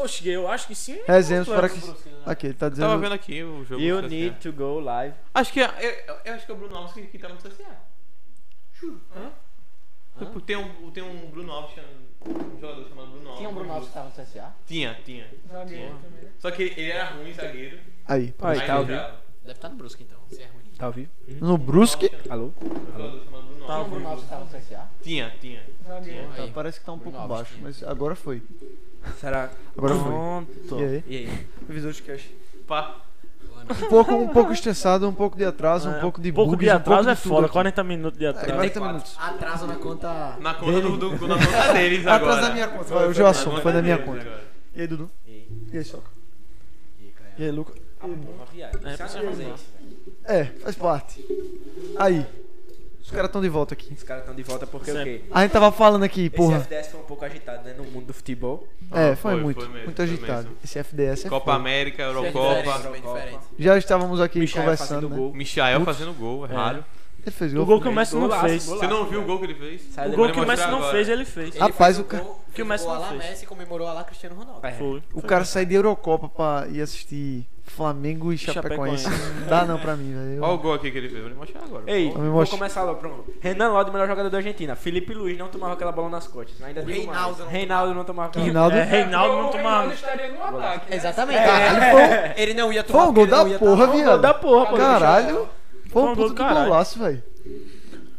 ou cheguei? Eu acho que sim. Resenhas para É, que. Bruce, né? Aqui, ele tá dizendo. Tava vendo aqui o jogo. You do CSA. need to go live. Acho que é, eu, eu acho que é o Bruno Alves que, que tá no CSA. Juro. Tipo, Tem, um, tem um Bruno Alves, um jogador chamado Bruno Alves. Tinha um Bruno Alves que tava no CSA? Tinha, tinha. Zagueiro também, né? Só que ele, ele era ruim, zagueiro. Aí, Aí, Aí tá ele ouvindo? entrava. Deve estar no Brusque então, se é ruim. Tá ouvindo? no Brusque. Alô? Um jogador chamado Bruno Tinha um Alves. Bruno Alves que tava no CSA? Tinha, tinha. Zagueiro. Tá, Aí. parece que tá um pouco Bruno Alves, baixo, sim. mas agora foi. Será? Agora foi. Pronto. E aí? E aí? Revisor de cash. Pá. Um pouco, um pouco estressado, um pouco de atraso, Ah, um É, pouco de pouco bugs, de atraso um pouco é de foda, tudo 40 minutos de aqui. atraso. É, 40 minutos. Atraso na conta. Na conta do, do, na conta deles agora. Atrás da minha conta. Vai, é o Na Joasson, foi da minha deles conta. agora. E aí, Dudu? E aí, Soca? E aí, Luca? Uma viagem. É, precisa fazer isso. É, faz parte. Aí. Os caras estão de volta aqui. Os caras estão de volta porque o Sempre. quê? A gente tava falando aqui, porra. Esse FDS foi um pouco agitado, né? No mundo do futebol. É, Ah, foi, foi, muito. foi mesmo, muito foi agitado. mesmo. Esse FDS é Copa foda. América, Diferente, Eurocopa. bem é diferente. Já estávamos aqui Michael conversando. fazendo Né? gol. Michael fazendo gol, é raro. Ele fez O gol. né? gol que foi. o Messi não Golaço, fez. golaço. Tá, Você não viu o gol que ele fez? Sai O daí. gol que o Vou Messi mostrar não agora. fez, ele fez. Ah, Rapaz, fez o ca- gol, que o Messi ficou não lá fez. Messi É. comemorou a lá Cristiano Ronaldo. Foi. O cara sair de Eurocopa pra ir assistir Flamengo e Chapecoense. Chapecoense. Não dá não pra mim, velho. Olha o gol aqui que ele fez, vou lhe mostrar agora. Ei, Vamos vou mostrar. começar logo, pronto. Renan Lodi, melhor jogador da Argentina. Felipe Luiz não tomava aquela bola nas costas. Ainda digo mais. Reinaldo não Reinaldo não tomava aquela Rinaldo. É, Reinaldo não O tomava. Reinaldo estaria no ataque. Exatamente. É. Ele não ia Foi tomar. um gol porque ele não da ia porra, tomar. viado. Da porra, pô. Caralho. Foi um gol puto do que caralho. golaço, velho.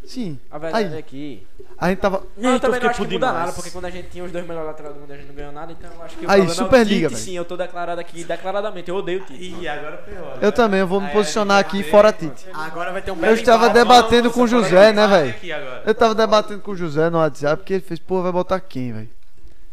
Sim. A verdade Aí. é que. A gente tava. Não, eu Eita, também não eu acho que fiquei muda demais. nada, porque quando a gente tinha os dois melhores laterais do mundo, a gente não ganhou nada, então eu acho que o Aí, problema é o Superliga, Tite, velho. sim, eu tô declarado aqui, declaradamente, eu odeio o Tite. Ih, agora pior. Eu também, eu vou me Aí, posicionar aí, aqui aí, fora Tite. Agora vai ter um Eu belo estava empate. debatendo com o José, né, velho? tá Aqui agora. Eu tava debatendo com o José no WhatsApp, porque ele fez, pô, vai botar quem, velho?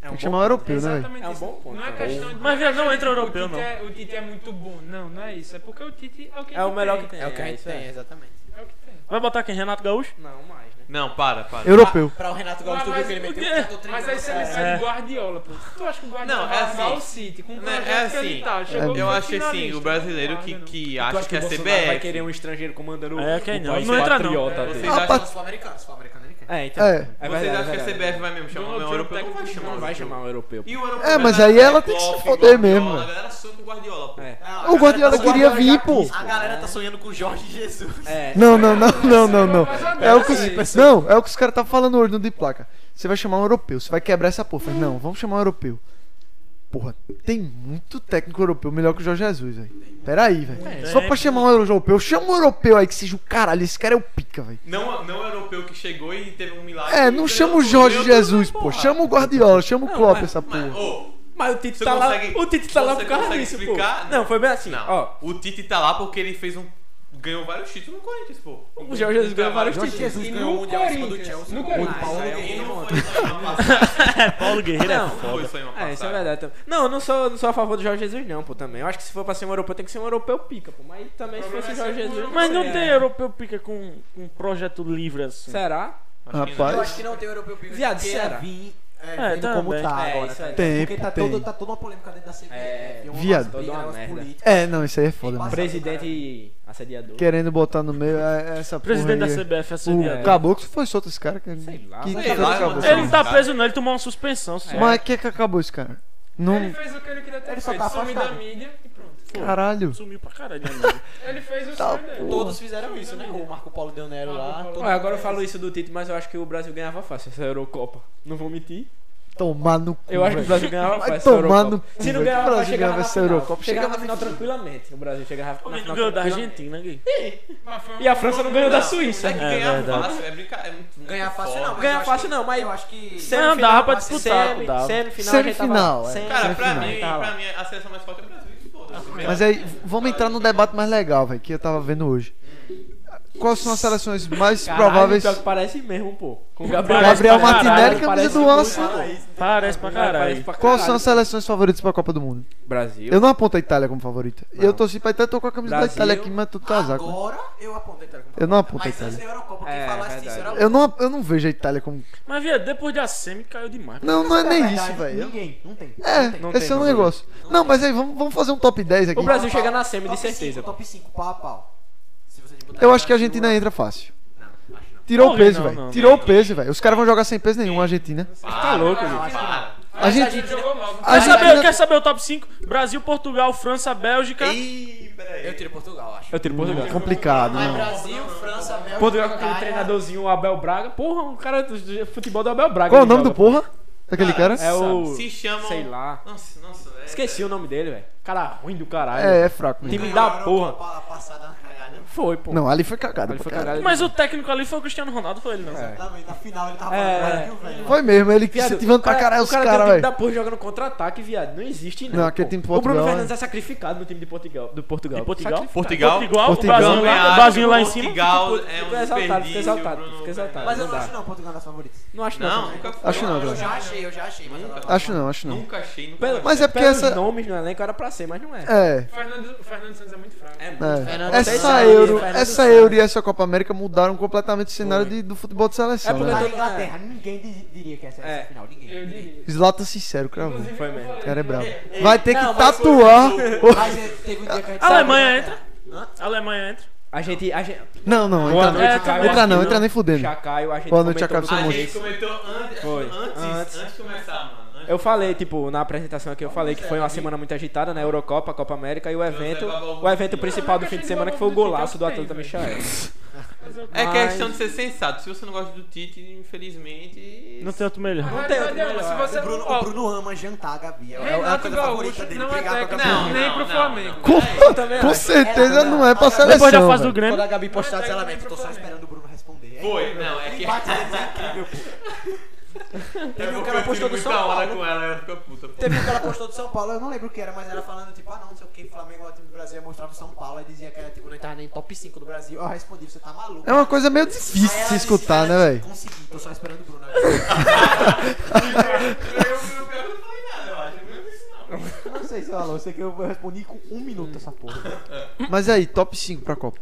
Tem que chamar o europeu, né, velho? Exatamente É um isso. bom ponto. Não é cara. questão de. Mas, viado, não é entra questão de europeu, o Tite não. É, o Tite é muito bom. Não, não é isso. É porque o Tite é o que É o melhor que tem. tem. É o que a gente isso é. tem, exatamente. É o que tem. Vai botar quem? Renato Gaúcho? Não, mais, né? Não, para, para. Europeu. Pra o Renato Gaúcho, tu Ah, viu que ele mas meteu? o quê? Já tô três Mas aí anos você atrás. me É. sai de Guardiola, pô. Tu acha que o Guardiola Não, é vai armar assim. o City com o Não, projeto é que ele assim. tá? Chegou Eu como acho assim, finalista, Ah, o brasileiro não que, guarda, que Tu acha acha que é o Bolsonaro vai CBF. querer um estrangeiro comandando É, o, quem o não? país Não entra, não. patriota Vocês dele. Ah, acham, pa- Sul-Americano, Sul-Americano ele quer. É, então. É. é vocês verdade, acham que a verdade. CBF vai mesmo chamar um Donald Trump europeu? Não vai técnico chamar não um Vai europeu. chamar um europeu. E o europeu É, mas vai aí dar ela tem que se golpe, foder mesmo, Guardiola. A velho. galera sonha com o Guardiola, pô. É. Ah, O Guardiola galera tá queria sonhando- vir, pô. A galera tá sonhando com o Jorge Jesus. É. Não, não, não, não, não, não. É o que os, não, é o que os caras tá falando hoje no de placa. Você vai chamar um europeu, você vai quebrar essa porra. Falei, Não, vamos chamar um europeu. Porra, tem muito técnico europeu melhor que o Jorge Jesus, velho. Peraí, velho. Só pra chamar um europeu, chama um europeu aí que seja o caralho. Esse cara é o pica, velho. Não, não europeu que chegou e teve um milagre. É, não Ganhou chama o tudo, Jorge ganhou tudo, Jesus, né, pô. porra? Chama o Guardiola, chama o Klopp essa Mas, porra. ô, Mas o Tite Você tá consegue- lá. O Tite tá lá você por causa consegue disso, explicar? pô. Não, foi bem assim. não. Ó, O Tite tá lá porque ele fez um. ganhou vários títulos no Corinthians, pô. Tá o Jorge Jesus ganhou vários Jorge títulos. Jesus E ganhou o no Mundial em cima do Corinthians, Chelsea. no O Corinthians. Paulo Aí alguém Guerreiro não ontem. É, Paulo Guerreiro é Não. foda. Não foi só em uma É, isso é passagem. verdade também. Não, eu não sou, não sou a favor do Jorge Jesus, não, pô, também. Eu acho que se for pra ser um europeu, tem que ser um europeu pica, pô. Mas também se fosse o é Jorge Jesus. um Mas não seria. tem né? europeu pica com com um projeto livre assim. Será? Acho que não. Eu acho Rapaz, que não tem europeu pico. Viado, será? Vim, é, É, vindo tá como bem. Ah, tá É, agora. isso aí. Tem, tem, Porque tá, tem. todo, tá toda uma polêmica dentro da CBF. É, uma viado. briga, Toda uma negócio merda. político. É, não, isso aí é foda, mano. Presidente assediador. Querendo botar no meio é, essa porra. Presidente da aí, é. CBF O assediado. caboclo foi solto esse cara, cara. Sei lá, que sei que lá, foi mano. caboclo? né? Ele não tá Cara. preso, não, ele tomou uma suspensão só. Mas o que que acabou esse cara? Ele É, Não, fez o que ele queria ter só feito. tá Sumiu da afastado. mídia e pronto. caralho. Sumiu pra caralho, né, amigo? Ele fez o Tá, sonho dele. Todos fizeram isso, né? O Marco Paulo deu Nero lá. Marco todo Ué, mundo agora eu fez. falo isso do Tite, mas eu acho que o Brasil ganhava fácil essa Eurocopa. Não vou mentir. Tomar no cu. Eu acho que o velho. Brasil ganhava Vai fácil essa tomar Eurocopa. no cu, Se velho. não ganhava, Que Brasil vai chegar ganhava na essa final. Eurocopa? Chegava Chegava na final tranquilamente. O Brasil chegava na Ele final não ganhou da tranquilamente. Argentina, gay. Mas foi um E a França não ganhou da Suíça. É que É ganhar verdade. fácil, é brincar. É muito, muito Ganhar fácil não. foda. mas Ganhar eu acho fácil que- não, mas- Eu acho que. Não, dava pra semi- disputar, semi- dava. Semifinal, a gente tava Semifinal, é. lá. Cara, pra Semifinal. mim, Tá lá. pra mim, a seleção mais forte é o Brasil. e foda-se. Mas aí, vamos entrar num debate mais legal, velho, que eu tava vendo hoje. Quais são as seleções mais Caralho, prováveis? pior que parece mesmo, pô. Com o Gabriel, Parece Gabriel pra Martinelli, caralho, camisa parece do muito Anso. Parece pra Parece caralho. pra Quais caralho. são as seleções favoritas pra Copa do Mundo? Brasil. Eu não aponto a Itália como favorita. Eu torci pra Itália, tô com a camisa da Brasil. Itália aqui, mas tudo casaco. né? Agora eu apontei a Itália. Eu não aponto a Mas antes Itália. da Eurocopa, É, quem falasse isso verdade. era Eu não, eu não vejo a Itália como. Mas, viado, depois da semi caiu demais. Não, não é nem Verdade, isso, velho. Ninguém, não tem. É, não tem. esse é um negócio. Não, mas aí, vamos, vamos fazer um top 10 aqui. O Brasil chega na semi, de Top cinco, certeza. pô. Top 5, pau a pau. Se você botar Eu acho que a Brasil, Argentina entra fácil. Não, acho não. Tirou o Porra, peso, não, velho. não, Tá Tirou o peso, velho. Os caras vão jogar sem peso nenhum, a Argentina. Para, louco, para, gente. para. A gente- Ele jogou mal. a Quer gente saber, não- quer saber o top 5? Brasil, Portugal, França, Bélgica. Ih, peraí. Eu tiro Portugal, acho. Eu tiro Portugal. Hum, complicado, Mas não. Brasil, França, Bélgica. Portugal com aquele Itália. treinadorzinho, o Abel Braga. Porra, um cara do do futebol do Abel Braga. Qual é o ele nome do joga, porra? Daquele cara? pô. É o. Se chamam. Sei lá. Nossa, nossa, velho. Esqueci o nome dele, velho. Cara ruim do É, caralho. é fraco. mesmo. Time Ganharam da a porra. Copa Passada na cagada. Foi, pô. Não, ali foi cagado. Ele foi pra caralho. cagado. Mas o técnico ali foi o Cristiano Ronaldo, foi ele não. É. Exatamente, Tá na final ele tava É, é. falando, "Olha que o velho. Foi mesmo, ele Viado, incentivando pra é caralho o os cara caras, tem o time velho. da porra jogando contra-ataque, viado. Não existe, não. Não, aquele pô. time do O Bruno Portugal, né? Fernandes é sacrificado no time de Portugal. Do Portugal. De Portugal? Portugal. Portugal, Portugal. o Brasil lá, o Brasil lá em cima. Portugal Fico- fico é um exaltado, fico desperdício, exaltado, Bruno fico exaltado. Mas eu Não não dá. acho não Portugal é das favoritas. Não acho, não. é. Não, nunca foi. Acho não, Eu Bruno. já achei, eu já achei. Mas Nunca. agora- Acho não, acho não. Nunca achei, nunca Pelo- Mas é porque pelos essa- nomes no elenco era pra ser, mas não é. É. Fernando, Fernando Santos é muito fraco. É, É. Fernando Essa Santos, Euro, Fernando essa Euro e essa Copa América mudaram completamente o cenário de- do futebol de É seleção, porque Na né? todo- Inglaterra, ninguém di- diria que essa é É. a final, ninguém. Eu ninguém. diria. Zlatan sincero, cravou. Inclusive, Foi eu mesmo. falei- Cara é brabo. Vai ter que Não, mas foi tatuar. um jogo. Mas é, teve um dia que a gente A Alemanha saiu, né? entra. A Alemanha entra. A gente. A gente Não, não, Boa entra não. noite, É, Caio. Entra não, Não. entra nem fudendo. Chacaio, a gente Boa noite, é comentou Chacaio, do- seu A monstro. gente comentou antes, Foi. Antes. antes, antes de começar, mano. Antes Eu falei, tipo, na apresentação aqui, eu falei que foi uma semana muito agitada, né? Eurocopa, Copa América e o evento. O evento principal do fim de semana que foi o Então, golaço do atleta Michael. É Mas- questão de ser sensato. Se você não gosta do Tite, infelizmente. Não tem outro melhor. Mas, tem mas, outro não, mas se melhor. é- você O É Bruno, ó, o Bruno ama jantar a Gabi. É, é a Renato coisa Gaúcho favorita dele. não é brigar com a técnico Gabi. Não, nem não, pro não, Flamengo. não. Com, Eu também com acho. certeza não é pra seleção. Depois da fase velho. do Quando a Grêmio. Gabi postar esse elemento, pro tô só Flamengo. esperando o Bruno responder. É Foi, não, é que. Bate deles é incrível, pô. Teve um Eu cara cara postou do muita São hora Paulo. com ela, ela fica puta. pô. Teve um cara postou do São Paulo, eu não lembro o que era, mas era falando tipo, ah não, não sei o que, Flamengo é o time do Brasil, aí mostrava o São Paulo e dizia que era tipo, não entrava nem top 5 do Brasil. Eu respondi, você tá maluco. É uma coisa meio Aí difícil ela de se disse, escutar, né, ela disse, velho? Consegui, tô só esperando o Bruno. Eu pior que eu não falei nada, eu acho. Eu não disse não. Eu não sei se ela, eu sei que eu respondi com um minuto essa Tá porra. Mas aí, top 5 pra Copa.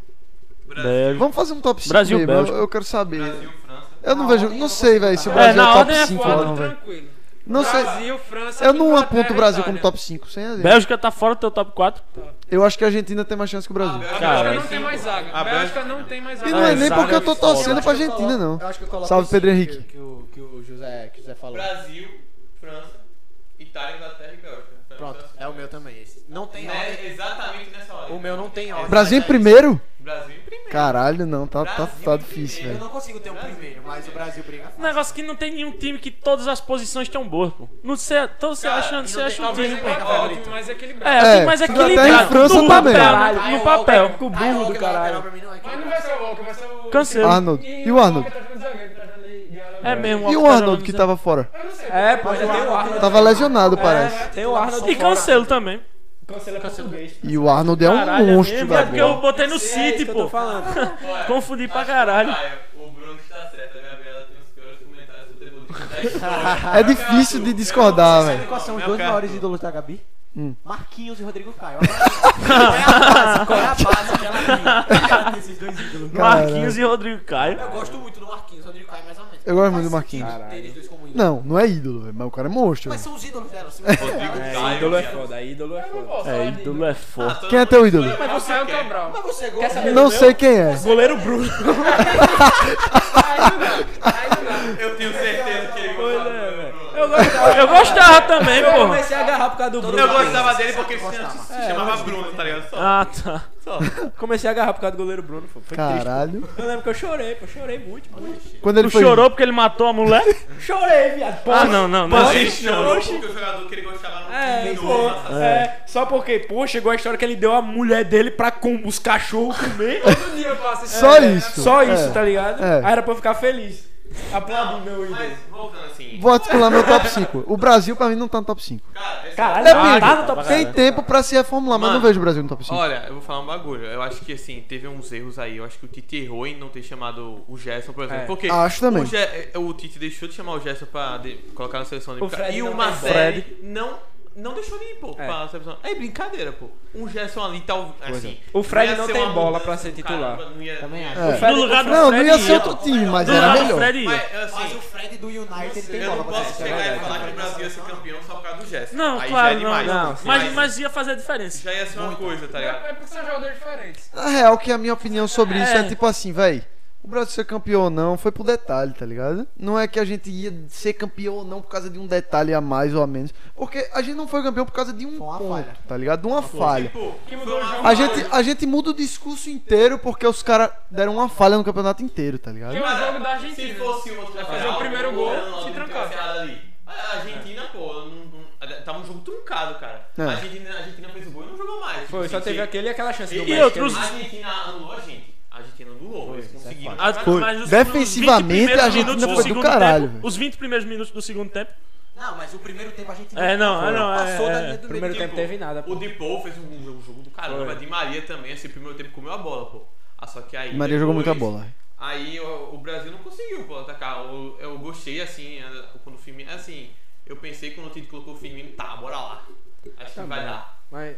Deve. Vamos fazer um top 5 Brasil, mesmo, eu, Bélgica. eu quero saber. Brasil, França. Eu não Na vejo, ordem não eu sei, vou velho, se o botar. Brasil É, é, na ordem é top 5 ou foda, não, velho. tranquilo. Não sei, Brasil, França, eu não Inglaterra, aponto o Brasil como Itália. top 5, sem a dele. Bélgica tá fora do teu top 4. Eu acho que a Argentina tem mais chance que o Brasil. Bélgica A Cara, Bélgica não tem mais zaga. A A Bélgica Bélgica não tem E mais zaga. não é nem Ah, Exato. porque eu tô torcendo pra Argentina, não. Eu acho que eu coloco Salve, o Pedro cinco Henrique. Que, que, o, que o José, que o José falou. Brasil, França, Itália, Inglaterra e Bélgica. Então, Pronto, é o meu também esse. Não tem Né, ordem. exatamente nessa hora. O meu não tem ordem. Brasil em mas é esse. primeiro? Brasil em primeiro. Caralho, não, tá, tá, Brasil tá em difícil, Eu velho. não consigo ter um primeiro, mas o Brasil briga. Um negócio que não tem nenhum time que todas as posições estão boas, pô. Não sei, então você Cara, acha, você não acha tem- um talvez time, pô. nem Tá Ó, ótimo, mas é equilibrado. É, É, assim, mais Inglaterra e equilibrado. França no também. papel, né? É, no papel. O burro do caralho. Mas não vai ser o Walker, vai ser o. Cancelo. Arnold. E o Arnold? Tá jogando zagueiro, tá jogando de- de ala É branca. mesmo. E o Walker tá Arnold jogando que zero. tava fora? Eu não sei. É, pô, já tem o Arnold. Tava lesionado, parece. É, tem o Arnold E cancelo também. Cancela português. E o Arnold é Caralho, um monstro, é mesmo. É porque eu velho. botei no É isso City, que eu tô pô. falando. Olha, Confundi pra Ah, acho que caralho. Caio, O Bruno está certo, a Gabriela tem os piores comentários do Tebolista da É história. difícil de discordar, velho. Quais são os Meu dois cara. maiores ídolos da Gabi? Hum. Marquinhos e Rodrigo Caio. Qual é a base? Qual é a base que ela tem? Esses dois ídolos. Marquinhos e Rodrigo Caio. Eu gosto muito do Marquinhos, Rodrigo Caio mais ou menos. Eu gosto muito do Faz Marquinhos. sentido ter eles dois como ídolos. Não, não é ídolo, velho, mas o cara é monstro. Mas velho. são os ídolos dela. assim. se você for Rodrigo olhar. É, Caio, ídolo é viado. foda, ídolo é Eu não foda. posso É, falar de- ídolo é Ah, forte. todo Quem é mundo teu escolhe ídolo? Mas você é o Cabral. Mas você Quer gosta saber Não do sei quem é. Goleiro Bruno. Eu tenho certeza que ele gostava é, do Bruno. Eu gostava. Eu gostava também, Eu pô. comecei a agarrar por causa do Bruno. Eu gostava dele porque ele se Gostava. É, se chamava Bruno, tá ligado? Só. Ah, tá. Comecei a agarrar por causa do goleiro Bruno, pô. Foi triste. Caralho. Eu lembro que eu chorei, pô. Chorei muito, muito. Quando ele Tu foi. chorou porque ele matou a mulher? Chorei, viado. Pô, Ah, não, não, não. Mas ele chorou Oxi. porque o jogador que ele gostava não É, tinha pô, novo. é. Só porque, pô, chegou a história que ele deu a mulher dele pra com os cachorros comer. Todo dia eu faço isso. É Só isso. Só É. isso, tá ligado? É. Aí era pra eu ficar feliz. Aplaudindo meu ídolo. Mas voltando assim, Vou articular meu top 5. O Brasil, pra mim, não tá no top 5. cara, esse- Caralho, é Depende. tá no top Tem É tempo pra se reformular, mas não Mano, vejo o Brasil no top 5. Olha, eu vou falar um bagulho. Eu acho que assim, teve uns erros aí. Eu acho que o Tite errou em não ter chamado o Gerson, por exemplo. É. Porque Acho também. O, Ge- eh, o Tite deixou de chamar o Gerson pra de- colocar na seleção de O Fred E não o tem Marcelo não, não deixou de ir, pô, É. pra seleção. É brincadeira, pô. Um Gerson ali tal. Assim, O Fred ia não ser tem uma bola mudança pra ser do titular. caramba, não ia- Também não ia- acho. É. No lugar do Não, não Fred ia ser ia, outro time, mas Do era lado do melhor. Fred ia. Mas, Mas o assim, Fred do United tem eu bola não pra posso você. chegar e verdade, falar é que o Brasil ia ser campeão só por causa do Gerson. Não, Aí já é claro, não, demais. não. sim. Mas, mas ia fazer a diferença. Já ia ser uma coisa, tá ligado? É porque são jogadores diferentes. Na real, que a minha opinião sobre isso é, É. tipo assim, véi. O Brasil ser campeão ou não foi pro detalhe, tá ligado? Não é que a gente ia ser campeão ou não por causa de um detalhe a mais ou a menos. Porque a gente não foi campeão por causa de um Foi uma ponto, falha. tá ligado? De uma falha. Tipo, Que mudou o jogo. A gente, a gente muda o discurso inteiro porque os caras deram uma falha no campeonato inteiro, tá ligado? Tem um cara, jogo da Se Argentina. fosse o outro lateral, Fazer o primeiro gol, Ronaldo se né, não tivesse trancar. errado ali. A Argentina, pô, não, não, tava um jogo truncado, cara. É. A, Argentina, a Argentina fez o gol e não jogou mais. Tipo Foi, só assim, teve aquele e aquela chance do E México outros- A ali. Argentina anulou a gente. A Argentina anulou. eles conseguiram. A- Foi. mas os- Defensivamente, os 20 primeiros a Argentina minutos foi do segundo caralho, tempo- velho. os 20 primeiros minutos do segundo tempo. Não, mas o primeiro tempo a gente É, não, é, não, passou é, da é. linha do meio. Primeiro tempo teve nada, tipo, O pô. Depou fez um, um jogo do caramba. Foi. A Di Maria também, esse primeiro tempo comeu a bola, pô. Ah, só que aí. Maria jogou muita depois- bola. Aí o, o Brasil não conseguiu pô, atacar. Eu, eu gostei, assim, a- quando o Firmino. Assim, eu pensei quando o Tite colocou o Firmino, tá, bora lá. Acho que vai dar. Mas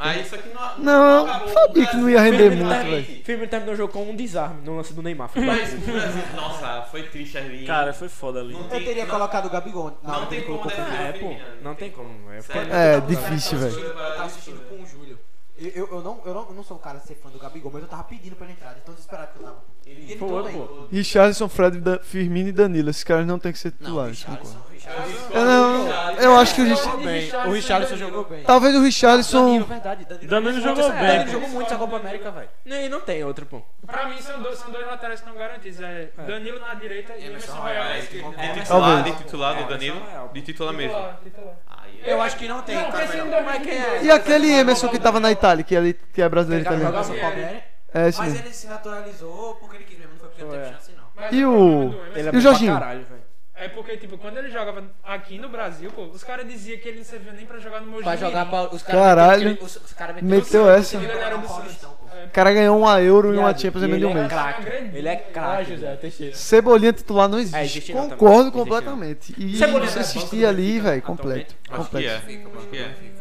Aí só que não. Não, acabou. sabia que não ia render Brasil- muito, Exatamente. velho. Firmino terminou o jogo com um desarme no lance do Neymar. Foi Mas o Brasil. Nossa, foi triste ali. Cara, foi foda ali. não Eu tem, teria não, colocado o Gabigol. na Não hora que tem ele como colocou o defender. É, pô, não tem como. É, Sério. É, difícil, velho. Eu tava assistindo com o Júlio. Eu, eu, eu não, eu, não, eu não sou um cara de ser fã do Gabigol, mas eu tava pedindo pra ele entrar, de tão desesperado que eu tava. Ele- E ele Pô, entrou pô. bem. Richarlison, Fred, Da- Firmino e Danilo. Esses caras não tem que ser Não, titulares. Richarlison, concordo. Richarlison. Eu não. Eu acho que o Então- Richarlison. O Richarlison jogou jogou bem. Talvez o Richarlison. Danilo, verdade. Danilo, Danilo jogou Danilo bem. jogou muito essa Copa América, velho. Nem não tem outro, pô. Pra mim são dois, são dois laterais que não garantidos. É Danilo na direita e Emerson Royal na esquerda. De titular, Talvez. de titular É, do Danilo. essa é real. De É, Ah, titular mesmo. Titular, titular. Aí, Eu acho que não tem. é Não, cara, pensei melhor. em 2022. é E aquele Emerson que tava na Itália, que é, que é brasileiro Ele italiano. jogava essa Copa América, É esse Mas mesmo. ele se naturalizou porque ele quis mesmo, não foi porque não teve chance, não. Mas E problema o- do Emerson Ele é E o bom Jorginho? pra caralho, velho. né? É porque, tipo, quando ele jogava aqui no Brasil, pô, os caras diziam que ele não servia nem pra jogar no Mogi Pra jogar Mirim. pra. Os Caralho. meteram aquele- os- os caras meteram- Meteu essa. Ele era um é, paulistão. O cara ganhou uma Euro e uma Viado, Champions e em meio de um ele é mês. craque. Ele é Ah, craque. José, Teixeira. Cebolinha titular não existe. É, existe não, também. Concordo Existe não. completamente. Cebolinha E isso não é banco existia do ali, Benfica velho, atualmente? completo. acho que é. Completo. Acho que é.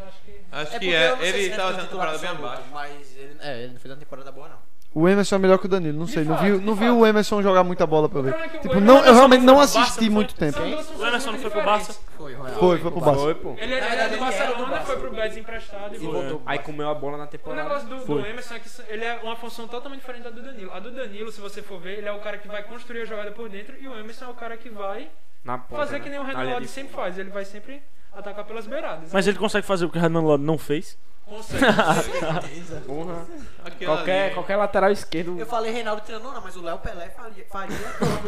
Acho É que porque é. eu não sei se Ele é tava tanto sendo titular temporada bem absoluto, abaixo. Mas ele, é, ele não fez uma temporada boa, não. O Emerson é melhor que o Danilo, não sei. Não vi, não vi o Emerson jogar muita bola pra ver. Não, é que o Tipo, Emerson não, eu realmente um não foi pro Barça, assisti não muito foi? tempo. São duas O funções Emerson não muito foi pro diferentes. Barça? Foi, Foi, foi pro Barça. Foi, pô. Ele Na era verdade, do ele era do Barcelona, Barça. foi pro Betis emprestado e voltou. Voltou. Aí comeu a bola na O temporada. negócio do, do Foi. Emerson é que ele é uma função totalmente diferente da do Danilo. A do Danilo, se você for ver, ele é o cara que vai construir a jogada por dentro e o Emerson é o cara que vai Na ponta, fazer né? que nem o Na Renan linha Lodge de sempre faz. Ele vai sempre atacar pelas beiradas. Mas ele consegue fazer o que o Renan Lodi não fez. Porra. Aquela Qualquer, ali- qualquer lateral esquerdo. Eu falei Reinaldo Tranona, mas o Léo Pelé faria. faria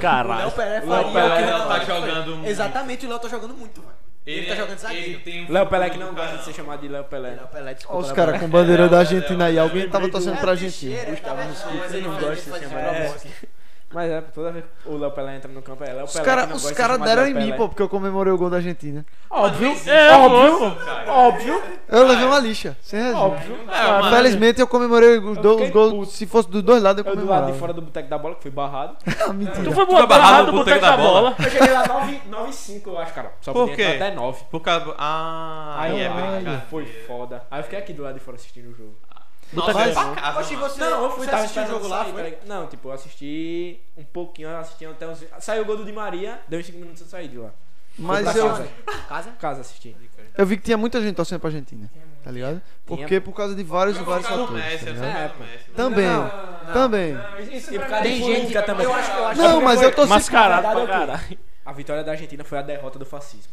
Caralho. O Léo Pelé Léo faria. O o Pelé que o não tá Ronaldo jogando fez. muito. Exatamente, o Léo tá jogando muito, velho. Ele, tá jogando zagueiro. ele tem um Léo Pelé que futuro não do gosta de caramba. ser chamado de Léo Pelé. Léo Pelé, desculpa. Olha os Léo caras Pelé. com bandeira da É, Argentina aí. Alguém tava lembrei torcendo É, pra Teixeira, Argentina. ele tava no sul, Ele não gosta de ser é chamado de Léo Pelé. Mas é, toda vez que o Léo Pelé entra no campo, é Léo Os Pelé. que caras não os gosta de cara ser chamado de deram em Léo mim, Pelé. pô, porque eu comemorei o gol da Argentina. Óbvio, É, óbvio, pô. óbvio, Eu levei uma lixa, sem resenha. Ah, é. óbvio. É, mano, Felizmente eu comemorei os, do- os fiquei gols. Se fosse dos dois lados, eu Eu do lado comemorava. de fora do boteco da bola, que fui barrado. Ah, mentira. Tu foi boa barrado no barrado do boteco da bola. Eu cheguei lá 9 9 e 5, eu acho, cara. Só Por podia quê? entrar até 9. Por causa. Ah, Aí aí é eu, brincadeira. ai, foi foda. Aí eu fiquei aqui do lado de fora assistindo o jogo. Nossa, Botafogo. é pra casa, Oxi, mano. você, não, eu fui, você assistiu o jogo lá, sair, foi? peraí. Não, tipo, eu assisti um pouquinho, eu assisti até uns. Saiu o gol do Di Maria, deu uns 5 minutos eu saí de lá. Mas Fui pra eu, casa. Casa? Casa assisti. eu vi que tinha muita gente torcendo pra Argentina. Tá ligado? Porque por causa de vários e Eu vou vários ficar no fatores. Messi, Tá eu ligado? sempre ligado? no Messi. Também. Também. Isso E por pra causa mim- de política também. Eu acho que eu acho Não, mas eu tô Mascarado pra Verdade é o quê? caralho. A vitória da Argentina foi a derrota do fascismo.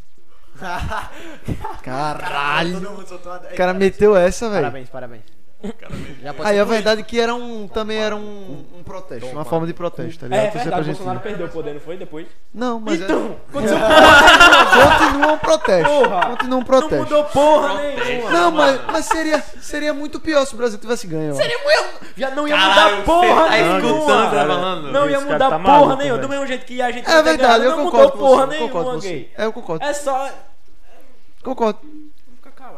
Caralho. Todo mundo soltou uma- O cara meteu essa, velho. Parabéns, parabéns. Já pode Aí ser a verdade é que era um. Também era um, um protesto. Uma forma de protesto, tá ligado? É, Torcer verdade, o pra Bolsonaro Argentina. perdeu o poder, não foi? Depois? Não, mas. Então, aconteceu É, continua um protesto. Porra. Continua um Não protesto. mudou porra Protesto. nenhuma. Não, mas, mano. mas seria, seria muito pior se o Brasil tivesse ganho. ó. Já não ia Caralho, mudar porra você tá nenhuma. escutando, tá cara. falando? Não ia Esse cara mudar porra tá maluco, nenhuma. Do velho. mesmo jeito que a gente É verdade, eu não concordo mudou com porra você. eu nenhuma, Concordo com você. gay. É, eu concordo. É só. Concordo.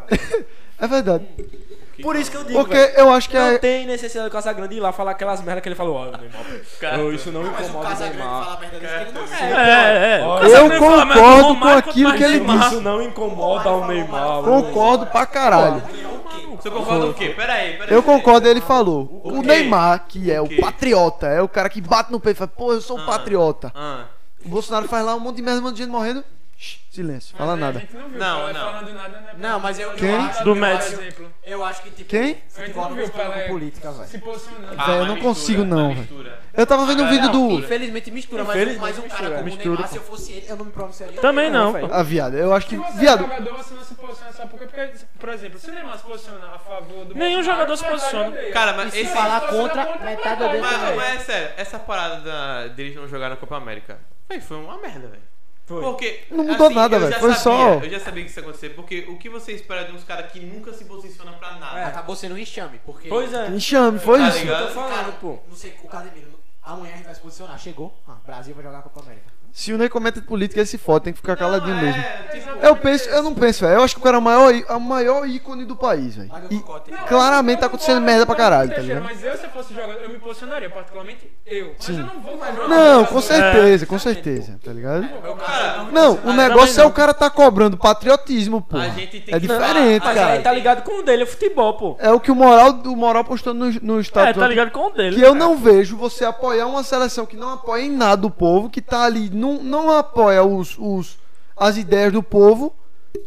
É verdade. Por isso que eu digo. Porque velho, eu acho que Não é. tem necessidade do Casagrande ir lá falar aquelas merda que ele falou. Ó, Neymar, eu- isso não me Mas o incomoda o Casa Grande Neymar. fala merda desse que ele não É, sabe. é. Olha, Essa eu mulher fala, mas concordo Neymar, com quanto aquilo mais que ele Neymar. Isso não incomoda o Neymar. velho. Concordo pra caralho. Você concorda com o quê? Ah, Pera aí, pera aí. Eu concordo, ele falou. O quê? Neymar, que é o quê? patriota, é o cara que bate no peito e fala, pô, eu sou um Ah. patriota. Ah, O Bolsonaro faz lá um monte de merda, um monte de gente morrendo. Shh, silêncio, fala A nada. gente não viu Não, o Pelé não. falando nada, né? Não, mas eu, Quem? eu acho. Do Por Messi. exemplo, Eu acho que tipo. Quem? Futebol não Viu, mistura Pelé? com política, velho. Ah. se posicionando. Véi, eu não consigo não, velho. Eu tava Tá vendo um vídeo do. Infelizmente mistura, mas, Infelizmente mas um cara mistura, como mistura, o Neymar, pô. se eu fosse ele, eu não me pronunciaria. Também não. Não, pô. Ah, viado, eu acho que. Se você Viado, é jogador, você não se posiciona nessa porra. Porque, por exemplo, se o Neymar se posiciona a favor do. Nenhum Bolsonaro, jogador se metade posiciona. odeia. Cara, E mas se esse. é é falar Você contra, tá contra, metade metade. odeia Mas, também. mas é sério, essa parada da- deles não jogar na Copa América véi, foi uma merda, velho. Porque. assim, Não mudou nada, eu véi, já foi sabia, só- Eu já sabia que isso ia acontecer, porque o que você espera de uns caras que nunca se posiciona pra nada? Acabou sendo um enxame, porque... Pois é. enxame, foi Tá isso. ligado? Tô Cara, falando, pô. não sei, o Casemiro, amanhã a gente vai se posicionar. Chegou, ah, Brasil vai jogar a Copa América. Se o Ney comenta de política, ele se foda, tem que ficar caladinho Não, mesmo. é, tipo, Eu penso, eu não penso, velho. Eu acho que o cara é o maior, í- o maior ícone do país, velho. Larga o E cocote. claramente tá Eu acontecendo concordo merda com pra o caralho, tá Teixeira, ligado? Mas eu, se eu fosse jogador, eu me posicionaria, particularmente eu. Mas eu não vou mais jogar. Não, com certeza, com certeza, tá ligado? Cara, Não, o negócio também é não. o cara tá cobrando patriotismo, pô. A gente tem É que diferente, falar, a cara. Aí tá ligado com o dele, é futebol, pô. É o que o Moral, o Moral postou no, no É, status tá ontem, ligado com o dele. Que eu não vejo você apoiar uma seleção que não apoia em nada o povo, que tá ali, não, não apoia os, os, as ideias do povo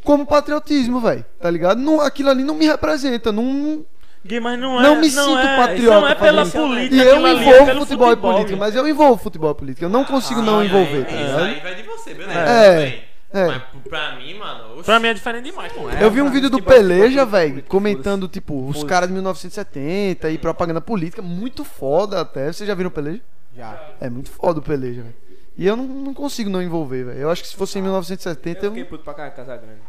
como patriotismo, velho. Tá ligado? Não, aquilo ali não me representa. Não, Gui, mas não é. Não me sinto é, patriota Não é pela fazendo isso. política. e eu aquilo ali é envolvo pelo futebol e política, Gui. mas eu envolvo futebol e política. Eu não consigo não Aí, envolver, tá aí, Ah, é, Isso ligado? aí vai de você, beleza? É, tudo bem. é. Mas pra mim, mano. oxi. Pra mim é diferente demais, pô. Eu vi É, um vídeo do tipo, futebol, Peleja, futebol, velho, futebol, comentando, tipo, os caras de 1970 e propaganda política, muito foda até. Vocês já viram o Peleja? Já. É muito foda o Peleja, velho. E eu não, não consigo não envolver, velho. Eu acho que se fosse em 1970, Eu eu... fiquei puto pra caralho, Casagrande.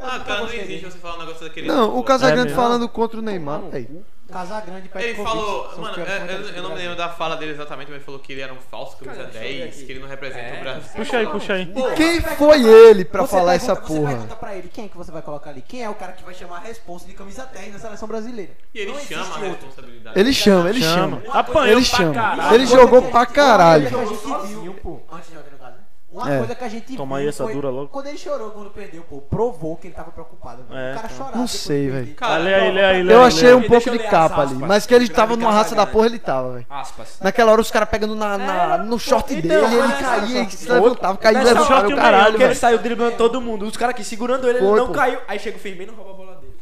Ah, cara, não existe você falar um negócio daquele. Não, o tipo, É Casagrande mesmo? falando contra o Neymar, velho. Casagrande pede Ele falou, mano, eu, eu- eu não me lembro da fala dele exatamente, mas ele falou que ele era um falso camisa 10, que ele não representa o Brasil. Puxa aí, puxa aí. E quem foi ele pra falar essa Você porra? pergunta pra ele quem é que você vai colocar ali. Quem é o cara que vai chamar a responsa de camisa 10 na seleção brasileira? E ele Não chama né? a existe outro. responsabilidade. Ele chama, ele Chama. chama. Apanhou Ele pra chama. caralho. Ele Uma jogou coisa pra que a gente- caralho. uma coisa que a gente viu, pô, Antes de jogar no caso, né? Uma É. coisa que a gente Toma viu aí essa foi dura logo. Quando ele chorou quando perdeu, pô, provou que ele tava preocupado. velho. É, o cara tá. chorava. Não depois sei, que velho. perdeu. Ah, lê aí, lê aí, lê Eu aí, lê achei aí. um pouco eu de ler as capa ali, aspas. mas que ele Grande tava numa raça da Casagrande. porra, ele tava, velho. Aspas. Naquela hora os caras pegando na, na- no short então, dele, ele mas- caía, e se levantava, caía e Nessa hora levantava que o o caralho, Miguel Porque ele velho. saiu driblando todo mundo. Os caras aqui segurando ele, ele Foi, não pô. caiu. Aí chega o Firmino e rouba a bola dele.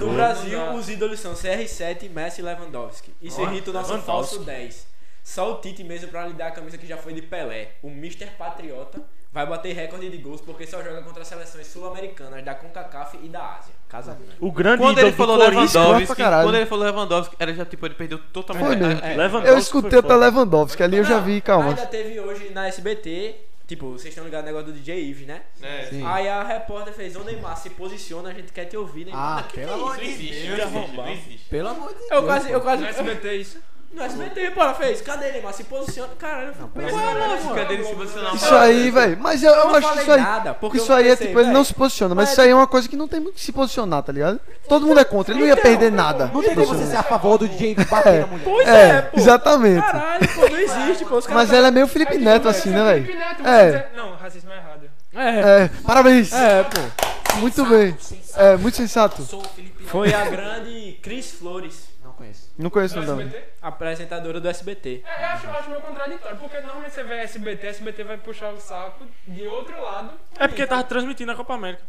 no Brasil, os ídolos são CR7, Messi e Lewandowski. Isso irrita o nosso Lewandowski. falso 10. Só o Tite mesmo pra lhe dar a camisa que já foi de Pelé. O Mr. Patriota vai bater recorde de gols porque só joga contra as seleções sul-americanas da CONCACAF e da Ásia. Casa grande. O grande Quando ídolo ele do falou Corinthians- corre pra Lewandowski, caralho. quando ele falou Lewandowski, era já tipo, ele perdeu totalmente Foi a- mesmo. a- Lewandowski Eu escutei foi até foda. Lewandowski, ali eu já vi, calma. Ainda teve hoje na SBT, tipo, vocês estão ligados no negócio do DJ Ives, né? É, Sim. Aí a repórter fez, ô Neymar, se posiciona, a gente quer te ouvir, Neymar. Ah, pelo amor Isso de existe, Deus, não existe, arrombado. não existe. Pelo amor de Deus. eu quase, eu quase. é No SBT, isso. No SBT, pô, ela fez. Cadê Neymar? Se posiciona. Caralho, eu fico pelo pensando, amor de mano. Lógico, cadê ele se posicionar? Isso aí, velho. Mas eu, eu não acho que falei isso aí. nada, porque isso eu aí é pensei, tipo, ele não véi, se posiciona, mas mas isso aí é uma coisa que não tem muito que se posicionar, tá ligado? Todo mundo é contra, ele não ia perder nada. Não tem como você ser a favor do DJ bater na mulher. Pois é, É, pô. exatamente. Caralho, pô, não existe, pô. Os caras tá Mas ela é meio Felipe Neto assim, né, velho? É. É. Não, racismo é errado. É, parabéns. É, pô. Muito bem. É, muito sensato. Sou o Felipe Neto. Foi a grande Cris Flores, Não conheço. Não conheço No não também. SBT? apresentadora do SBT. É, eu acho, eu acho meio contraditório, porque normalmente você vê SBT, SBT vai puxar o saco de outro lado. É porque tava transmitindo a Copa América.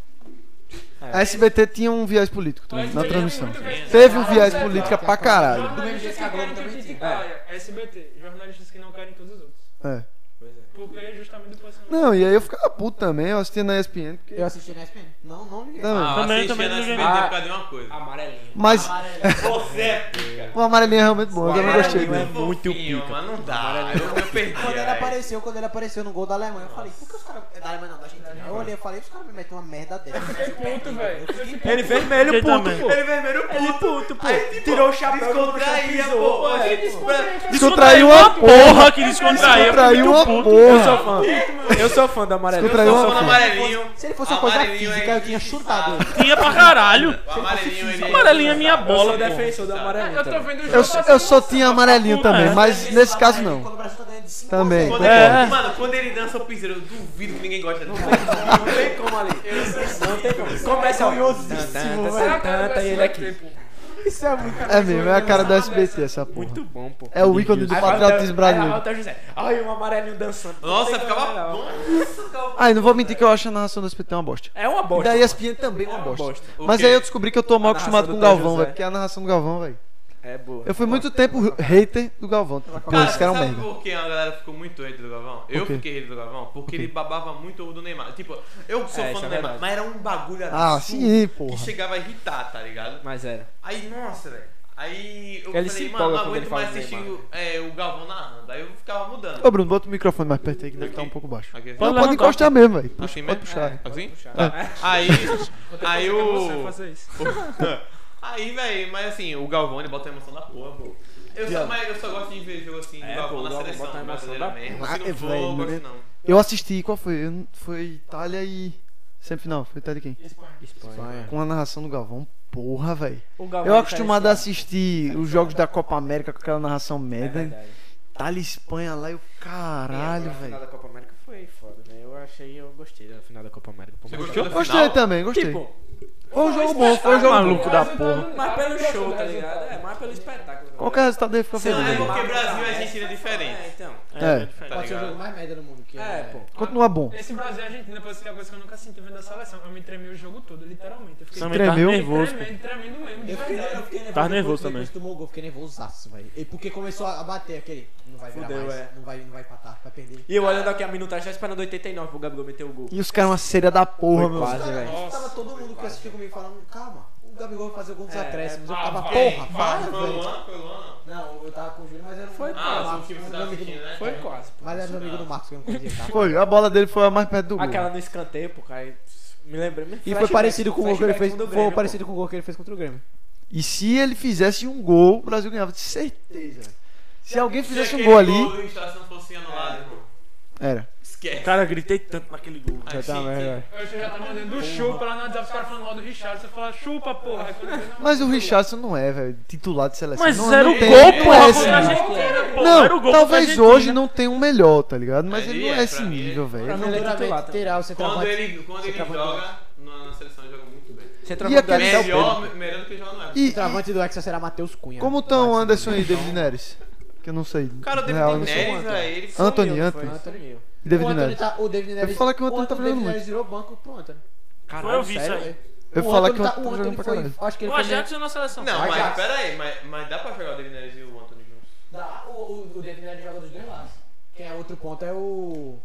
A SBT tinha um viés político também, Mas na tem transmissão. muito viés. Teve um viés política pra tá caralho. Do mesmo jeito Jornalistas que a é que É Globo querem também Titi tinha. Gaia, SBT. Jornalistas que não querem todos os outros. É. Porque é justamente depois você não- Não, e aí eu ficava puto também, eu assistia na ESPN. porque- Eu assisti na SPN. Não, não liguei. Também. Ah, também, Também, também. também não SBT joguei. por causa de uma coisa. Amarelinho. Mas Ah, o amarelinho é realmente bom, eu também Amarelinho gostei né? é dele. muito pica. Mano, não dá. Eu, eu perdi. Quando ele velho. apareceu, quando ele apareceu no gol da Alemanha, eu falei, por que os caras. É da Alemanha não, da Argentina. Eu olhei e falei, os caras me metem uma merda dessa. Fiquei puto, velho. Eu fiquei Ele vermelho, Fiquei puto, também. pô. Ele vermelho Ele é puto, pô. Tirou o chapéu descontraía, pô. é, Descontraiu uma porra. que descontraiu. Descontraiu uma Eu sou porra. fã. Eu sou fã do amarelo. Descontraiu Eu uma sou Só no fã. amarelinho. Se ele fosse uma coisa Amarelinho é física, eu tinha chutado ele. Tinha pra caralho. O amarelinho, ele... O Amarelinho é minha Eu sou bola, pô. defensor do amarelo. Eu tô vendo o jogo. Eu, só- eu só tinha amarelinho também, mas nesse caso não. Quando o Brasil tá ganhando de 5 Também. Quando É. ele, mano, quando ele dança o piseiro, eu duvido que ninguém gosta dele. Não tem como ali. Não tem como. Começa o é tanta e ele é aqui. Isso é muito. É mesmo, é a cara do SBT essa porra. Muito bom, pô. É o ícone do Aí vai o patriotismo Theo- aí vai brasileiro. o Theo José. Ai, um amarelinho dançando. Nossa, Não tem como ficava não. bom. Ai, não vou mentir que eu acho a narração do SBT uma bosta. É uma bosta. Da ESPN também é uma bosta. bosta. Mas Ok. aí eu descobri que eu tô mal A narração acostumado com o do Theo Galvão, José. velho, porque a narração do Galvão, velho. É boa. Eu fui muito tempo hater do Galvão. Pô, esse cara é um sabe merda. por que a galera ficou muito hater do Galvão? Eu quê? fiquei hater do Galvão porque ele babava muito ovo do Neymar. Tipo, eu sou É, fã isso do é Neymar, verdade. mas era um bagulho Ah, absurdo sim, que porra. chegava a irritar, tá ligado? Mas era. Aí, nossa, velho. Aí eu Ele se falei, mano, empolga não quando ele aguento fala mais do assistir Neymar, o, é, o Galvão narrando. Aí eu ficava mudando. Tá Ô, Bruno, bota o microfone mais perto aí que deve estar um Aqui. pouco baixo. Aqui, assim. Não, pode levantar. encostar mesmo, velho. Puxa, Assim pode mesmo? puxar. É, assim? É. Aí, aí Você o... fazer isso. Aí, velho, mas assim, o Galvão ele bota a emoção da porra, pô. Eu só, mas eu só gosto de ver jogo assim, É, do Galvão pô, o na Galvão bota a seleção emoção brasileira da mesmo. porra. Se não Ah, for, velho, eu gosto né? não. Eu assisti, qual foi? Eu não- Foi Itália e. Semifinal, foi Itália e É. quem? Espanha. Com a narração do Galvão. Porra, velho. O Galvão Eu tá acostumado a esse- assistir os jogos da Copa América com aquela narração É merda. verdade. Itália e Espanha lá, eu. Caralho, A final velho. da Copa América foi foda, né? Eu achei, eu gostei da final da Copa América. Pô, Você mas- gostou da Gostei final? também, gostei. Tipo, Foi um jogo bom, foi um jogo maluco bom. da porra. mais pelo show, tá ligado? É, mais pelo espetáculo. Qual que é o resultado dele? Fica Sei feliz. lá, É velho. porque Brasil e É, Argentina é É, diferente, então. É. tá Pode ser o jogo ligado? mais merda do mundo. Que É, pô. Continua bom. Esse Brasil e Argentina foi assim, a coisa que eu nunca senti vendo a seleção. Eu me tremei o jogo todo, literalmente. Eu fiquei Também tá Tremeu. nervoso, pô. tremendo, tremendo mesmo. de Eu fiquei, eu verdade. fiquei nervoso. Tava depois que nervoso o também. Lakers tomou o gol, fiquei nervosaço, velho. E porque começou a bater aquele. Não vai virar Fudeu, mais. é. Não, vai, não vai empatar, vai perder. E eu olhando aqui a minutagem, já esperando 89 pro Gabigol meter o gol. E os caras uma séria da porra, Foi meu. quase, Cara, velho. tava todo mundo que assistiu comigo falando, calma, o Gabigol vai fazer o gol dos acréscimos. Eu ah, tava, vai, porra, Vai, foi vai, o velho. Luan? Foi o Luan, não? Não, eu tava com o Júlio, mas era um. Foi, Ah, Ah, Marcos, o time que mas você era tava amigo do- assistindo, né? Foi quase. pô. Mas era do amigo do Marcos que eu não conseguia, tá? Foi, a bola dele foi a mais perto do gol. Aquela no escanteio, pô, cara. Me lembrei. me- E foi flashback- parecido com o gol que ele flashback fez. do Grêmio, Foi pô. parecido com o gol que ele fez contra o Grêmio. E se ele fizesse um gol, o Brasil ganhava de certeza. velho. Se alguém Se fizesse um aquele gol ali, do Richarlison não fosse anulado, irmão, era. esquece. Cara, gritei tanto naquele gol. Aí, Já tá sim, merda. Eu já tava mandando do chupa lá no WhatsApp, os caras falando mal do Richard. Você fala, chupa, porra. Aí quando eu vi, não, Mas o Richardson não é, velho, titular de seleção. Mas não, era não o tem- gol, não porra, é contra a esse nível. Argentina, pô. Era o Não, gol talvez contra a hoje Argentina. não tenha um melhor, tá ligado? Mas Ele ele não é, é esse pra mim, nível, pra velho. mim, ele é titular. tá? Terá o Quando centroavante. ele, quando ele Centroavante. joga, na, na seleção ele joga muito bem. E Centroavante do aquele- Grêmio. Melhor, melhor do que joga no Everton. E Centroavante do Hexa será Matheus Cunha. como estão Anderson e David Neres? Que eu não sei. Cara, o Na real, eu David não sei. Neres, velho, ele foi... Antony, Sumiu, foi, Antony. Antony. E o David Antony Neres. tá- o David Neres. falar que o Antony tá jogando David muito. Neres virou banco pro Antony. Foi eu vi isso aí. Eu O vou falar Antony que o tá- Antony tá o jogando pra Antony caralho. foi- Acho que ele O foi. Ajax é na seleção. Não, Ajax. mas pera aí, mas, mas dá pra jogar o David Neres e o Antony juntos? Dá, o, o, o David Neres é joga dos dois lados. Quem é outro ponto é o.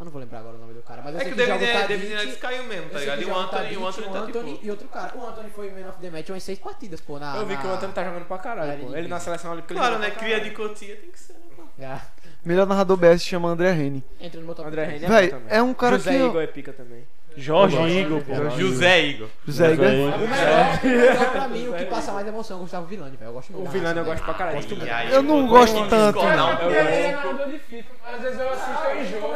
Eu não vou lembrar agora o nome do cara, mas eu É sei que o joga David Neres- Tadic, David Neres caiu mesmo, eu tá sei ligado? que E o joga Antony, o Antony Tadic, tá Antony tipo... E outro cara. O Antony foi man of the match umas seis partidas, pô. Na, Eu vi que o Antônio tá jogando pra Ah, caralho, pô. ele- Ele na seleção olímpica. ele Claro, joga né? pra Cria caralho. de cotia tem que ser, né? pô? tá. Melhor narrador BS se chama André Reni. Entra no meu top André 10. René Véi, também. é um cara José que. eu- Igor é pica também. Jorge Eu gosto. Igor, pô. Jorge José Igor. José Igor. Igor. O melhor, o melhor pra mim, o que passa mais emoção é o Gustavo Villani, velho. Eu gosto muito. O da Vilano eu narração gosto pra caralho. Gosto muito. Ai, ai, Eu não vou- gosto vou tanto. discordar um Não, pouco. porque ele é narrador de FIFA. Às vezes eu assisto aí jogo.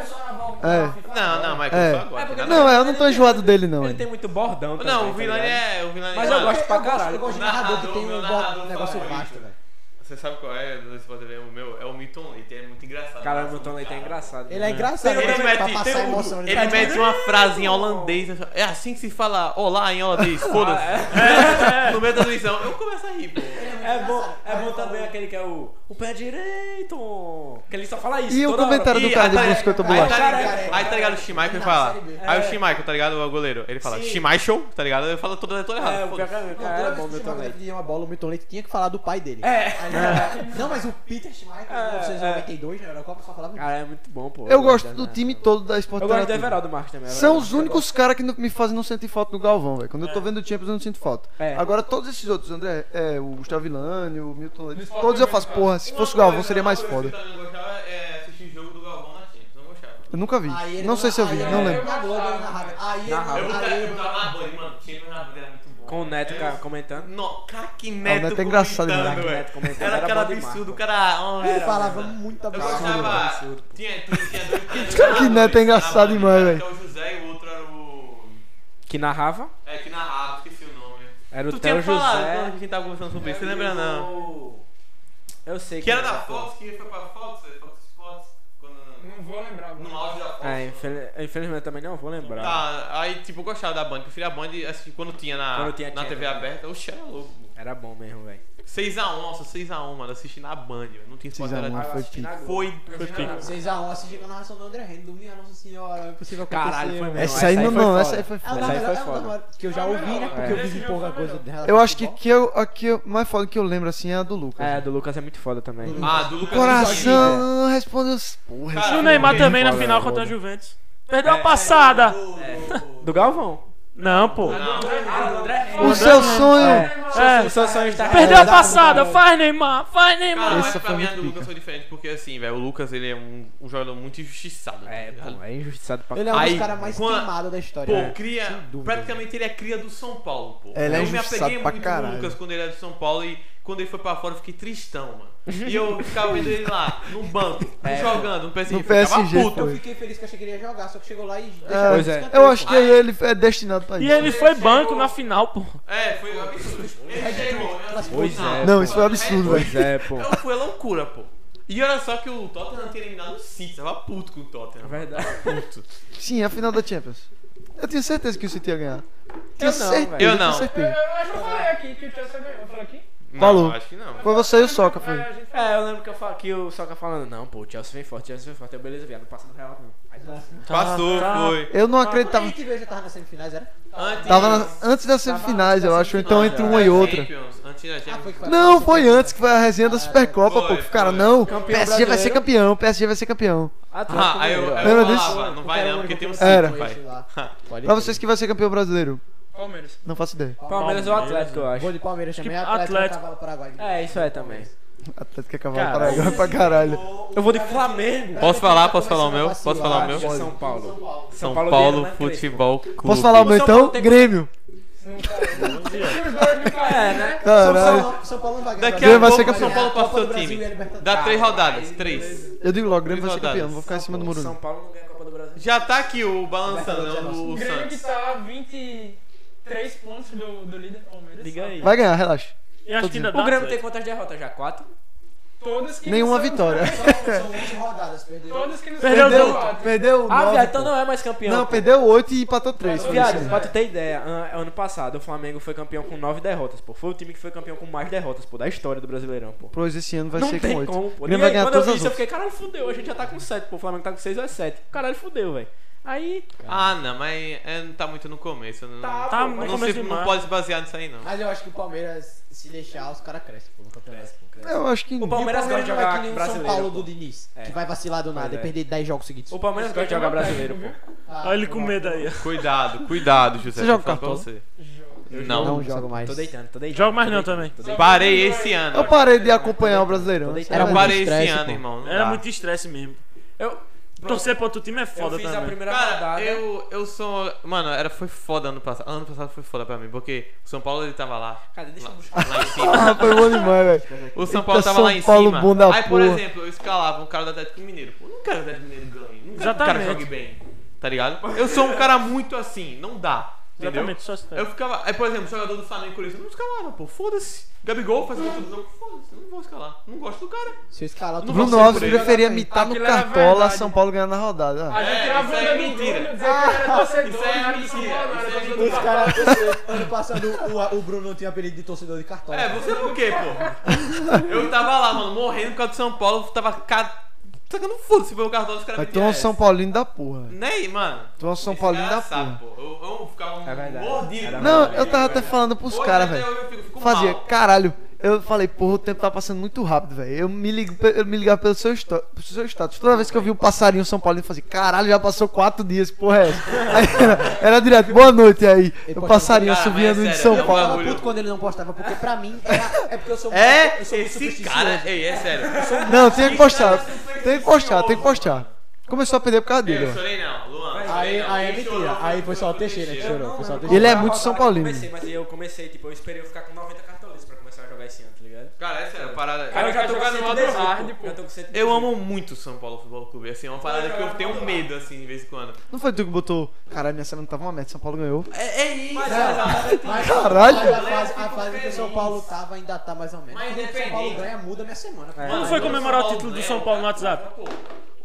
É. Não, não, Michael, É. só agora. É porque nada Não, eu não tô enjoado dele, não. Ele ainda. tem muito bordão também. Não, o tá Vilani ligado? é. O Vilani Mas é eu uma- gosto pra dele. Eu caralho. gosto de narrador que tem Narrador, um meu bo- narrador um negócio favorito. vasto, velho. Você sabe qual é do Sport TV? O meu é o Milton Leite, é muito engraçado. Cara, o Milton Leite é engraçado. Ele é engraçado, Ele né? pra mete, passar tem um- emoção. ele faz- mete uma frase em holandês. É assim que se fala olá em holandês, foda-se. No meio da transmissão, eu começo a rir, pô. É bom, é bom também aquele que é o. O pé direito! Que ele só fala isso. E o toda comentário hora. do cara de aí, busca tá- eu tô aí, bolacha? tá ligado- Careca. aí tá ligado o Schmeichel e Na fala. Série B. Aí o Schmeichel, tá ligado? O goleiro. Ele fala Sim. Schmeichel, tá ligado? Ele fala todo, todo É, errado. o pior foda-se. que é- Não, cara, toda é bom vez o que o Milton Schmeichel Leite. pedia uma bola, o Milton Leite tinha que falar do pai dele. É, Aí ele falava, Não, mas o Peter Schmeichel, É, em 1992, na Eurocopa, só falava cara, é muito bom, pô. Eu gosto do da- time todo da Sport Eu gosto do Interativo. Everaldo Marques também. São Everaldo os Marques, únicos caras que não- me fazem não sentir falta do Galvão, velho. Quando eu tô vendo o Champions, eu não sinto falta. É. Agora, todos esses outros, André, é, o Gustavo Villani, o Milton Leite, Eles falam todos eu mesmo, faço, cara. porra, se Uma fosse o Galvão coisa- seria mais uma foda. coisa que eu também gostava é assistir jogo do Galvão na Champions. Não gostava. Eu nunca vi. Aí ele Não sei se eu vi, aí não ele lembro. na Globo, ele na rádio. Aí ele Na rádio. Eu Ah, aí botava eu ele- botava na bolha, mano. Tinha na bolha, era muito bom. Com o Neto cara, comentando. No, craque Neto Neto. é engraçado comentando, demais. velho. Neto comentando, Era era aquela bom demais, absurdo, o pô. cara. oh, Ele era, falava velho. muita Eu bola. gostava. é um absurdo, pô. tinha, tinha, tinha dois tinha dois Craque narradores Neto é engraçado na demais, Band, velho. que era o José e o outro era o. Que narrava. É, que narrava, esqueci o nome. Era o tu tinha Theo falado né? José. quando a gente tava conversando sobre isso, você lembra não? Eu sei Que era quem da pô. Fox, que foi pra Fox, é, Fox Sports. Quando, Não vou lembrar. no auge da Fox. É, infel- infelizmente eu também não vou lembrar. Tá, aí tipo, eu gostava da Band, eu preferia a Band assim, quando tinha na, Quando tinha, né? na tinha. TV aberta. Oxe, era louco. Era bom mesmo, velho. 6x1, nossa, 6x1, mano. Assisti na Band, velho. Não tinha esporte, era... 6x1 foi pico. Foi. Foi pico. 6x1 assistindo a assim, narração do André Henrique, do Minha Nossa Senhora, impossível acontecer. né? Caralho, foi mesmo. Essa aí não, não, foi essa aí foda. foi É uma foda. das Essa aí foi melhores- é uma das foda. maiores que eu já ouvi, né? Porque É. eu vi Esse pouca jogo foi coisa dela. Eu acho que, que eu, a que eu- mais foda que eu lembro assim é a do Lucas. É, do Lucas é muito foda também. Ah, do Lucas Coração, não responde os. Porra, E Cara, o Neymar também na Foda, final foda. contra a Juventus. Perdeu a passada. Do Galvão. Não, pô. Não, o seu sonho. É. O seu sonho está Perdeu a passada. Faz, Neymar. Faz, Cara, Neymar. mas Essa pra foi mim a muito do pica. Lucas foi diferente, porque assim, velho, o Lucas ele é um, um jogador muito injustiçado. É, tá ligado? pô, é injustiçado pra Ele é um Aí, dos caras mais quando- queimados da história. Pô, cria. dúvida. Praticamente ele é cria do São Paulo, pô. Ele é eu me injustiçado apeguei pra muito caralho. no Lucas quando ele era do São Paulo e quando ele foi pra fora eu fiquei tristão, mano. E eu ficava vendo ele lá, no banco, É. jogando, no PSG. No eu ficava PSG, puto. Eu fiquei feliz que eu achei que ele ia jogar, só que chegou lá e É, deixou Pois é. Eu acho que ele é destinado pra E isso. ele foi banco na final, pô. É, foi um absurdo. Ele chegou. eu assim, Pois não, é, Não, isso foi um absurdo, velho. Pois é, pô. Então foi loucura, pô. E olha só que o Tottenham tinha eliminado o City, tava puto com o Tottenham. Verdade. Sim, é a final da Champions. Eu tinha certeza que o City ia ganhar. não, Tinha certeza, velho. Eu não. tinha Eu, certeza. eu acho que eu falei aqui que o Chelsea ganhou. Eu falei aqui? Falou. Não, acho que não. Foi você e o Soca, foi. É, a gente É, eu lembro que, eu falo, que o Soca falando, não, pô, o Chelsea vem forte, o Chelsea vem forte. Eu, beleza, viado, não passa do Real, não. Aí, Passou, foi. Eu não acreditava. A gente veio já tava nas semifinais, era? Tá, Antes, Tava na- antes das semifinais, eu acho, então entre uma e da outra. Champions, Antes da Ah, Champions. foi que Não, foi antes que foi a resenha da Supercopa, pô. foi, que O cara, foi. não, Campeão PSG vai ser brasileiro. campeão, PSG vai ser campeão. Atlético Ah, aí eu, Mineiro, aí Lembra eu disso? falava, não vai não, porque tem um Era. City, pai. Pra vocês que vai ser campeão brasileiro, Palmeiras. não faço ideia. ó. Palmeiras ou Atlético, eu acho. Gol de Palmeiras também, que Atlético, Atlético. Atlético. Paraguai. É, isso é também. Atlético é cavalo Caralho. Paraguai pra caralho. Eu vou de Flamengo. Posso falar? Posso falar o meu? Posso falar o meu? Acho que é São Paulo. São Paulo Paulo dele, né, Futebol Clube. Posso falar o meu São Paulo então? tem- Grêmio. É, né? Tá, Caralho. São Paulo não vai ganhar. Daqui Grêmio a vai ser pouco o campeão. São Paulo passa Copa o do Brasil time. e a Libertadores. Dá três rodadas, três. Eu digo logo, Grêmio vai ser Três rodadas. campeão, não vou ficar em cima do muro. São não. Paulo não ganha a Copa do Brasil. Já tá aqui o balançando, né, o, o Grêmio que Santos. tá a 23 pontos do, do líder Palmeiras. Liga aí. Vai ganhar, relaxa. E acho que ainda dá. O Grêmio tem quantas derrotas já? Quatro? Todas que Nenhuma não são- vitória. São 20 rodadas, perdeu. Todas que não Perdeu são o- quatro. Perdeu Ah, viado, 9. então não é mais campeão. Não, pô. perdeu 8 e empatou 3. Viado, pra tu ter ideia, an- ano passado o Flamengo foi campeão com nove derrotas, pô. Foi o time que foi campeão com mais derrotas, pô, da história do Brasileirão, pô. Pois esse ano vai não ser tem com 8. como, pô. E O aí, Grêmio vai ganhar quando eu todas vi as isso, eu outras. fiquei, caralho, fudeu. A gente já tá com 7, pô. O Flamengo tá com 6 ou é 7. Caralho, fudeu, velho. Aí. Ah, não, mas é, não tá muito no começo. Não, Tá, Tá pô, no não, começo sei- de não março. pode se basear nisso aí, não. Mas eu acho que o Palmeiras, se deixar, os caras crescem, pô. no campeonato. Eu acho que. O E O Palmeiras gosta Palmeiras de não vai jogar que nem o São brasileiro. Paulo do pô. Diniz, É. que vai vacilar do nada Pois e é. perder 10 jogos seguidos. O Palmeiras gosta de jogar brasileiro, pô. Ah, Olha ele com eu medo aí. Cuidado, cuidado, José. Você joga vou falar pra cartola? você. Não, Não. jogo mais. Tô deitando, tô deitando. Joga mais tô não deitando. também. Parei esse ano. Eu parei de acompanhar o Brasileirão. Tô Era Eu muito parei esse estresse, ano, pô. irmão. não Era dá. muito estresse mesmo. Eu, Torcer pra outro time é eu foda fiz a também. primeira Cara, rodada. eu, eu sou. Mano, era, foi foda ano passado. Ano passado foi foda pra mim, porque o São Paulo ele tava lá. Cadê? Deixa eu buscar. Lá em cima. Ah, foi bom demais, velho. O São Paulo Eita, tava São lá em Paulo, cima. bom da Aí, por porra. exemplo, eu escalava um cara do Atlético Mineiro. Pô, não quero que o Atlético Mineiro ganhe. Não quero que o cara Exatamente. jogue bem. Tá ligado? Eu sou um cara muito assim, não dá. Entendeu? é. Exatamente, só se Eu ficava. Aí, por exemplo, jogador do Flamengo e Corinthians, eu não escalava, pô. Foda-se. Gabigol faz gol do jogo, foda-se. Eu não vou escalar. Não gosto do cara. Se eu escalar, tu Bruno sei Alves por ele. preferia mitar no Aquilo era cartola verdade. São Paulo ganhar na rodada. A Ah, gente É, era a isso aí é banda do mentira. Bruno, dizer que era torcedor, Isso aí é era do São mentira, Paulo, isso aí era é torcedor do Os mentira. Flamengo. caras, ano passado, o, o Bruno tinha apelido de torcedor de cartola. É, você por quê, pô? Eu tava lá, mano, morrendo por causa do São Paulo. Tava. Ca... Sacando foda-se pelo cartão dos caras. Vai me tomar um é. tiram. São Paulino da porra. velho. Né, e, mano? Tomar um São Esse Paulino cara da sabe, porra. pô. Eu, eu ficava É verdade. mordido. Era Não, Mano, eu tava até falando pros Hoje caras, até velho. eu fico- fico Fazia, mal. caralho. Eu falei, porra, o tempo tá passando muito rápido, velho. Eu me ligo, pe- eu me ligava pelo seu, esto- pelo seu status. Toda vez que eu vi um passarinho São Paulino, eu fazia, caralho, já passou quatro dias, que porra é essa? Aí era, era direto, boa noite aí. O passarinho Cara, mas é subindo de sério, São é um Paulo. Eu tava bagulho. puto quando ele não postava, porque pra mim era, é porque eu sou É, eu sou muito esse supersticioso. cara. Ei, é sério. Não, tem que postar. Esse cara é Tem que postar, tem que supersticioso, postar. Começou a perder por causa dele, Eu ó. chorei não, Luan. eu Aí, chorei não. aí é Quem mentira. chorou Aí foi só o o Teixeira que chorou. Foi só o não, Teixeira. não, Ele é não, muito não, São não, Paulino. Eu comecei, mas eu comecei, tipo, eu esperei eu ficar com 90 cartoletas pra começar a jogar esse ano, tá ligado? Cara, é sério, a parada. Cara, eu já tô jogando jogando no modo modo hard, pô. pô. Já tô com 118. Eu amo muito o São Paulo Futebol Clube, assim, é uma parada que eu tenho medo, assim, de vez em quando. Não foi tu que botou, caralho, minha semana tava uma merda, São Paulo ganhou. É, é isso, Mas, cara. mas- Caralho. mas a fase, a fase que o São Paulo tava ainda tá mais ou menos. Mas Quando o São independente. Paulo ganha, muda minha semana. Quando Ah, foi então comemorar o São título do ganha, São Paulo no cara, WhatsApp? pô.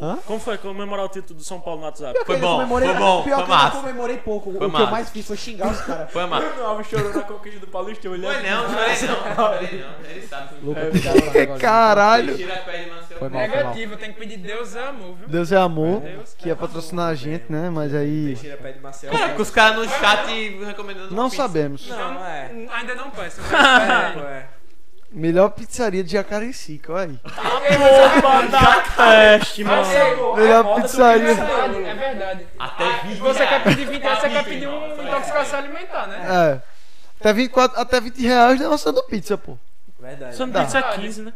Hã? Como foi comemorar o título do São Paulo no WhatsApp? Pior que Foi eu bom, comemorei- foi bom, Pior foi que massa. eu não comemorei pouco. o que massa. eu mais fiz foi xingar os caras. Foi amado. Bruno Alves chorou na conquista do Paulistão. Ele Foi não, chorei é não. Chorei não. Ele sabe que É, Lucas, cuidado com o negócio. ele Caralho. tira É a pele, mas Foi mal. Negativo, tem que pedir Deus é amor, viu? Deus é amor, Deus que ia patrocinar a gente, né? Mas aí. Teixeira pede Marcel. Cara, com os caras no chat recomendando Não pizza. sabemos. Não, não é. N- Ainda não peço. É, é. Melhor pizzaria de Jacarecica, olha aí. Opa, da tá. peste, mano. Melhor É pizzaria. verdade, é verdade. Ah, Até vídeo. Você quer pedir 20 reais, você Tá quer pedir vivo, uma irmão. intoxicação alimentar, né? É. Até 24, até 20 reais é uma sandu pizza, pô. Verdade. Sando Dá. pizza é 15, né?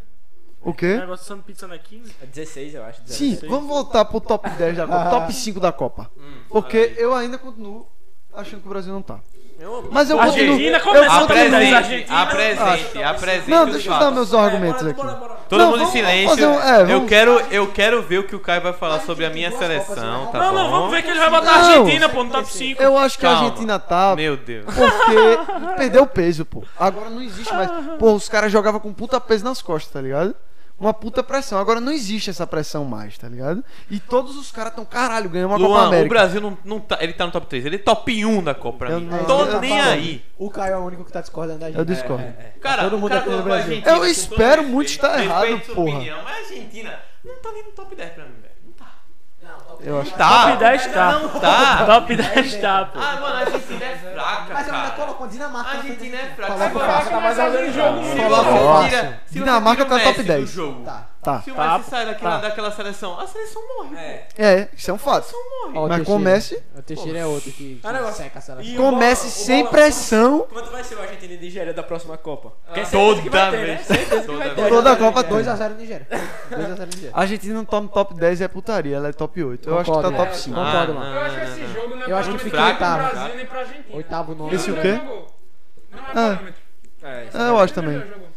O O quê? negócio de sando pizza não é 15? É 16, eu acho. 16. Sim, vamos voltar pro top 10 da Copa, top 5 da Copa. Porque eu ainda continuo achando que o Brasil não tá. Mas eu continuo. Argentina eu começa continuo- também, né? Apresente, Argentina. apresente, apresente. Não, os deixa eu dar fatos. meus argumentos É, aqui. Todo Não, mundo em vamos- vamos silêncio. fazer um- é, eu, vamos- quero, eu quero ver o que o Caio vai falar sobre a minha duas Copas, seleção, né? tá Não, bom? não, vamos ver que ele vai botar a Não. Argentina, pô, no top 5. Eu acho que a Calma. Argentina tá Meu Deus. porque perdeu peso, pô. Agora não existe mais. Pô, os caras jogavam com puta peso nas costas, tá ligado? Uma puta pressão. Agora não existe essa pressão mais, tá ligado? E todos os caras tão, caralho, ganhamos a Copa Luan, o América. Brasil não, não tá. Ele tá no top 3, ele é top 1 da Copa pra Eu mim. não- Tô Ele tá nem falando. aí. O Caio é o único que tá discordando da gente. Eu discordo. Cara, Todo mundo o cara aqui no colocou a Brasil. Argentina Eu com todo espero respeito. muito estar Respeito errado, sua porra. opinião, mas a Argentina não tá nem no top 10 pra mim, velho. Não tá. Eu acho. Tá. Top 10 tá. Não tá. Top 10 tá, pô. Ah, mano, a Argentina é fraca, Mas eu ainda cara. colocou A Dinamarca. na frente Argentina da é gente. fraca. Coloca Se você- Tá fraca, mas ela ganha o jogo. se Coloca você fácil. tira- se você Dinamarca tira o tá top Messi do 10. jogo, Tá. Tá. Se o Tá, Messi sai daquela, daquela seleção, a seleção morre. É. É, isso é um fato. Ó, o Mas Teixeira. comece. O Teixeira é outro que, que Ah, negócio. seca a seleção. E o Comece Bola- o sem Bola- pressão. Quanto vai ser o Argentina e Nigéria da próxima Copa? Porque é certeza que vai Toda ter, né? vez. Certeza que Toda vai vez. ter. Toda a Copa 2 2x0 Nigéria. 2x0 Nigéria. A Argentina não tá no top 10 é putaria, ela é top 8. Eu acho Concordo, que tá top né? 5. Concordo, Ah, tá? mano. Eu acho que esse jogo não é Eu acho que parâmetro fica nem pro oitavo, Brasil cara. nem pra Argentina. Oitavo nome. Esse o Não quê? jogou. Não é Ah. parâmetro. É, É, eu acho também. Não jogou.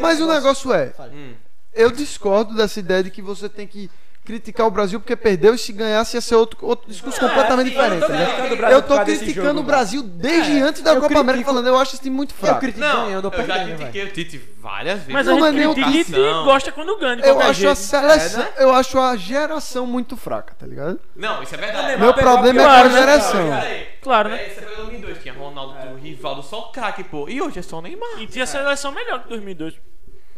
Mas o negócio é, Hum. eu discordo dessa ideia de que você tem que criticar o Brasil porque perdeu e se ganhasse ia ser outro, outro discurso completamente diferente. tá ligado? criticando o Brasil Eu por tô causa desse criticando jogo, o Brasil desde antes da eu Copa América, critico- falando, eu acho esse time muito Eu fraco. critico Não, ganhando, eu eu já perdendo, velho. critiquei o Tite várias vezes. Mas a Não, mas gente nem o critica e Não. gosta quando ganha, de Eu qualquer acho, a jeito. seleção, eu acho a geração muito fraca, tá ligado? Não, isso é verdade. Meu pegar problema é pior, a né, geração. Peraí, É, Claro, né? peraí, Você pegou 2002, tinha Ronaldo, Rivaldo, só craque, pô. E hoje é só o Neymar. E tinha seleção melhor que 2002.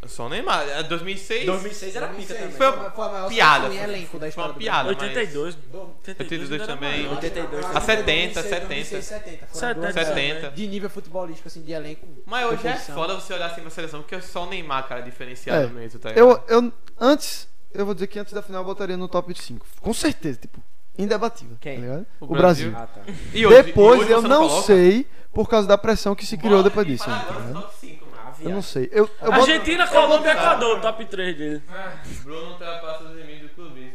É Só o Neymar. É 2006, 2006 era pica também. foi Foi a maior Piada, seleção em foi- assim, elenco da foi história. uma do piada. Ah, mas- 82. 82 ainda era também. maior. 82. A 70, 70. 70. foram duas 70. seleções 70. De nível futebolístico, assim, de elenco. Mas hoje é Composição. foda você olhar assim pra seleção, porque é só o Neymar, cara, diferenciado É. mesmo, tá Eu, ligado? eu, antes, eu vou dizer que antes da final eu botaria no top 5. Com certeza, tipo, indebatível. Quem? Tá ligado? O O, Brasil. Brasil. Ah, tá. E hoje- depois e hoje eu você não coloca? sei por causa da pressão que se criou Bora, depois tem disso. que falar tá agora ligado? do top 5, mano. Ah, eu viado. não sei. Eu, eu boto- Argentina, Colômbia e Equador, top 3 dele. Bruno ultrapassa os limites do clubismo.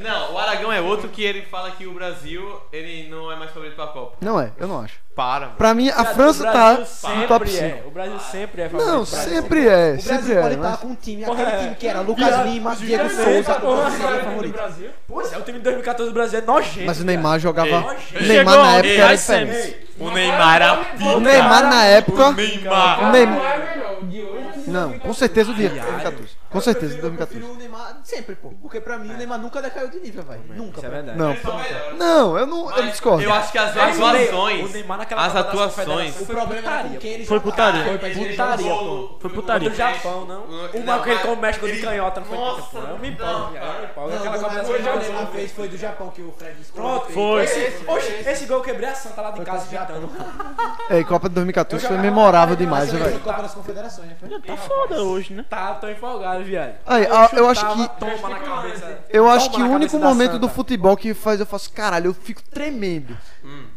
não, o Aragão é outro que ele fala que o Brasil, ele não é mais favorito pra Copa. Não é, eu não acho. Para, mano. Pra mim, a Viado, França o tá Brasil no sempre top é. 5. O Brasil sempre é favorito. Não, pra sempre é, O sempre Brasil pode é. estar mas- com um time, aquele Porra, é. time que era Lucas Lima, Diego é Souza, porra, todo mundo seria cara, favorito. Brasil. Pois é, o time de 2014 do Brasil é nojento. Mas o Neymar jogava. Ei. Neymar Chegou na ei, época era às diferente. semis. O Neymar era pica. O Neymar na época. Neymar. O Neymar. é melhor. O de hoje é de Não, 2014. com certeza o Diego 2014. Com certeza, Eu prefiro 2014. o Neymar sempre, pô. Porque pra mim o Neymar nunca decaiu de nível, velho. Nunca. Isso é pô. verdade. Não, Eles são melhores. não, eu não eu discordo. Eu acho que as Mas o Ney- atuações. o Neymar naquela as Copa das atuações. O Confederações foi problema era com putaria. quem ele Foi jogava. putaria. Ah, foi Ele putaria, jogou pô. no- Foi no putaria. Do Japão, não. Não, Uma que ele mas- com o México de ele- canhota. não foi? Nossa, eu me não, empolgo, cara. cara. Eu me empolgo. Não, Aquela não, Copa mas das foi Confederações. Uma vez foi do Japão que o Fred Scolari Pronto, fez. Foi. Esse, oxe, esse gol eu quebrei a santa lá de Foi casa contra o Japão. gritando. É, Copa de 2014 foi Eu jogava- memorável demais, Mas ele velho. jogou Copa das Confederações, né? Foi. Tá foda hoje, né? Tá, tô empolgado, viado. Aí, a- eu acho chutava, que- Toma na cabeça. Eu Toma acho que na o único cabeça da momento santa. do futebol que faz eu faço, caralho, eu fico tremendo.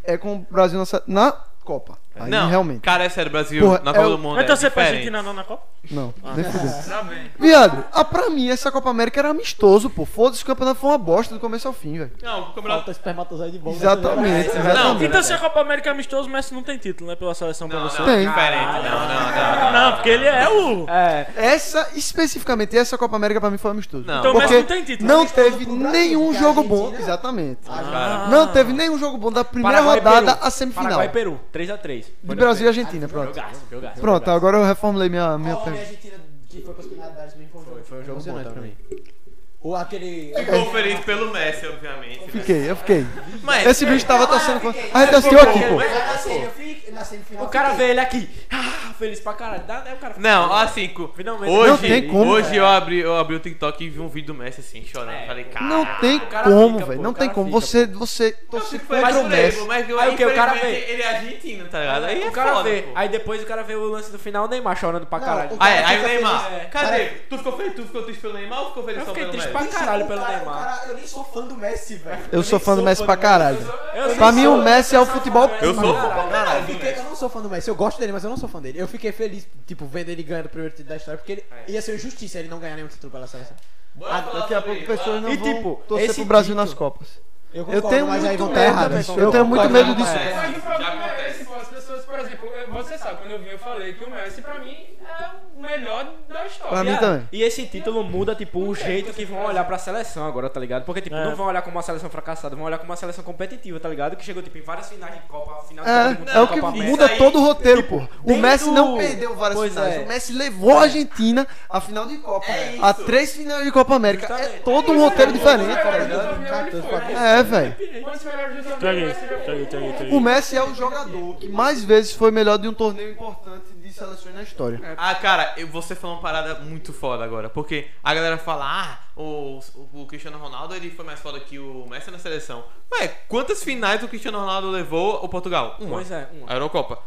É com o Brasil na, se- na Copa. Aí Não, realmente. cara, é sério, Brasil, Porra, na Copa eu- do Mundo. Então Vai é torcer pra diferente. Argentina não na Copa? Não, nem fudeu. Tá bem. Viado, ah, pra mim essa Copa América era amistoso, pô. Foda-se, o campeonato foi uma bosta do começo ao fim, velho. Não, o campeonato. Falta espermatozoide bom. né? Exatamente, Não, exatamente. Então se a Copa América é amistoso, o Messi não tem título, né? Pela seleção pra Não, não, você. Tem. é diferente. Não, não, não. não. Não, porque ele é o. É, Essa, especificamente, essa Copa América pra mim foi amistoso. Não. Então o Messi Porque não tem título. não Amistoso teve pro Brasil, nenhum porque a jogo bom. Argentina- Exatamente. Ah, Ah. Cara, Não teve nenhum jogo bom da primeira É, Paraguai e rodada Peru. à semifinal. Paraguai e Peru, 3x3. De Brasil e Argentina, pronto. Jogaço, jogaço. Pronto, agora eu reformulei minha, minha Olha a pergunta. Argentina que foi pras penalidades mesmo. Foi um Foi um jogo bom emocionante também. Ou aquele. Ficou feliz pelo Messi, obviamente. né? Fiquei, eu fiquei. é Mas Esse bicho tava torcendo com. contra. Ah, ele torceu aqui, pô. Na semi, eu fiquei- na semifinal. O cara eu vê ele aqui. Ah, feliz pra caralho. Dá, né? O cara fica Não, feliz. assim, co- Finalmente. hoje, Não tem como, hoje eu, abri, eu abri o TikTok e vi um vídeo do Messi assim, chorando. É. Falei, cara. Não tem cara como, fica, velho. pô, Não o tem cara como. fica, Você, você torcer Mas contra o Então, por Messi. exemplo, mas eu, Aí o que o cara infelizmente, vê? Ele é argentino, tá ligado? Aí Aí é o cara foda, vê. pô. Aí depois o cara vê o lance do final, o Neymar chorando pra Não, caralho. o Ah, é, cara aí o fica Neymar. feliz. Cadê? Cara- Tu ficou feliz? Tu ficou triste pelo Neymar ou ficou feliz Eu só fiquei pelo triste Messi? pra caralho o pelo cara- o Neymar. cara- Eu nem sou fã do Messi, velho. Eu sou fã do Messi pra caralho. Eu nem Pra mim, sou- o Messi é o futebol. Eu sou Caralho, fã pra Eu, caralho do fiquei- eu Messi. não sou fã do Messi, eu gosto dele, mas eu não sou fã dele. Eu fiquei feliz, tipo, vendo ele ganhando o primeiro título da história, porque ele É. ia ser injustiça ele não ganhar nenhum título pela seleção. Bora falar Ah, Daqui a sobre pouco isso, pessoas não E, vão tipo, torcer esse pro Brasil título- nas Copas. Eu Eu tenho mas aí muito vão medo estar erradas. também. tá né? Eu tenho muito concordo, medo mas disso. vão tá Mas erradas. o problema é esse, pô, as pessoas, por exemplo, eu- você sabe, quando eu vim eu falei que o Messi pra mim é o melhor da Pra história. mim também. E esse título muda, tipo, o jeito que vão olhar pra seleção agora, tá ligado? Porque, tipo, É. não vão olhar como uma seleção fracassada, vão olhar como uma seleção competitiva, tá ligado? Que chegou, tipo, em várias finais de Copa, final de Copa, do É, é Mundo, o que Copa América. muda aí, todo o roteiro, pô. O dentro- Messi não perdeu várias Pois finais. é. O Messi levou a Argentina à final de Copa. a três finais de Copa América. É Justamente. todo um roteiro diferente, tá ligado? É, velho. Quantos Ah, melhores do Traga aí, Flamengo você já traga aí, traga aí, traga O aí. Messi é o jogador que mais vezes foi melhor de um torneio importante de seleções na história. Ah, cara, eu- você falou uma parada muito foda agora. Porque a galera fala, ah, o, o Cristiano Ronaldo ele foi mais foda que o Messi na seleção. Ué, quantas finais o Cristiano Ronaldo levou o Portugal? Uma. Pois é, uma. A Eurocopa.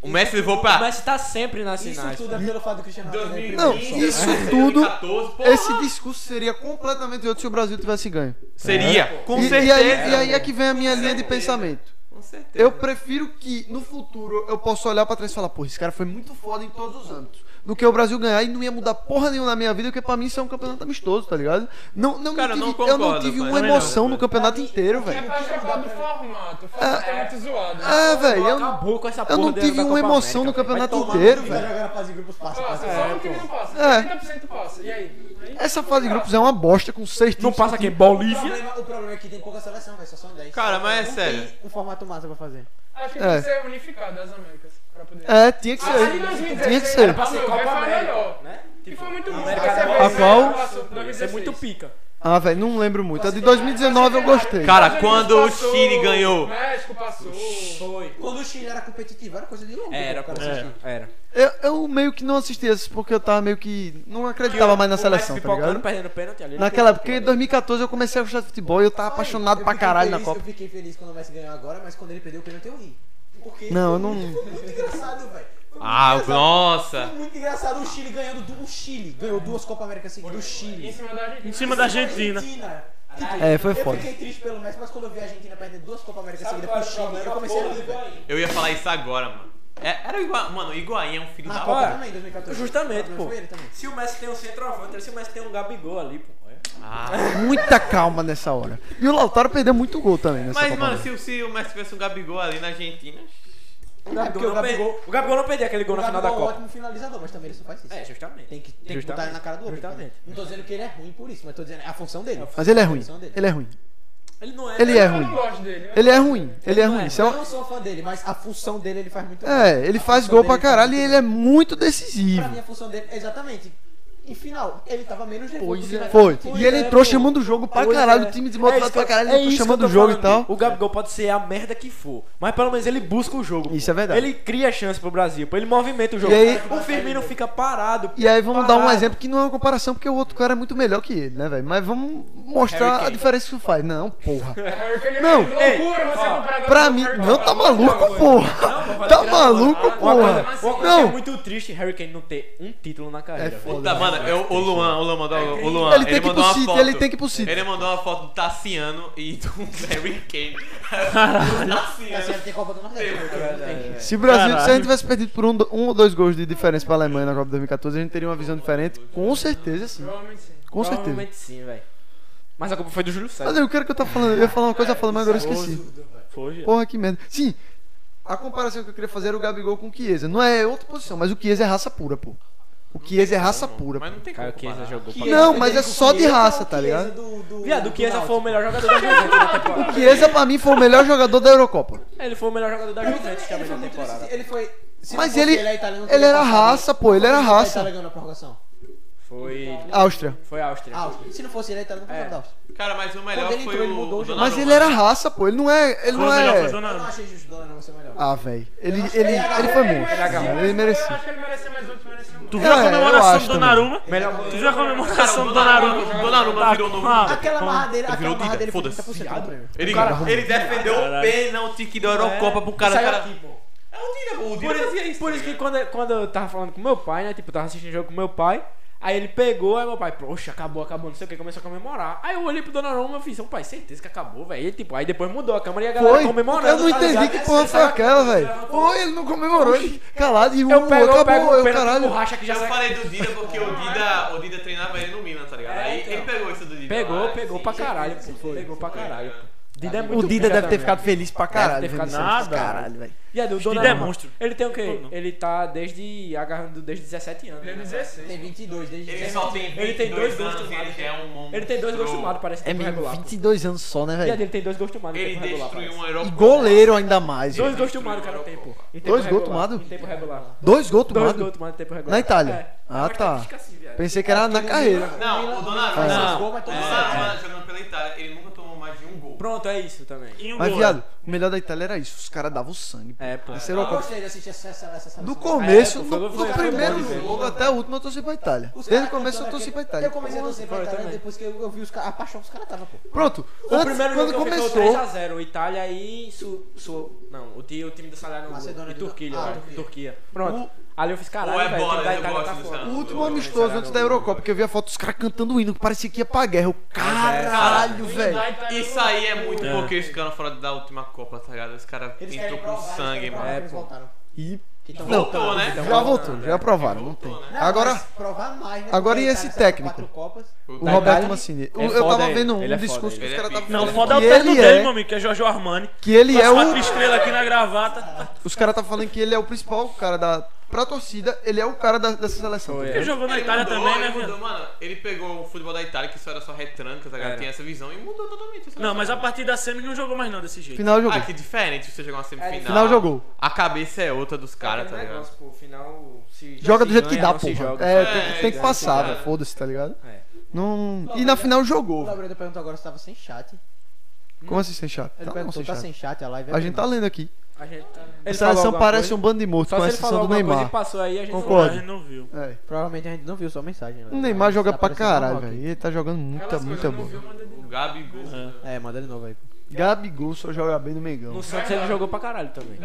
O Messi levou O pra. Messi tá sempre nas Isso finais. tudo é pelo fato do Cristiano Ronaldo. né? 2015, Não, isso tudo- 2014, porra. Esse discurso seria completamente outro se o Brasil tivesse ganho. Seria, com É. E, certeza. e aí, e aí é que vem a minha linha de certeza. pensamento. Com certeza. Eu prefiro que no futuro eu possa olhar pra trás e falar, porra, esse cara foi muito foda em todos os âmbitos. Do que o Brasil ganhar e não ia mudar porra nenhuma na minha vida, porque pra mim isso é um campeonato amistoso, tá ligado? Não, não, Cara, eu tive, não eu não concordo, tive pai. uma Também não, emoção no pai. campeonato inteiro, É velho. pra jogar do formato, o formato é muito zoado. Ah, velho, eu, Acabou com essa eu porra não da- tive da uma Copa emoção América, no velho. Vai campeonato tomar inteiro, Vai velho. jogar na fase de grupos passa, passa. Passa, só o time não passa, É. 30% passa. E aí? Aí- Essa fase de grupos é uma bosta com seis Não times. passa aqui, O Bolívia. problema, o problema é que tem pouca seleção, velho, só são 10. Cara, mas é Não sério. Tem um formato massa pra fazer. Acho que É. tem que ser unificado as Américas pra poder. É, tinha que Ah, em ser. Tinha é, que 2016 ser. era pra ser Meu, Copa vai falar América. melhor, né? E Tipo, foi muito bom. América do Você vê, Norte. você Qual? passou em Isso é 2016. muito pica. Ah, velho, não lembro muito. A de 2019 eu gostei. Cara, quando o Passou, Chile ganhou. México passou. Foi. Quando o Chile era competitivo, era coisa de louco. É, Era, pô, É. pô. o cara assistia. Era. Eu, eu meio que não assisti esses porque eu tava meio que. Não acreditava mais na O seleção, Messi tá ligado? pipocando, perdendo pênalti ali. Naquela época, em 2014, eu comecei a gostar de futebol e eu tava Tá apaixonado Eu pra fiquei caralho na feliz- Copa. Eu fiquei feliz quando o Messi ganhou agora, mas quando ele perdeu o pênalti eu ri. Porque Não, eu foi não- muito- Foi muito engraçado, velho. Foi muito Ah, engraçado. nossa. Foi muito engraçado o Chile ganhando do o Chile. Ganhou duas Copa América seguidas do Chile. Em cima da Argentina. Em cima da Argentina. Tipo, É, foi Eu foda. fiquei triste pelo Messi, mas quando eu vi a Argentina perder duas Copa América seguidas pro é Chile, eu comecei a rir, velho. Eu ia falar isso agora, mano. É, era o Igua... Mano, o Higuaín é um Ah, filho Na da Copa Olha, também, 2014. Justamente, pô. Foi ele é também. Se o Messi tem um centroavante, se o Messi tem um Gabigol ali, pô. olha. Ah. Muita calma nessa hora. E o Lautaro perdeu muito gol também nessa Mas, Copa mano, América. se, o- se o Messi tivesse um Gabigol ali na Argentina. O É Gabigol, Porque o Gabigol, o Gabigol não perdeu aquele gol o na final da Gabigol é um Copa. ótimo finalizador, mas também ele só faz isso. É, justamente. Tem que, tem que Justamente. botar ele na cara do outro. Justamente. cara. Não tô dizendo que ele é ruim por isso, mas tô dizendo é a função dele. Mas ele é ruim. Função dele. Ele é ruim. Ele não é. Ele é Eu não ruim. gosto dele. Ele é ruim. Ele é ruim. Isso é Eu uma- não sou fã dele, mas a função dele ele faz muito bem. É, ele A faz função gol pra dele faz caralho e muito ele bem. é muito Pra mim, decisivo. a função dele, exatamente. Em final, ele tava menos nervoso do Pois que é. vai Foi. fazer. E ele entrou é, pô. chamando o jogo pra Pois caralho. é. O time É desmotivado isso que pra eu- caralho. é Ele entrou isso que eu chamando tô o jogo e falando. tal. O Gabigol pode ser a merda que for, mas pelo menos ele busca o jogo. Isso pô. é verdade. Ele cria chance pro Brasil, pô. ele movimenta o jogo. E aí- o Firmino fica parado. pô, E aí vamos dar um parado. exemplo que não é uma comparação, porque o outro cara é muito melhor que ele, né, velho? Mas vamos mostrar a diferença que isso faz. Não, porra. Não, Não, loucura você é comparar com Pra o mim, Roberto não tá Carlos. maluco, porra. Tá maluco, Uma coisa, porra. uma coisa que é Não, muito triste, Harry Kane não ter um título na carreira. É velho. Puta, mano, eu, o né? Luan, o Luan mandou. O Luan, ele tem que ir mandou pro uma City, foto. ele tem que ir pro City. Ele mandou uma foto do Tassiano e do Harry Kane. O Tá Tassiano. certo, tem Copa do Nordeste. né? Se o Brasil, se a Caralho. gente tivesse perdido por um, do- um ou dois gols de diferença pra Alemanha na Copa 2014, a gente teria uma visão diferente. Com certeza, sim. Provavelmente sim. Com certeza. Provavelmente sim, velho. Mas a culpa foi do Júlio Mas César. eu quero que eu tava falando. Eu ia falar uma coisa, eu falando, mas agora eu esqueci. Foi, já. Porra, que merda. Sim, a comparação que eu queria fazer era o Gabigol com o Chiesa. Não é outra posição, mas o Chiesa é raça pura, pô. O Chiesa é raça pura. Mas pô. não tem como. Caio Chiesa comparar. jogou pra Não, mas é Federico só de Chiesa, raça, tá o Chiesa ligado? Do, do, Viado, o do Chiesa foi o Náutico. melhor jogador da Juventus na temporada. Chiesa, pra mim, foi o melhor jogador da Eurocopa. Ele foi o melhor jogador da Ele foi- Juventus ele também foi na muito temporada. decisivo, Ele foi. se não Mas fosse ele- é italiano, ele teria era passado. raça, pô, ele era Não foi raça. A Itália ganhou na prorrogação. Foi. Áustria. Foi Áustria. Áustria. Se não fosse ele, ele estaria no É. campeonato da Áustria. Cara, mas o melhor Quando ele foi entrou, ele o- mudou o o jogo. Donnarumma. Mas ele era raça, pô. Ele não é. Ele Foi não o melhor, foi o é. Eu não Donnarumma. achei justo o Donnarumma ser melhor. Ah, velho. Ele, ele, ele foi monstro. Ele é Eu merecia. acho que ele merecia mais outro, merecia um. Tu viu a É, eu comemoração acho do também. Donnarumma? Tu viu a comemoração do Donnarumma? O Donnarumma Tá virou com novo. a- Aquela com- marra dele, aquela virou marra Dida, dele foi 30% foda-se. do prêmio. Ele, Caralho. ele defendeu o pênalti que deu a É. Eurocopa pro cara. Saiu cara aqui, pô. é o Dida, pô. O Dida Por, fazia isso, isso. por tá isso que ligado? quando, quando eu tava falando com meu pai, né? Tipo, eu tava assistindo jogo com meu pai. Aí ele pegou, aí meu pai, poxa, acabou, acabou, não sei o que, começou a comemorar. Aí eu olhei pro Donnarumma e fiz, "Ô, pai, certeza que acabou, velho. E, Tipo, aí depois mudou a câmera e a galera Foi? comemorando. Eu não tá ligado? entendi que porra foi aquela, velho. Pô, ele não comemorou. Ele calado e o Eu pego, eu pego um acabou. o Eu, pênalti caralho. com racha que já Eu saiu. falei do Dida porque o Dida, o Dida treinava ele no Milan, tá ligado? É, Aí ele então. pegou isso do Dida. Pegou, lá, pegou assim, pra sim, caralho, sim, pô. sim, Didem é sim, muito tá caralho, ligado? Dida é O muito Dida pica deve ter também. ficado feliz pra Deve caralho. ter ficado vendo isso. nada. Caralho, velho. E aí, o Dida é Donnarumma, monstro. Ele tem o quê? Todo. Ele tá desde agarrando desde 17 anos. né, Ele é velho? 16. Tem 22 desde Ele só tem Ele tem 22 dois gols anos, tomados, ele já é um monstro. Ele tem dois gols tomados, parece que É tem mesmo, regular. pô. 22 anos só, né, E a velho? dele tem dois gols tomados em Ele tempo regular. destruiu um parece. uma Eurocopa. E goleiro ainda mais. Dois velho. gols tomados o cara tem, pô. Em tempo Dois gols regular, tomados? Em tempo regular. Dois Dois gols gols tomados tomados em tempo regular. na Itália. É. Ah, tá. Fica assim, viado. é Pensei que era na carreira. Não, o Donnarumma. Ah. Não, Gol, o mas todo Donnarumma jogando pela Itália, ele nunca tomou mais de um gol. Pronto, é isso também. E um Mas, gol. viado, o melhor da Itália era isso. Os caras davam sangue. É, pô. Essa Eu Eurocopa- gostei de assistir essa essa- essa seleção. Do começo, É, pô, do foi- no, foi- no foi primeiro bom de ver. jogo até o último eu torci pra Itália. Os Desde caras o começo eu cantando torci pra aquele- Itália. Eu comecei a torcer pra Foi, eu Itália também. depois que eu eu vi os caras. A paixão que os caras tava, pô. Pronto, O antes, primeiro quando jogo começou. ficou 3x0, Itália e Su... Su... Não, o, ti- o time do Salário Macedônia e do- Turquia, Ah, velho. Turquia. Turquia. Pronto. Ali eu fiz Ou é caralho, velho. O bola, time da eu Itália gosto tá do fora. O Salah. último amistoso antes da Eurocopa, porque eu vi a foto dos caras cantando o hino, que parecia que ia pra guerra. Eu, é, caralho, velho. Isso aí é muito É. porque eles ficaram fora da última Copa, tá ligado? Os caras Eles pintam querem com provar, eles sangue, querem mano. provar que É, eles pô. voltaram. E Que tão Voltou, voltando. né? já voltou, já aprovaram, não tem. Tá Voltou, né? Não, Agora, mas provar mais, né? agora Porque e esse Itália saiu com técnico? quatro Copas. o Tá Roberto ligado? Mancini. É Eu- eu foda tava ele, vendo um ele é discurso foda, que os ele é caras estavam pica. Não, falando. foda é o que terno ele dele, é- meu amigo, que é Jojo Armani. Que ele é As o. quatro estrelas aqui na gravata. Os caras tá falando que ele é o principal cara da. Pra torcida, ele é o cara da- dessa seleção. Foi, tá é. Ele jogou na Itália mudou, também, ele né, mudou, viado? mano. Ele pegou o futebol da Itália, que só era só retranca, tá ligado? Era. Tinha essa visão e mudou totalmente. essa Não, mas a visão. partir da semi não jogou mais não desse jeito. Final jogou. Ah, que diferente você jogar uma semifinal. Final jogou. A cabeça é outra dos caras, tá Aquele ligado? negócio, pô, final, se- Joga do se jeito que ganha, dá, Assim, não se joga. porra. É, tem- É, tem que é, passar, é. velho. Foda-se, tá ligado? É. Não... E na final O jogou. velho. Gabriel perguntou agora se tava sem chat. Como assim sem chato? Ele Tá, não, perguntou, sem tá chato. sem chat a live? é A gente tá grande. lendo aqui. A gente tá- Ele A falou seleção alguma parece coisa? um bando de morto, Só com se ele falou exceção do alguma coisa e Neymar. passou aí, a gente Concordo. A gente não viu. É. Provavelmente a gente não viu sua mensagem. né? O Neymar joga Tá pra aparecendo na caralho, mão aqui. velho. Ele tá jogando muita, muita tá bola. O Gabigol. né? É, manda de novo aí. Gabigol só joga bem no Mengão. No Santos ele jogou pra caralho também.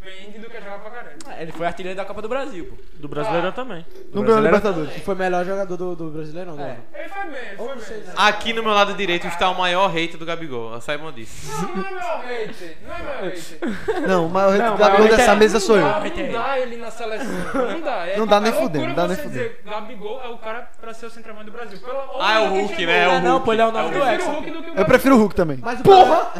Depende né? do que jogar pra caralho. Ah, Ele foi artilheiro da Copa do Brasil, pô. Do Brasileirão também. No Ganhou Brasileiro- Libertadores. Foi o melhor jogador do, do Brasileirão, É. né? Ele foi bem, ele foi bem. Aqui no meu lado direito está o maior hater do Gabigol, é saibam disso. Não, não é meu hater, não é meu hater. Não, o maior Não, o Gabigol mas- dessa mesa sou eu. Não, não dá ele na seleção. Não dá. É Não dá nem é loucura fudendo, não dá nem você dizer, Gabigol é o cara pra ser o centroavante do Brasil. Pela Ah, é o honra que Hulk, chegou. né? É o Ah, não, Hulk. pô, ele é o Eu nome do prefiro o Hexa. Hulk do que o Eu prefiro o Hulk também. Mas o Porra!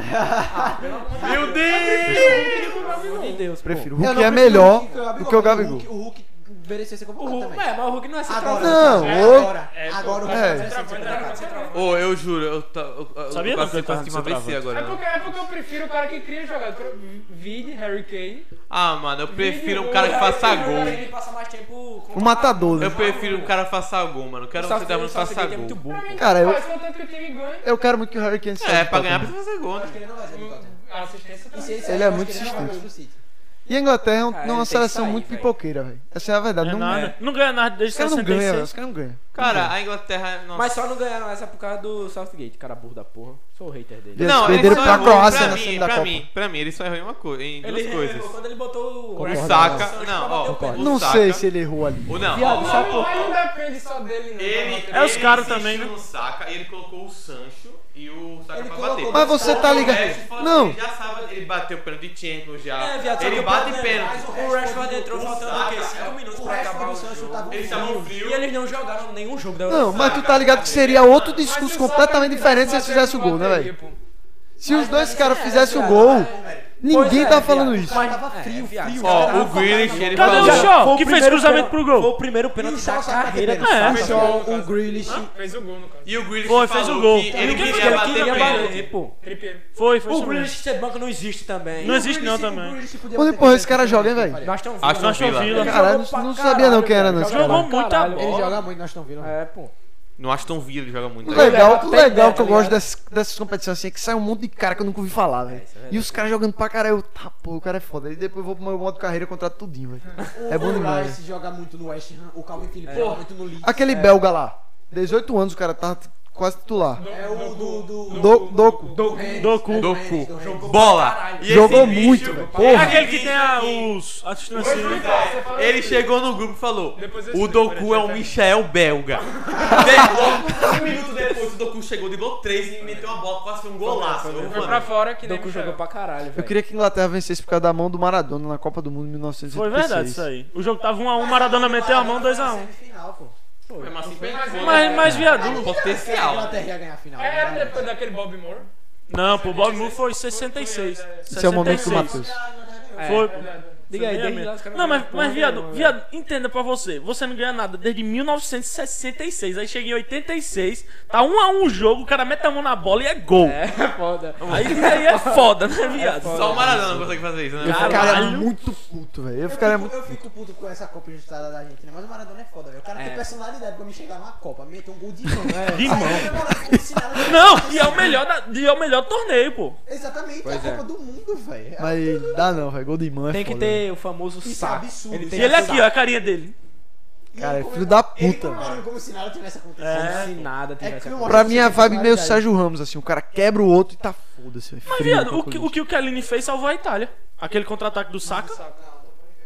Meu Deus! Pelo amor de Deus, pô. Prefiro. O Eu Hulk não é prefiro melhor o Hulk do que o O Gabigol. Hulk, o Hulk merecia ser O convocado Hulk, também. é, mas o Hulk não é Agora, centroavante. Não, é, hoje- agora, É, agora o Hulk é. merecia ser centroavante convocado. era centroavante. Ô, eu juro, eu, tá, eu, eu, eu Sabia não que quase ele tava quase que com uma AVC centroavante. É agora. né? porque, é porque eu prefiro o cara que cria jogada. Pro- Vide Harry Kane. Ah, mano, eu prefiro um Vide cara que o- faça Harry gol. Kane. Ele passa mais tempo com O matador, né? Eu prefiro um cara faça gol, mano. Eu Quero você dar Safadão, um o Safadão faça é muito gol. burro, pô. Cara, eu, Mas contanto que o time ganha, eu quero muito que o Harry Kane saia É, do pra ganhar Tottenham. precisa fazer gol, né? Ele não vai ser convocado. a assistência E tá se ele certa. sair, Ele é eu acho muito que ele não vai insistente. pro City. E a Inglaterra é um- Cara, é uma ele Ah, tem que seleção sair, muito velho. pipoqueira, velho. Essa é a verdade. É não- nada. Não ganha nada Os desde caras não ganham, velho. 66. Os caras não ganham. Cara, a Inglaterra. Nossa. Mas só não ganharam essa por causa do Southgate, cara burro da porra. Sou o hater dele. Ele- Eles não, ele perderam só pra errou, Croácia pra na mim, semi da pra Copa. mim, pra mim, ele só errou em uma coisa, em é duas Ele- coisas. Quando ele botou o... O Concordo. Saka, não, ó, o Não Saka- sei se ele errou ali. O não, Viado, ó, só Não, mas não depende só dele, não. ele, É os ele caras insistiu também, né? no Saka e ele colocou o Sancho e o Saka Ele pra colocou bater. dois Mas você caras. tá O ligado. Rashford, Não, Ele já sabe, ele bateu o pênalti de Champions já. É, um viado, só que ele o bate problema- pênalti. O Rashford é entrou o faltando o quê? Saka- 5 minutos O pra resto acabar do o Santos jogo. tava Ele tava no frio. E eles não jogaram nenhum jogo da não, Europa. mas tu tá ligado que seria outro né, tipo, discurso completamente diferente se eles fizessem o gol, né, velho? Se os dois caras fizessem o gol, Ninguém é, tá falando viado. isso. Mas tava frio, é, viado. frio. Ó, cara, o tava Grealish, faltando- ele Cadê falou- o Já- Shaw, Foi o que fez primeiro cruzamento pênalti- pro gol? Foi o primeiro pênalti da Shaw saca carreira do pênalti. É. Santos. Shaw, velho. o Grealish. Fez o gol, no caso. E o Grealish Foi, falou fez o gol. que Ele ele queria queria bater, bater pênalti. pô. Trippier. Foi, foi O isso mesmo. Grealish ser banco não existe também. Não existe não O também. Grealish podia Onde bater porra esse pênalti, cara joga, hein, pariu. velho? Nós estamos Aston Aston Vila. Vila. Caralho, não, não sabia não quem era, não. Jogou muita Ele bola. joga muito, nós estamos vendo. É, pô. No Aston Villa ele joga muito. O né? legal, o Tem ideia, legal que tá eu gosto ligado? dessas, dessas competições assim é que sai um monte de cara que eu nunca ouvi falar, velho. isso é e os caras jogando pra caralho, eu, tá, pô, o cara é foda. E depois eu vou pro meu modo carreira e contrato tudinho, velho. É bom demais, O Rice joga muito no West Ham, o Calvin Phillips É. joga muito no Leeds. Aquele belga lá, 18 anos, o cara tá t- quase titular. É o do... do... Do, doco. Rennes, Doku. é, Do Rennes, do Rennes. cu. Bola. E esse Jogou bicho- muito, velho. É Porra. aquele que tem a, os. né? As trancinhas. Ele chegou no grupo e falou: Depois eu O explico, Doku peraí, é um peraí. Michael belga. Derrota. um minuto depois, o Doku chegou, driblou três e meteu uma bola, quase foi um golaço. Eu, Foi pra mano, fora que nem Doku Michel. jogou pra caralho, Eu velho. queria que a Inglaterra vencesse por causa da mão do Maradona na Copa do Mundo em Foi 1986. verdade isso aí. O jogo tava 1x1, Maradona meteu a um. mão 2x1. Semifinal, pô. foi uma cinco Mas, mas viaduto. A Potencial. Inglaterra ia ganhar a final. né, Era É, depois daquele Bob Moore. Não, pô, o Bob Moore foi 66. Esse é o momento do 66. Matheus. É. Foi. Diga aí, Foi desde meia-meia. lá os caras Não, não mas, ganham mas porra viado, nenhuma, viado, entenda pra você. Você não ganha nada desde 1966. Aí chega em 86, tá 1 a 1 o jogo, o cara mete a mão na bola e é gol. É foda. Aí, aí é foda, né, viado? Só o Maradona consegue fazer isso, né? Eu ficaria Caralho. é muito puto, velho. Eu Eu ficaria fico, muito. eu fico puto com essa Copa Injustiçada da Argentina, mas o Maradona é foda, velho. O cara É. tem personalidade pra me chegar numa Copa, meter um gol de mão. né? De mão. Aí, Maradona, como se nada- Não, e é o melhor, da, e é o melhor torneio, pô. Exatamente, Pois é é. a Copa do Mundo, velho. Mas dá não, velho. Gol de mão é Tem que foda, ter o famoso Isso é saco. absurdo. Ele E E tem ele esse aqui, ó, a carinha dele. Cara, é Ele filho da Ele puta, comemorando como se nada tivesse acontecido. Como se nada tivesse que eu acontecido. velho. Pra mim é Nossa, vibe meio cara. Sérgio Ramos, assim. O cara quebra o outro e tá foda-se, velho. Mas, Frio viado, pra o que o, Corinthians. que o Kellini fez salvou a Itália. Aquele contra-ataque do Saka.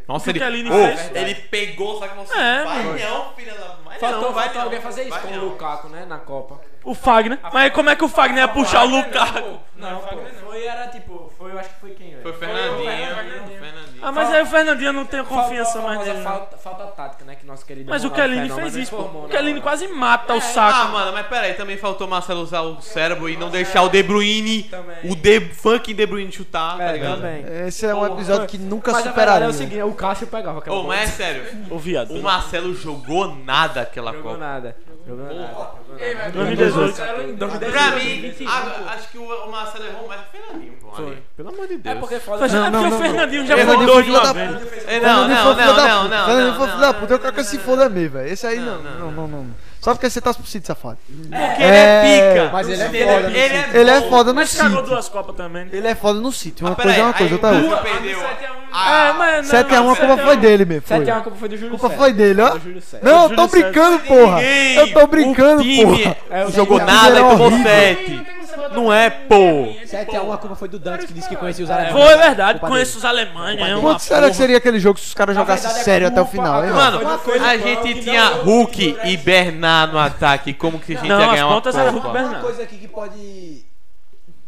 Nossa, O que ele. que a Aline Ô, fez? Ele pegou, só que você. É, vai mano. não, filha da. Vai Faltou, não, vai faltou não. alguém fazer isso Vai com não. o Lukaku, né? Na Copa. O Fagner. Mas como é que o Fagner ia puxar o Lukaku? Não, Fagner pô, não. foi, era tipo, foi, eu acho que foi quem, Foi o velho. Fernandinho. Fernandinho. Ah, mas aí o Fernandinho não tem confiança Faltou a mais famosa nele. né? Falta, falta tática, né? Que nosso querido Mas o Ronaldo Kellini Fenômeno fez isso, pô. informou é. O na Kellini hora. quase mata o Ah, Saka. mano, mas pera aí, também faltou o Marcelo usar o cérebro e não deixar o De Bruyne, Também. o de, fucking De Bruyne chutar, tá É, ligado? também. Esse é um episódio que nunca Mas a verdade superaria. é o seguinte, o Cássio pegava aquela Ô, bola. mas é sério, Ô, viado. o Marcelo jogou nada aquela Jogou Copa. nada. Jogou nada. Ei, velho, 2018. Marcelo em dois- Pra mim, a- acho que o o Marcelo errou mais que o Fernandinho, pô. ali. Pelo amor de Deus. É porque foda Mas se é não, porque o não, não. Fernandinho já foi Fernandinho dois de foi uma filho da É, vez. Não, Fernandinho não, foi filho da não, não, puta. não. Fernandinho foi não, filho da não, puta. Eu quero que se foda mesmo, velho. Esse aí Não, não, não, não, não, não. Só porque você tá pro sítio, safado. Porque ele é É, pica. mas ele é Ele foda no ele Ele é foda no Mas cagou sítio. duas Copas também. né? Ele é foda no sítio. Uma Ah, pera coisa é aí, uma aí coisa, o outra é Guga outra. perdeu. É, Ah, mas não, 7x1 a mas culpa 7 a 1. foi dele mesmo. Foi. 7 a A 1 culpa foi do Júlio culpa César. foi dele, ó. Do Júlio César. Não, eu Júlio tô César. brincando, porra. Ninguém. Eu tô brincando, o time porra. É, o jogou time nada e era tomou horrível. sete. Não é, pô. 7x1 a culpa foi do Dante que disse que conhecia os alemães. Foi, é verdade. Culpa Conheço os alemães. É uma Quanto será porra. que seria aquele jogo se os caras jogassem verdade, é sério até o culpa- final, hein? Não, Mano, foi uma coisa a de gente pau que tinha não deu Hulk Brasil. e Bernard no ataque. Como que a gente Não, ia as ganhar uma pontas eram Copa? Hulk e Uma Bernardo. coisa aqui que pode.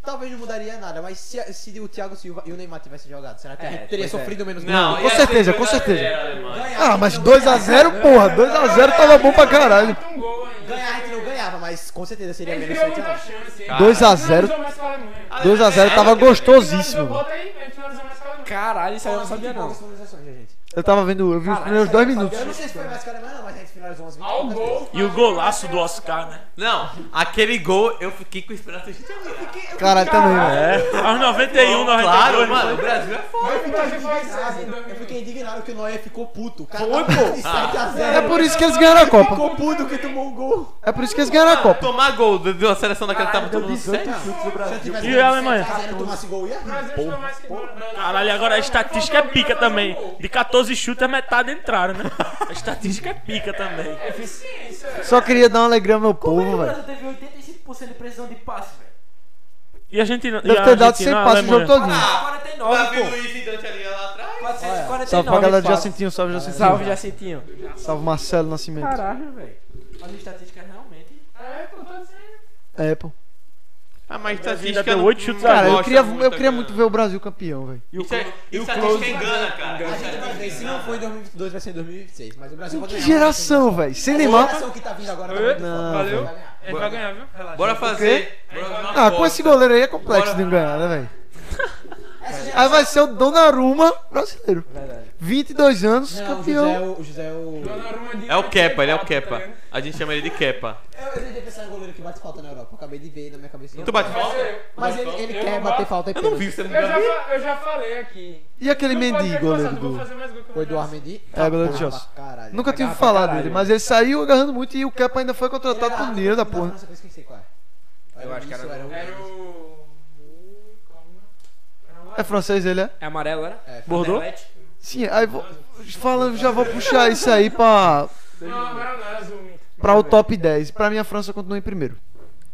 Talvez não mudaria nada, mas se, se o Thiago Silva e o Neymar tivessem jogado, será que a É, gente teria pois é. sofrido menos Não, gol? Com ia certeza, ser com 2 a 0 certeza. Alemanha. Ganhar, a Ah, gente mas não 2x0, porra. 2x0 tava bom pra caralho. Um gol ainda. Ganhar a gente não ganhava, mas com certeza seria Ele menos criou 7x1. muita chance, hein? 2x0. Finalizou mais que a Alemanha. 2x0 tava Finalizou, gostosíssimo. Bota aí, ele finalizou mais que a Alemanha. Caralho, isso aí eu não sabia não. Eu tava vendo, eu vi os Caralho, primeiros dois minutos. Eu não sei se foi mais que a Alemanha, não, mas a gente finalizou umas 20 Ao Ah, gol. E o golaço do Oscar, né? Não, aquele gol eu fiquei com esperança de Caralho, também, velho. É. Aos 91, 92. Claro, ele mano, o foi. Brasil é foda. Eu fiquei, Mas o Brasil foi assim, indignado, dois eu fiquei indignado que o Noé ficou puto. O cara Foi, tava pô. de 7 a 0. É por isso que eles ganharam a Copa. Ficou puto que tomou um gol. É por isso que eles ganharam a Copa. Tomar gol da da seleção daquela tava todo mundo sério. Se eu tivesse E ganhado a de Alemanha? 7 a 0 e tomasse gol, ia O rir. Brasil chutou mais que bola. Não, não, Caralho, agora a estatística é pica também. De 14 chutes, é metade entraram, né? A estatística é pica também. É eficiência. Só queria dar uma alegria ao meu povo, velho. teve 85% de precisão de passe, velho. E a Argentina. e Deve a né, ter dado sem Argentina, a passe o jogo Alemanha? todinho. Ah, 49, Davi pô. Tá Luiz e Dante ali lá atrás. 449 Salve pra galera do passes. Jacintinho, salve Jacintinho. Salve, Salve, Jacintinho. Marcelo Nascimento. Caralho, velho. As estatísticas realmente... É, pô, tô dizendo. É, pô. Ah, mas ainda estatística deu não- oito chutes não a Cara, eu gosta queria, eu queria cara. muito ver o Brasil campeão, velho. Isso é- E o Estatística Close- engana, cara. A gente vai ver, se não foi em 2022, vai ser em 2026. Mas o Brasil vai Que ganhar. geração, velho. Sem A Neymar. geração que tá vindo agora. Oi? tá muito Não, foda. Valeu. Vai ganhar. Ele vai ganhar, viu? Relaxa. Bora fazer. bora fazer uma Ah, com aposta. esse goleiro aí é complexo de não ganhar, né, velho? Aí vai ser o Donnarumma brasileiro. Verdade. 22 anos, Não, o campeão. José é o. o José é o... É o Kepa, ele é o Kepa. A gente chama ele de Kepa. Eu, eu tentei pensar em goleiro que bate falta na Europa. Eu acabei de ver na minha cabeça. Tu bate falta? Mas ele, ele Eu quer não bater bato. falta e Eu não pênalti. vi você no Eu já, Brasil. fa- eu já falei aqui. E aquele Não pode Mendy, ter goleiro passado, do Vou fazer mais gol que O eu Eduardo Mendy. É, goleiro do Tá Porra, Chelsea. pra caralho. Nunca tive pra falado caralho. dele, mas ele saiu agarrando muito e o Kepa ainda foi Ele contratado era por dinheiro da da porra. França, que eu esqueci qual é. Eu acho que era isso, do- um- Era o. Calma. Era um- É francês ele, é? É amarelo, era? É, Bordou? Internet? Sim, aí vou, falando, já vou puxar isso aí pra, Não, agora não, era Zoom. pra o top 10. Pra mim a França continua em primeiro.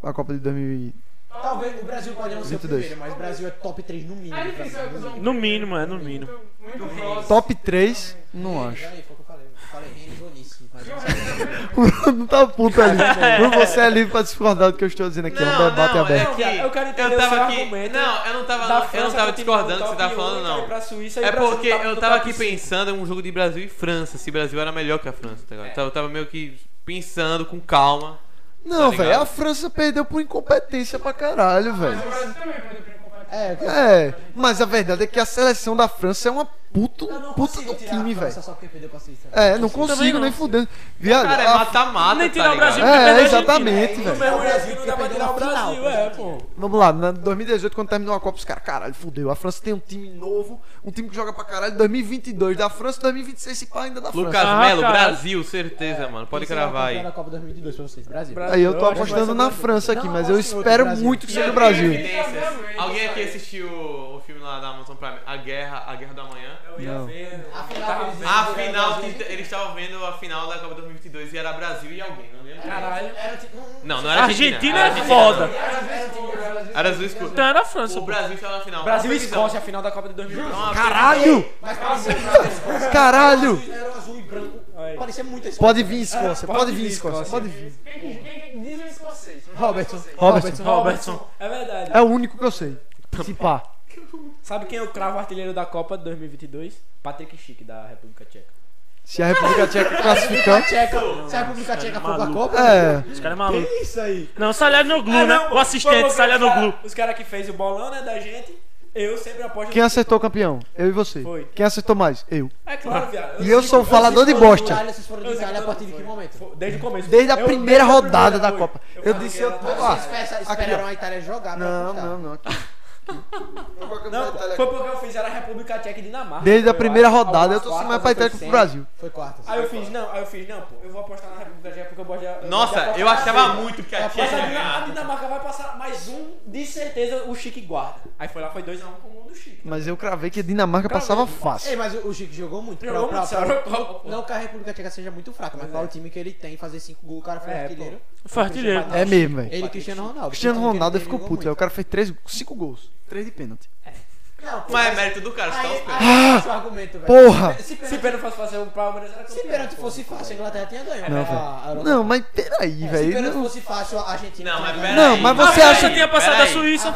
A Copa de 2020. Talvez o Brasil pode não ser o 22. primeiro, mas o Brasil é top 3 no mínimo. É pra difícil mim. eu acusar um No mínimo, é, no mínimo. muito- muito próximo. Top 3, não acho. Olha aí, foi o que eu falei. Eu falei Rennes ou Nice, mas não sei. O Bruno tá puto ali. Bruno, você é livre pra discordar do que eu estou dizendo aqui. é um debate aberto. é que Eu quero entender eu tava o seu aqui. argumento Não, eu não Da tava, eu não França continuar tava discordando no do que você tava top falando, oito, não. aí Pra Suíça, aí É um, pra Suíça porque tá no eu top tava aqui cinco. pensando em um jogo de Brasil e França, se Brasil era melhor que a França, tá ligado? É. Então Eu tava meio que pensando com calma. Não, Tá ligado? velho, a França perdeu por incompetência pra caralho, velho. O Brasil também perdeu pra Copa. É, eu quero- É, mas a verdade é que a seleção da França é uma puto, eu não puta consigo do tirar time, a França velho. Só porque perdeu pra Suíça. É, não Também consigo não. nem fudendo. Viado, Cara, é a- mata-mata, Nem tirar tá o Brasil, ligado? porque perdeu a é, Argentina. exatamente, No velho. mesmo Brasil não dá pra tirar o Brasil, é, pô. Vamos lá, na 2018, quando terminou a Copa, os caras, caralho, fudeu. A França tem um time novo, um time que joga pra caralho. 2022 da França, 2026 se pá ainda da França. Lucas Ah, Melo, cara. Brasil, certeza, mano. Pode Quem será o cravar aí. campeão da Copa 2022 pra vocês, Brasil. Brasil. Aí eu tô Eu acho que vai apostando ser na Brasil. França aqui, Não, mas eu eu acho que vai ser espero Brasil. muito que E seja o eu tenho Brasil. evidências. Exatamente. Alguém aqui assistiu o filme lá da Amazon Prime, A Guerra, A Guerra do Amanhã? Eu ia Não. ver. Afinal, eles- A final que t- eles estavam vendo a final da Copa 2022 e era Brasil e alguém, não lembro. Caralho. Era tipo. um- Não, não era Argentina. Argentina era é foda. Era um time que jogava de- Era azul escuro. Então era a França, O pô. Brasil estava na final. Então, Brasil e Previsão. Escócia, a final da Copa de 2022. Uma Caralho! Mas parecia muito Caralho! Era azul e branco. Aí. Parecia muito esse- Pode vir, Escócia, pode pode vir, vir, Escócia, pode vir. Quem que- quem que- Diz um escocês. não Robertson. Robertson. Robertson. É verdade. É o único que eu sei. Se pá. Sabe quem é o cravo artilheiro da Copa de 2022? Patrick Schick, da República Tcheca. Se a República Tcheca classificar. Tcheca. Se a República Tcheca for pra maluco. Copa. É. Os caras é maluco. Isso aí. Não, Salhanoglu, Ah, né? não, O assistente, foi você, os cara- Salhanoglu. Os caras que fez o bolão, né, da gente, eu sempre aposto... Quem acertou o campeão? Eu e você. Foi. Quem acertou mais? Eu. É claro, viado. E eu sempre- sou o falador de Vocês foram do bosta. Itália, Vocês foram de eu Itália sempre- a partir de que momento? tá Foi- Desde o começo. Desde a Eu- primeira desde a rodada da foi. Copa. Eu falei disse, que eu era tô da- lá. Espera- aqui, Esperaram a Itália jogar pra Não, apostar. não, não. aqui. Não, foi porque eu fiz, era República Tcheca e Dinamarca. Desde a eu primeira acho, rodada, eu algumas tô assim quartas, mais pra ou foi Itália que pro semi. Brasil. Foi quarta. Aí eu fiz, não, aí eu fiz, não, pô, eu vou apostar na República Tcheca porque eu gosto de. eu gosto de Nossa, apostar eu na achava Suíça. muito que a Mas Tia a ia Dinamarca, é a ganhar. Dinamarca vai passar mais um, de certeza o Chique guarda. Aí foi lá, foi 2x1 com o gol do Chique. Mas eu cravei que a Dinamarca passava Ei, fácil. mas o o Chico jogou muito. Jogou Pra- muito, pra- sabe? pra- Não que a República Tcheca seja muito fraca, mas Pois para é. o time que ele tem, fazer 5 gols, o cara foi É, artilheiro. Foi artilheiro. Ah, É mesmo, velho. Ele e Cristiano Ronaldo. Cristiano Então, ele Ronaldo jogou ficou puto. muito. Aí o cara fez três, cinco gols. Três de pênalti. Não, pô, Mas é mérito do cara, você tá aí- os aí- pés. aí é esse o argumento, velho. Ah! Porra! Se Se pênalti- pênalti fosse fazer o Palmeiras, era campeão. se pênalti pô. fosse fácil, a Inglaterra tinha ganho. Não, né, velho. a É, Europa. Não, mas peraí, Se velho. pênalti não- fosse fácil, a Argentina Não, tinha mas ganho. peraí. Não, mas A você França acha. tinha passado da Peraí. Suíça.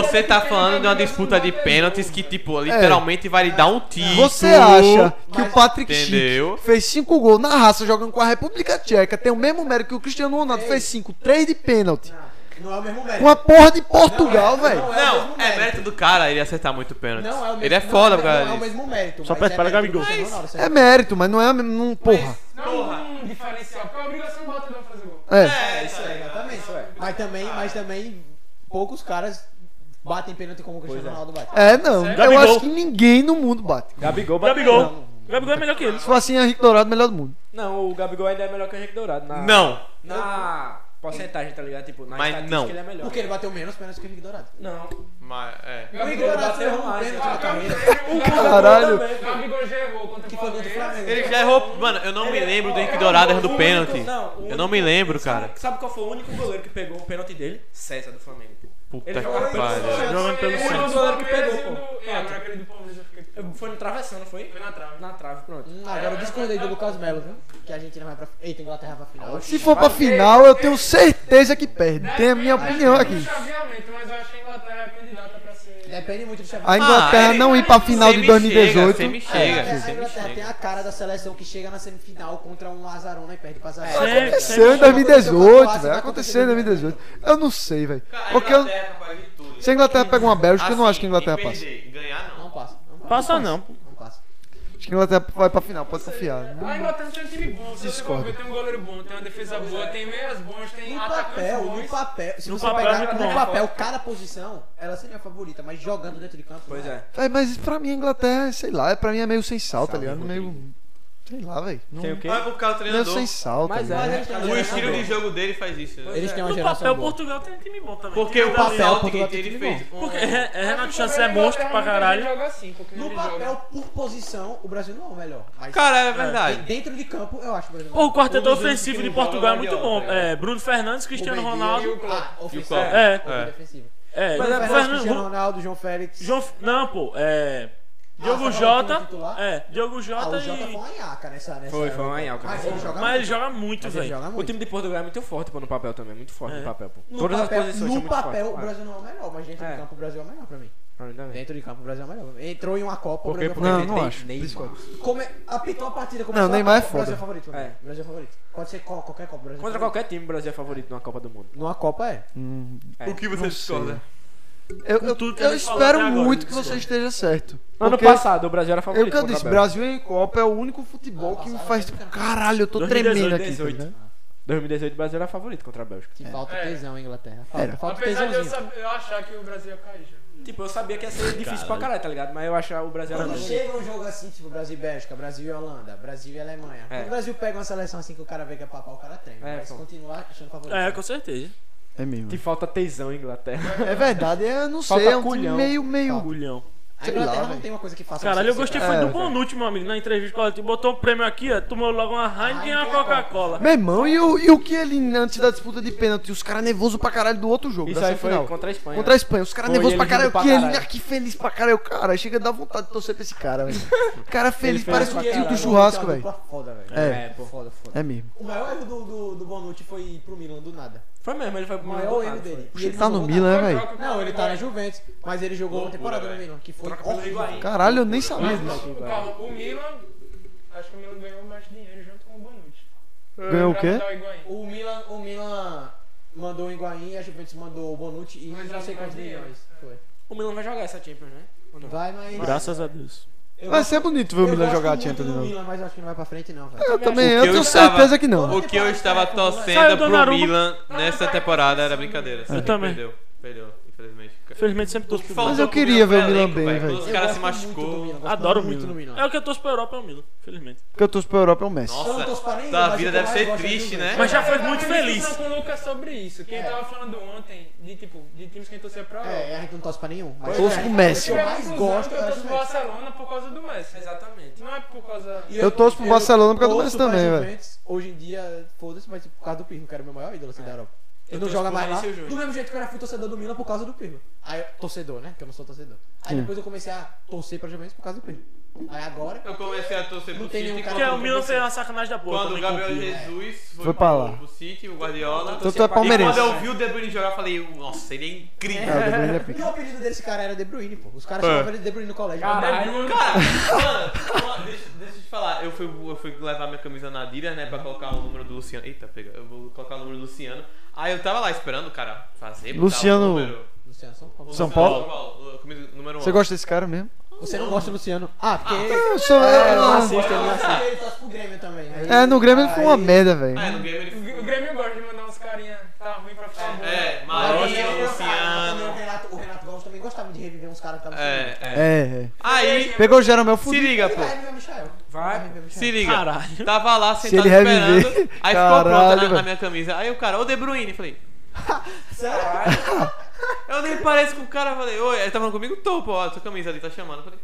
Você tá falando de uma disputa de pênaltis que, tipo, literalmente vai lhe dar um tiro. Você acha que Mas- o Patrick Schick Entendeu? fez 5 gols na raça jogando com a República Tcheca, tem o mesmo mérito que o Cristiano Ronaldo fez 5, 3 de pênalti, Não é o mesmo com mérito. a porra de Portugal, Não, é- velho. Não, o mesmo é mérito do cara ele acertar muito pênalti. Não é o mesmo Ele é não foda, não cara. É o mesmo mérito. Só mas perde é para mérito do Gabigol. Cristiano Ronaldo, É mérito, mas não é, não, porra. Não é um diferencial, porque é obrigação do Batidão fazer gol. É. É isso aí, exatamente. Mas também, mas também poucos caras batem pênalti como o Cristiano Ronaldo bate. É, não. Eu Gabigol. acho que ninguém no mundo bate. Gabigol bateu. Gabigol. Gabigol é melhor que ele. Se for assim, Henrique Dourado, melhor do mundo. Não, o Gabigol ainda é melhor que o Henrique Dourado. Na, Não. Na porcentagem, tá ligado? Tipo, na Mas estatística não. ele é melhor. Porque ele bateu menos pênalti que o Henrique Dourado. Não. Mas, é. O Henrique Dourado bateu errou um mais, pênalti na né? carreira. Caralho. Também, pô. Gabigol já errou é contra Que o foi contra o Palmeiras. Flamengo. Ele já errou. Mano, eu não me lembro do Henrique Dourado errando O pênalti. único- não, o Eu único- não me lembro, cara. Sabe, sabe qual foi o único goleiro que pegou o pênalti dele? César do Flamengo. pô. Puta Ele que jogava pelo É, pariu. Ah, Santos. Jogando pelo Ele Santos. errou do Goleiro que Palmeiras pegou, e pô. do- É, agora aquele do Palmeiras eu fiquei... Eu- Foi no travessão, não foi? Foi na trave. Na trave, pronto. Hum, agora eu discordei do Lucas Melo, viu? Que a Argentina vai pra. Eita, Inglaterra vai pra final. Se for pra é, final, eu tenho certeza que perde. Tem a minha opinião Depende aqui. do chaveamento, mas eu acho que a Inglaterra é candidata pra ser... Depende muito do Xavier. A Inglaterra ele- não ir pra final de Semi 2018. Chega, semi A chega, Inglaterra, a semi Inglaterra tem É, chega. a cara da seleção que chega na semifinal contra um Lazarona e perde pra É, Zara. Aconteceu em 2018, velho. Aconteceu em 2018. Eu não sei, velho. Porque eu, Inglaterra, rapaz, de tudo. Se a Inglaterra pega uma Bélgica, eu não Assim, acho que a Inglaterra em passa. perder, Ganhar não. Não passa. Não passa. Passa não. pô. Não passa. Acho que a Inglaterra vai pra final, pode confiar. né? A Inglaterra tem um time bom, se você for Discordo. ver, tem um goleiro bom, tem uma defesa boa, tem meias bons, tem No atacantes papel, bons. no papel. Se No você papel, é pegar muito no bom. papel cada posição, ela seria a favorita, mas jogando dentro de campo. Pois não. é. Véi, mas pra mim a Inglaterra, sei lá, pra mim é meio sem sal, tá ligado? Meio. Sei lá, velho. Tem o quê? Não é por causa do Meio treinador. sem sal, tá Ah, Mas é, né? ligado? Mas eles O têm uma geração estilo boa. de jogo dele faz isso. né? Eles têm uma No geração papel, boa. Portugal tem um time bom também. Porque o Papel, papel Portugal que tem ele time bom. fez. um- Porque Re- Renato Chance é Inglaterra, monstro pra muita gente caralho. Joga assim, porque No ele joga. papel, por posição, o Brasil não é o melhor. Mas Cara, é verdade. dentro de campo, eu acho o Brasil. Pô, o quarteto Um dos únicos ofensivo que de não joga Portugal é é muito Guardiola, bom. tá ligado? É, Bruno Fernandes, Cristiano Ronaldo. Ah, ofensivo. Klopp. É, Ofensivo É. e defensivo. é. Mas Bruno Fernandes, Cristiano Fernandes. Ronaldo, João Félix. João, F- não, pô, é. Diogo Ah, você falou que Jota. é titular? É, Diogo Ah, Jota o Jota foi e. uma nhaca nessa, nessa. Foi, um foi uma nhaca. Mas ele joga Mas ele muito. joga muito, Mas ele velho. joga assim, O muito. time de Portugal é muito forte, pô, no papel também. Muito forte É. no papel, pô. No Todas papel, as posições no são muito papel o fortes. Brasil não é o melhor, mas dentro É. de campo o Brasil é o melhor pra mim. Ah, ainda bem. Dentro de campo o Brasil é o melhor. Entrou em uma Copa, o Porque, Brasil é o porque favorito. Não, não tem acho. Neymar. Discordo. Come... Apitou a partida, começou Não, a Neymar é Copa, O Brasil foda. é favorito. pra mim. É. O Brasil é favorito. Pode ser co- qualquer Copa, o Brasil é Contra favorito. qualquer time, o Brasil é favorito numa Copa do Mundo. Numa Copa é. Hum, O que você discorda? Eu, eu, tudo que eu a gente falou espero até agora, muito que discordo. você esteja certo. Ano Porque passado, o Brasil era É favorito. o que eu disse, contra a Bélgica. Brasil em Copa é o único futebol que me faz tipo, caralho, eu tô 2018, tremendo aqui. tá 18. ligado? 2018, o Brasil era favorito contra a Bélgica. Que falta É. tesão, hein, Inglaterra. Era. Falta, falta Apesar de eu, tesãozinho. saber, eu achar que o Brasil ia cair já. Tipo, eu sabia que ia ser difícil pra caralho, tá ligado? Mas eu achava o Brasil era Quando favorito. chega um jogo assim, tipo Brasil e Bélgica, Brasil e Holanda, Brasil e Alemanha. É. Quando o Brasil pega uma seleção assim que o cara vê que é papar, o cara treme. É, mas pô. continuar achando favorito. É, com certeza. É mesmo. Te falta tesão, Inglaterra. É verdade, é, não sei, Falta é um time culhão. meio, meio. Agulhão. a sei Inglaterra lá, não velho. tem uma coisa que faça Caralho, eu você gostei ser- foi É, do Bonucci, meu amigo, na entrevista coletiva. Botou um prêmio aqui, ó, tomou logo uma Heineken e uma Heineken e uma Coca-Cola. Meu irmão, e o, e o que ele antes da disputa de pênalti? Os caras nervosos pra caralho do outro jogo. Isso da aí foi semifinal. contra a Espanha. Contra a Espanha, os caras Foi, nervosos ele pra caralho. rindo pra Que ele caralho. aqui feliz pra caralho, cara. Chega a dar vontade de torcer pra esse cara, velho. Cara feliz, fez parece pra um tio do caralho. churrasco, Tem uma velho. dupla tá Foda, velho. É, pô. Foda, foda. é mesmo. O maior erro do, do, do Bonucci foi ir pro Milan do nada. Foi mesmo, ele foi pro O Milan maior do erro nada, dele. E Ele ele tá não no jogou Milan, Agora velho. troca pro nada. Não, ele tá na Higuaín. Juventus, mas ele jogou uma temporada no Milan, que foi horrível. Caralho, eu nem sabia. Mas, disso. é o- calma, o Milan. Acho que o Milan ganhou mais dinheiro junto com o Bonucci. É. Ganhou o Pra quê? botar Higuaín. O Milan, o Milan mandou o Higuaín, a Juventus mandou o Bonucci e Mas não sei é quantos mais dinheiro. milhões. Foi. O Milan vai jogar essa Champions, né? Ou não? Vai, mas... Graças a Deus. Eu Vai gosto- ser é bonito ver o eu Milan gosto jogar a muito Champions de do novo. Milan, mas eu acho que não vai pra frente não, velho. Eu também, O eu que eu tenho estava- certeza que não. O que eu estava Saiu torcendo do pro Naruma. Milan nessa temporada era brincadeira. Só que também. Perdeu, perdeu, infelizmente. Felizmente sempre torço pro Mas Milan. eu queria ver o Milan bem, velho. Os Eu caras se gosto muito do machucou. Milan, gosto Adoro o muito do Milan. É o que eu torço pra Europa, é o Milan, felizmente. O que eu torço pra Europa é o Messi. Eu não torço pra Nossa, ninguém, tua vida mas o que eu deve mais ser gosto é triste, Juventus. né? Mas já foi Eu muito tava em feliz. discussão com o Lucas sobre isso. Que ele tava falando ontem de tipo, de times que a gente torcia pra Europa. É, a gente não torce pra nenhum. Mas é. Torço pro Messi. eu Tive a mais conclusão gosto que é eu a torço pro Juventus. Barcelona por causa do Messi. Exatamente. Não é por causa. E Eu torço pro eu Barcelona por causa do torço Messi pra também, velho. Juventus. Hoje em dia, foda-se, mas por causa do Pirlo, que era o meu maior ídolo assim, da Europa. Eu Eu não torço joga pro mais lá. Vinícius Júnior. Do mesmo jeito que eu já fui torcedor do Milan por causa do Pirlo. Aí, eu- torcedor, né? Que eu não sou torcedor. Aí Sim. depois eu comecei a torcer pra Juventus por causa do Pirlo. Aí agora, Eu comecei a torcer Não pro tem City nenhum cara Porque quando- eu o Milan fez uma sacanagem da porra. quando o também Gabriel com o Pirlo. Jesus foi, Foi pra lá. pro- pro City, o Guardiola. Então tu é palmeirense. E quando eu vi o De Bruyne jogar, eu falei, nossa, ele é É, incrível. o De Bruyne é pica. e o apelido desse cara era De Bruyne, pô. Os caras chamavam ele de De Bruyne no colégio. Cara, mano, deixa, deixa eu te falar. Eu fui, eu fui levar minha camisa na Adidas, né? Pra colocar o número do Luciano. Eita, pega. Eu vou colocar o número do Luciano. Aí eu tava lá esperando o cara fazer. botar Luciano- o número. Luciano, São Paulo. São Paulo? São Paulo. Camisa número 1. Você gosta desse cara mesmo? Você não gosta do Luciano? Ah, porque... Eu sou. É, não eu- assiste, ele não assiste. Ele torce pro Grêmio também. Aí- É, no Grêmio ele foi uma aí- merda, velho. Ah, é, no game ele. O Grêmio gosta de mandar uns carinha tá ruim pra ficar bom. É, Aí Marocha, eu- eu- também, O Luciano. Renato, o Renato Gomes também gostava de reviver uns caras que estavam subindo. É, é. É, é. Aí, Pegou o Jeromel se fudido. liga, Ele pô. vai reviver o Michael. Vai. reviver o Michael. Se liga. Caralho. Tava lá sentado ele reviver. esperando. Aí ficou Caralho, pronta na, na velho. minha camisa. Aí o cara, ô De Bruyne, falei. Sério? Eu nem pareço com o cara, falei, oi, ele tá falando comigo? Tô, pô, ó, tua camisa ali tá chamando. Eu falei,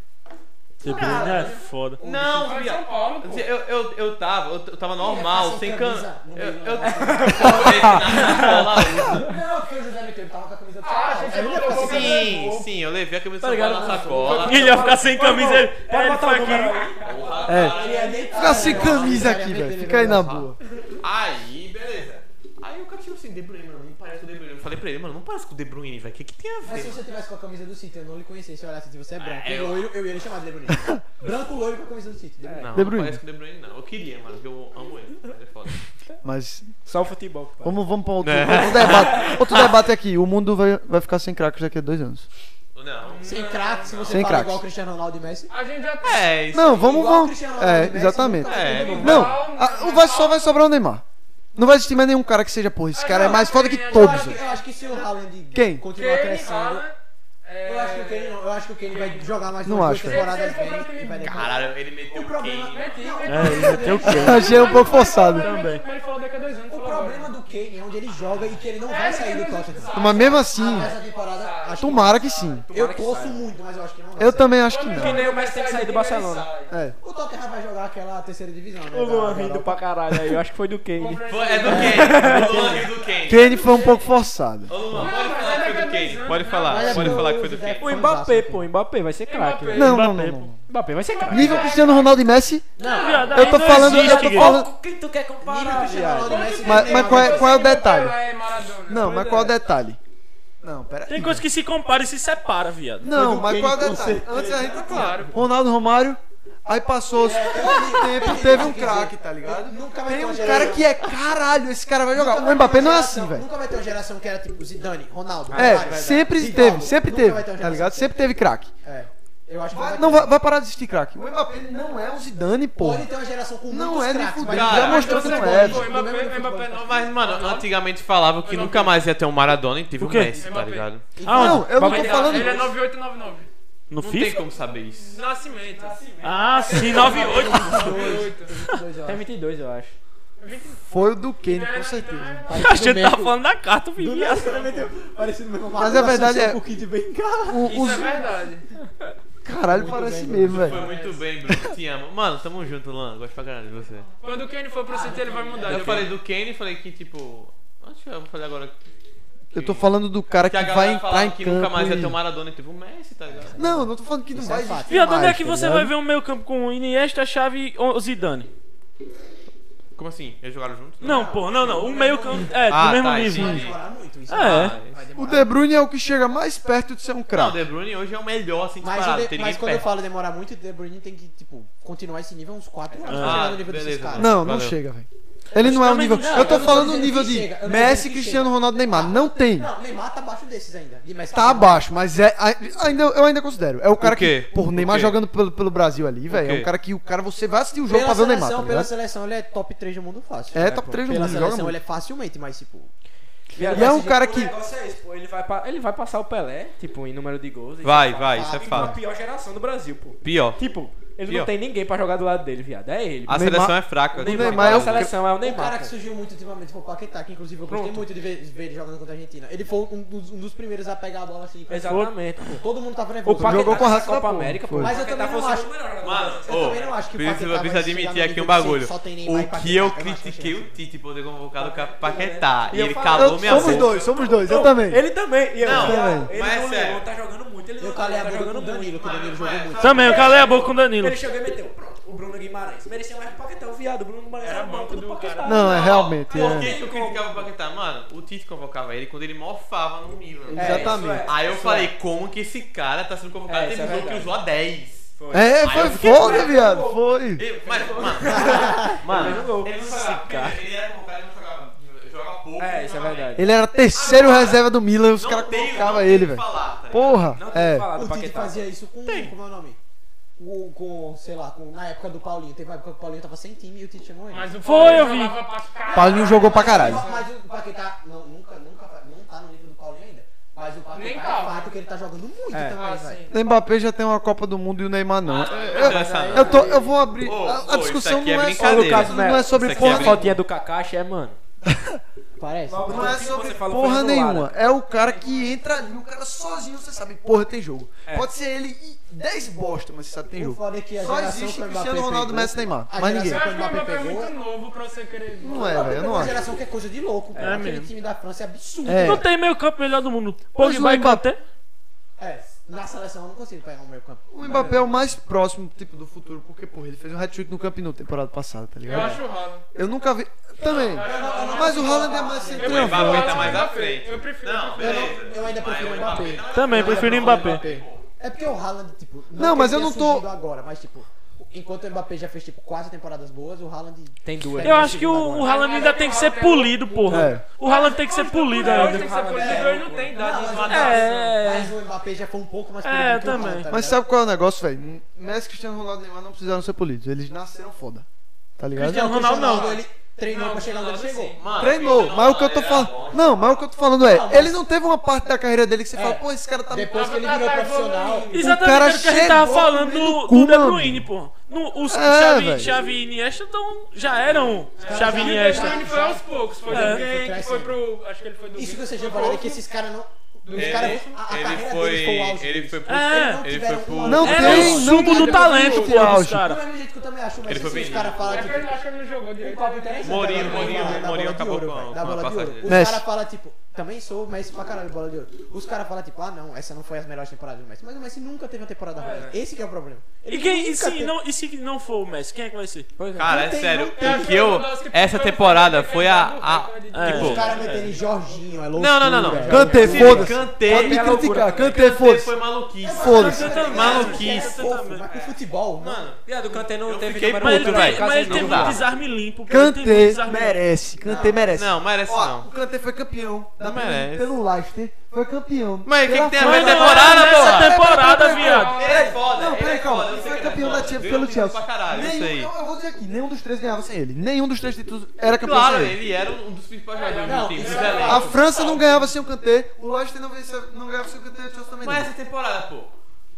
De Bruyne é foda. não, Mas viado. São Paulo, pô. Eu, eu, eu tava, eu, eu tava normal, sem camisa camisa. no Eu, meio, eu, né? eu Não, porque o José Miteiro tava com a camisa do Ah, São Paulo. gente, Ele é assim, ia eu ficar vou- sem- Sim, sim, eu levei a camisa do São Paulo na sacola. Ele ia ficar sem camisa, ele, Pode é, ele botar foi o número aqui. Porra, É. cara. ele ia deitar, Fica sem né? camisa Ele aqui, ia velho. meter Fica aí ele na no- boa. Aí, beleza. Aí o cara chegou assim, De Bruyne, mano, não parece com o De Bruyne. Eu falei pra ele, mano, não parece com o De Bruyne, velho, o que, que tem a Mas ver? se você tivesse com a camisa do City, eu não lhe conhecesse, eu olhasse se você é branco. Ah, e eu- loiro, eu ia lhe chamar de Lebronito. branco, loiro com a camisa do City. De Bruyne. Não, De não Bruyne. parece com o De Bruyne, não. Eu queria, mano, porque eu amo ele, mas é foda. Mas Só o futebol. pai. vamos, vamos pra outro, outro debate. Outro debate aqui. O mundo vai, vai ficar sem craques daqui a dois anos. Não. Sem craque, se você É. Sem fala craques. igual o Cristiano Ronaldo e Messi. A gente já tem. É, isso. Não, vamos. Igual o vamos. Cristiano Ronaldo e É, Messi, né? exatamente. É, não Não, a- o vai só vai sobrar o Neymar. Não vai existir mais nenhum cara que seja, porra, esse cara é mais foda que Eu todos. acho, que, velho. eu acho que se o Haaland Quem? continuar Kane, crescendo. Haaland. é, Eu acho que o Kane não. Eu acho que o Kane vai jogar mais Não umas acho, duas velho. temporadas Se ele for pra bem. e vai decolar. Caralho, ele meteu O o problema Kane. é Não, que- é É, ele meteu o quê? Achei um pouco forçado. Também. Como ele falou daqui a dois anos, O falou agora. problema do Kane é onde ele joga e que ele não vai sair do Tottenham. Mas mesmo assim, Essa temporada, acho que tomara que sim. eu torço muito, mas eu acho que não vai Eu sair. também acho que Que não. nem o Messi tem que sair do Barcelona. É. O Tottenham vai jogar aquela terceira divisão, né? O da- Luan da rindo Europa. pra caralho aí. Eu acho que foi do Kane. Foi- É do Kane. O Luan riu do Kane. Kane foi um pouco forçado. Ô, Luan, pode mas falar é que foi do daqui a dois Kane. anos, Pode né? falar. Mas é Pode porque falar que o foi do Zé Kane. O Fonseca- Mbappé, pô. O Mbappé vai ser craque. Mbappé. né? Não, não, não. não. O Mbappé vai ser craque. Nível Cristiano Ronaldo e Messi? Viado, Eu tô aí não falando. Eu existe, tô Gui. falando. Quem tu quer Nível comparar? Cristiano Ronaldo e Messi, Mas, tem mas qual, é, alguma qual é o detalhe? Pelé, Maradona. Não, mas qual é o detalhe? Não, pera Tem coisa que se compara e se separa, viado. Não, mas qual é o detalhe? Antes a gente claro. Ronaldo Romário, aí passou É. os tempo, teve um craque, tá ligado? Nunca vai Tem ter uma um geração. cara que é caralho, esse cara vai Nunca jogar. vai ter um O Mbappé uma não é geração- assim, velho. Nunca vai ter uma geração que era tipo Zidane, Ronaldo. É, sempre teve, sempre teve, um tá ligado? Sempre. Sempre teve craque. É. Eu acho que vai Não ter. vai, vai parar de existir craque. O Mbappé não é um Zidane, porra. Pode ter uma geração com Não muitos é nem craques, mas fudendo. não Já vai mostrou que ter não futebol, é. gente. Pô, Mbappé, Não é Mbappé futebol. não. Mas, mano, antigamente falavam que nunca mais ia ter um Maradona e teve O um quê? Messi, tá Mbappé. ligado? Não, eu não tô Ele é- falando. Ele é 9899. No Não tem FIFA? como saber isso. Nascimento. Ah, sim, 98. 98. Até 22, eu acho. Foi o do Kane, com certeza. A gente tava falando da carta, viu, viado? Parecido mesmo. Mas a verdade é. O- Isso é os- verdade. Caralho, parece mesmo, Foi velho. muito bem, Bruno. Te amo. Mano, tamo junto, Luan. Gosto pra caralho de você. Quando o Kane for pro CT, ele vai mudar. Eu já falei do Kane e falei que, tipo. Acho que eu vou falar agora. Eu tô falando do cara que que a vai galera entrar falava em que nunca mais ia ter um campo. Maradona e teve um Messi, tá ligado? e- Não, eu não tô falando que não Isso vai é fato. existir. Viado, onde é mais, que tá você ligado? vai ver um meio campo com Iniesta, Xavi ou Zidane? Como assim? Eles jogaram juntos? Não, pô, não, não. O meio campo. É, Ah, do mesmo tá, nível. entendi. Demorar muito Ah, Ah, isso. É. O De Bruyne é o que chega mais perto de ser um Não, o craque. De Bruyne hoje é o melhor, assim, Mas, disparado. o tem de, ninguém mas quando eu perto. falo demorar muito, o De Bruyne tem que, tipo, continuar esse nível uns 4 anos pra Ah, chegar no nível desses beleza. caras. Não, não Valeu. chega, velho. Ele não é um também nível. não Eu chega. tô Eu tô falando o dizendo nível que de chega, eu tô Messi, dizendo que Cristiano chega. Ronaldo, Neymar. Não tem. Não, Neymar tá abaixo desses ainda. De Messi Tá abaixo, mas é. a- Ainda, eu ainda considero. É o cara O que. quê? Por O Neymar quê? jogando pelo, pelo Brasil ali, velho. É quê? um cara que o cara você vai assistir o jogo Pela pra ver o Neymar. seleção, tá pela ligado? seleção, ele é top 3 do mundo fácil. É top 3 do Pela mundo, joga seleção, ele muito. é facilmente, mas, tipo... E é um cara O que. negócio é esse, pô. Ele vai, pa- ele vai passar o Pelé, tipo, em número de gols. Vai, vai, isso é Tipo, a fato. pior geração do Brasil, pô. Pior. Tipo, ele Pior. não tem ninguém pra jogar do lado dele, viado. É ele. A Neymar- seleção é fraca. o tipo, Neymar é a o- seleção é o O cara Neymar. que pô. surgiu muito ultimamente foi o Paquetá, que inclusive eu gostei Pronto. muito de ver, ver ele jogando contra a Argentina. Ele foi um dos, um dos primeiros a pegar a bola assim. pra- Exatamente, pô. Todo mundo tava nervoso. O Paquetá Jogou com a na raça da Copa porra, América, pô. foi. Mas eu também não acho- Mano, Eu também não acho que o preciso, preciso Paquetá vai admitir chegar aqui no um nível que bagulho. só tem Neymar e O Paquetá, que eu eu acho que critiquei é o Tite por ter convocado o Ca- Paquetá. E ele Eu- calou minha somos boca. dois, somos dois, eu Não, também. Ele também. E eu, Não, viado, mas é ele no sério. Leão tá jogando muito. Ele no Eu calei a Leão tá boca com o jogando muito. Danilo, que o Danilo jogou muito. Também, eu calei a boca com o Danilo. Ele chegou e meteu. Pronto, o Bruno Guimarães. Merecia mais pro Paquetá, o viado. O Bruno Guimarães era banco do Paquetá. Não, é realmente. Por que É. que eu criticava o Paquetá? Mano, o Tite convocava ele quando ele mofava no Milan. É, isso Exatamente. é, Aí eu isso falei, como que esse cara tá sendo convocado? É, Teve isso um é jogo que verdade. usou a 10. É, Aí foi eu fiquei foda, bravo. viado. Foi. E- Mas, mano, Ele não mano, jogou. ele não jogava. Primeiro, Ele era convocado, ele não jogava. Joga É, pouco. não isso é jogava verdade. bem. Ele era terceiro Agora, reserva do Milan e os Não caras tenho- colocavam não tenho ele, o que velho. falar, tá ligado? Porra, Não tem o é. que falar do O Tite Paquetá. fazia isso com. Como é o nome? Com, com, sei lá, com, na época do Paulinho. Teve uma época que o Paulinho tava sem time e o Tite chamou ele. Mas o Foi, eu vi. jogava pra caralho. Paulinho jogou pra caralho. Mas o Paquetá não, nunca, nunca, não tá no nível do Paulinho ainda. Mas o Paquetá Nem é tava. fato que ele tá jogando muito É. também, Ah, velho. sim. O Mbappé já tem uma Copa do Mundo e o Neymar não. É, Não deu essa, não. Eu, tô, eu vou abrir. Ô, a, ô, a isso discussão aqui é não, é brincadeira. sobre, Ô, Lucas não é sobre Isso aqui é porra Porra, brin- fotinha do Kakashi é, mano. Parece. Não é sobre Você fala, porra foi do lado. nenhuma. É o cara que entra ali, o cara sozinho, você sabe, porra, tem jogo. É. Pode ser ele e 10 bosta, mas você sabe, tem O jogo. foda é que a Só geração existe que o Mbappé Cristiano Ronaldo, pegou- Messi Neymar. a Mais geração ninguém. Eu acho que o Mbappé Mbappé é pegou- muito novo pra você querer. Não é, velho, eu não uma acho. geração que é coisa de louco, pô. É Aquele mesmo. time da França é absurdo. É. Não tem meio campo melhor do mundo. Pogba o e Mbappé- Kanté. É, na seleção eu não consigo pegar um meio campo. O Mbappé é o mais próximo tipo, do futuro, porque, porra, ele fez um hat-trick no Camp Nou temporada passada, tá Eu ligado? acho o Haaland. Eu nunca vi. Também. Mas o Haaland é mais Eu O central. prefiro Mbappé tá o mais à Mbappé. frente. Eu prefiro. Não, Eu, não- beleza. eu ainda prefiro o Mas Mbappé. não é- Também, prefiro o Mbappé. É porque o Haaland, tipo. Não, mas que eu ele não tenha tô- surgido agora, mas tipo. enquanto o Mbappé já fez, tipo, quatro temporadas boas, o Haaland... Tem duas. Eu acho que o, o Haaland ainda tem que ser polido, porra. É. O Haaland tem que ser polido né? Hoje tem ainda. que ser polido, É. hoje não tem dado de mas- validação. É. Mas o Mbappé já foi um pouco mais... É, perigoso que o também. Haaland, tá Mas ligado? sabe qual é o negócio, velho? Messi, Cristiano Ronaldo e Neymar não precisaram ser polidos. Eles nasceram foda. Tá ligado? Cristiano Ronaldo não. Ele treinou Não, pra chegar onde ele Ronaldo chegou. sim. Mano, é Treinou, mas o que eu tô falando. Não, mas o que eu tô falando é, ele não teve uma parte da carreira dele É. que você fala, pô, esse cara tá. Depois que ele virou profissional... Exatamente cara era o que a gente tava chegou falando no meio do, do cu, do De mano. Bruyne, porra. No, os É, Xavi, velho. Xavi e Iniesta tão, já eram Xavi e E o De Iniesta. um Bruyne foi um aos poucos, foi É. do Genk, foi pro... Acho que ele foi do Isso que Genk, você foi já pro falou é outro. que esses caras não... Os Ele, caras... A, a ele carreira foi. deles foi o auge. Ah, Ele foi pro. É. Ele foi pro. Não Era tem, o não sumo tem do talento, outro porra, dos auge. Do caras. mesmo jeito que eu também acho, mas Ele foi assim, os vendido. É caras falam, Acho que tipo... ele- É Acho que ele não jogou Um direito. papo interessante. Mourinho, da bola Mourinho, de ouro, Mourinho da bola de acabou ouro, com a- velho, com a Da bola de passagem ouro. dele. Os Messi. caras falam, tipo, também sou o Messi pra caralho, bola de ouro. Os caras falam, tipo, ah não, essa não foi as melhores temporadas do Messi. Mas o Messi nunca teve uma temporada ruim. Esse que é o problema. Ele E, quem, e, nunca se teve- não, e se não for o Messi, quem é que vai ser? Cara, é Não tem, sério. não tem. O que um eu. Essa temporada foi a. a né, É. tipo. Os caras meterem Jorginho, é loucura. Não, não, não, não. velho. Cantei, Sim, foda-se. Kanté Pode me é loucura, criticar, cara. Kanté, foda-se. foi maluquice. Foda-se. tá Eu também. Maluquice. É fofo, mas com futebol, mano. Viado, o Kanté não Eu teve fiquei número Mas puto, um, por ele, tem, velho. causa mas ele não teve dá. um desarme limpo. pô, ele teve um Kanté desarme limpo. merece, Kanté merece. Não, merece Ó, o não. Kanté foi campeão da Não Premier League merece. pelo Leicester, foi campeão. Mas o que que pela tem a França. Mas ver não é temporada, nessa porra? temporada, viado. Ele é foda. Não, ele peraí, é calma. foda, eu Ele sei foi que ele é campeão da foda. Champions pelo Ganhou título Chelsea. Pra caralho, isso Nenhum, eu, aí. eu vou dizer aqui, nenhum dos três ganhava sem ele. Nenhum dos três títulos era campeão Claro, sem ele. ele era um dos principais jogadores Não, do time. isso dos é- elencos. A França não ganhava sem o Kanté, o Leicester não, vencia- não ganhava sem o Kanté, o Chelsea também não. Mas essa temporada, pô.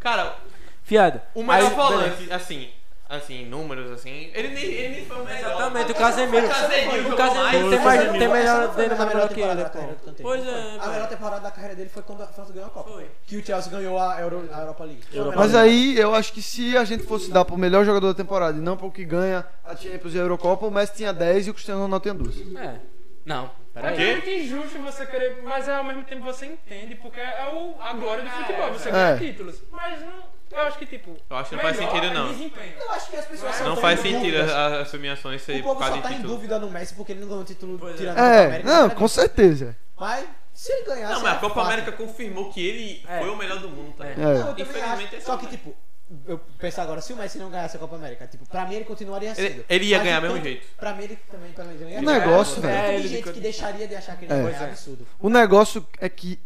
Cara, Viado. o melhor aí- volante, assim, assim, números, assim, ele nem, ele nem foi o melhor. Exatamente, o Casemiro. O Casemiro O Casemiro jogou tem mais. mais, Essa tem não foi- melhor, essa não foi tem a melhor melhor que temporada ele, da carreira do pô. Kanté. Pois é, A pô. melhor temporada da carreira dele foi quando a França ganhou a Copa. Foi. Que o Chelsea ganhou a, Euro- a Europa League. Foi a melhor Mas temporada. aí eu acho que se a gente fosse dar pro melhor jogador da temporada e não pro que ganha a Champions e a Eurocopa, o Messi tinha 10 e o Cristiano Ronaldo tinha 12. É. Não, É peraí. meio que injusto você querer, mas é ao mesmo tempo você entende, porque é o, a glória do futebol, você É. ganha títulos. Mas não, eu acho que tipo. Eu acho que não faz melhor sentido, é não. Desempenho. Eu acho que as pessoas só Não tão faz em sentido dúvidas. a- as premiações aí O por povo causa só de tá em título. dúvida no Messi porque ele não ganhou título tirando a Copa É, América. não, né? com certeza. Mas se ele ganhasse. Não, mas a era Copa fato. América confirmou que ele É. foi o melhor do mundo, tá? ligado? Não, É. eu também Infelizmente, acho. esse Só é o que, tipo, eu penso agora, se o Messi não ganhasse a Copa América, tipo, pra mim ele continuaria Ele- sendo. ele ia Mas ganhar o mesmo tanto- jeito. Pra mim ele também pra mim, ele ganharia. O um negócio, Tanto de velho. É, ele gente ficou- que deixaria de achar que ele É. ganhou, Pois é. é. absurdo. O negócio é que,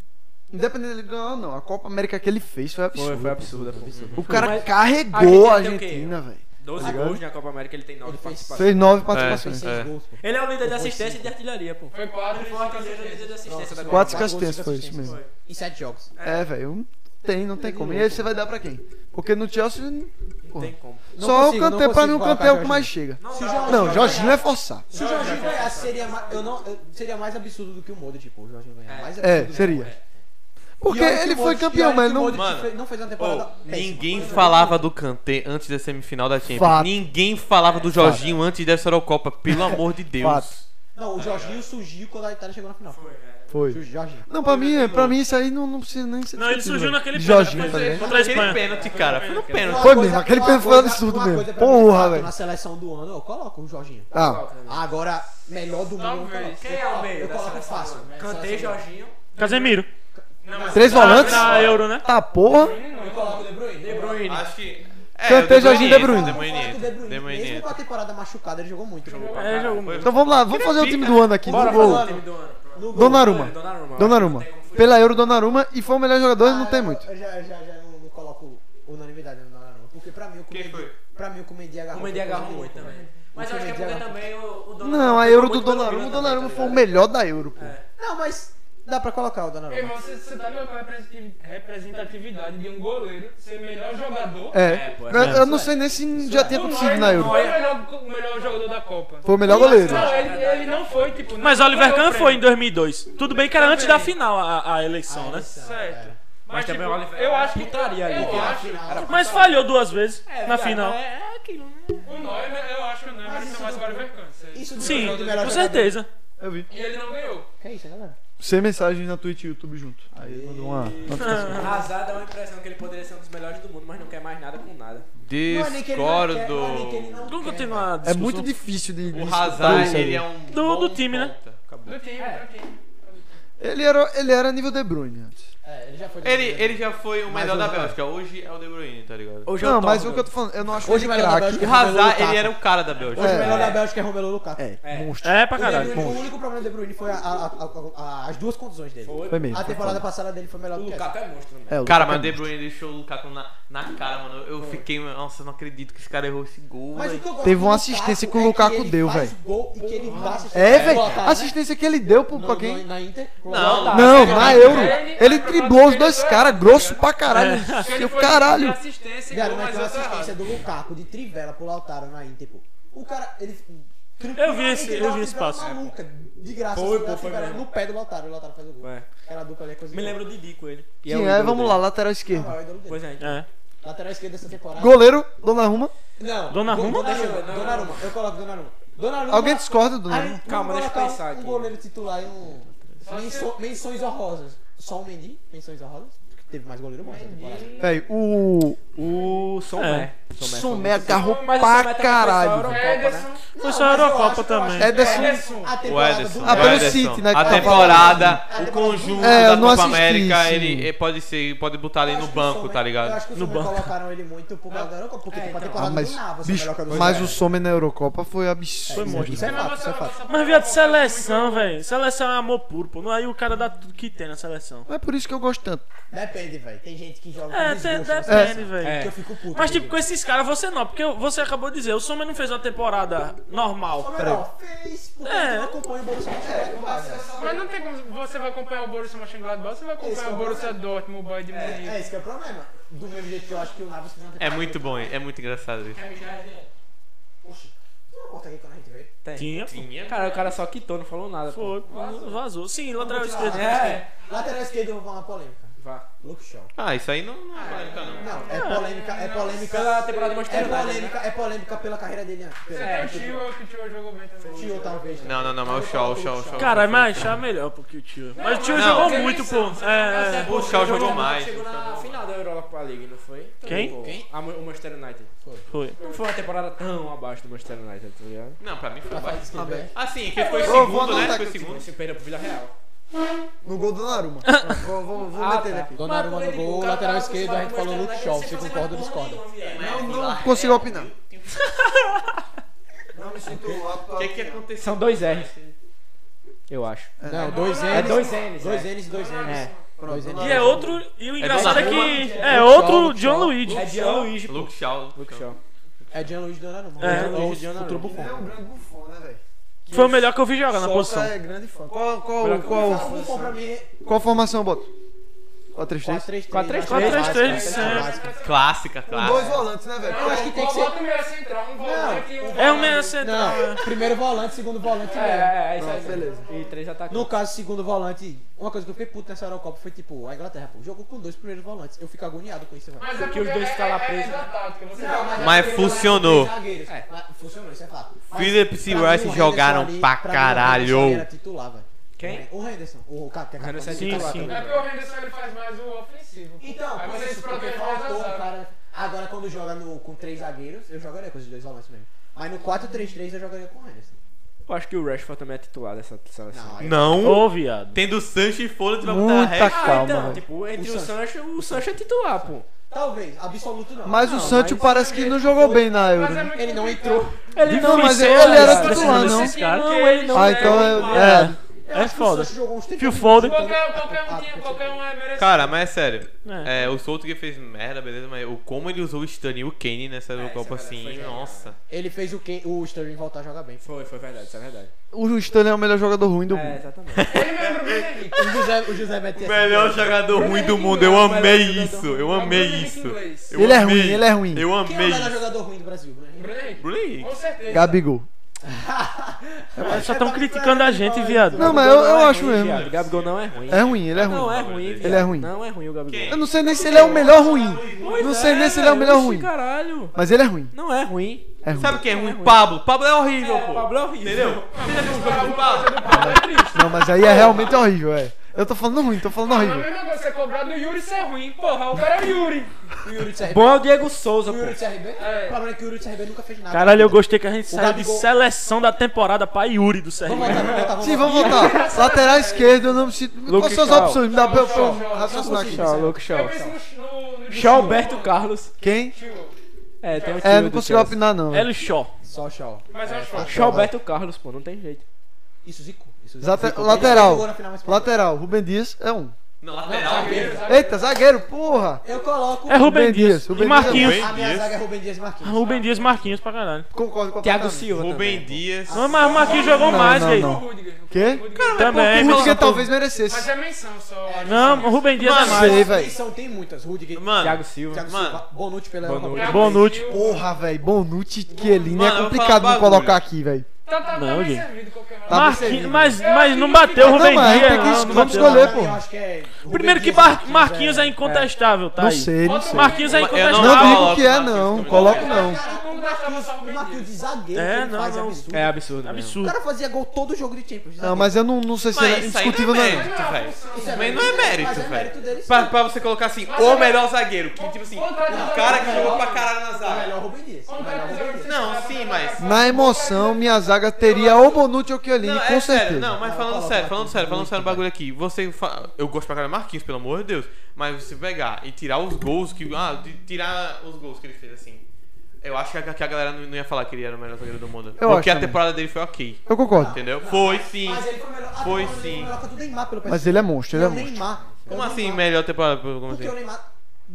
independente dele ganhar ou não, a Copa América que ele fez foi absurdo. absurdo, absurdo. O cara Mas carregou a a gente tem o quê? Argentina, velho. 12 ligado? gols na Copa América, ele tem 9 Ele fez participações. Fez 9 Foi participações. seis É. gols, pô. Ele é o líder de assistência e de artilharia, pô. Foi quatro e Foi o quatro artilheiro assistências. líder de assistência da Nossa, Copa. Quatro quatro gols, assistências, cinco foi isso assistências. mesmo. Em sete jogos. É, velho, não tem, não tem como. E aí você vai dar pra quem? Porque no Chelsea. Não tem como. Não Só consigo, o não Kanté, pra mim consigo o Kanté é o colocar que mais chega. Não, se o Jorginho Não, ganhasse- Jorginho é forçar. Se o Jorginho ganhasse, seria mais, eu não, eu- seria mais absurdo do que o Modric, tipo, o Jorginho ganhar. Mais É, absurdo seria. Porque E olha que ele o foi Modric- campeão, e olha mas que o não. Modric Mano, fe- não fez uma temporada Pô, péssima. ninguém falava do Kanté antes da semifinal da Champions. Fato. Ninguém falava do Jorginho antes dessa Eurocopa, pelo amor de Deus. Fato. Não, o Jorginho surgiu quando a Itália chegou na final. Foi, Foi. Jorginho. Não, pra mim, pra mim isso aí não, não precisa nem ser Não, ele discutido, surgiu velho. naquele De pênalti, Jorginho, mas tá ele- ligado? Contra a Aquele Espanha. pênalti, cara, foi no pênalti. Foi mesmo, aquele uma pênalti foi coisa- absurdo uma mesmo. coisa pra mim, Porra, fato, velho. Na seleção do ano, eu coloco o Jorginho. Ah, Agora, melhor do mundo. eu não Talvez. coloco. Quem Eu é o coloco- meio Eu da coloco seleção? fácil. Cantei, Jorginho. Casemiro. Ah, três Ah, volantes? Na, na Euro, né? Tá porra. Eu coloco o De Bruyne. De Bruyne. Acho que. É, Kanté, o Jorginho, Iniesta, De Bruyne. De Eu coloco o é De Bruyne. Bruyne. De Mesmo com a Bruyne. temporada machucada, ele jogou muito. Jogou É, jogou muito. Então vamos lá, vamos fazer o time do ano aqui. Bora No fazer gol. o time do ano. No gol. Donnarumma. Donnarumma. Donnarumma. Pela Euro, Donnarumma. E foi o melhor jogador, Ah, não tem eu- muito. Eu já, já, já não, não coloco unanimidade no Donnarumma. Porque pra mim, o Quem Comedi, foi? pra mim, o Comedi agarrou. O Mendy foi coisa agarrou de muito louco, também. né? Mas eu acho que é porque também o o Donnarumma... Não, a pegou Euro do muito pelo Donnarumma, o Milan Donnarumma também, foi o tá ligado? melhor da Euro. pô. Não, mas dá pra colocar o Donnarumma. Ei, mas Você, você tá vendo qual é a representati- representatividade de um goleiro ser melhor jogador? É. pô, Eu- Eu não isso sei nem se já tinha O acontecido Neuer na é. não é. Euro. foi o melhor, o melhor jogador da Copa. Foi o melhor goleiro. Não, ele, ele não foi, tipo. Mas não Oliver Kahn ganhou o foi em prêmio. 2002. Tudo bem que era antes da final a, a eleição, né? Certo. Mas, também tipo, o Oliver- Eu acho que. Putaria ali, eu cara. acho. Mas falhou duas vezes na viado, final. É é aquilo, né? O Neuer, eu acho que o Neuer Mas mereceu isso mais que o não- Oliver Kahn. sério. Isso Sim, do melhor com jogador. certeza. Eu vi. E ele não ganhou. Que isso, né, galera? Sem mensagem na Twitch e YouTube junto. Aí ele mandou uma. Hazard dá uma impressão que ele poderia ser um dos melhores do mundo, mas não quer mais nada com nada. Não é nem que ele não quer, não é nem que ele Discordo. não Vamos quer, continuar a É discussão. muito difícil de. de O escutar Hazard, isso aí. ele é um. Do- do bom time, né? ponta. Acabou. Do time, do time. Ele era, ele era nível De Bruyne antes. É, ele já foi. Ele, ele já foi o melhor o- tá. da Bélgica. Hoje é o De Bruyne, tá ligado? Hoje não, é o mas top, o que eu tô falando, eu não acho Hoje ele o melhor da craque. Bélgica- O Hazard, Lukaku. ele era o cara da Bélgica. Hoje o melhor tá. É. da Bélgica é Romelu Lukaku. É, É. monstro. É pra O, De caralho. Bruyne, o único problema do De Bruyne foi a- a- a- a- as duas condições dele. Foi mesmo. A foi temporada foda. passada dele foi melhor O do que essa. Lukaku é monstro, né? É, o Cara, Lukaku mas é o De monstro. Bruyne deixou o Lukaku na, na cara, mano. Eu fiquei, nossa, eu não acredito que esse cara errou esse gol, Mas o velho. que eu gosto Teve do uma assistência que o Lukaku ele deu, faz velho. gol e que ele dá assistência. É, velho. Botar, A né? assistência que ele deu pro, pra No- quem? no- Na Inter. Não, Tá, Não, tá, na tá. Euro. Ele- Ele ele driblou os dois foi- caras, grosso pra caralho. Se ele Seu for de caralho. assistência, Cara, igual, mas mas aquela eu tô errado. assistência do Lukaku de trivela pro Lautaro na Inter, pô. O cara, ele. Eu vi esse- eu vi esse passo. Maluca, de graça, Foi, assim, pô, foi da trivela, mesmo. no pé do Lautaro, o Lautaro faz o gol. É. Aquela dupla ali é coisa Me de lembra o Didi com ele. E Sim, o é, ídolo vamos dele. lá, lateral louco. esquerdo. Não, é o ídolo dele. Pois é, então. É. Lateral esquerda dessa temporada. Goleiro, Donnarumma. Não. Donnarumma? Donnarumma, Donnarumma. Eu coloco Donnarumma. Donnarumma. Alguém discorda do Aí, Donnarumma? vamos Calma, deixa eu colocar pensar um, aqui. Um goleiro titular e um. Menso, menções honrosas. Só o Mendy, menções honrosas. que Teve mais goleiro bom essa temporada. Velho, o O É. Somé. Somé agarrou Mas o Somé pra também foi só caralho. um Europa, velho. né? Ederson, Ah, Foi só a Eurocopa também. Ederson. A O temporada Ederson. do é Ah, pelo o Ederson. City, né, que A tava- temporada, Ah, o eu conjunto É, eu da não Copa assisti, América, sim. ele eh, pode ser, pode botar Eu ali no acho que o banco, Sommer- tá né? Eu ligado? acho que o No Sommer banco. É, então. colocaram ele muito por causa da Europa, porque tipo, a Ah, temporada mas, do Nava, bicho, melhor que a do mas Zé. o Somé na Eurocopa foi absurdo. Foi monstro. Isso é fato, isso é fato. Mas viado, seleção, velho. Seleção é amor puro, pô. Não Aí o cara dá tudo que tem na seleção. Mas é por isso que eu gosto tanto. Depende, velho. Tem gente que joga É, com tem- desgosto, depende, você sabe, velho. Que eu fico puto. Mas, tipo, com esses caras você não, porque você acabou de dizer, o Sommer não fez uma temporada normal. Melhor, fez, porque É. eu acompanho o Borussia Mönchengladbach. Mas não tem como você vai acompanhar o Borussia Mönchengladbach, você vai Esse é acompanhar o o Borussia Dortmund, o Bayern de É, é Munique. esse que é o problema. Do mesmo jeito que eu acho que o Navas fez uma É temporada- muito bom, é muito engraçado isso. Poxa, tu não conta aqui quando a gente vê. Tinha, Cara, o cara só quitou, não falou nada. pô. foi, vazou. Sim, lateral esquerdo. É. Lateral esquerdo, eu vou falar uma polêmica. Vá. Luke Shaw. Ah, isso aí não, não é polêmica, não. Não, é polêmica, é polêmica. Pela temporada de É Manchester United, né? polêmica, é polêmica pela carreira dele antes. Pela- Até o Tio, eu acho que o Tio jogou bem também. Tio, talvez. né? Não, não, não, mas o Shaw, o Shaw, o Shaw. Cara, mas achar melhor porque o tio. Mas o tio Não, jogou mas- muito, pô. É, é. O Shaw jogou Chegou mais. na Tá final da Europa League, não foi? Então, Quem? pô, a Mo- O Manchester United. Foi. Não foi uma temporada tão abaixo do Manchester United, tá ligado? Não, pra mim foi Faz baixo. isso também. Assim, que foi vou segundo, né? anotar Foi aqui. segundo. Se perdeu pro Vila Real. No gol do Donnarumma. vou vou, vou Ah, meter tá. ele aqui. Donnarumma no gol, lateral esquerdo, a gente falou Luke Shaw, você concorda ou discorda? Não, tá. não consigo opinar. Não me sinto O que é? que É, aconteceu? São dois R's. Eu acho. né? Não, dois N's. É dois N's, Dois é. N's, dois N's. Dois N's. E é outro. E o engraçado é que. É Shaw, outro Luke John Shaw. Luigi. É Jean Luiz, pô. Luke Shaw. Luke Shaw. É Gianluigi Donnarumma. É. É o- Gianluigi o Trubo Fon. grande bufão, né, velho? Foi o melhor que eu vi jogar na posição. é grande fã. Qual, qual, Melhor que qual, O Buffon pra mim é qual formação eu boto? 4-3-3. 4-3-3? 4-3-3. 4-3-3 de É sempre. básica. Clássica, clássica. volantes, né, velho? Eu acho que tem que Ou ser. bota um meia central, um volante e um É o volante. meia central. Não, primeiro volante, segundo volante. É, meia. é, é, isso aí. Pronto, beleza. E três atacantes. No caso, segundo volante, uma coisa que eu fiquei puto nessa Eurocopa foi tipo, a Inglaterra, pô, jogou com dois primeiros volantes. Eu fico agoniado com isso, velho. Mas é Que os dois porque ficam lá é- é- presos, É né? da tática, você Não, joga- Mas é porque funcionou. jogaram com três zagueiros. Mas Funcionou, isso é fato. Mas Phillips e pra mim, o Rice Henderson jogaram ali- pra pra mim, o caralho. Henderson era titular, velho. É, Quem? O Henderson. O cara que é Henderson é capaz de Sim, titular sim. também. É porque o Henderson ele faz mais o ofensivo. Então, Aí por você isso, se porque protege mais faltou a um zaga. cara. Agora, quando joga no- com três zagueiros, eu jogaria com os dois volantes mesmo. Mas no 4-3-3 eu jogaria com o Henderson. Eu acho que o Rashford também é titular dessa seleção. Não, aí- Não. Ô, viado. Tendo Sancho e Follett vai botar a Muita regra. Ah, calma, então, velho. tipo, entre O o Sancho, o Sancho é titular, pô. Talvez, absoluto não. Mas o Não, Sancho mas- parece que não jogou bem na Euro. Mas é né? muito Ele não complicado. entrou. Ele Não, mas ele era era titular. titular, não. desses caras. Não, ele não Ah, então é. é. Eu É acho que o foda. Sancho jogou uns 30 Phil minutos. Ah, Foden. Qualquer, qualquer um tinha, qualquer um é merecido. Cara, mas é sério. É. É, o Souto que fez merda, beleza, mas o, como ele usou o Stan e o Kane nessa Eurocopa isso é verdade, assim, foi genial. nossa. Ele fez o que o Sterling voltar a jogar bem. Foi, foi verdade, isso é verdade. O Stanley é o melhor jogador ruim do É, mundo. exatamente. Ele me lembra o Bruno Henrique. O José, o José vai ter Melhor assim, né? jogador ruim do mundo, eu amei isso, eu amei isso. Eu Ele é amei, ruim, ele é ruim. Eu Quem é o amei melhor isso. jogador ruim do Brasil, né? Bruno Henrique. Bruno Henrique. Com certeza. Gabigol. É. Só estão criticando a gente, viado. Não, mas eu, eu acho é ruim, mesmo. viado. Gabigol não é ruim. É ruim, ele é Não ruim. é ruim, viado. Ele é ruim. Não é ruim o Gabigol. Eu não sei nem se ele é o melhor ruim. Não sei nem se ele é o melhor Oxi, ruim. caralho. Mas ele é ruim. Não é ruim. É ruim. Sabe quem é ruim? Pablo. Pablo é horrível, pô. Pablo é horrível. Entendeu? Você já viu um jogo do Pablo? Não, mas aí é realmente horrível, é. Eu tô falando ruim, tô falando É a horrível. mesma coisa, você cobrar do Yuri ser ruim. Porra, o cara é o Yuri. O Yuri de CRB. Bom é o Diego Souza, O pô. Yuri de CRB? É. O problema é que o Yuri de CRB nunca fez nada. Caralho, eu gostei que a gente saiu de Gabigol- seleção da temporada pra Yuri do CRB. Vamos voltar, vamos voltar, vamos Sim, vamos voltar. Lateral esquerdo, eu não me sinto. Quais são as Shaw. opções? Me dá pra eu pra eu Shaw, Shaw, raciocinar aqui. Tchau, louco, tchau. Eu penso no- no- no- Tchau, Alberto Carlos. Quem? É, tem um É, tio não do consigo Chelsea. opinar, não. velho. Hélio Shaw. Só tchau. Mas eu acho Tchau, Alberto Carlos, pô, não tem jeito. Isso, Zico. Isso, Zico. Zate- Zico. Lateral. Ele jogou na final, mas perdeu. Lateral, Rubem Dias é um. Não, lateral. Ah, é Eita, zagueiro, porra! Eu coloco. É Rubem Dias. Rubem E Dias é Marquinhos. A minha zaga é Rubem Dias e Marquinhos. Rubem Dias Marquinhos pra caralho. Concordo com a Thiago Silva. também, Rubem pô. Dias. Não, mas o Marquinhos jogou Não, mais, não, gay. não. Rudiger. Quê? Rudiger. Também. O Rudiger mas- talvez merecesse. Mas é menção só. Então Não, o Rubem Dias é Mas- mais. Sei, Mas velho. menção tem muitas. Rudiger. Mano, Thiago Silva. Thiago Mano. Silva. Bonucci pela Bonucci. Europa. Bonucci. Porra, Ah, velho. Bonucci, Chiellini. Mano, eu É vou complicado falar um não bagulho. colocar aqui, velho. Tá, tá, tá Não, bem gente. servido qualquer maneira. Marquinhos, mas, mas não bateu o Não, Rubem mas a gente Dias. tem que não, es- não vamos bateu. escolher, Pra pô. mim, eu acho que é Rubem Primeiro que Dias, Mar- Marquinhos é incontestável, tá Não aí. sei, não sei. Marquinhos é eu não Não incontestável. digo coloco que é, Marquinhos não. também. Coloco não. Não gastava só O Rubem Marquinhos Dias. de zagueiro É, que ele não, faz é não. absurdo. É absurdo. mesmo. O Absurdo. cara fazia gol todo jogo de Champions. né? Não, mas eu não, não sei se é Mas isso aí não indiscutível, é não. mérito, Não, velho. função. Isso Mas não é mas mérito, é mérito velho. dele sim. Pra, pra você colocar assim, Mas o é- melhor zagueiro. Que, tipo assim, Contra- o cara que Não, jogou pra caralho na É zaga. melhor Rubem Dias. Contra- É melhor Rubem Dias. Não, sim, mas. Na emoção, minha zaga teria ou Bonucci ou Chiellini, Não, com é sério, não, certeza. mas Fala, falando fala, sério, falando fala, fala. sério, falando sério o bagulho aqui. Você fa- Eu gosto pra caralho do Marquinhos, pelo amor de Deus. Mas você pegar e tirar os gols que. Ah, de tirar os gols que ele fez assim. Eu acho que a, que a galera não não ia falar que ele era o melhor zagueiro do mundo. Eu porque acho a também. Tá. temporada dele foi ok. Eu concordo. Entendeu? Foi sim. Mas ele foi melhor. Ah, Foi não, ele sim. Foi melhor que o do Neymar pelo PSG. Mas ele é monstro, ele é E o monstro. Neymar. Como o assim, Neymar- melhor temporada? Como Porque o assim? Neymar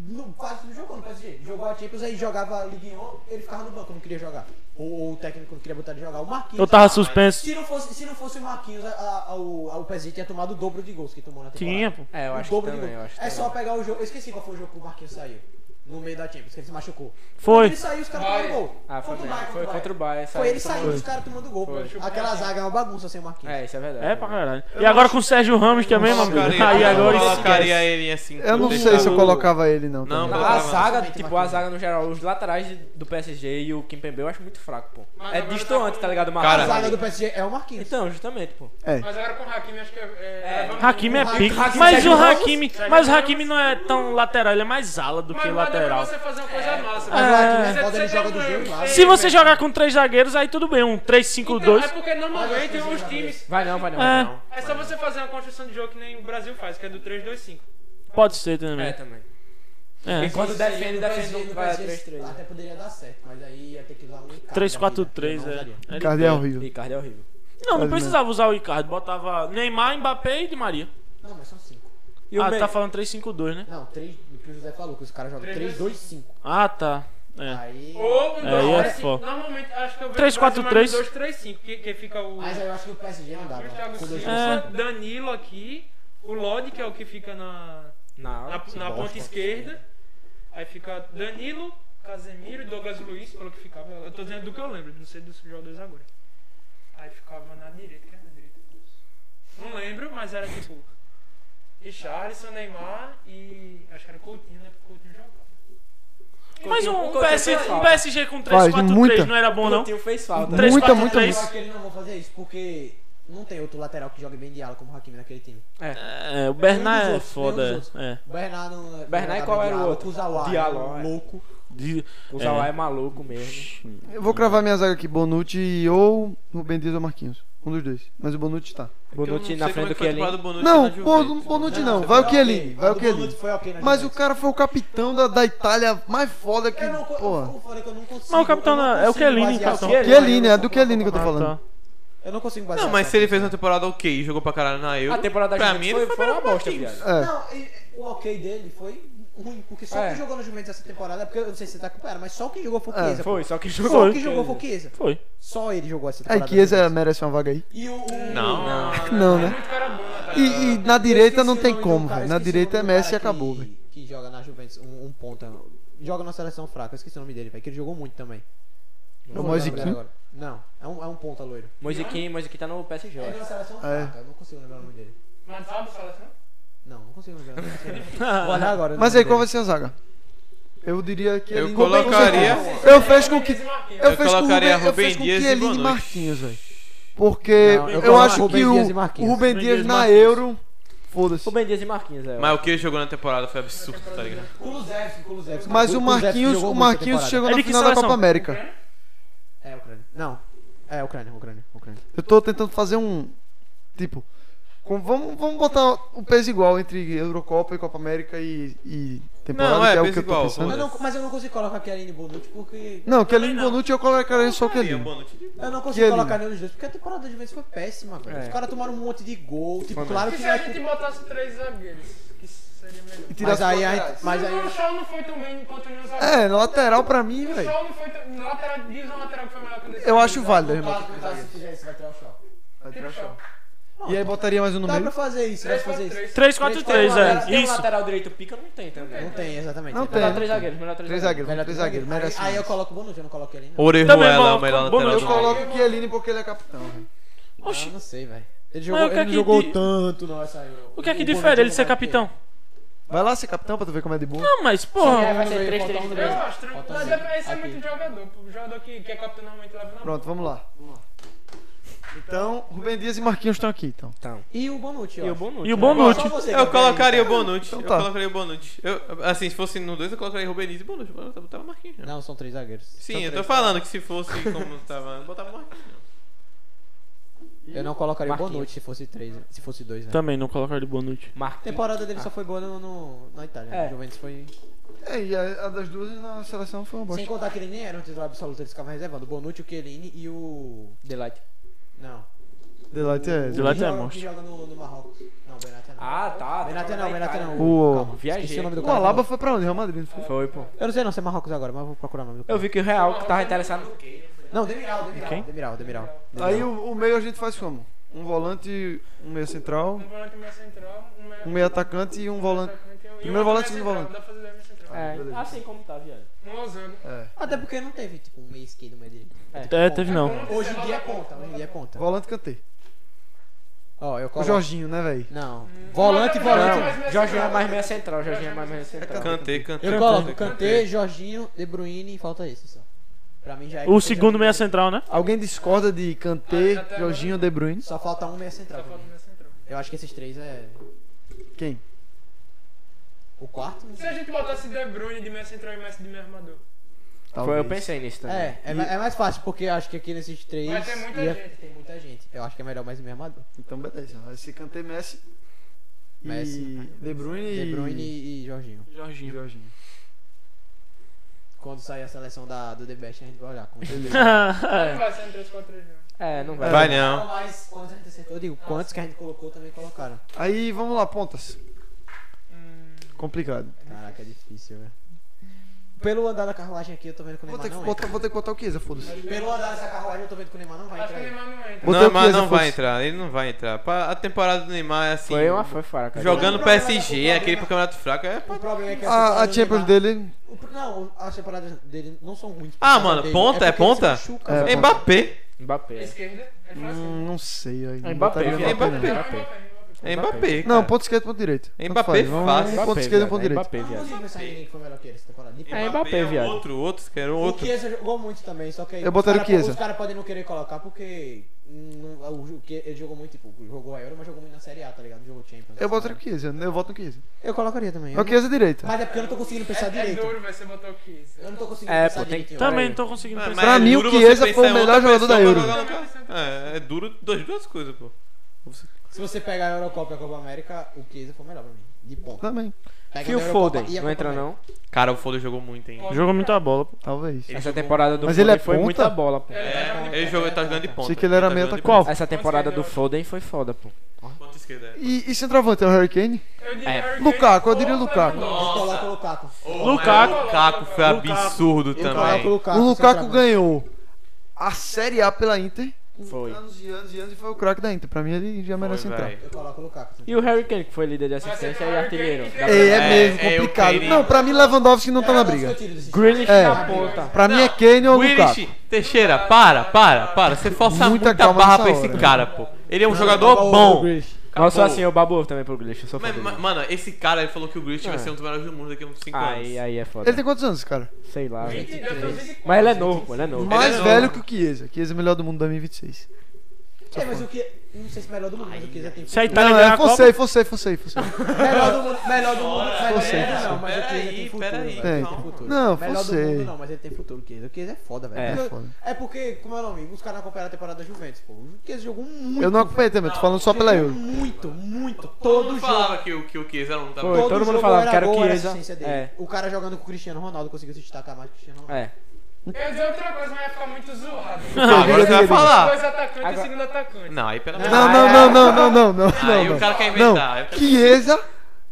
não, quase não jogou no PSG. Jogou a Champions, aí jogava a Ligue 1, ele ficava no banco, não queria jogar. Ou, ou o técnico não queria botar ele jogar. O Marquinhos. Eu tava suspenso. Se não fosse, se não fosse o Marquinhos, a, a- o, a- o PSG tinha tomado o dobro de gols que tomou na temporada. Tinha, pô. É, eu O acho que dobro de também, eu gols. acho que É também. só pegar o jogo. Eu esqueci qual foi o jogo que o Marquinhos saiu. No meio da Champions, que ele se machucou. Foi. Ele saiu, os caras tomaram gol. Ah, foi, Bayern, mesmo. foi contra o Bayern. Foi saiu ele tomando- saindo, os caras tomando gol. Foi. pô. Aquela zaga é uma bagunça sem o Marquinhos. É, isso é verdade. É pra caralho. E agora com o Sérgio Ramos também, mano. Aí eu agora colocaria esquece. ele assim. Eu não deixar- sei se eu colocava ele, não. tá Não, também. não. A Marquinhos. zaga, tipo, a zaga no geral, os laterais de- do PSG e o Kimpembe eu acho muito fraco, pô. Mas é agora distoante, tá- tá ligado? A Cara. Marquinhos? zaga do PSG é o Marquinhos. Então, justamente, pô. Mas agora com o Hakimi, acho que é. é, É. levando- Hakimi é Hakimi- pico. Hakimi Mas Sérgio o Ramos. Hakimi, Sérgio mas o Ramos. Hakimi não é tão lateral, ele é mais ala do que Mas mas dá pra lateral. você fazer uma coisa massa. É. Mas né? o Hakimi Você- roda, ele você joga tem do um- jeito lá. é, Se você velho. jogar com três zagueiros, aí tudo bem, um 3-5-2. Então, é porque normalmente os times. Vai não, vai não. vai não. É, É só você fazer uma construção de jogo que nem o Brasil faz, que é do 3-2-5. pode ser também. É, também. É. Enquanto defende, Então, No PSG, defende, no vai PSG 3-3. Até poderia dar certo, mas aí ia ter que usar um Icardi 3-4-3, aqui, né? Eu não usaria. é. Cardi é horrível. Ricardo é horrível. Não, não Quase precisava usar o Icardi, botava Neymar, Mbappé e Di Maria. Não, mas são 5. E o ah, meio? tá falando 3-5-2, né? Não, 3, o que o José falou, que os caras jogam Três, 3, 2, 5. Ah, tá. É. Aí. Ou um É, dois, aí é três, cinco. foda. Normalmente acho que eu vejo 3, 4, 3. 2, 3, 5, que, que fica o. Mas aí eu acho que o PSG não dá. o mano. Thiago Com dois Silva, É. Danilo aqui, o Lodi, que é o que fica na, Não. na, Tá na ponta esquerda. Aí fica Danilo, Casemiro e Douglas Luiz, pelo que ficava. Eu tô dizendo do que eu lembro, não sei dos jogadores agora. Aí ficava na direita, que era na direita. Não lembro, mas era tipo. Richarlison, Neymar e. Acho que era Coutinho, né? Porque Coutinho jogava. Mas Coutinho- um, Coutinho PS, fez um falta. PSG com Faz, 3-4-3 muita. não era bom, não? Coutinho fez falta. Três, Muita, quatro, muita, três. Eu acho que eles não vão fazer isso, porque não tem outro lateral que jogue bem de ala como o Hakimi naquele time. É, o Nenhum Bernard dos é outros, nenhum foda. dos É. O Bernard não. não Bernard, jogava qual de era o ala, outro? O Zawar. Diallo, né? é. Louco. De- O É. Zawá é maluco mesmo. Eu vou cravar minha zaga aqui, Bonucci ou Rubem Dias ou Marquinhos. Um dos dois. Mas o Bonucci tá. Bonucci na frente do é que ele. Kieling. tá Não, Bonucci, Bonucci não. Vai o Foi ok. Chiellini, vai do o Chiellini. Bonucci foi ok na Mas o Juventus. cara foi o capitão da, da Itália mais foda que. Eu não, eu, Porra. eu falei que eu não consigo. Mas o capitão eu não não- é o consigo Chiellini, basear capitão. só na Chiellini, é evolução do Chiellini que eu tô Ah, tá. falando. Eu não consigo basear. Não, mas só se ele na- fez uma temporada ok, jogou pra caralho na Euro. A temporada da pra mim, Juventus ele foi, foi uma melhor bosta, que isso. viado. É. Não, e- o ok dele foi ruim, porque só É. quem jogou no Juventus essa temporada, porque eu não sei se você tá acompanhando, mas só quem jogou foi o É, Chiesa. Foi, só que pô. jogou. Só foi. quem jogou foi o Chiesa. Foi. Só ele jogou essa temporada. Aí É, Chiesa merece uma vaga aí. E o. o- Não. Não, né? Muito cara bom, né, cara? E, e na eu direita esqueci não o tem nome do como, cara, velho. Na esqueci o direita é nome do cara Messi e que- acabou, velho. Que joga na Juventus, um, um ponta. Joga na seleção fraca, eu esqueci o nome dele, velho, que ele jogou muito também. É o Não vou lembrar Moisiquinho? agora. Não, é um, é um ponta loiro. Moisiquinho, Moisiquinho tá no PSG, eu É acho. na seleção É. fraca, eu não consigo lembrar o nome dele. Mas sabe, assim, seleção? Não, não consigo lembrar. Não consigo lembrar. Vou olhar agora. o Mas nome aí, qual vai dele. ser a zaga? Eu diria que. Eu ele- Rubem- colocaria- Eu fecho com que. Eu, Eu fecho com o Rubem, colocaria eu Rubem fecho com Dias e Chiellini e Bonucci. Marquinhos, velho. Porque Não, eu eu, coloco acho Rubem que o, Dias e Marquinhos. o Rubem Rubem Dias Dias e na Marquinhos. Euro Foda-se. Rubem Dias e Marquinhos, é. Mas o que ele jogou na temporada foi absurdo, tá ligado? Kulusevski, Kulusevski. Mas o Kulusevski Marquinhos, jogou o muito essa Marquinhos temporada. chegou Ele na que final da seleção? Copa América. É, Ucrânia. Não. É, Ucrânia, Ucrânia, Ucrânia. Eu tô tentando fazer um. Tipo. com- vamos, vamos botar o peso igual entre Eurocopa e Copa América e, e temporada, Não, é, que é o peso que eu tô igual, pensando. Eu foda-se. não, mas eu não consigo colocar a Kelly Bonucci Tipo, porque. Não, que Aline Bonucci eu colocaria só o que Aí, Aline. boa noite. Eu não Que consigo ele- colocar nenhum dos dois, porque a temporada de vez foi péssima, velho. É. Os caras tomaram um monte de gol. Tipo, claro E que se não a é gente culpa- botasse três zagueiros? Que seria melhor. Mas aí a gente. Mas aí. o Shaw não foi tão bem quanto nenhum zagueiro. É, lateral pra mim, O velho. Shaw não foi tão. Lateral, diz um lateral que foi melhor que o desse Eu time. acho válido, Não irmão. dá pra botar se fizer isso, vai tirar o Shaw. Tira o Shaw. E aí botaria mais um no Dá meio. pra fazer isso, dá pra Três, fazer quatro, isso. três. 3-4-3, é. Tem um Isso. lateral direito pica, não tem também. Não tem, exatamente. Não Dá tem. pra- Melhor três zagueiros, melhor três Três zagueiros. zagueiros, melhor assim. três zagueiros, merece. Aí eu mais. coloco o Bonucci, eu não coloco ele ainda. Orejuela é o bom, melhor bom, lateral eu do Eu mundo. coloco o Chiellini porque ele é capitão, velho. Ah, Oxi, não sei, velho. Ele Mas o jogou, que ele é não que jogou di- tanto, não, essa Euro. o que é que Bonucci difere ele jogou ser mais que capitão? Vai lá ser capitão pra tu ver como é de boa. Não, mas, porra. Vai ser três, três, Faltando Eu três. acho, tranquilo. Falta Mas zero. é- esse é Aqui. muito jogador. pô. O jogador que, que é capitão normalmente leva na Pronto, vamos lá. Então, Rubem Dias e Marquinhos estão aqui, então. E o Bonucci, ó. E o Bonucci. E o Bonucci. Eu colocaria o Bonucci. Então Eu tá. colocaria o Bonucci. Eu- Assim, se fosse no 2, eu colocaria Rubeniz e Bonucci. Eu botava o Marquinhos. né? Não, são três zagueiros. Sim, eu tô falando que se fosse como tava, eu botava o Marquinhos. Eu não colocaria Marquinhos. o Bonucci se fosse três, se fosse dois, né? Também não colocar de boa noite. A Marquinhos. temporada dele só foi boa no, no- na Itália. né? É. O Juventus foi. É, e a, a das duas na seleção foi uma Sem bosta. contar que ele nem era um titular absoluto, eles ficavam reservando. O Bonucci, o Chiellini e o. Delight. Não. Delight é. Delight- O é joga- Que monstro. joga no, no Marrocos. Não, o Benatia não. Ah, tá. Benatia não, Benatia não. O- Calma, Viajei. esqueci o nome do O cara. Alaba foi pra onde? Real Madrid, não foi? Foi, pô. Eu não sei não se é Marrocos agora, mas eu vou procurar o nome do cara. Eu vi que o Real que tava interessado. Não, Demiral, Demiral. Demiral, Demiral. Demiral. Aí o, o meio a gente faz como? Um volante, um meia central, Um volante meio central, um meio um meio atacante e um volante. atacante e um Primeiro volante, outro meio segundo central. volante. Dá pra fazer dois meio central. É, beleza. assim como tá, viado. Um losango. É. Até porque não teve, tipo, um meio esquerdo, um meio direito. É, teve não. Hoje em dia é ponta, hoje em dia é ponta. Volante cantei. Ó, eu O coloco... Jorginho, né, velho? Não. Volante, Não, volante. não, não. Jorginho é mais meia central, Jorginho é mais meia central. Cantei, cantei. Eu coloco Kanté, Jorginho, De Bruyne e falta esse só. Pra mim já é... O segundo meia central, né? Alguém discorda de Ah, Kanté, tá, Jorginho, De Bruyne? Só falta um meia central. pra mim. Meio central. Eu acho que esses três é... Quem? O quarto? não Se sei. a gente botasse De Bruyne de meia central e Messi de meio armador. Talvez. Foi, eu pensei nisso Tá também. É, é, ma- é mais fácil, porque eu acho que aqui nesses três... Mas tem muita ia- gente. Tem muita gente. Eu acho que é melhor mais o meio armador. Então, beleza. Vai ser Kanté, Messi. Messi. E De Bruyne e. De Bruyne e Jorginho. e Jorginho. Quando sair a seleção da, do The Best, a gente vai olhar. Como Não vai ser um 3-4-3, não. É, não vai. Vai né? Então, não. Mas quantos a é gente acertou? Eu digo, quantos que a gente colocou também colocaram. Aí, vamos lá, pontas. Hum, Complicado. Caraca, é difícil, velho. Pelo andar da carruagem aqui, eu tô vendo que o Vou Neymar ter que, não botar, vou ter que botar o Kiesa, foda-se. entra. Pelo andar dessa carruagem, eu tô vendo que o Neymar não vai acho que entrar. o aí. Neymar não é entra. Botei o Não, mas Chiesa, não vai foda-se. entrar, ele não vai entrar. Pa- A temporada do Neymar é assim. Foi uma foi fora, cara. Jogando Não, no não, não, não, PSG, não, não, aquele não. campeonato fraco é. O problema é que Ah, A, a Champions dele. dele. Não, as separadas dele não são ruins. Ah, Porque mano, dele- ponta, é porque ele se ponta? É, machuca, velho. ponta. Mbappé. Mbappé. Esquerda, ele faz assim. Hum, não sei aí. É Mbappé, não botaria viado. Mbappé, não. Mbappé. Vai, vai, vai. É Mbappé. Não, cara. ponto esquerdo, ponto direito. Tanto Mbappé faz. Vamos- fácil. Um ponto esquerdo e um ponto viado. É direito. Mbappé, Eu não viado. consigo pensar em ninguém que foi melhor que ele essa temporada. De É Mbappé, é um viado. Outro, outro, que era um O outro. Chiesa jogou muito também, só que aí Eu botaria os o Chiesa. Os caras podem não querer colocar porque hum, não, o, o, que- ele jogou muito, tipo, jogou a Euro, mas jogou muito na Série A, tá ligado? Jogou Champions. Eu botaria o Kiesa, eu voto no Kiesa. Eu colocaria também. É o Kiesa direita. Mas é porque eu não tô conseguindo pensar É direito. duro, vai ser botar o Kiesa. Eu não tô conseguindo É, pensar pô, tem que- direito. tá. Também não tô conseguindo Mas- pensar. Pra mas é mim, duro o você Chiesa pensar foi o em outra melhor jogador pessoa da Euro. pra jogar no cara. É, é duro dois, duas coisas, pô. Se você pegar a Eurocopa e a Copa América, o Chiesa foi melhor pra mim. De ponto. Também. Pega Phil a Eurocopa Foden, e a não Copa entra América. não. Cara, o Foda jogou muito, hein. Jogou muita bola. pô. Talvez. Ele Essa jogou temporada do Mas ele é Foden foi ponta? muita bola, pô. É, ele jogou, ele tá jogando de ponta. Achei que ele era tá meio jogando de atacante. Qual? Essa temporada do Foden foi foda, pô. ponta. Ponta esquerda, é. E, e centroavante é o Harry Kane? Eu diria É. Harry Kane Lukaku, eu diria ou Lukaku. Lewandowski. Eu coloco Nossa. o Lukaku. Ô, Lukaku. mas o Lukaku foi absurdo Eu também. coloco o Lukaku. o Lukaku Tá, centroavante. ganhou a Série A pela Inter. Foi. Anos e anos e anos e foi o craque da Inter. Pra mim ele já merece Foi, entrar. véi. Eu coloco o Lukaku. E o Harry Kane, que foi líder de assistência Mas e é artilheiro. Harry Da- É, é É, mesmo, é, eu complicado. queria- não, pra mim Lewandowski não tá na briga. Grealish É. na ponta. Pra mim é Kane ou Lukaku. Willis, Teixeira, para, para, para. Você força Muita muita, calma barra nessa pra esse hora. cara, pô. Ele é um jogador bom. Nossa, Acabou. assim, eu babo também pro Grealish, eu sou fã Mas, dele. ma- mano, esse cara ele falou que o Grealish vai É. ser um dos melhores do mundo daqui a uns 5 anos. Aí, aí é foda. Ele tem quantos anos, cara? Sei lá, velho. Ele deve ter uns 24. Mas ele é novo, pô, ele é novo. Mais é novo. velho que o Chiesa. Chiesa é melhor do mundo 2026. É, mas o que. Não sei se é melhor do mundo, mas o que já tem. Se a Tá Itália Não, ganhar é a Copa, você, você, você, você. Melhor do mundo, melhor do mundo, melhor do Força, mundo, não, mas o Peraí, Kiesa tem futuro. peraí, velho. tem. Ele tem futuro. Não, melhor forcei. do mundo não, mas ele tem futuro, o Kiesa. O Kiesa é foda, velho. É. É, Foda. é porque, como é o nome? Os caras acompanharam a temporada da Juventus, pô. O Kiesa jogou muito. Eu não acompanhei também, tô falando só pela velho. Euro. Jogou Muito, muito. Todo Todo mundo jogo. falava que o que o um Kiesa não tava Foi, todo mundo jogo falava, era quero gol, era Chiesa. assistência dele. É. O cara jogando com o Cristiano Ronaldo conseguiu se destacar mais que o Cristiano Ronaldo. É. Eu ia dizer outra coisa, mas ia ficar muito zoado. Ah, agora você vai falar. Dois atacantes e Agora- segundo atacante. Não, aí pera Não, não, não, não, não, não, não. Aí não, Ah, o cara quer não. inventar. não. Chiesa,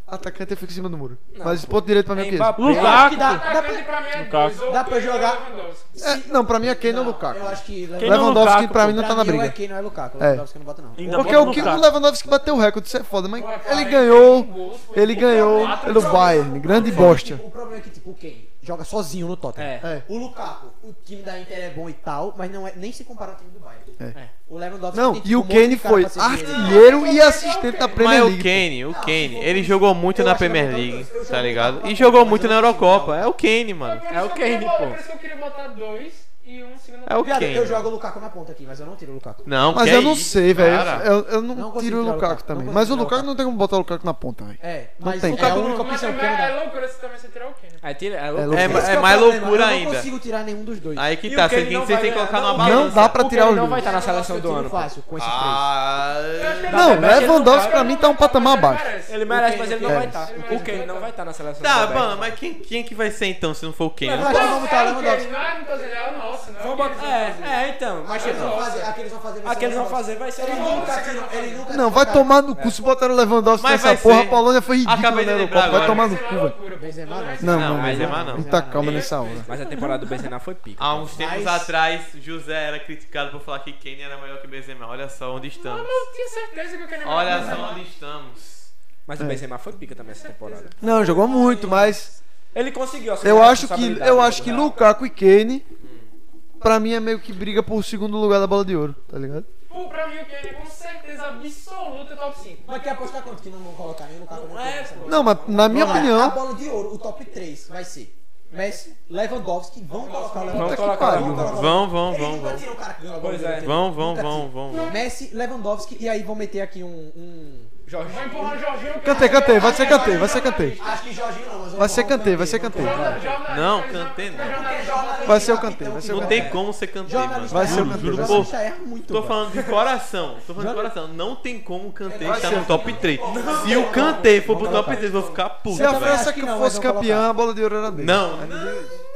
atacante fica em cima do muro. Mas ponto direito pra mim é É Chiesa. Mbappé. Acho que Lukaku. dá, dá pra... Atacante pra mim é Lukaku. dois. ou Dá pra Kane ou jogar- Lewandowski. É, não, pra mim é Kane ou Lukaku. Eu acho que Quem não é Lewandowski Lukaku, pra mim pô? não tá na Pra mim, briga. é Kane, não é Lukaku. É. Lewandowski eu não bota, não. Ainda Porque bota o que o Lukaku. Lewandowski bateu o recorde, isso é foda, mas ele Quarenta e ganhou, um gols, foi ele ganhou pelo Bayern, grande bosta. O problema é que, tipo, o Kane joga sozinho no Tottenham. É. É. O Lukaku, o time da Inter é bom e tal, mas não é, nem se compara ao time do Bayern. É. O Lewandowski Não, tem, tipo, e um o monte de Kane cara foi pra ser dele. artilheiro e assistente da Mas é Premier o League. Kane, o Kane, se for ele por- jogou muito eu na acho que eu Premier vou botar League, dois. Eu tá jogo ligado? muito na E jogou Copa, muito mas na eu não sei Eurocopa. qual. É o Kane, mano. Foi por É isso o que eu queria Kane, botar- pô. Por isso que eu queria botar dois e um segundo É o Viado, Kane. eu jogo o Lukaku na ponta aqui, mas eu não tiro o Lukaku. Não, Mas que é eu não isso, sei, velho. cara. Eu, eu não, Não tiro consigo o tirar o Lukaku Lukaku, também. não Mas o consigo tirar Lukaku o Lukaku. não tem como botar o Lukaku na ponta, velho. É, Não mas tem. é a Lukaku única Mas opção que também eu é não dá. loucura você também você tirar o Kane. Aí tira. É É louco. louco. É, Esse que é o mais problema, loucura Eu não ainda. consigo tirar nenhum dos dois. Aí que E tá, o Kane você tem não você vai tem que ganhar, colocar não. numa balança. Não dá pra Porque tirar ele o não vai Lukaku. estar na Esse é o seleção do tiro ano. pô. fácil com esses três. Ah, é né? Não, Não, mas ele não Lewandowski vai, pra mim tá um patamar abaixo. Ele merece, O mas Kane ele não tem- vai estar. Ele O merece. Kane não vai estar na seleção Tá, do mano, mas quem, quem que vai ser então se não for o Kane? Mas eu acho que vamos botar o Não, é o Kane, Lewandowski. não é, não tô dizendo, é o nosso, não é o Vamos botar. que eles vão fazer. É, é, então. Mas Aqueles vão fazer, aqueles vão fazer. vai ser aqueles vão Lewandowski. fazer vai ser. Ele nunca tira- ele nunca Não, tira vai o Lukaku. tomar no cu. Se botaram o Lewandowski Mas nessa vai porra, ser. a Polônia foi ridícula Acabei de na lembrar Eurocopa. Vai agora. tomar Tá no Sei lá, cu, velho. loucura, pô. Benzema né? Não, não. é Não, Não, não, Benzema não. não. Não tá calma nessa hora. Mas a temporada do Benzema foi pica. Há uns tempos Mas- atrás, José era criticado por falar que Kane era melhor que Benzema. Olha só onde Eu estamos. não tinha certeza que eu queria Tá. um Olha só onde estamos. Mas o Benzema foi pica também essa temporada. Não, jogou muito, mas Ele conseguiu assumir eu a acho que responsabilidade eu do acho que Real. Lukaku e Kane pra mim é meio que briga por segundo lugar da bola de ouro, tá ligado? Pô, pra mim o Kane é com certeza absoluta top 5. Mas quer apostar quanto que não vão colocar nem o Lukaku? né? nem o é, Kane? pô. Não, é. mas na minha Olha, A opinião, bola de ouro, o top 3 vai ser Messi, Lewandowski, vão colocar o puta Lewandowski. que colocar pariu, o velho. Vão, vão, Ele vão, nunca vão. tira o cara que ganha a bola Pois de ouro. é. Vão, vão, Nunca vão, vão. vão. tira. Messi, Lewandowski e aí vão meter aqui um. um- Jorge. Vai empurrar o Jorginho. Cantei, cantei, vai ser cantei, vai ser cantei. Acho que Jorginho não, mas Vai ser cantei, vai ser cantei. Não, cantei não. um Vai ser o Kanté, vai ser o Não tem como ser canteiro, mano. então, Jornalista Vai ser o erra Kanté, muito, vai ser. jornalista erra muito. Tô velho. falando de coração, tô falando de coração. Não tem como o Kanté estar no top 3. Se o Kanté for pro top 3, eu vou ficar puto. se a também velho. França acho que que não, fosse mas vão campeã, colocar. a bola de ouro era dele. Não, não.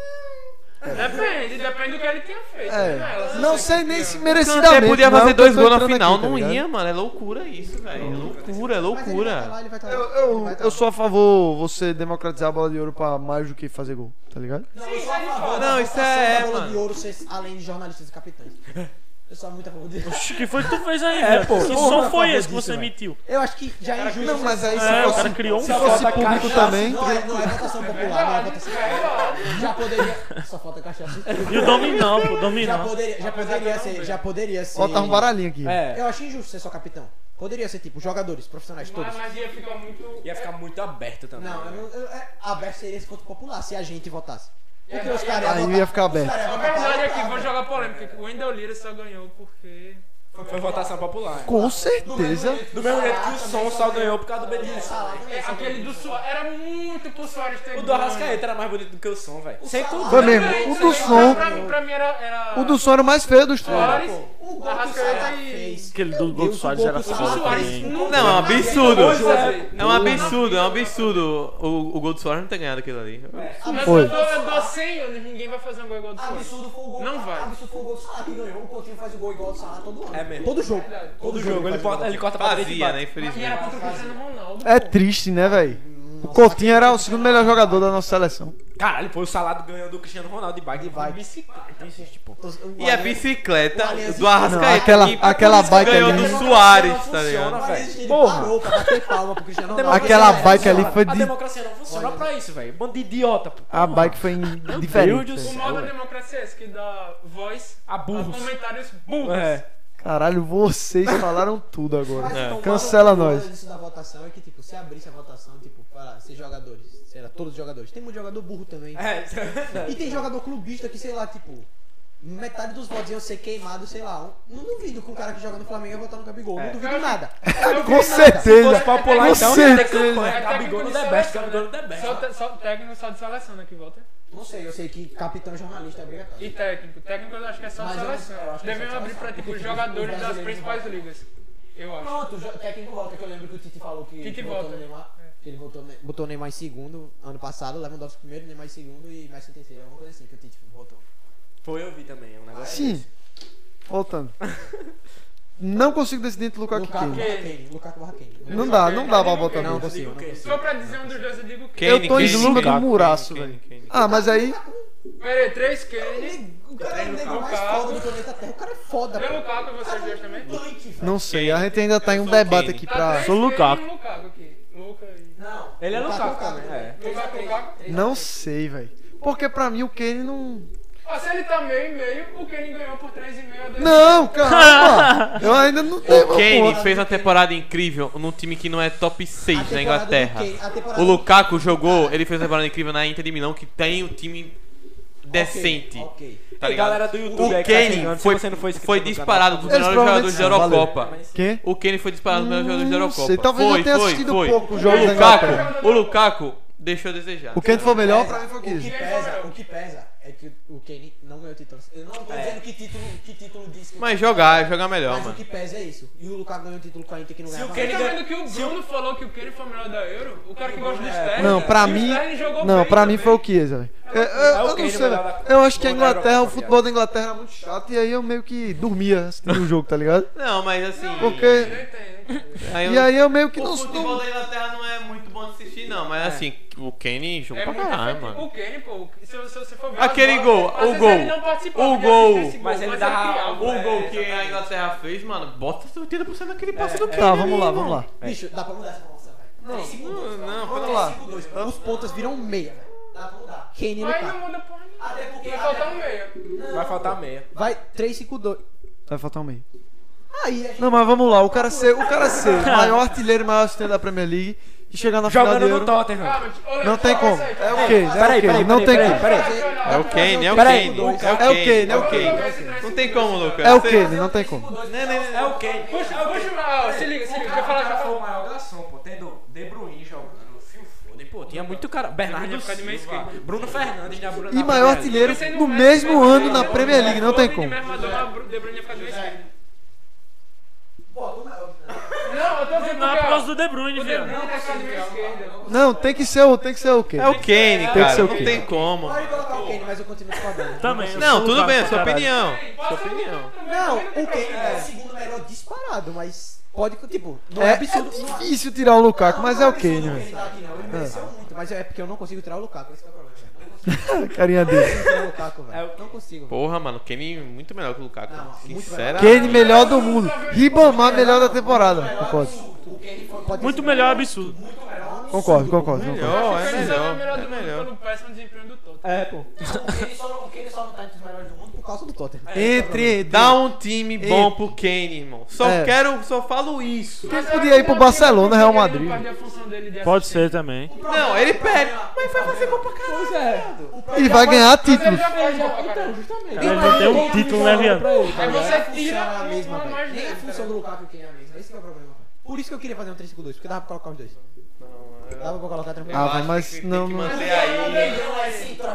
Depende, depende do que ele tinha feito. né? Ela É. só Não se sei nem se O merecidamente. Kanté podia não, fazer eu tô dois gols na entrando final, aqui, tá não ligado? ia, mano. É loucura isso, velho. É loucura, é Mas ele vai tá loucura. lá, ele vai tá lá. Eu, Ele eu, vai tá eu lá. sou a favor você democratizar a bola de ouro pra mais do que fazer gol, tá ligado? Não, eu sou a favor da Não, isso votação é- da bola mano. de ouro ser além de jornalistas e capitães. Eu sou muito a favor disso. Oxi, que foi que tu fez aí, É, velho? pô. Que Porra, som por foi favor esse que disso, você velho. emitiu? Eu acho que já é injusto. Não, mas aí se É, o fosse, cara criou um se fosse falta público cachaça, também. Não é, não é votação popular, não é votação popular. Já poderia. Só falta cachaça. E o dominão, pô, Já dominão. poderia, já poderia ser. Já poderia ser. Ó, tá um baralhinho aqui. É. Eu acho injusto ser só capitão. Poderia ser tipo jogadores, profissionais todos. Mas, mas ia ficar muito. Ia ficar muito aberto também. Não, eu não, eu, é, aberto seria esse voto popular se a gente votasse. Porque É, os caras Aí votar- ia ficar os aberto. caras A iam votar verdade é que lá, vou cara. jogar polêmica. que O Wendel Lira só ganhou porque. Foi votação popular. Com certeza. Do mesmo jeito que o Som só ganhou por causa do Benilson. É, aquele do Soares. Era muito pro Soares ter O do ganho. Arrascaeta era mais bonito do que o Som, velho. Sem tudo. Foi mesmo. Pra mim, O do pra- som. Pra mim, pra mim era. era... O do som era o mais feio dos três. Soares. O O gol que o Ceará Arrascaeta e. fez. Aquele do gol Deus, do um Soares o era gol do foda Soares também. Não, Não, é um absurdo. Pois é. É um absurdo, é um absurdo. O, o Gol do Soares não ter ganhado aquilo ali. É. Mas Foi. eu dou, eu dou 100 anos, ninguém vai fazer um gol igual do Soares. Absurdo foi o gol. Não vai. Absurdo foi o gol do Salah que ganhou. O Coutinho faz o gol igual do Salah todo ano. É mesmo. Todo jogo. Todo jogo, ele, faz o bota- gol. ele corta pra direita e Vazia, bate. né? E era é Infelizmente. é contra o Cristiano Ronaldo. É pô. triste, né, velho? O Coutinho era o segundo melhor jogador da nossa seleção. Caralho, foi o salado ganhando do Cristiano Ronaldo de bike. De bike. Bicicleta. isso, Tipo, O é E a Allianz- bicicleta Aliança- do Arrascaeta. Não, aquela- que por aquela isso bike ganhou ali. do Soares, Não tá ligado? o funciona, Allianz, velho. ele Porra. parou pra bater palma pro Cristiano A Ronaldo. democracia Aquela não bike ali funciona. foi A de- democracia não funciona pra isso, velho. Bando de idiota, pô. A bike foi em- diferente. Deus do O velho. modo da céu. democracia é esse que dá voz A burros. aos comentários burros. É. Caralho, vocês falaram tudo Mas agora. então, o Cancela maluco nós. disso da votação é que, tipo, se abrisse a votação, tipo, para ser jogadores, será todos os jogadores. Tem muito jogador burro também. É. E tem jogador clubista que, sei lá, tipo. metade dos votos iam ser queimados, sei lá. um- Não duvido que um cara que joga no Flamengo ia votar no Gabigol. Não duvido nada. Com certeza. fosse popular, Com então, Tem certeza. campanha, Gabigol no The Best, Gabigol no The Best. Só, te- só técnico só de seleção, né, que volta. Não sei, eu sei que capitão jornalista é obrigatório. E técnico. Técnico eu acho que é só Mas de eu- eu seleção. acho que é Devem só de abrir pra, seleção. tipo, jogadores das Brasileiro principais não ligas. Eu acho. Pronto, jo- técnico volta, que eu lembro que o Tite falou que Tite botou volta. o Neymar. que Ele botou, Ne- botou o Neymar em segundo ano passado, Lewandowski primeiro, Neymar em segundo e Messi em terceiro. Alguma coisa assim que o Tite botou. Foi eu vi também, é um negócio Sim. Voltando. Não consigo decidir entre Lukaku e Lukaku barra Kane. Kane. Lukaku barra Kane. Não dá, não dá pra botar Não, não. consigo, não consigo. Se for pra dizer um dos dois, eu digo que. Eu tô em Luka com Muraço, Kane, velho. Kane. Ah, mas aí. Pera aí, três Kane. Ele- O cara é o nego Lukaku. mais foda do planeta Terra. O cara é foda, Tem pô. Lukaku, vocês dois também? Tanque, velho. Não sei, a gente ainda tá em um debate aqui Tá pra. três Sou Kane Lukaku. e um Lukaku aqui. Luka e. Não. Ele é Lukaku, Lukaku também, Lukaku. é. Lukaku, Lukaku. Não sei, velho. Porque pra mim o Kane não. Ah, se ele tá meio e meio, o Kane ganhou por 3,5 Não, calma! Eu ainda não tenho O meu Kane ponto. fez uma temporada incrível num time que não é top A 6 na temporada Inglaterra. do Kane- a temporada O do- Lukaku jogou, ele fez uma temporada incrível na Inter de Milão, que tem um time decente. Ok. Tá Ei, ligado? galera do YouTube o aí Kane que tá chegando, se foi, você não for inscrito foi no canal, disparado dos Eles melhores jogadores da provavelmente são, Eurocopa. Quê? O Kane foi disparado dos melhores jogadores da Hum, Eurocopa. sei, talvez foi, eu tenha foi, assistido foi. pouco o jogos da Lukaku, Inglaterra. O Lukaku deixou a desejar. O Kane foi o melhor pra Pesa, mim foi o o que Kane. pesa, o que pesa é que o Kane não ganhou título. Eu não tô dizendo que título, que título diz que É. Mas jogar, jogar melhor, Mas o mano. que pesa é isso. E o Lukaku ganhou o título com a Inter que não Se ganhava. o Kane Tá nada. ganha- vendo que o Bruno falou que o Kane foi o melhor da Euro? O cara que gosta do Sterling. Não, pra O mim. Sterling jogou Não, bem pra mim também. foi o Chiesa, velho. Eu, eu- eu o não Kane sei, vai velho. dar- Eu acho que a vai dar Inglaterra, o Europa, futebol da Inglaterra era muito chato e aí eu meio que dormia assistindo o jogo, tá ligado? Não, mas assim. Porque. Não entendo. aí eu- E aí eu meio que É. não. o futebol não- da Inglaterra não é muito bom de assistir, não. Mas assim, o Kane jogou É pra muito caralho, diferente. mano. O Kane, pô, se você, se você for ver. Aquele as gol, às vezes o gol, Ele não participava o de gol, assistência e mas ele dava- criava, O é, gol que a exatamente. Inglaterra fez, mano, bota 80% daquele passe do Kane. é Tá, vamos lá, ali, vamos mano. lá. Bicho, dá pra mudar essa promoção, velho. Não, Não, não, Vamos lá. Os pontas viram meia, velho. Dá pra mudar. Kane e Mas não Lukaku. muda porra nenhuma. Até porque... Vai faltar um meio. Vai faltar meia. Vai 3-5-2. Vai faltar um meio. Aí, é a gente... Não, mas vamos lá. O cara ser o cara ser o maior artilheiro e maior assistente da Premier League e chegar na final do Jogando no Euro. Tottenham. Cara, olha, Não tem olha como. isso aí, É o cara. Kane, é o Kane. Não tem como. peraí. É o Kane, é o Peraí, Kane. o É o Kane, é o Kane. Kane. Não tem como, Lucas. É o Você- Kane, não tem como. É o Kane. Puxa, puxa, ah, se liga, se liga. Vai falar, já foi o falou. maior da ação, pô. Tendo De Bruyne jogando, fio foda. Pô, tinha muito cara. Então, Bernardo Bruno fica de meio Silva, esquerdo. Bruno Fernandes na Bruna. tá E maior artilheiro no mesmo ano na Premier League, não tem como. Não, eu tô dizendo Não, é por causa que do De Bruyne, ó, o De viu? Bruyne tá ficando de meia esquerda. Não, tem que ser o, tem que ser o Kane. É o Kane, que ser cara. o Não Kane. tem como. Pode colocar o Kane, mas eu continuo discordando. Também. eu Não, sou tudo Lukaku bem, é pra sua caralho. opinião. Sua opinião. Não, o Kane é o segundo melhor disparado, mas pode, tipo, não é, É, é absurdo. não é- difícil tirar o Lukaku, mas é o Kane, Não, ele velho. Ah. tá aqui, não. Ele mereceu muito, mas é porque eu não consigo tirar o Lukaku, esse que é o problema. velho. Não consigo Carinha dele. tirar o Lukaku, É o- velho. Não consigo. velho. Porra, mano, Kane é muito melhor que o Lukaku. Não, muito Sinceramente. Kane, melhor do mundo. Ribamar, melhor da temporada. Concordo. Pode Muito ser melhor, é absurdo. Concordo, concordo. concordo. Melhor, O é Kane só não é melhor. É melhor do mundo melhor. pelo péssimo desempenho do Toto. É, pô. O Kane só não- o Kane só não tá entre os melhores do mundo por causa do Tottenham. Entre, entre. Dá um time bom pro Kane, irmão. Só É. quero, só falo isso. Quem podia ir pro Barcelona, Real Madrid? Pode ser também. Não, ele perde. Mas vai fazer gol pra caralho. um E vai ganhar títulos. Ele não tem um título, né, viado? Aí Você você tira tira a mesma, uma velho. mais Nem a dele, função do Lukaku que é a mesma. Esse que é o problema. velho. Por isso que eu queria fazer um 3-5-2, porque dava pra colocar os dois. Dava pra colocar tranquilo. Ah, Eu acho mas que não- Tem que manter aí.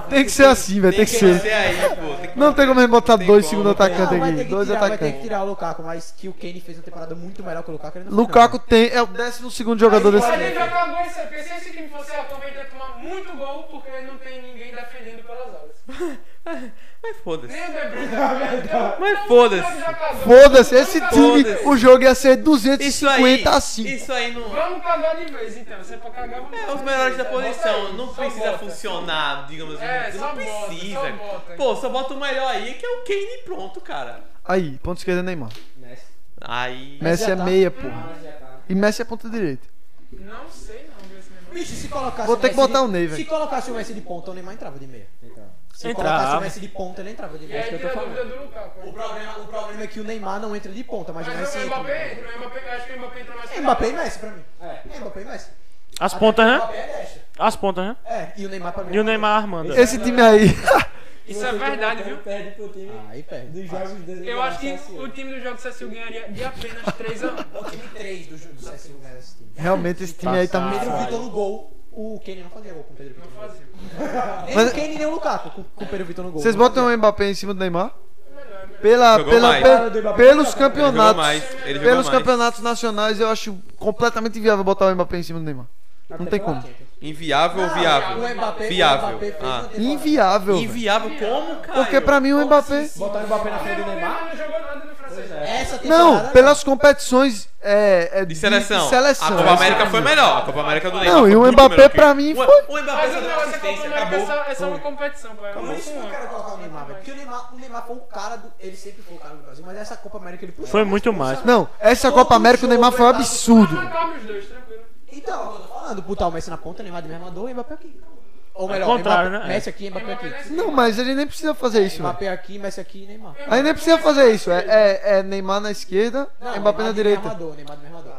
Tem que ser assim, velho. Tem que manter ser. aí, pô. Tem que Não tem como ele botar Tem dois como, segundo tem. Ah, atacantes vai aqui. ter que Dois tirar, vai ter que atacantes. tirar o Lukaku, mas que o Kane fez uma temporada muito melhor que o Lukaku, ele não fez, Lukaku tem, é o décimo segundo jogador desse Mas ele time. vai acabar isso aí, porque se esse time fosse a Copa, ele ia tomar muito gol porque não tem ninguém defendendo pelas alas. Mas foda-se. Nem o De Bruyne tá vendo. Mas Então, foda-se. o jogo já acabou. Foda-se, esse Vamos time, cagar- o jogo ia ser Isso aí. 250 a 5. Isso aí não. Vamos cagar de vez então, você é pra cagar, vamos É, cagar os de melhores da vez, tá? Bota posição. aí, Não só precisa bota. funcionar, digamos assim. É, só não bota, precisa. só bota. Pô, só bota o melhor aí, que é o Kane e pronto, cara. Aí, ponto esquerdo é Neymar. Aí. Messi já é tá. meia, porra. E Messi é ponta direita. Não sei não, viu esse negócio. Bicho, se colocasse Vou ter que Messi de- botar o Ney, Se velho. colocasse o Messi de ponta, o Neymar entrava de meia. Se Entrava. colocasse o Messi de ponta, ele entrava de E aí meia. tira a dúvida do Lukaku. O problema, o problema é que o Neymar não entra de ponta, mas, é o Mas assim, Messi o Mbappé entra. entra, o Mbappé, acho que o Mbappé entra mais que É o Mbappé e Messi pra mim. É Mbappé e Messi. As pontas, O né? Mbappé é desta. As pontas, né? É, e o Neymar pra mim. E o Neymar armando. Esse time aí. Isso Você é que verdade, botando viu? Perde pro time Ah, Aí perde. dos jogos do Eu acho que CSU. o time do jogo do CSU ganharia de apenas 3x1. O time 3 do, do CSU ganha esse time. Realmente esse time aí tá muito Pedro fraco. Vitor no gol. O Kenny não fazia gol com o Pedro Vitor. Não fazia. Nem Mas- o Kenny nem o Lukaku com, com o Pedro Vitor no gol. Vocês Não botam o Mbappé em cima do Neymar? Pela, Jogou pela, mais. pe- Cara, o Mbappé pelos jogou mais. Ele jogou campeonatos. mais. Ele jogou Pelos mais. campeonatos nacionais, eu acho completamente inviável botar o Mbappé em cima do Neymar. Não tem como. Inviável Ah, ou viável? Ah, O Mbappé, Viável. O Mbappé fez Ah. uma temporada. Inviável. velho. Inviável como, cara? Porque pra mim o Mbappé. Botar o Mbappé na frente do Neymar? Não jogou nada no francês. Essa temporada. Não, pelas competições é, é De seleção. de seleção. A Copa América foi melhor. A Copa América do Neymar. Não, foi e o muito Mbappé melhor que- pra mim O- foi- O Mbappé Mas só deu o negócio é que assistência, é acabou. só, é só uma competição, pô. É um Por isso que eu ano. quero colocar o Neymar, velho. Porque o Neymar, o Neymar foi o cara do. Ele sempre foi o cara do Brasil, mas essa Copa América ele puxou. Foi muito mais. Não, essa Todo Copa América o jogo Neymar foi um ele tava- absurdo. Matava os dois, tranquilo. Então, eu tô falando, botar o Messi na ponta, Neymar de mesmo mandou e Mbappé aqui. Ou É melhor, contrário, Mbappé- né? Messi aqui, Mbappé Mbappé aqui. nesse- Não, mas ele nem precisa fazer isso, velho. Mbappé aqui, Messi aqui e Neymar. Aí nem precisa fazer isso. É, é- é Neymar na esquerda, Mbappé Não, na Neymar de mesmo direita. mandou, Neymar de mesmo mandou.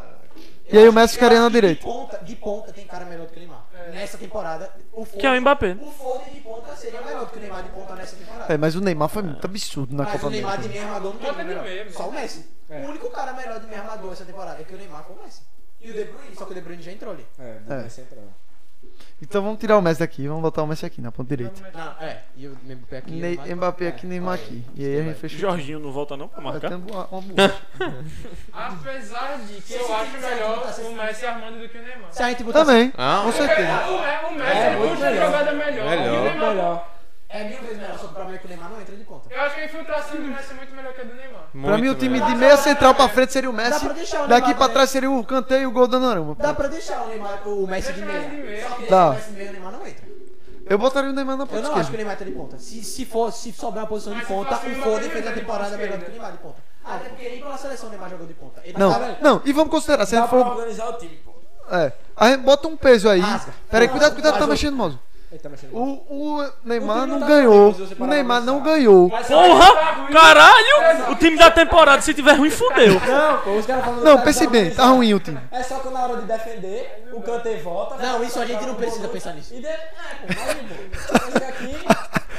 E aí o Messi ficaria na direita. De ponta, de ponta tem cara melhor do que o Neymar. Nessa temporada, o Foden, Que é o Mbappé. o Foden de ponta seria melhor do que o Neymar de ponta nessa temporada. É, mas o Neymar foi muito absurdo na Mas Copa o Neymar de América. meio armador não tem Bota de ninguém melhor. meio, Só o Messi. O único cara melhor de meio armador essa temporada é que o Neymar foi o Messi. E o De Bruyne, só que o De Bruyne já entrou ali. É, É. vai central. Então vamos tirar o Messi daqui, vamos botar o Messi aqui na ponta direita. Não, é. E o Mbappé aqui. Ney- Neymar- Mbappé é, aqui, Neymar olha aqui. E aí a gente fecha. Jorginho não volta não pra Vai ter um- marcar? uma- uma boa. Apesar de que Esse eu acho time melhor tá sendo- o Messi armando do que o Neymar. Se a gente botar Também, Ah, com certeza. O, Me- o Messi é muito puxa melhor. jogada melhor. Melhor. O Neymar- Melhor. É mil vezes melhor, só que o problema é que o Neymar não entra de ponta. Eu acho que a infiltração do Messi é muito melhor que a do Neymar. muito Pra mim o time melhor. de meia central pra frente seria o Dá Messi. pra deixar o Neymar Daqui pra de- trás seria o canteio e o gol do Donnarumma. Dá pra deixar o, Neymar, o Messi de Deixa o Messi de meia. meia. Só que Dá. deixa o Messi de meia, o Neymar não entra. Eu botaria o Neymar na Eu ponta não acho que o esquerda. Neymar entra de ponta. Se, se, for, se souber uma posição de Mas se ponta, fosse o o Foden Neymar, fez a ele temporada entra de melhor do que o esquerda. Neymar de ponta. Ah, até porque nem pela seleção o Neymar jogou de ponta. Ele Não, tava- não, e vamos considerar, se a Dá gente pra for. organizar o time, pô. É. A gente bota um peso aí. Rasga. Peraí, cuidado, cuidado, tá Mas o- mexendo, mouse. Ele tá mexendo. O, o Neymar O time não tá ganhou. ruim, se você O parar pra Neymar não pensar. ganhou. Mas sabe que tá Porra! ruim? Caralho! O time da temporada, se tiver ruim, fudeu. Não, pô, os caras falando Não, tá pense bem, tá organizado. ruim o time. É só que na hora de defender, o Kanté volta. vai Não, isso a jogar gente não um precisa gol, pensar nisso. E de... É, pô, mas, irmão, esse aqui...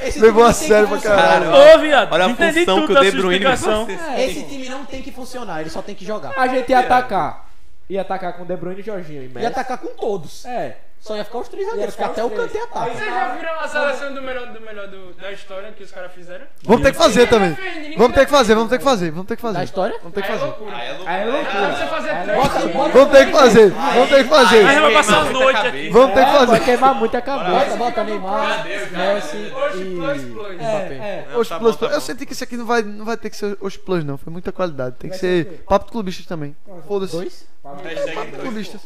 Esse time Levou não a tem sério que pra funcionar. caralho. Ô, viado, Olha a entendi função tudo que o da De sua Bruyne vai explicação. Esse time não tem que funcionar, ele só tem que jogar. Ah, A gente ia atacar. Ia atacar com De Bruyne, Jorginho e Messi. Ia atacar com todos. É. Só ia ficar os três Ia zagueiros, porque ficar até os o três. Kanté ataca. Vocês já viram a seleção do melhor, do melhor do- da história que os caras fizeram? Vamos ter que fazer Ninguém também. defende, ninguém Vamos ter que defende. fazer, vamos ter que fazer, vamos ter que Da fazer. história? Vamos ter que Aí é fazer. loucura. Aí é loucura. Aí é Dá pra loucura. você fazer Aí três. bota- times. bota- Vamos ter que fazer, vamos ter que é Aí fazer. vai Queimar passar a noite muita aqui. cabeça. Vamos ter que É, vai fazer. queimar muito a cabeça. Bota, bota Neymar, Cadê o cara? Messi Hoje, plus, e plus. É, Mbappé. é. Os Tá bom, plus, tá eu bom. senti que isso aqui não vai, não vai ter que ser os plus, não. Foi muita qualidade. Tem que Vai ser, ser o quê? papo de clubistas também. Foda-se. Dois? Papo de Hashtag dois. clubistas.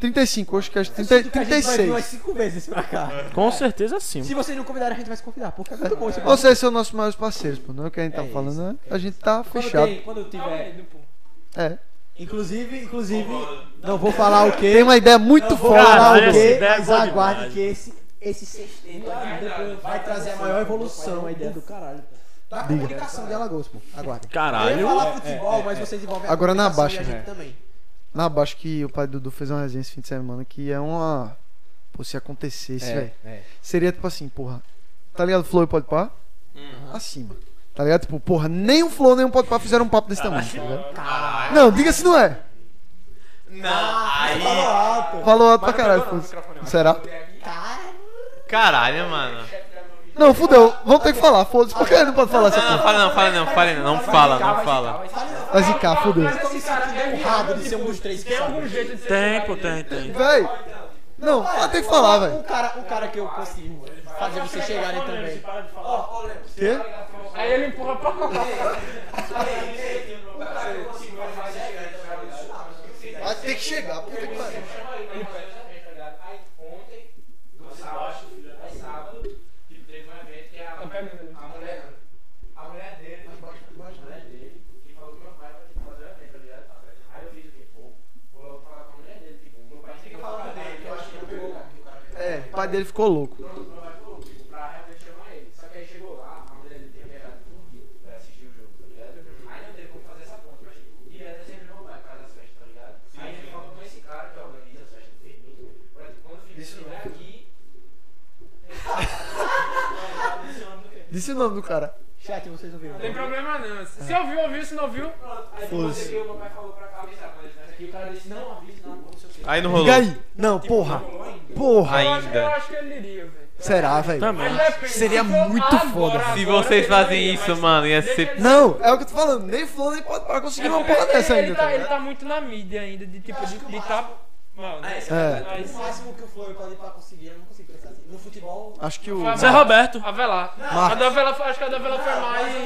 35, acho que é acho. 30, Que a gente vai vir umas 36. cinco vezes pra cá. Com certeza sim. Se vocês não convidarem, a gente vai se convidar, porque é muito bom esse papo. Vocês são nossos maiores parceiros, pô. Não é o que a gente tá falando, né? A gente tá Quando, fechado. tem, quando Tá tiver... unido, pô. É. Inclusive, inclusive, não vou falar o quê. Tem uma ideia muito Vou foda. Caralho, falar o essa quê, ideia é mas boa aguarde demais. que esse, esse sexteto aqui Depois- vai um trazer a maior evolução aí dentro do caralho. pô. Da Tá comunicação de Alagoas, pô. Aguarde. Eu ia Caralho. É, falar futebol, mas vocês envolvem a Agora na comunicação baixa, e a gente né? também. Na abaixo que o pai do Dudu fez uma resenha esse fim de semana que é uma. Pô, se acontecesse, velho. Seria tipo assim, porra. Tá ligado? Flow e pode pá? Acima. Tá ligado? Tipo, porra, nem o Flow nem o pode pá fizeram um papo desse tamanho, tá ligado? Ah, Não, diga se não é. Não, aí. Falou alto pra caralho. pô. Será? Caralho, mano. Não, fudeu. Vamos ter que falar. Foda-se. Por que não pode falar essa Não, não, porra? fala não, fala não, fala não. Não fala, não fala. Vai zicar, fudeu. Mas esse cara deve Errado de ser um dos três que Tem sabe. algum jeito de ser Tempo, tem, tem. Véi. Não, vai ter que falar, Um velho. cara, um cara que eu consigo fazer vocês chegarem também. Ó, ó, Lemos. Quê? Aí ele empurra pra cá. Vai ter que chegar. Puta que pariu. Ontem, no sábado, é sábado, tipo, teve um evento que a, a mulher. A mulher dele, a mulher dele, que falou que meu pai vai ter que fazer o evento, tá ligado? Aí eu fiz o quê? Pô, vou logo falar com a mulher dele, tipo, meu pai tem que falar com a mulher dele, que eu acho que não pegou, cara. É, o pai dele ficou louco. Pronto, meu pai falou, tipo, pra realmente chamar ele. Só que aí chegou lá, a mulher dele tinha viajado por dia pra assistir o jogo, tá ligado? Aí não teve como fazer essa ponte, mas tipo, direto é sempre meu pai faz as festas, tá ligado? Aí a gente falou com esse cara que organiza as festas né? do Firmino, pra tipo, quando o Firmino estiver aqui. Disse o nome do cara. Chat, vocês ouviram. Não tem problema não. É. Se se ouviu, ouviu. Se não ouviu, Aí Foda-se. você viu, meu pai falou pra cá, avisar quando ele aqui. O cara disse, não avisa, não, não sei o quê. Aí não rolou. Liga aí. Não, porra. Porra. eu acho, Ainda. eu acho que ele iria, velho. Será, velho? Também. Mas depende. É. Seria Se for muito agora, foda. agora, Se vocês ele não fazem iria, isso, mas- mano, ia deixa ser. ele- tá Não, é o que eu tô falando. Nem fulano, nem pode para conseguir uma porra dessa ele, ainda. tá, Tá ele ligado? tá muito na mídia ainda, de tipo, de, de tá mal, né? é, Mas- O máximo que o Flamengo pode ir pra conseguir, eu não consigo pensar assim. No futebol, acho que o. Fala. Zé Roberto. Avelar. A da Avelar, foi- acho que a da Avelar foi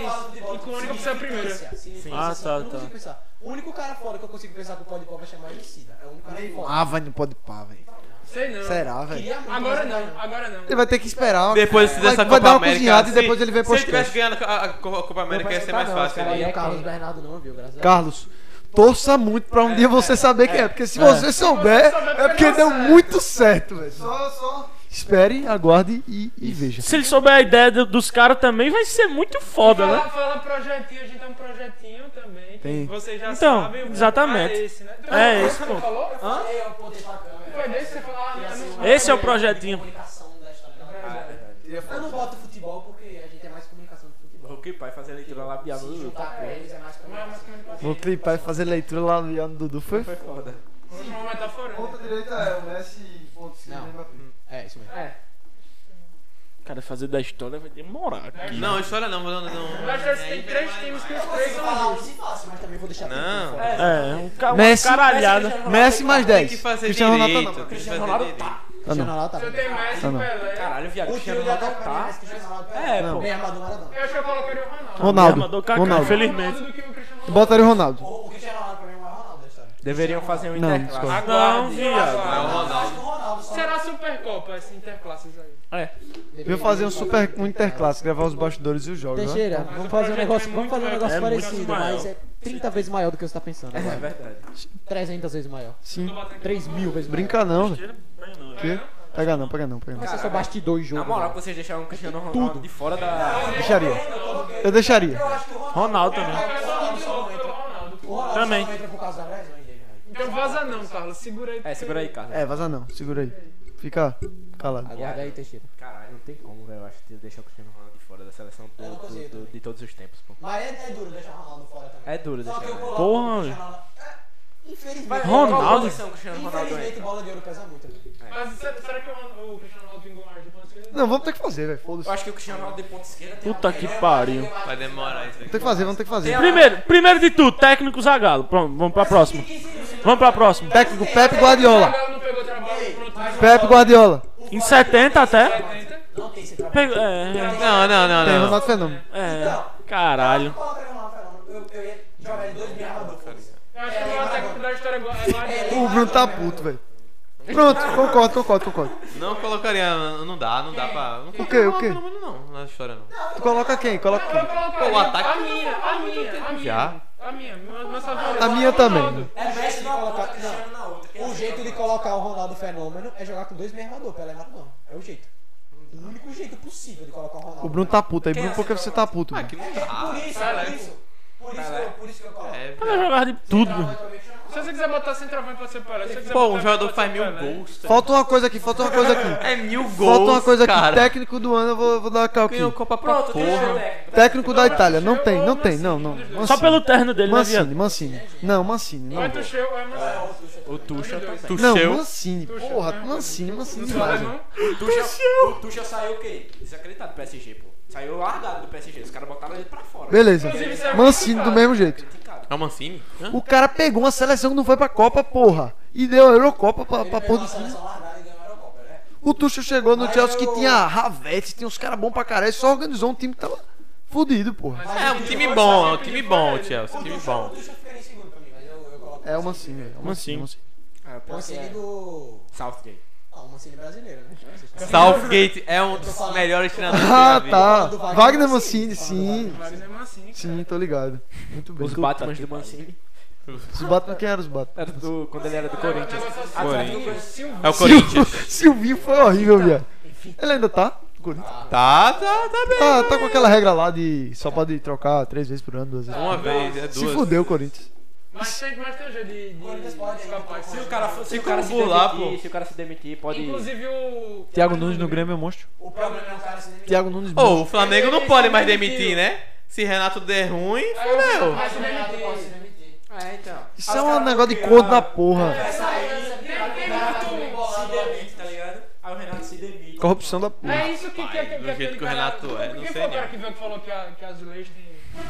mais icônica por ser a primeira. Ah, Ah, tá, Eu não tá. consigo pensar. O único cara fora que eu consigo pensar que o pode vai chamar é Emicida. É o único cara fora. Ah, vai, não pode pá, velho. Sei não. Será, velho? Queria muito, Agora mas não, agora não. Ele vai ter que esperar. uma- Depois vai, dessa vai Copa dar uma América. cozinhada e se- depois ele vem Se pro ele tivesse ganhando a, a Copa América, ia ser mais fácil. Não, né? e o é Carlos Bernardo não, viu? Graças a Deus. Carlos, torça muito pra um dia você saber quem é. Porque se você souber, Se você souber, é porque porque deu deu certo. muito certo, velho. Só, só. Espere, aguarde e, e veja. Se ele souber a ideia do- dos caras também, vai ser muito foda, Fala, né? fala projetinho, a gente tem um projetinho também. Tem. Que vocês já Então, sabem. o- exatamente. É esse, né? Tu- É esse, tu pô. falou? Hã? Eu apontei pra câmera. Foi desse que você falou? Ah, não, eu não- Esse é o projetinho. Comunicação da história da Copa. Eu não boto futebol porque a gente é mais comunicação do futebol. O que pai fazer a leitura labial Tá Se juntar com eles é mais comunicação. Vou clipar e fazer leitura lá no Ian Dudu. Foi? foi foda. Vamos chamar uma metáfora. né? direita é o Messi, ponto Não. É, isso mesmo. O cara fazer da história vai demorar. aqui. Não, história não, não, não. Mas já tem três times que os três são Falar justos. um se fácil, mas também vou deixar Não. tudo fora. É, um ca- uma Messi- caralhada. Messi mais Tem que 10. fazer Cristiano Ronaldo direito. não. tem que Cristiano fazer Ronaldo direito. tá. Cristiano Ronaldo tá Se eu bem. tenho Messi Ah, não. Pelé. Caralho, viado, O Cristiano trio da Ronaldo tá. Copa, Cristiano Ronaldo É, é. Não. pô. Meia armadura não. Eu acho que eu colocaria o Ronaldo. Ronaldo. Mandou Kaká, Ronaldo. infelizmente. do que o Cristiano Ronaldo. Bota ali o Ronaldo. O o Cristiano Ronaldo pra mim é o maior Ronaldo da história. Deveriam fazer um Não, interclasse. discordo. Não, Aguarde. É o viado. Eu acho Ronaldo. que o Ronaldo só. Será a Supercopa esse interclasses aí? Viu fazer um super um interclasse, gravar os bastidores e os jogos, né? Teixeira, Mas vamos o fazer um projeto negócio, é vamos muito fazer um maior. negócio É muito parecido, maior. mas é 30 vezes maior do que você tá pensando. É agora. verdade. 300 vezes maior. Sim. Tô batendo 3 mil vezes maior. Brinca não, velho. aqui. Quê? Pega não, pega não, pega não. Você só bastidor e Na jogo. moral, velho. que vocês deixaram o Cristiano Ronaldo de fora da. Deixaria. Eu deixaria. Ronaldo também. Eu só- só pelo Ronaldo. O Ronaldo Também. só entra por causa das lesões dele, velho. Então vaza não, Carlos. Segura aí. É, segura aí, Carlos. É, vaza não, segura aí. Fica calado. Aguarda aí, Teixeira. Caralho, não tem como, velho. Eu acho que deixar o Cristiano Ronaldo de fora da seleção do- Eu não consigo do- do- também. de todos os tempos, pô. Mas é, é duro deixar o Ronaldo fora também. É duro Só deixar. que eu né? coloco Porra, o Cristiano Ronaldo. É, Infelizmente. Vai, Qual Ronaldo? posição o Cristiano Ronaldo Infelizmente, entra? bola de ouro pesa muito. Mas será será que o Ron- o Cristiano Ronaldo vingou mais de quantos vezes? Não, vamos ter que fazer, velho. Foda-se. Eu acho que o Cristiano Ronaldo de ponta esquerda Tá tem Puta que pariu. Vai demorar isso Vamos ter aqui. que fazer, vamos ter que fazer. Primeiro, primeiro de tudo, técnico Zagalo. Pronto, vamos pra próxima. Vamos pra próxima. Técnico Pepe Guardiola. Zagallo não pegou trabalho pronto. Pepe Guardiola. Em 70 até. 70. Não tem esse trabalho. Pegou- Não, É, não, não, Tem não. Ronaldo Fenômeno. é. Caralho. Coloca o Ronaldo Fenômeno. Eu- Eu ia jogar ele dois mil armadores. Eu acho que o maior técnico da história é Guardiola. O Bruno tá puto, velho. Pronto, concordo, concordo, concordo. Não colocaria. Não dá, não dá É. pra. Não O quê, o quê? Pelo menos não, na história não. Tu coloca quem? Coloca Eu quem? colocaria Pô, o ataque- A minha, a minha, a minha. Já. A minha, meu- meu favorito. A minha também. né? Ronaldo. É o jeito de colocar. Não. O jeito de colocar o Ronaldo fenômeno é jogar com dois meia armador, Pelé não. não. É o jeito. O único jeito possível de colocar o Ronaldo. O Bruno tá puto aí. Bruno, por que você tá puto, Ah, mano? que É não por dá. isso, por Caralho. isso. Por Tá isso, que eu, por isso que eu coloco. É, Eu velho. jogava de tudo, mano. Se você quiser botar centroavante, pode ser Pelé. Se você quiser Pô, botar um jogador atacante, faz mil pode ser Pelé. gols. tá? Falta uma coisa aqui, falta uma coisa aqui. É mil gols. Falta uma coisa aqui. cara. Técnico do ano, eu vou, vou dar uma cal aqui. Ganhou Copa pra porra. Técnico da Itália. Não tem, não tem, não, não. Só Mancini. pelo terno dele, né, viado? Mancini, Mancini. Não, Mancini, não. Tá Ou é Tuchel ou é Mancini. O Tuchel também. Não, Tuchel. Mancini, Tuchel, porra, né? Mancini, Mancini. Não é não? O Tuchel, o Tuchel saiu o quê? Desacreditado do PSG, pô. Saiu largado do PSG. Os caras botaram ele pra fora. Beleza, Inclusive, isso é Mancini do mesmo jeito. Criticado. É o Mancini? Hã? O cara pegou uma seleção que não foi pra Copa, porra. E deu a Eurocopa pra, pra porra do time. seleção largada e ganhou a Eurocopa, né? O Tuchel chegou no Mas Chelsea que eu- tinha Havertz, tinha uns caras bons pra caralho, só organizou um time que tava fudido, porra. É um time bom, é um time bom, o Chelsea. Um time O bom. Tuchel ficaria em segundo pra mim, mas eu, eu coloco. É o Mancini, velho. é o Mancini. Mancini. Ah, O pô, Mancini do. Southgate. Ah, o Mancini brasileiro, né? Southgate é um dos melhores treinadores Ah, da vida. tá. Do Wagner Wagner Mancini. Mancini, sim. Vários é Mancini. Sim, tô ligado. Muito bem. Os Tô- Batmans do Mancini. Os Batman, quem eram os Batman? Era do, quando ele era do é O um Corinthians. negócio assim, Corinthians. Silvio. É o Corinthians. Silvinho foi horrível, viado. Ele ainda tá? no Corinthians? Tá, tá, tá bem. Tá, tá com aquela regra lá de só pode trocar três vezes por ano, duas vezes. Uma vez, é duas. Se fudeu, Corinthians. Mas tem, mas tem um jeito de, de Corinthians pode, escapar. se Se o cara for. Se Se o cara como se burlar, demitir, pô. E se o cara se demitir, pode. Inclusive o. Thiago Nunes no Grêmio é monstro. O problema é o cara se demitir. Thiago Nunes Ô, o Flamengo não Ele pode se mais demitiu. demitir, né? Se Renato der ruim, Aí eu- fudeu. Mas Mas o Renato pode se demitir. É, então. Isso Os é um caras negócio de vão cor da criar- porra. Essa aí, Tem- tem Renato muito- se demite, tá ligado? Aí o Renato se demite. Corrupção da porra. É isso que, que, Rapaz, que, do que aquele jeito que o cara- Renato é, não Quem sei foi o cara não. que veio que falou que, a, que as leis tem,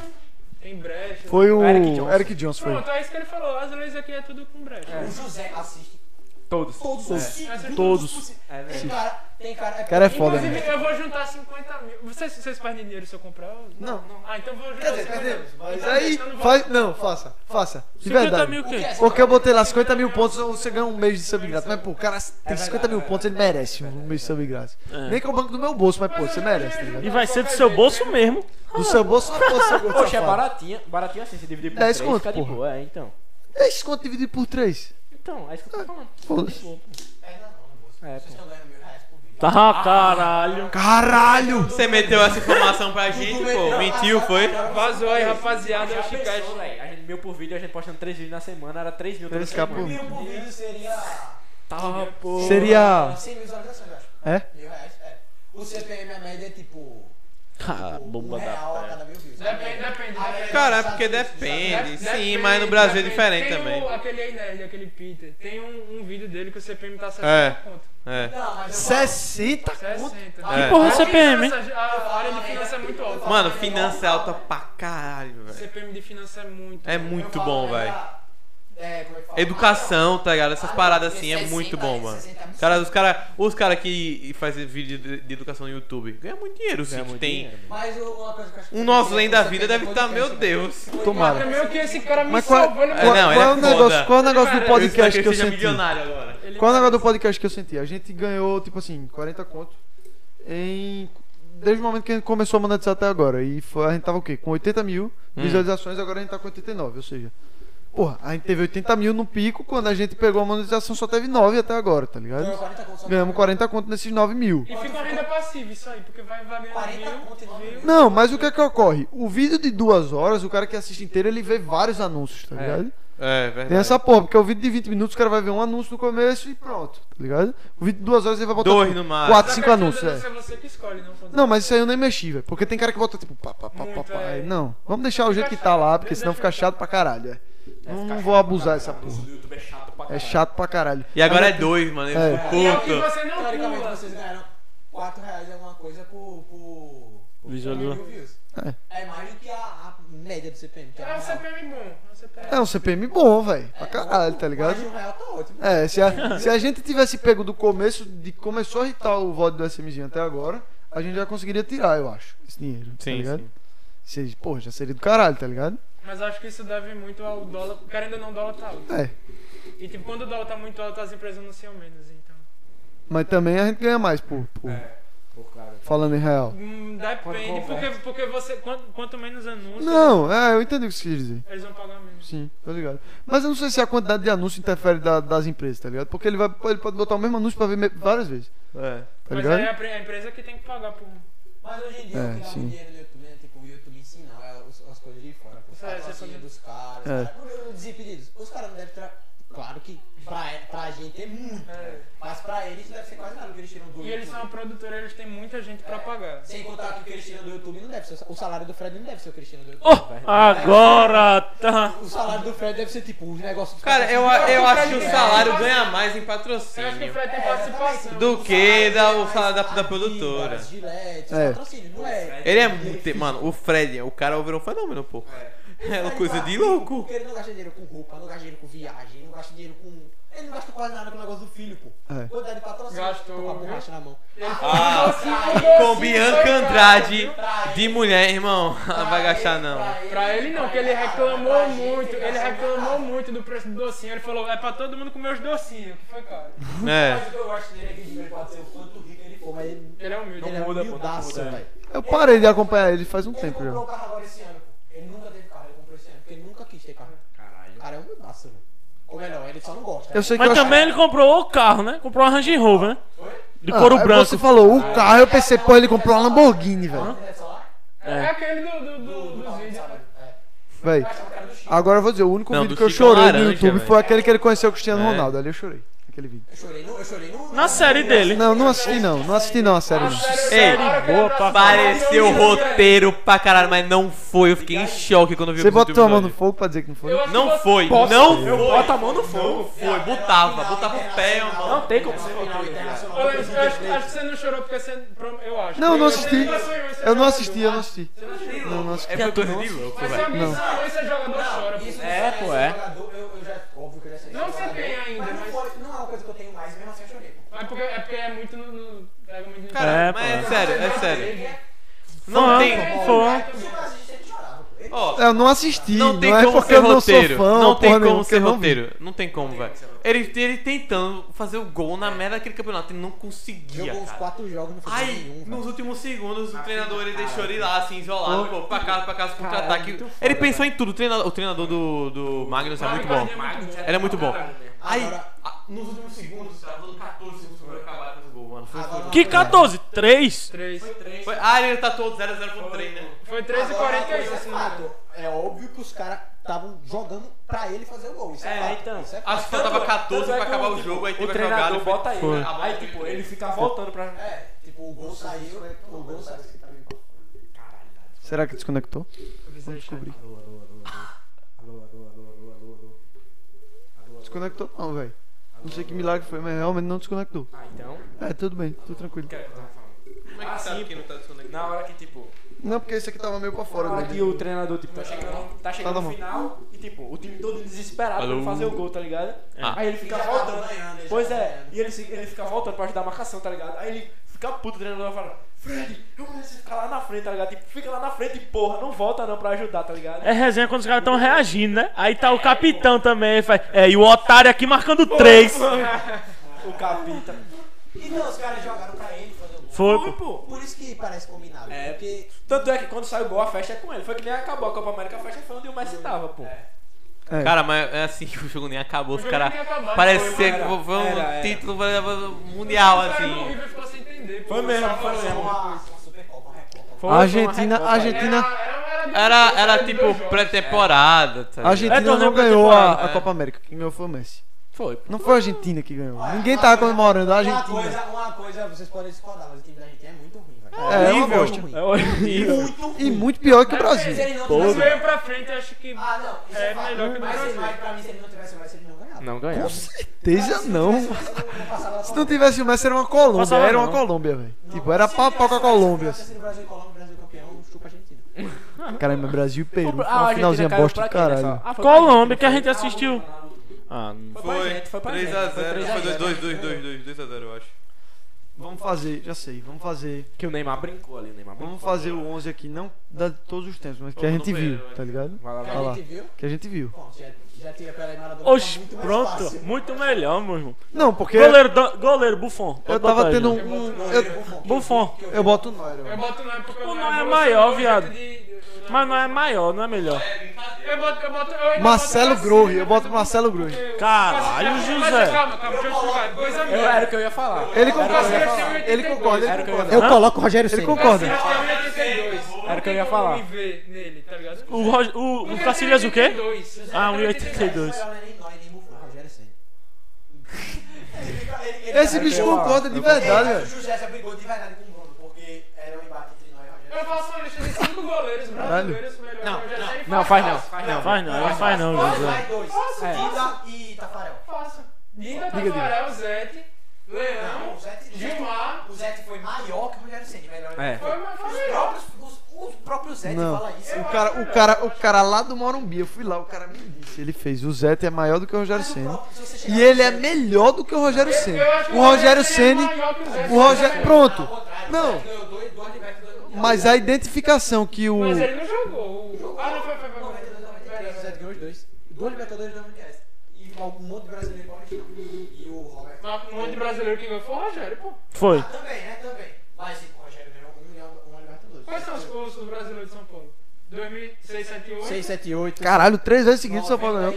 tem brecha? Foi o Eric Johnson. Eric Johnson, foi. Pronto, é isso que ele falou. As leis aqui é tudo com brecha. O José assiste Todos. todos os filhos. Todos. É Tem verdade. cara, tem cara. Cara é foda, Inclusive, né? eu vou juntar 50 mil. Vocês, vocês perdem dinheiro se eu comprar? ou- Não. Ah, então eu vou juntar Quer dizer, 50 perdemos. mil. Mas Então, aí, então eu não vou- faz, não, faça, faça. De 50 verdade. mil o é quê? assim, Porque eu botei lá 50 mil pontos, você ganha um mês de sub grátis. Mas, pô, o cara tem 50 mil pontos, ele merece um mês de sub grátis. É. Nem que é o banco do meu bolso, mas, pô, você merece, tá E ligado? vai ser do seu bolso mesmo. Do seu bolso, pô, seu gordo Poxa, é safado. baratinha. Baratinha assim, se dividir por Dez 10 conto, fica de porra. boa. É, então. É isso quanto dividido por 3. Então, é isso que eu tô falando. Foda-se. É, pô. Tá, caralho. Caralho! Você meteu essa informação pra gente, pô. Mentiu, foi? Vazou aí, rapaziada. Eu Já fico pensou, velho? A gente, mil por vídeo, a gente postando 3 vídeos na semana, era 3 mil toda 3K semana. Mil por um vídeo seria. Tá, pô. Seria. 100 mil visualizações, eu acho. É? Mil reais, é. O CPM, a média é tipo. Ah, Um bomba real a da cada mil views. Depende, depende. depende. Cara, é porque depende. Sim, mas no Brasil é depende. diferente tem também. O, aquele aí nerd, aquele Peter, tem um, um vídeo dele que o CPM tá 60 É. conto. É. Não, mas eu 60? 60. É. porra é Mas CPM, finanças, A área de finanças é muito alta. Mano, finança é alta pra caralho, velho. CPM de finanças é muito. É muito bom, velho. É, como é que fala? Ah, Educação, tá ligado? Essas paradas assim é muito bom, mano. Cara, os caras os cara que fazem vídeo de, de educação no YouTube ganha muito dinheiro, sim. que tem Mas o- uma coisa que eu acho que um nosso eu além da sei vida que é deve estar, meu podcast, Deus. É Tomara. meio que esse cara me Mas qual, salvou. qual, ele- qual Não, ele é é o foda. negócio, qual é o negócio do Cara, Eu espero podcast que que eu ele seja senti? milionário agora. ele- Qual é o negócio do podcast que eu senti? A gente ganhou, tipo assim, 40 conto em. Desde o momento que a gente começou a monetizar até agora. E foi- a gente tava o quê? Com 80 mil Hum. visualizações, agora a gente tá com 89, ou seja. Porra, a gente teve 80 mil no pico, quando a gente pegou a monetização só teve 9 até agora, tá Ganhou ligado? 40 conto só. Ganhamos 40 conto nesses 9 mil. E fica uma renda passiva tá isso aí, porque vai, vai ganhar 40 mil, conto e nove mil. Não, mas o que é que ocorre? O vídeo de duas horas, o cara que assiste inteiro, ele vê vários anúncios, tá É. ligado? É, verdade. Tem essa porra, porque o vídeo de 20 minutos, o cara vai ver um anúncio no começo e pronto, tá ligado? O vídeo de duas horas ele vai botar. tipo Dois no máximo. Quatro, cinco Só que a anúncios, tendência é. é você que escolhe, não Não, mas isso aí eu nem mexi, velho. Porque tem cara que bota tipo pá, pá, pá, pá, Muito, pá. é. Aí, Não, vamos deixar o jeito que tá lá, porque senão fica chato pra caralho, é. Não, não vou abusar dessa porra. YouTube é chato pra É chato pra caralho. E agora é dois, mano. É. Eu fico E é o que puto. você não Teoricamente pula. vocês ganharam 4 reais e alguma coisa por. por. por Visualiza- mil views. É mais do que a, a média do CPM. Que é É um um real. CPM bom. é um CPM. É um CPM bom, velho. Pra caralho, tá Mais de ligado? um real tá ótimo. É, se a, se a gente tivesse pego do começo, de começou a irritar o voto do SMzinho até agora, a gente já conseguiria tirar, eu acho, esse dinheiro. Tá Sim, ligado? sim. Se- Pô, já seria do caralho, tá ligado? Mas acho que isso deve muito ao dólar. Querendo ou não, o dólar tá alto. É. E tipo, quando o dólar tá muito alto, as empresas anunciam menos, então. É. Mas também a gente ganha mais, por, por- falando em real. Hum, depende, porque, porque você. Quanto, quanto menos anúncios, Não, é, eu entendi o que você quis dizer. eles vão pagar menos. Sim, tá ligado. Mas eu não sei se a quantidade de anúncio interfere da- das empresas, tá ligado? Porque ele, vai, ele pode botar o mesmo anúncio pra ver me- várias vezes, É. tá Mas ligado? aí a, pre- a empresa é que tem que pagar por. Mas hoje em dia, É, o que dá sim. muito dinheiro no YouTube, né? Tipo, o YouTube ensina é, os- as coisas de fora. Pô, Isso Isso é, isso é fazer- dos caras. É. os caras- os Desimpedidos. Os caras não devem tra... Claro que pra, pra gente é muito. É. Mas pra eles não deve ser quase nada o que eles tiram do E YouTube. eles são uma produtora, eles têm muita gente pra pagar. Sem contar que o que eles tiram do YouTube não deve ser. o sa- O salário do Fred não deve ser o que eles tiram do YouTube. Oh, ah. agora tá. O salário do Fred deve ser tipo os negócios dos Cara, caras. eu, eu acho que o É. salário ganha mais em Eu acho que o patrocínio Fred tem participação. do É, que da, é o salário da, da Adidas, produtora. Gillette, É. patrocínio, não é? Ele é muito. Mano, o Fred, o cara virou um fenômeno, pô. É, uma coisa de louco. Porque ele não gasta dinheiro com roupa, não gasta dinheiro com viagem, não gasta dinheiro com. Ele não gasta quase nada com o negócio do filho, pô. É. Quando ele patrocina, Gastou, tô com a viu? borracha na mão. Ah, com Bianca Andrade de mulher, irmão. Não vai gastar, não. Pra ele não, que ele reclamou muito, ele reclamou muito do preço do docinho. Ele falou, é pra todo mundo comer os docinhos, que foi caro. É. Mas o que eu gosto dele é que ele pode ser o quanto rico ele for, mas ele, Ele é humilde. ele é muda, pô, não humildaço, muda, é. velho. Eu parei de acompanhar ele faz um Ele tempo comprou um já. carro agora esse ano, pô. Ele nunca teve carro, ele comprou esse ano, porque ele nunca quis ter carro. Caralho. O cara é humildaço, velho. Ou melhor, ele só não gosta. Eu sei que Mas eu acho- também ele comprou o carro, né? Comprou uma Range Rover, né? De Ah, couro aí branco. Você falou, o carro, eu pensei, pô, ele comprou uma Lamborghini, velho. Ele deve falar É aquele do, do, do- dos vídeos. né? Véi, que é o cara do Agora eu vou dizer, o único Não, vídeo do que eu Chico chorei Laranja, no YouTube velho. foi aquele que ele conheceu o Cristiano É. Ronaldo. Ali eu chorei. Aquele vídeo. Eu chorei no. Eu chorei no. Na série dele. Não, não assisti não. Não assisti não a série não. Ei, boa pra pareceu roteiro pra caralho, mas não foi. Eu fiquei em choque quando eu vi Você os botou a últimos mão no episódios. fogo pra dizer que não foi? Não foi, Posso? não Eu foi. boto a mão no fogo. Foi, botava, botava o pé, a mão. Não tem como ser Não, roteiro. internacional. Eu lembro, eu acho, acho que você não chorou porque você. Eu acho. Não, eu não Eu assisti. lembro que foi, mas você Eu não chorou. assisti, eu não assisti. Não, não assisti. É por coisa de louco, Mas velho. sua missão, esse jogador chora. pô. Isso É, não pô, é. é. jogador, Eu, eu já. Óbvio que eu já sei. Não sei quem ainda, Mas não, mas- foi- não é uma coisa que eu tenho mais, mesmo assim eu chorei. Mas porque, é porque é muito no. no pega muito no. Cara, É, mas pô. é sério, é sério. Fã, Não tem. fã. Se o Brasil ele chorava. pô. Ele- Ó, Eu não assisti. não tem é como porque ser eu não sou roteiro. fã. não porra tem nenhuma, como porque ser eu não vi. roteiro. Não tem como, velho. Ele, ele tentando fazer o gol na merda daquele campeonato, ele não conseguia. Jogou uns cara. quatro jogos, não fez Aí, nenhum. nos velho. Ah, últimos segundos, o treinador ele deixou ele lá, assim, isolado, pô, pra casa, pra casa, é contra-ataque. Ele pensou em tudo, o treinador, o treinador do, do Magnus é muito bom. Era muito bom. Aí, Agora- a- nos últimos segundos, tava dando 14 segundos pra acabar com esse gol, mano. Foi, Agora- Que 14? 3? Três. foi, ah, ele tá todo 0x0 contra o trem, né? Foi Agora, uma 13h48, coisa se é não me engano. fato. É óbvio que os caras estavam jogando pra ele fazer o gol. Isso É, é, fato. então. Isso é fato. Acho que faltava 14 pra acabar o jogo, aí O teve a jogada. treinador foi- bota ele. foi. Aí, tipo, ele fica voltando pra. É, tipo, o gol saiu, o gol saiu. Será que desconectou? Desconectou não, velho. Não sei que milagre foi, mas realmente não desconectou. Ah, então. É, tudo bem, tô tranquilo. Como é que sabe que não tá desconectado? Na hora que, tipo. Não, porque esse aqui tava meio pra fora né? Na hora dele. que o treinador, tipo, tá chegando, tá Tá chegando na no mão. final e, tipo, o time todo desesperado Alô? pra fazer o gol, tá ligado? Ah. tá Aí ele fica voltando. Pois é, e ele, se- ele fica voltando pra ajudar a marcação, tá ligado? Aí ele fica puto, o treinador vai falar, Fred, eu mandei você ficar lá na frente, tá ligado? Tipo, fica lá na frente e porra, não volta não pra ajudar, tá ligado? É resenha quando os caras estão reagindo, né? Aí tá o capitão também, ele faz. É, e o otário aqui marcando 3. O capita. Então os caras jogaram pra ele fazer o gol. Foi, Foi, pô. pô. Por isso que parece combinado. É. Porque Tanto é que quando sai o gol, a festa é com ele. Foi que nem acabou a Copa América, a festa foi onde o Messi tava, pô. É. Cara, mas é assim que o jogo nem acabou, os jogo caras nem acabou, parece foi, ser que era, foi um era, era. título mundial, O cara do assim. River ficou sem entender. Foi pô, mesmo, só foi passou mesmo. uma- uma, uma Supercopa, uma Recopa. Ah, Foi- A Argentina, foi a uma recopa. Argentina, Era, era tipo pré-temporada, tá a Argentina É torneio não ganhou a, pré-temporada, a é. Copa América. Quem ganhou foi o Messi. Foi. Não foi a Argentina que ganhou. Ninguém tava comemorando a Uma Argentina. coisa, uma coisa, vocês podem discordar, mas o time da Argentina é muito ruim, velho. É, é uma Horrível. bosta. É horrível. Muito ruim. E muito pior que o Brasil. Se ele não Mas tivesse... veio pra frente, eu acho que. Ah, não. Isso é, É fato. melhor que o mas, Brasil. mas pra mim, se ele não tivesse o Messi, ele não ganhava. Não ganhou. Com certeza não. Se não tem tivesse o Messi, era uma Colômbia. Passava Era uma não. Colômbia, velho. Tipo, era pau a pau com a Colômbia. assim. Se o Brasil e Colômbia, Brasil campeão, chupa a Argentina. Caramba, Brasil e Peru. Ah, foi a Uma Argentina finalzinha caiu bosta pra do quem nessa? caralho. Ah, foi pra Colômbia Argentina, que a foi. gente assistiu. Ah, Foi não. pra Foi gente, foi pra gente. 3x0, foi 3x0. 2 2 2 2 2 a 0 eu acho. Vamos fazer, já sei. Vamos fazer. Que o Neymar brincou ali, o Neymar brincou. Vamos fazer o 11 aqui, não da de todos os tempos, mas que a Vamos gente no viu, banheiro, velho. tá ligado? Vai lá, vai A lá. lá. gente viu? Que a gente viu. Bom, já, já tinha Pelé e Maradona. tá Oxe, muito mais pronto. fácil. Muito melhor, meu irmão. Não, porque Goleiro, do- goleiro Buffon. eu Pode tava botar aí, tendo João. um. um- Não, eu, ele foi bom. Buffon. eu boto um o Neuer. Eu velho. boto não é porque O eu não é eu maior, sou viado. jeito de- eu Mas não é maior, não é melhor. Eu boto, eu boto. eu ainda Marcelo boto pra Grohe, cima, eu boto mas- Marcelo Grohe. Caralho, Mas- Mas, José. calma, calma, deixa eu explicar. Coisa Eu, era o minha. que eu ia falar. Era o Ele que eu ia concorda, Brasileiro falar. tem ele 82. concordo, ele Era o que eu ia concorda. falar. coloco o Rogério Ele Ceni. concorda. Casillas tem 82. Era o que eu ia Não tem como falar. me ver nele, tá ligado? O, Roger- o, o Cacilhas o quê? 82. Ah, um Não 82. é nem Neuer, nem Buffon, é Rogério Ceni. Ele fica- ele- ele- Esse bicho concorda de verdade, Ei, mas velho. O José já brigou de verdade com o Bruno, porque era um embate entre nós e Rogério Eu faço uma lista de 5 goleiros brasileiros melhores. Não, Eu já sei, Não, faz não, faz não. Faz não, não faz não, Ceni. José. Vai dois. É. Dida e Tafarel. Faço. Dida, Diga, diga. Tafarel, é Zete, Leão, O Zé- o Zé- Gilmar. O Zé foi maior que o Rogério Ceni, melhor. É. Foi uma Os família. próprios, os, os próprios Zé Não. fala isso. O cara, o, cara, o cara lá do Morumbi, eu fui lá, o cara me disse. Ele fez, o Zé é maior do que o Rogério Mas o Senna. próprio, se você chegar E no ele é Zé- melhor do que o Rogério Senna. Eu acho que O Rogério Ceni Senna. é maior que o Zé O Rogério. Ceni. Ah, Ao Pronto. contrário, o Não. Zé ganhou dois- dois Libertadores. Mas a identificação que o. Mas ele não jogou. Ah, não, foi, foi, foi. 92, 93, o Zé ganhou os dois. Duas Libertadores e dois mundiais. E um monte de brasileiro corretivo. E o Roberto. foi. Um monte de brasileiro que ganhou foi o Rogério, pô. Foi. Também, né? Também. Mas tipo, o Rogério ganhou um milhão, uma Libertadores. Quais são os, os, os brasileiros de São Paulo? 2006, 7, 8. 6, 7, 8. Caralho, três vezes seguidas o São Paulo ganhou.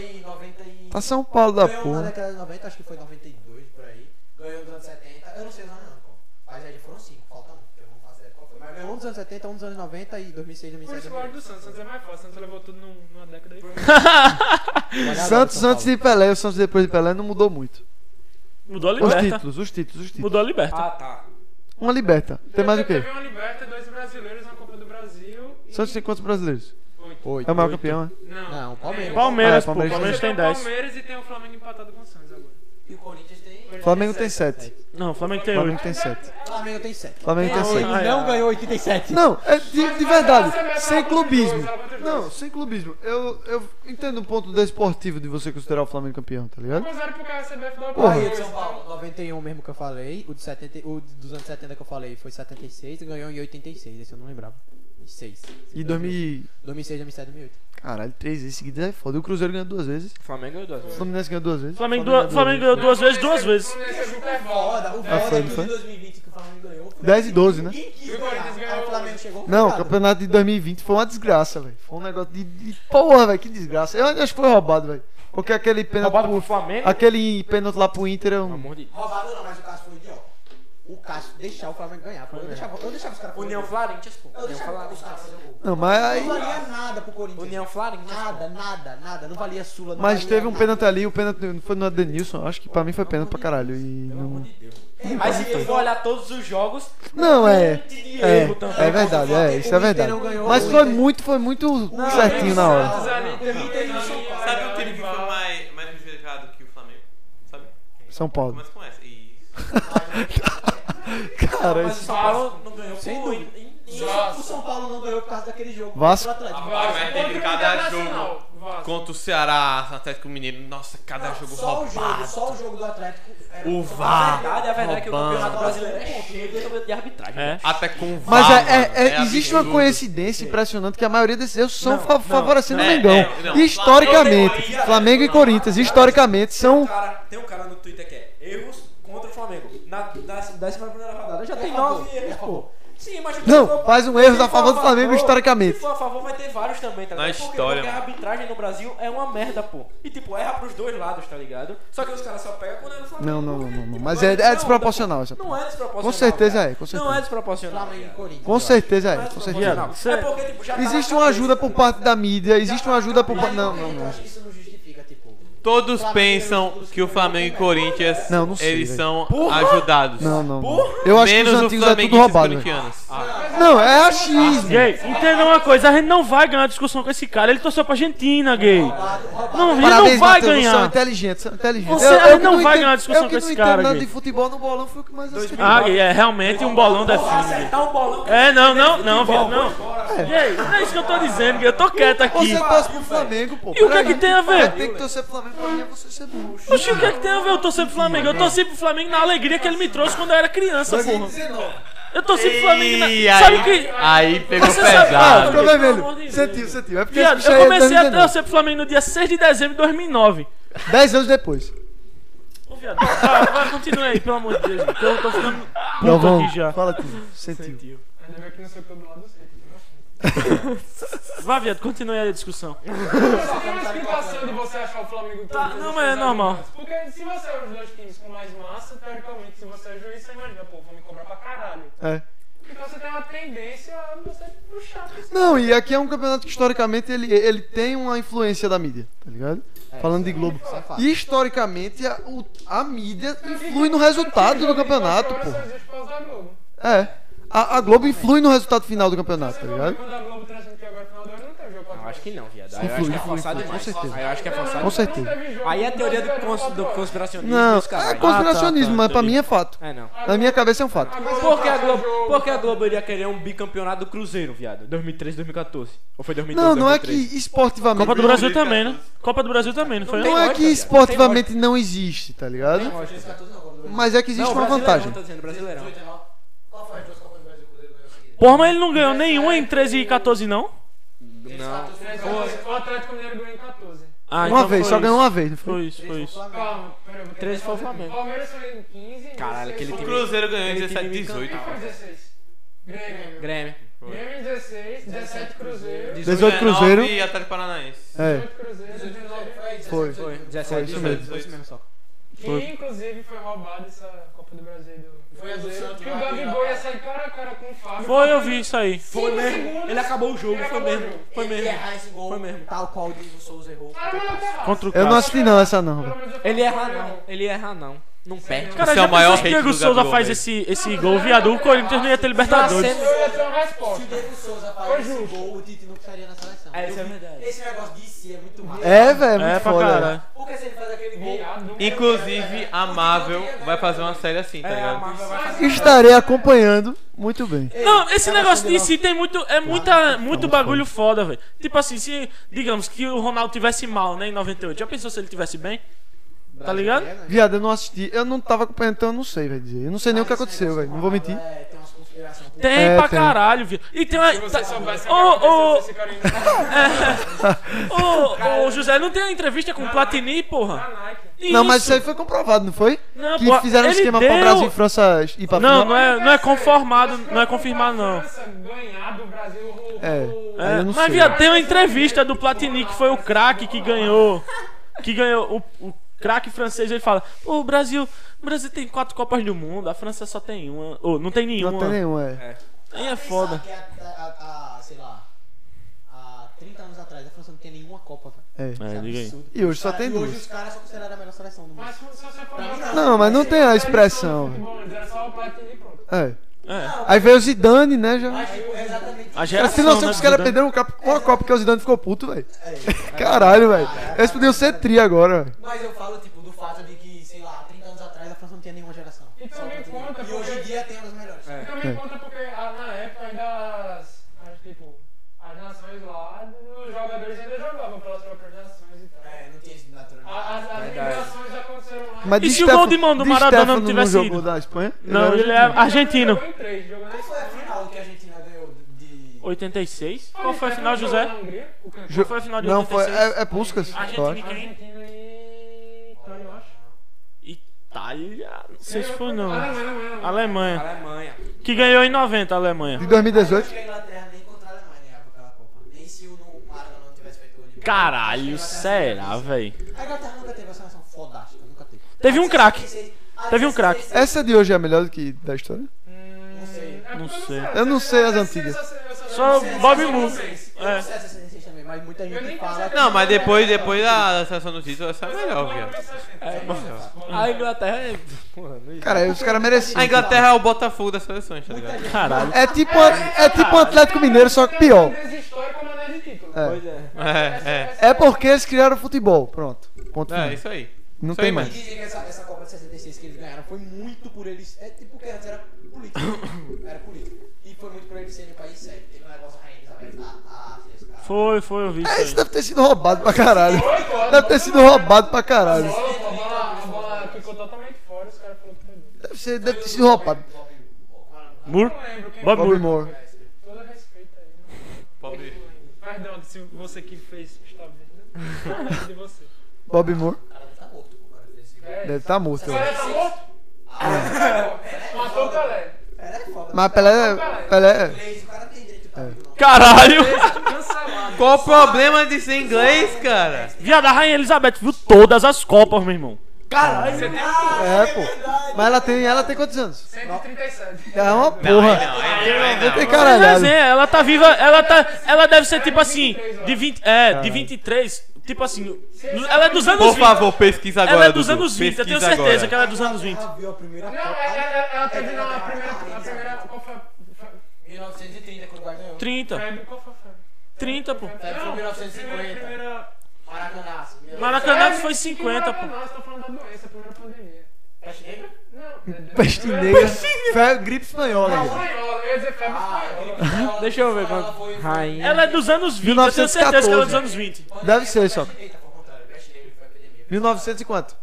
Tá São Paulo da Ganhou uma na porra. década de 90, acho que foi 92 por aí. Ganhou nos anos 70. Eu não sei os anos, não, pô. Mas aí foram 5, falta um. Eu não faço ideia de qual foi. Mas ganhou um dos anos anos 70, um dos anos 90 e 2006, Por 2007. isso que eu gosto do Santos. Santos é mais fácil. Santos levou tudo num- numa década aí. Santos antes de Pelé e o Santos depois de Pelé não mudou muito. Mudou a Os liberta. títulos, os títulos, os títulos. Mudou a liberta. Ah, tá. Uma liberta. Tem mais o quê? Teve uma liberta, dois brasileiros, uma Copa do Brasil e... Santos tem quantos brasileiros? Oito. É o maior campeão, né? Não. Não, o Palmeiras. É, Palmeiras, Ah, pô. Palmeiras Palmeiras tem tem o 10. Palmeiras e tem o Flamengo empatado com o Santos agora. E o Corinthians tem. Hoje Flamengo tem sete. 7. Não, Flamengo tem Flamengo 8. tem 7. O Flamengo tem 7. Flamengo tem 7. Ah, é. Ele não ganhou 87. Não, é de, de verdade, Mas ela vai um sem botar clubismo. dois, ela vai botar Não, dois. sem clubismo. Eu, eu entendo o ponto desportivo de você considerar o Flamengo campeão, tá ligado? Mas era porque um a CBF dá um uma Porra. Aí, o de São Paulo, 91 mesmo que eu falei. O, de 70, o de- dos anos 70 que eu falei foi 76 e ganhou em 86. Esse eu não lembrava. 6. E 2000. 2006, 2007, 2008. Caralho, três vezes seguidas é foda. E o Cruzeiro ganhou duas vezes. Flamengo ganhou duas O vezes. Fluminense ganhou duas vezes. Flamengo, duas- Flamengo ganhou duas vezes, duas vezes. É é Foda, o Ah, foda foi, é que foi? de 2020 que o Flamengo ganhou. 10 e 12, né? Ninguém quis E o ganhar. Corinthians ganhou Aí o Flamengo chegou. Não, o focado. campeonato de 2020 foi uma desgraça, velho. Foi um negócio de, de porra, velho. Que desgraça. Eu acho que foi roubado, velho. Porque aquele pênalti. Roubado pro pro- Flamengo? Aquele pênalti lá pro Inter é Pelo um. amor de Deus. Roubado não, mas o Cássio foi idiota. O Cássio deixar o Flamengo ganhar. pô. Eu né? deixava, eu deixava os caras fazer União gol. Florentias, pô. Eu União deixava os Florentias. caras fazer gol. Não, mas Não aí. valia nada pro Corinthians. União Florentias. Nada, nada, nada. Não valia Sula. Não Mas valia teve um nada. pênalti ali, o pênalti foi no Adenilson. Acho que pra mim foi pênalti pra caralho. E não... Mas se tu for olhar todos os jogos, não, é. de É, erro também. é verdade, é, isso é verdade. Mas foi muito, foi muito certinho na hora. Santos ali teve um São Paulo. Sabe o time que foi mais, mais prejudicado que o Flamengo? Sabe? São Paulo. Começa com essa. Isso. Cara, Mas o isso... São Paulo não ganhou Sem por um. dúvida. in- in- E o São Paulo não ganhou por causa daquele jogo. Vasco. contra o Atlético. Ah, mas teve cada jogo. Vasco. Contra o Ceará, Atlético Mineiro. Nossa, cada jogo só o jogo, Ah, roubado. só o jogo do Atlético. era- O VAR. verdade, a verdade é que o Roubando. campeonato brasileiro é cheio de arbitragem. É. Até com o VAR. Mas é- mano, é- é- existe uma absurdo. coincidência impressionante que a maioria desses erros são fa- favorecendo o É, Mengão. é, não. historicamente, Flamengo e Corinthians, historicamente, Um são. cara, tem um cara no Twitter que é erros contra o Flamengo. Na, na, décima primeira rodada. Já tem É favor, nove é erros, pô. Sim, mas Não, faz um erro a favor do Flamengo Se historicamente. for a favor, vai ter vários também, tá Na ligado? Porque- história, Porque a mano. arbitragem no Brasil é uma merda, pô. E tipo, erra pros dois lados, tá ligado? Só que os caras só pegam quando é no Flamengo. Não, não, não, porque, não, não. tipo, Mas não é, é não, desproporcional essa Não, porra. é desproporcional. Com certeza cara. é, com Não é certeza. desproporcional. Flamengo e cara. Corinthians. Com certeza Não é, é com certeza. desproporcional. É porque, tipo, já tá na Existe uma ajuda cabeça, por tá ligado? parte da mídia, existe uma ajuda por Mas parte. Não, por que não, tu não. acha que Isso não justifica, tipo. Todos Flamengo, pensam os que o Flamengo e Corinthians Não, não sei, eles velho. são ajudados. Não, não. não. Eu acho que os Menos o antigos é Flamengo tudo e os roubado. velho. corintianos. Não, é achismo. Gay, entenda uma coisa, a gente não vai ganhar discussão com esse cara. Ele torceu pra Argentina, gay. Não, ele não Parabéns, vai Matheus, é um são ganhar. inteligentes, são inteligentes. Você- ele que não vai entendo- ganhar discussão eu que com esse não entendo cara, nada Gui. de futebol no bolão, foi o que mais assisti. Ah, gay, é realmente um bolão define. Acertar um bolão. que É, não, não, não, viado, não. Gay, não é isso que eu tô dizendo, gay. Eu tô quieto aqui. Você torce pro Flamengo, pô. Ah, E o que é Peraí. que tem a ver? Tem que torcer pro Flamengo pra mim é você ser burro. Oxi, o que é que tem a ver? Eu torci pro Flamengo. Eu torci pro Flamengo na alegria que ele me trouxe quando eu era criança, porra. 2019. Eu torci pro Flamengo na. E Sabe aí- o que. Aí pegou Você sabe- Ah, Gui, pesado. ficou pelo amor de vermelho. Deus. Sentiu, sentiu. É porque Viado, esse bicho aí eu é comecei a 2019. torcer pro Flamengo no dia 6 de dezembro de 2009. Dez anos depois. Ô, viado, vai, vai, continua aí, pelo amor de Deus. Que eu tô ficando Não, puto vamos. aqui já. Fala tudo. Sentiu. Ainda bem que não sou pelo lado do centro. Vai, viado, continua aí a discussão. Você tem uma explicação de você achar o Flamengo Tá, todo não, mundo mas é sabe normal. mais. Porque se você é os dois times com mais massa, teoricamente, se você é juiz, você imagina, pô, vão me cobrar pra caralho. É. Então você tem uma tendência a você puxar pra esse Não, e aqui é um campeonato que historicamente ele, ele tem uma influência da mídia, tá ligado? Falando de Globo. isso é fato. E historicamente a, o- a mídia influi no resultado do campeonato, Agora só pô. existe por causa da Globo. É. A, a Globo influi no resultado final do campeonato, tá Você ligado? quando a Globo transmitir agora no final do ano, não tem jogo Ah, Não, quatro acho que não, viado. Aí eu acho Influi, que é influi, forçado influi, com demais. certeza. Aí eu acho que é horas. forçado Com demais. certeza. Aí é a teoria do, cons do conspiracionismo Não, dos caras. é conspiracionismo, tá mas pra mim é fato. É, não. Na minha cabeça é um fato. Por que, a Globo, por que a Globo iria querer um bicampeonato do Cruzeiro, viado? 2013, 2014. Ou foi 2012, Não, não é que 2013? esportivamente. Então, Copa do Brasil também, né? Copa do Brasil também, não foi? tem Não é que lógica, esportivamente não existe, tá ligado? Mas é que existe uma vantagem. Tá dizendo, brasileirão. Porra, mas ele não ganhou nenhum em 13 e 14, não? Não. O Atlético Mineiro ganhou em 14. Ah, Uma então vez, foi só ganhou isso. uma vez, não foi? Foi isso, foi isso. Calma, peraí, eu vou ter 13 que foi o fazer. Flamengo. Palmeiras foi em 15. Caralho, aquele O time. Cruzeiro ganhou Ele tem 17 time 18. foi 16. Grêmio. Grêmio. Grêmio 16, 17 Cruzeiro, 18 Cruzeiro. E Atlético Paranaense. É, 18 Cruzeiro, 19 Foi. foi. Foi 17, isso isso mesmo. mesmo. só. Que Foi. inclusive foi roubado essa Copa do Brasil. Do Foi a do Brasileiro, Santos Que o lá, Gabigol ia sair cara a cara com o Fábio. Foi, eu vi isso aí. Foi Cinco mesmo. segundos. Ele acabou o jogo, Ele foi acabou o mesmo. jogo. Foi Ele mesmo. errar esse gol, Foi mesmo. tal qual o Diego Souza errou. Era melhor ter errado. Contra o Eu não Cássio. assisti não essa não, velho. Pelo menos eu Ele faço erra o meu. não. Ele erra não. Não perde. Tá Cara, Você já é o maior pensou que o hate Diego do Souza Gabigol, faz velho. esse, esse gol viado, o Corinthians não ia ter Tá Libertadores. Eu ia ter um resposta. Se o Diego Souza faz esse gol, o Tite não estaria na seleção. É, isso é verdade. Esse negócio de si é muito mal. É, velho, é É, muito pra foda. caralho. velho. Porque se ele faz aquele gol, Viado. Inclusive, a Marvel vai fazer uma série assim, tá É, a ligado? Marvel vai fazer. Estarei acompanhando muito bem. Não, esse Cara, negócio de assim, si tem muito. É muita, muito bagulho foda, velho. Tipo assim, se. Digamos que o Ronaldo tivesse mal, né, em 98. Já pensou se ele tivesse bem? Tá ligado? Viado, eu não assisti, eu não tava acompanhando, então eu não sei, velho, dizer. Eu não sei nem o que aconteceu, velho, não vou mentir. É, tem umas considerações. Tem É, pra tem. caralho, viu? E tem uma. Se tá- você soubesse o que Ô, aconteceu, ô, se esse né? cara ia ô, ô, José, não tem uma entrevista com o Platini, porra? Tá na Nike. Não, mas Isso. isso aí foi comprovado, não foi? Não, Que porra, fizeram um ele esquema deu- pra Brasil e França ir pra Não, final. não é, não é conformado, não é confirmado, não. França ganhar do Brasil. o- É. o- É, eu não mas sei. viado, tem uma entrevista do Platini que foi o craque que ganhou. Que ganhou o, o craque francês, ele fala: "Pô, o Brasil, o Brasil tem quatro Copas do Mundo, a França só tem uma, ou não tem nenhuma". Não tem nenhum, é. Aí é foda. Que a, a, a, sei lá, há 30 anos atrás a França não tinha nenhuma Copa, velho. É. É, diga aí. E hoje só Cara, tem e hoje duas. os caras são considerados a melhor seleção do mundo. Mas se você for Pra mim, ver, Não, mas não tem a era expressão. futebol, Era só o Platini e pronto. É. É. Aí veio o Zidane, né, já. Mas, tipo, exatamente. A Cara, geração, tem noção né, que os caras do- perderam uma Copa porque o Zidane ficou puto, velho. É. Caralho, velho. Eles podiam ser tri agora, velho. Mas eu falo, tipo, do fato de que, sei lá, há 30 anos atrás a França não tinha nenhuma geração. E Só também pra ter- conta, E hoje em porque- dia tem uma das melhores. É, e também conta porque ah, na época ainda as, as, tipo, as nações lá, os jogadores ainda jogavam pelas próprias nações e tal. É, não tinha esse natural. A- As, as migrações aconteceram lá. Mas E Di se o gol Stefano- de mão do Di Maradona não Stefano tivesse jogou ido? da Espanha? Não, era ele é argentino. argentino. Jogou em três, jogou Qual nesse- foi a final que a Argentina ganhou de. 86? Qual foi a final, José? Na Hungria, o campeão. Qual foi a final de Não, foi. 86? É, é Puskas, eu Argentina e acho. quem? Argentina e. Itália, eu acho. Ah, Itália? Não sei se foi não. Alemanha, Alemanha. Alemanha. Alemanha. Que ganhou em 90 a Alemanha. De Eu 2018? acho que a Inglaterra nem contra a Alemanha ganhava aquela Copa. Nem se o no- Maradona não tivesse feito o gol de Caralho, será, véi? A Inglaterra nunca teve uma seleção fodástica, nunca teve. Teve um craque. Teve um craque. Essa de hoje é a melhor do que da história? Hum, Não sei. é porque Não eu sei. Eu não sei é as antigas. Eu só sei- eu só sei- Só eu sei- Bobby eu sei- Moore. Eu É. não sei essa sensação também, mas muita Eu gente nem fala. consigo- que- Não, mas depois, depois da seleção do título, essa é eu sei- melhor, eu viado. sei- É, A Inglaterra é. Porra, não existe. Cara, os caras mereciam. A Inglaterra é o Botafogo das seleções, tá ligado? Caralho. É tipo, é tipo um Atlético Mineiro, só que pior. é Histórico, mas não é de título. É. Pois é. É, é. É porque eles criaram o futebol. Pronto. Ponto É, final. isso aí. Não isso tem aí E mais. dizem que essa, essa Copa de 66 que eles ganharam foi muito por eles. É tipo que antes era político. Era político. E foi muito por eles serem o país sério. Teve um negócio rainha Elizabeth. Ah, ah, esse cara. Foi, foi, eu vi É, isso isso aí. deve ter sido roubado pra caralho. Deve ter sido roubado pra caralho. A bola- a bola ficou totalmente fora, os caras falaram que perdeu. Deve, ser, deve ter sido roubado. Mur? Não lembro quem Bob Bobby Mur. Moore. Todo respeito aí. né? Pobre. Perdão, se você que fez está vendo. de você. Bobby Moore O cara deve tá morto. O cara fez esse gol. deve estar morto. eu Pelé acho. tá morto? É. Matou o Pelé. Era foda. Mas Pelé. é- Pelé. Inglês, o cara tem direito pra tudo, não. Caralho! Cancelado. Qual o problema de ser inglês, cara? Viado, a Rainha Elizabeth viu todas as Copas, meu irmão. É, pô. Mas ela tem, ela tem quantos anos? 137. É uma porra. é, Não tem Mas caralhada. é, ela tá viva, ela tá. Ela deve ser tipo assim, de 20. É, de 23. Tipo assim. Ela é dos anos Por 20. favor, pesquisa agora. Ela é dos Dudu. anos 20, eu tenho Pesquisa certeza que agora. ela é dos anos 20. Ela viu a primeira Não, é, Copa. ela, ela, ela teve na primeira. A primeira. Qual foi a. foi- 1930, quando o Guarani ganhou. 30. Febre, qual foi a febre? 30, pô. Febre foi Não, 1950. primeira- primeira- Maracanã. assim, Maracanã Febre, foi 50, é, que pô. Maracanã, você tá falando da doença, a primeira pandemia. Peste negra? Não, é, é Peste negra. Fe- Gripe espanhola. velho. Espanhola, eu ia dizer febre Ah, espanhola. eu queria falar- Deixa eu ver falar, quanto- foi- foi- Rainha. Ela é dos anos 20, eu tenho certeza que ela é dos anos 20. Pandemia Deve ser, foi só. peste negra, foi ao contrário, peste negra foi a epidemia. 1900 e quanto?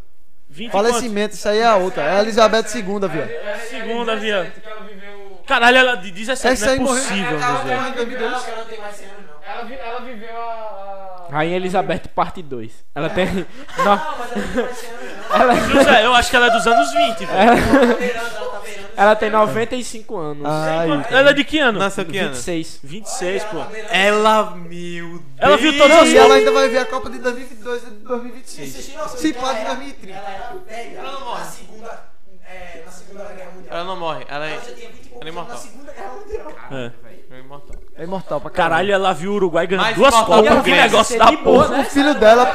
20 e quanto? Falecimento, isso aí é a outra. É a Elizabeth II, viado. Ela- ela- ela- Segunda, viado. é que Ela viveu. Caralho, ela de 17 Essa não é aí morreu. possível, Ela José. morreu em 2002, ela não tem mais 100 anos, não. Ela, vi- ela viveu a. a- Rainha Elizabeth, parte 2. Ela tem. Não, mas ela não tem mais 100 anos, não. José, eu acho que ela é dos anos 20, velho. Ela tá Ela tem 95 anos. Ai, Ela é de que ano? Nasceu que ano? 26. 26, pô. Ela, meu Deus. Ela viu todas Não, as e ela ainda vai ver a Copa de 2022 e 2026. Se Se pá, de 2030. Ela era velha. Ela não morre. Na segunda, é, na segunda Guerra Mundial. Ela não morre, ela é, Ela já tinha 20 e poucos ela é anos na imortal. segunda Guerra Mundial. É. Ela é imortal. É imortal pra Caralho, ela viu o Uruguai ganhando Mais duas uma Copa Copas. Que do Grêmio. um negócio da porra. né? né? O filho tá dela,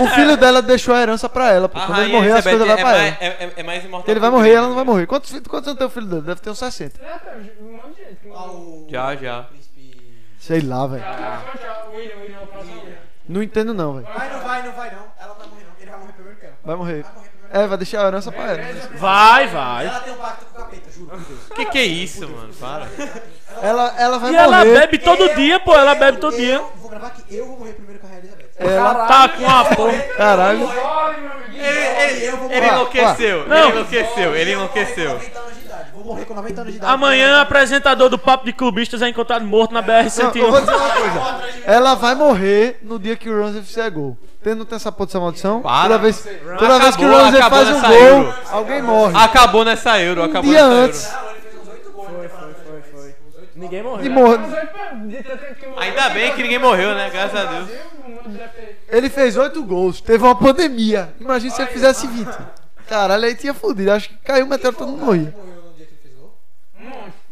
o filho dela deixou a herança pra ela, pô. A Quando ele rainha morrer, as Elizabeth coisas vão Ah, é, pra mais- ela. é- é- é mais imortal. Ele que vai o morrer, Grêmio. ela não vai morrer. Quantos, filhos- quantos anos tem o filho dele? Deve ter uns 60. É, cara, um monte de gente. que Lá o Já, já. príncipe- Sei lá, velho. Tchau, tchau. William, William, é o próximo. Não entendo não, velho. Vai, não vai, não vai não. Ela não vai morrer não. Ele vai morrer primeiro que ela. Vai morrer. Vai morrer primeiro. É, vai deixar a herança pra ela. Vai, vai. Ela tem um pacto com o capeta, juro por Deus. Que que é isso, mano? Para. Ela, ela vai E morrer. ela bebe todo Eu- dia, pô. Ela eu- bebe todo dia. Eu vou gravar que eu vou morrer primeiro com a Rainha Elizabeth. Ela- Tá com a porra. Caralho. Olha, meu amiguinho. Ele, ele- Eu vou ele morrer. enlouqueceu, Não. ele enlouqueceu, ele enlouqueceu. Vou morrer com 90 anos de idade. Vou morrer com 90 anos de idade. Amanhã, apresentador do Papo de Clubistas é encontrado morto na Não, eu vou BR-101. dizer uma coisa. Ela vai morrer no dia que o Ronzef fizer gol. Tem- Não tem essa porra dessa maldição? Para. Toda vez, toda vez que o Acabou, Ronzef acabou faz um nessa gol, Euro. Ah. alguém morre. Acabou nessa euro, Um acabou dia nessa antes. euro. Foi, foi, foi, foi. Ninguém E morreu. morre. Mas olha, pô, de tanto que eu- Ainda bem que ninguém morreu, né? Graças a Deus. O mundo é deve ter- Ele fez oito gols, teve uma pandemia. Imagina se ele fizesse 20. Caralho, aí tinha fudido. Acho que caiu o meteoro todo mundo morria. Morreu no dia que ele fez gol.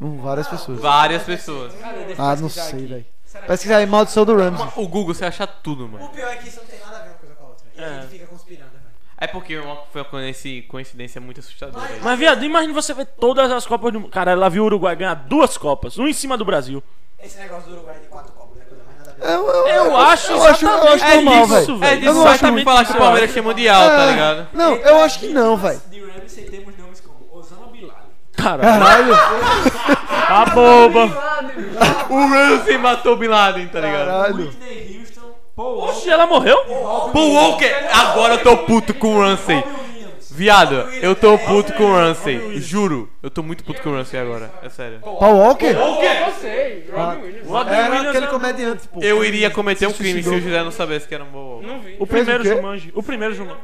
Hum, várias pessoas. Ah, Várias pessoas. Ah, não sei, velho. Parece que aí maldição do Rams. O Google, você acha tudo, O mano. pior é que isso não tem nada a ver uma coisa com a outra. E a É. gente fica conspirando, né, velho. É porque uma- foi uma coinci- coincidência muito assustadora. aí. Mas, viado, imagina você ver todas as Copas do mundo. Cara, ela viu o Uruguai ganhar duas Copas, um em cima do Brasil. Esse negócio do Uruguai de quatro copas, né? Coisa mais nada a ver. Eu, Eu acho eu acho, eu acho exatamente normal, isso, velho. É velho. Eu disso não só acho também muito falar que o isso, Palmeiras eu tinha mundial, tá É, ligado? Não, eu acho que não, velho. De Rams, aí temos nomes como Osama Bin Laden. Cara, Caralho, tá boba. O Ramsey matou o Bin Laden, tá ligado? caralho. Whitney Houston, Paul Walker, Oxe, ela morreu? Paul Walker, agora eu tô puto com o Ramsey. Williams. Viado, eu tô puto com o Ramsey, juro. Eu tô muito puto com o Ramsey agora, é sério. Paul Walker? Ah, Eu sei, Robin Williams. Robin Era Williams aquele é- comediante, pô. Eu iria cometer um crime se o José não soubesse que era um Paul Walker. Não vi. O primeiro Fez o quê? Jumanji. O primeiro Jumanji.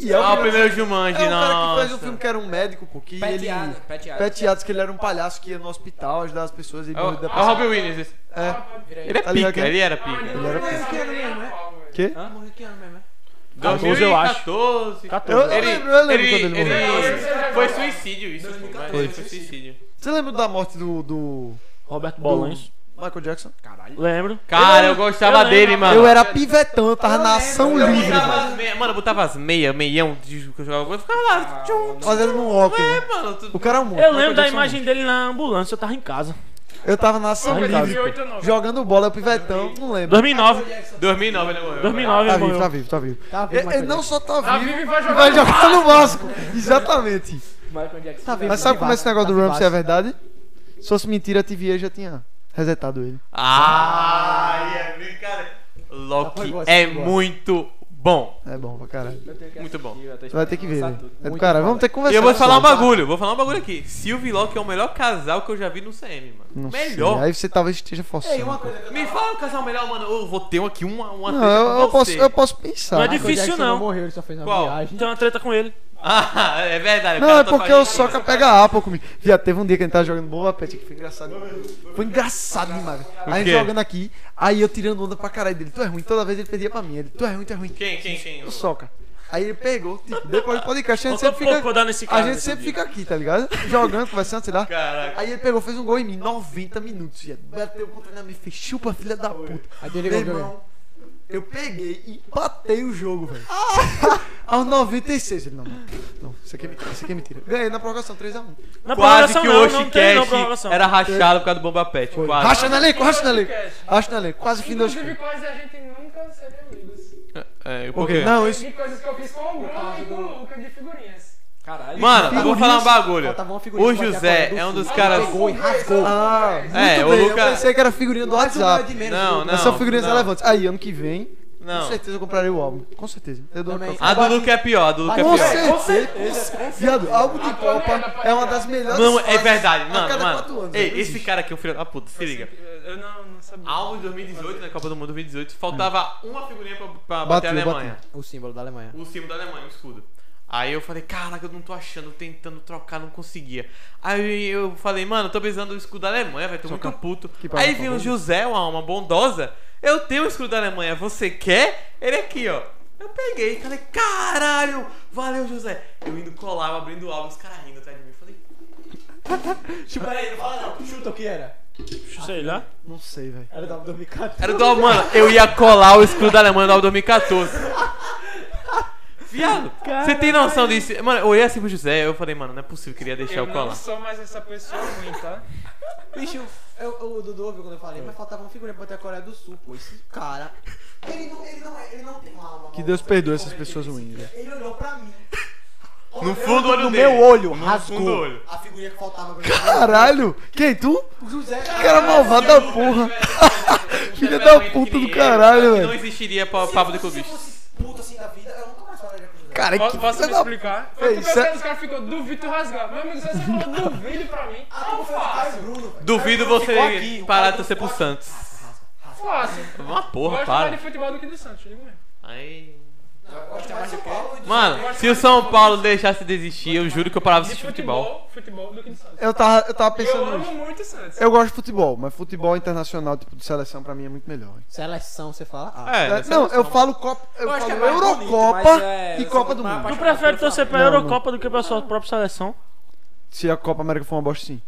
E é Ah, o primeiro- primeiro Jumanji, É o cara que fez um nossa. filme que era um médico, pô. Que ele... Petiada, petiada. Petiados, que ele era um palhaço que ia no hospital ajudar as pessoas e É o, morrer é da o Robin Williams. esse. É. Ele é Tá ligado pica, que- ele era pica. Ele era é assim. pica. né? Que? Morreu que ano mesmo, né? 14, eu acho. 2014. 14. Eu, eu Ele, lembro, eu lembro ele, quando ele, morreu. ele- Foi suicídio isso, pô, mas Foi suicídio. Você lembra da morte do, do Roberto Bolanhos. Michael Jackson? Lembro. Cara, eu gostava Eu dele, lembro. mano. Eu era pivetão, eu tava na ação Eu livre, botava velho. as meia, mano, eu botava as meias, meião de que eu jogava, eu ficava lá, tchum, Fazendo um walk, é, né? mano, tu- O cara é um monstro. Eu Michael lembro Jackson da é um imagem dele na ambulância, eu tava em casa. monstro. Eu tava na ação livre, 2008 não. pô. jogando bola, eu pivetão, não lembro. 2009. 2009 ele morreu. 2009 Tá ele vivo, tá morreu. vivo, tá vivo. Tá vivo, Ele, Michael ele não Jackson. só tá Tá vivo, vivo e vai jogar. vai jogar no Vasco. Exatamente. Michael Jackson. Tá vivo, Mas sabe de como é esse baixo, negócio tá do de Ramsey baixo. é verdade? Se fosse mentira, a TVA já tinha resetado ele. Ah, é brincadeira. Loki gosto, é eu gosto. muito bom, É bom pra caralho. muito bom. Você vai ter que ver. velho. É do caralho, vamos ter que conversar. E eu vou falar um pessoal. bagulho, vou falar um bagulho aqui. Silvio e Loki é o melhor casal que eu já vi no CM, mano. Não sei, melhor. Aí você talvez esteja forçando. Me fala um casal melhor, mano. Eu vou ter um aqui uma, uma Não, treta eu, com eu posso, você. eu posso pensar. Não é Michael Difícil Jackson não. morreu, ele só fez uma Qual? viagem. Tem uma treta com ele. Ah, é verdade. o Não, cara é tá porque falando o isso. Soca pega a Apple comigo. Viado, teve um dia que a gente tava jogando Bomba Pet, que foi engraçado. Foi engraçado demais. velho. A gente quê? jogando aqui, aí eu tirando onda pra caralho dele. Tu é ruim, toda vez ele perdia pra mim. Ele, tu é ruim, tu é ruim. Quem, quem, quem? O Soca. Aí ele pegou, tipo, depois do podcast, a gente Faltou sempre pouco pra fica. dar nesse cara. né, A gente nesse sempre dia. fica aqui, tá ligado? Jogando, conversando, sei lá. Caraca. Aí ele pegou, fez um gol em mim, 90 minutos, viado. Bateu contra na minha, fez chupa, filha da puta. Aí Meu desligou o jogo. irmão, eu peguei e empatei o jogo, velho. Aos 96, ele, não, não, não, isso aqui é mentira, isso aqui é mentira. Ganhei na prorrogação 3x1. Na Quase prorrogação que não, o não tem não é Oshikesh prorrogação. era rachado por causa do Bomba Pet. Ah, Quase. Racha na é elenco, racha na elenco, racha na elenco, quase fim da Inclusive, quase a gente nunca seria amigos. É, por quê? Ok, não, isso... De coisas que eu fiz com o Bruno e com o Luca de figurinhas. Caralho. Mano, eu vou Figurinhas- falar um bagulho. tá Faltava uma figurinha O que batia a José bola é um dos Sul. caras. Pegou e rasgou. Ah, muito É, o bem, Luca- eu pensei que era figurinha é do é WhatsApp. Não, não. Mas são figurinhas não, relevantes. Aí, ano que vem, com Não. certeza eu comprarei o álbum. Com certeza. Eu dou Também. pra- A do Luca é pior, a do Luca é Com pior. certeza, com certeza. Viado, álbum de Copa é uma das melhores. Não, é fases verdade. a Não, cada quatro mano. anos, né? Ei, velho, esse existe. cara aqui é um filho da puta, se liga. Eu não, não sabia. Álbum de 2018, na né? Copa do Mundo 2018, faltava uma figurinha pra, pra bater a Bateu, Alemanha. O símbolo da Alemanha. O símbolo da um Alemanha, o escudo. Aí eu falei, caraca, eu não tô achando, tentando trocar, não conseguia. Aí eu falei, mano, tô precisando do escudo da Alemanha, velho, tô muito puto. que Aí palavra vi o favorita? José, uma alma bondosa, eu tenho o escudo da Alemanha, você quer? Ele aqui, ó. Eu peguei e falei, caralho, valeu, José. Eu indo colar, eu abrindo o álbum, os caras rindo atrás de mim. Eu falei, Peraí, não fala não. Chuta o que era. Sei lá. Não sei, velho. Era da 2014. Era do álbum, mano. Eu ia colar o escudo da Alemanha no álbum 2014. Viado, você tem noção disso? Mano, eu olhei assim pro José, eu falei, mano, não é possível que ele ia deixar Eu eu não colar. sou mais essa pessoa ruim, tá? Bicho, eu, o Dudu ouviu quando eu falei, mas faltava uma figurinha pra ter a Coreia do Sul, pô. Esse cara. Ele não, ele não, é- ele não tem uma alma. Que maldosa, Deus perdoe ele essas comete pessoas esse- ruins, velho. Ele olhou pra mim. No fundo do olho No dele. meu olho, No fundo do rasgou. olho. A figurinha que faltava pra mim. Caralho! Quem? Tu? O José. Cara malvado da porra! Filha da puta do caralho, Não velho! existiria pa- Se Pablo de eu- se eu Cubista. fosse puto assim da vida, eu nunca mais falaria com o José. Cara, que Posso, posso filha me da É explicar? Foi Ei, o que cê- os caras ficam, duvido tu rasgar. Meu amigo, você falou duvido pra mim. Ah, como foi o Caio Bruno? velho? Duvido Caio Bruno ficou você aqui, o parar Caio de torcer Bruno pro ficou Santos. Fácil. Uma Eu porra, gosto mais de para. futebol do que do Santos, digo mesmo. Aí. aqui. Gosta mais do São Paulo e do Mano, se o São Paulo deixasse de existir, eu juro que eu parava de De assistir futebol. futebol, futebol do que do Santos. Eu tava, eu tava Eu pensando amo nisso. muito o Santos. Eu gosto de futebol, mas futebol internacional, tipo, de seleção, pra mim é muito melhor. hein. Seleção, você fala? Ah. É, É, essa não, é a eu noção. falo Copa, eu, acho que falo é mais Eurocopa bonito, mas é- e eu Copa sou do mais Mundo. Tu apaixonado. prefere torcer pra Não, não. Eurocopa do que pra sua própria seleção? Se a Copa América for uma bosta, sim.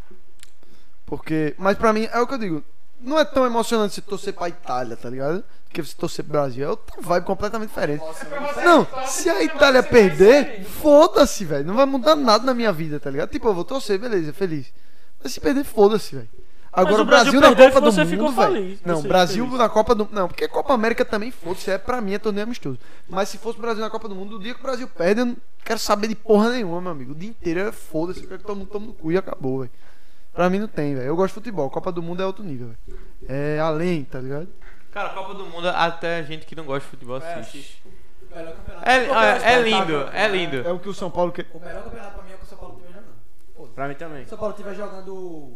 Porque, mas pra mim, é o que eu digo, não é tão emocionante se torcer pra Itália, tá ligado? Do que você torcer pro Brasil. É outra vibe completamente diferente. Não, se a Itália perder, foda-se, velho. Não vai mudar nada na minha vida, tá ligado? Tipo, eu vou torcer, beleza, feliz. Mas se perder, foda-se, velho. Agora o o Brasil, Brasil na perdeu, Copa do você ficou Mundo, velho. feliz, Não, você Brasil feliz. na Copa do Não, porque Copa América também foda-se, é pra mim é torneio amistoso. Mas se fosse o Brasil na Copa do Mundo, o dia que o Brasil perde, eu não quero saber de porra nenhuma, meu amigo. O dia inteiro é foda-se, eu quero que todo mundo tome no cu e acabou, velho. Pra mim não tem, velho. Eu gosto de futebol, Copa do Mundo é outro nível, velho. É além, tá ligado? Cara, Copa do Mundo, até gente que não gosta de futebol É, assiste. Melhor campeonato. É, olha, é lindo, espetáculo, é né? lindo. É o que o São Paulo quer. O melhor campeonato pra mim é o que o São Paulo teve jogando. Pra mim também. O São Paulo tiver jogando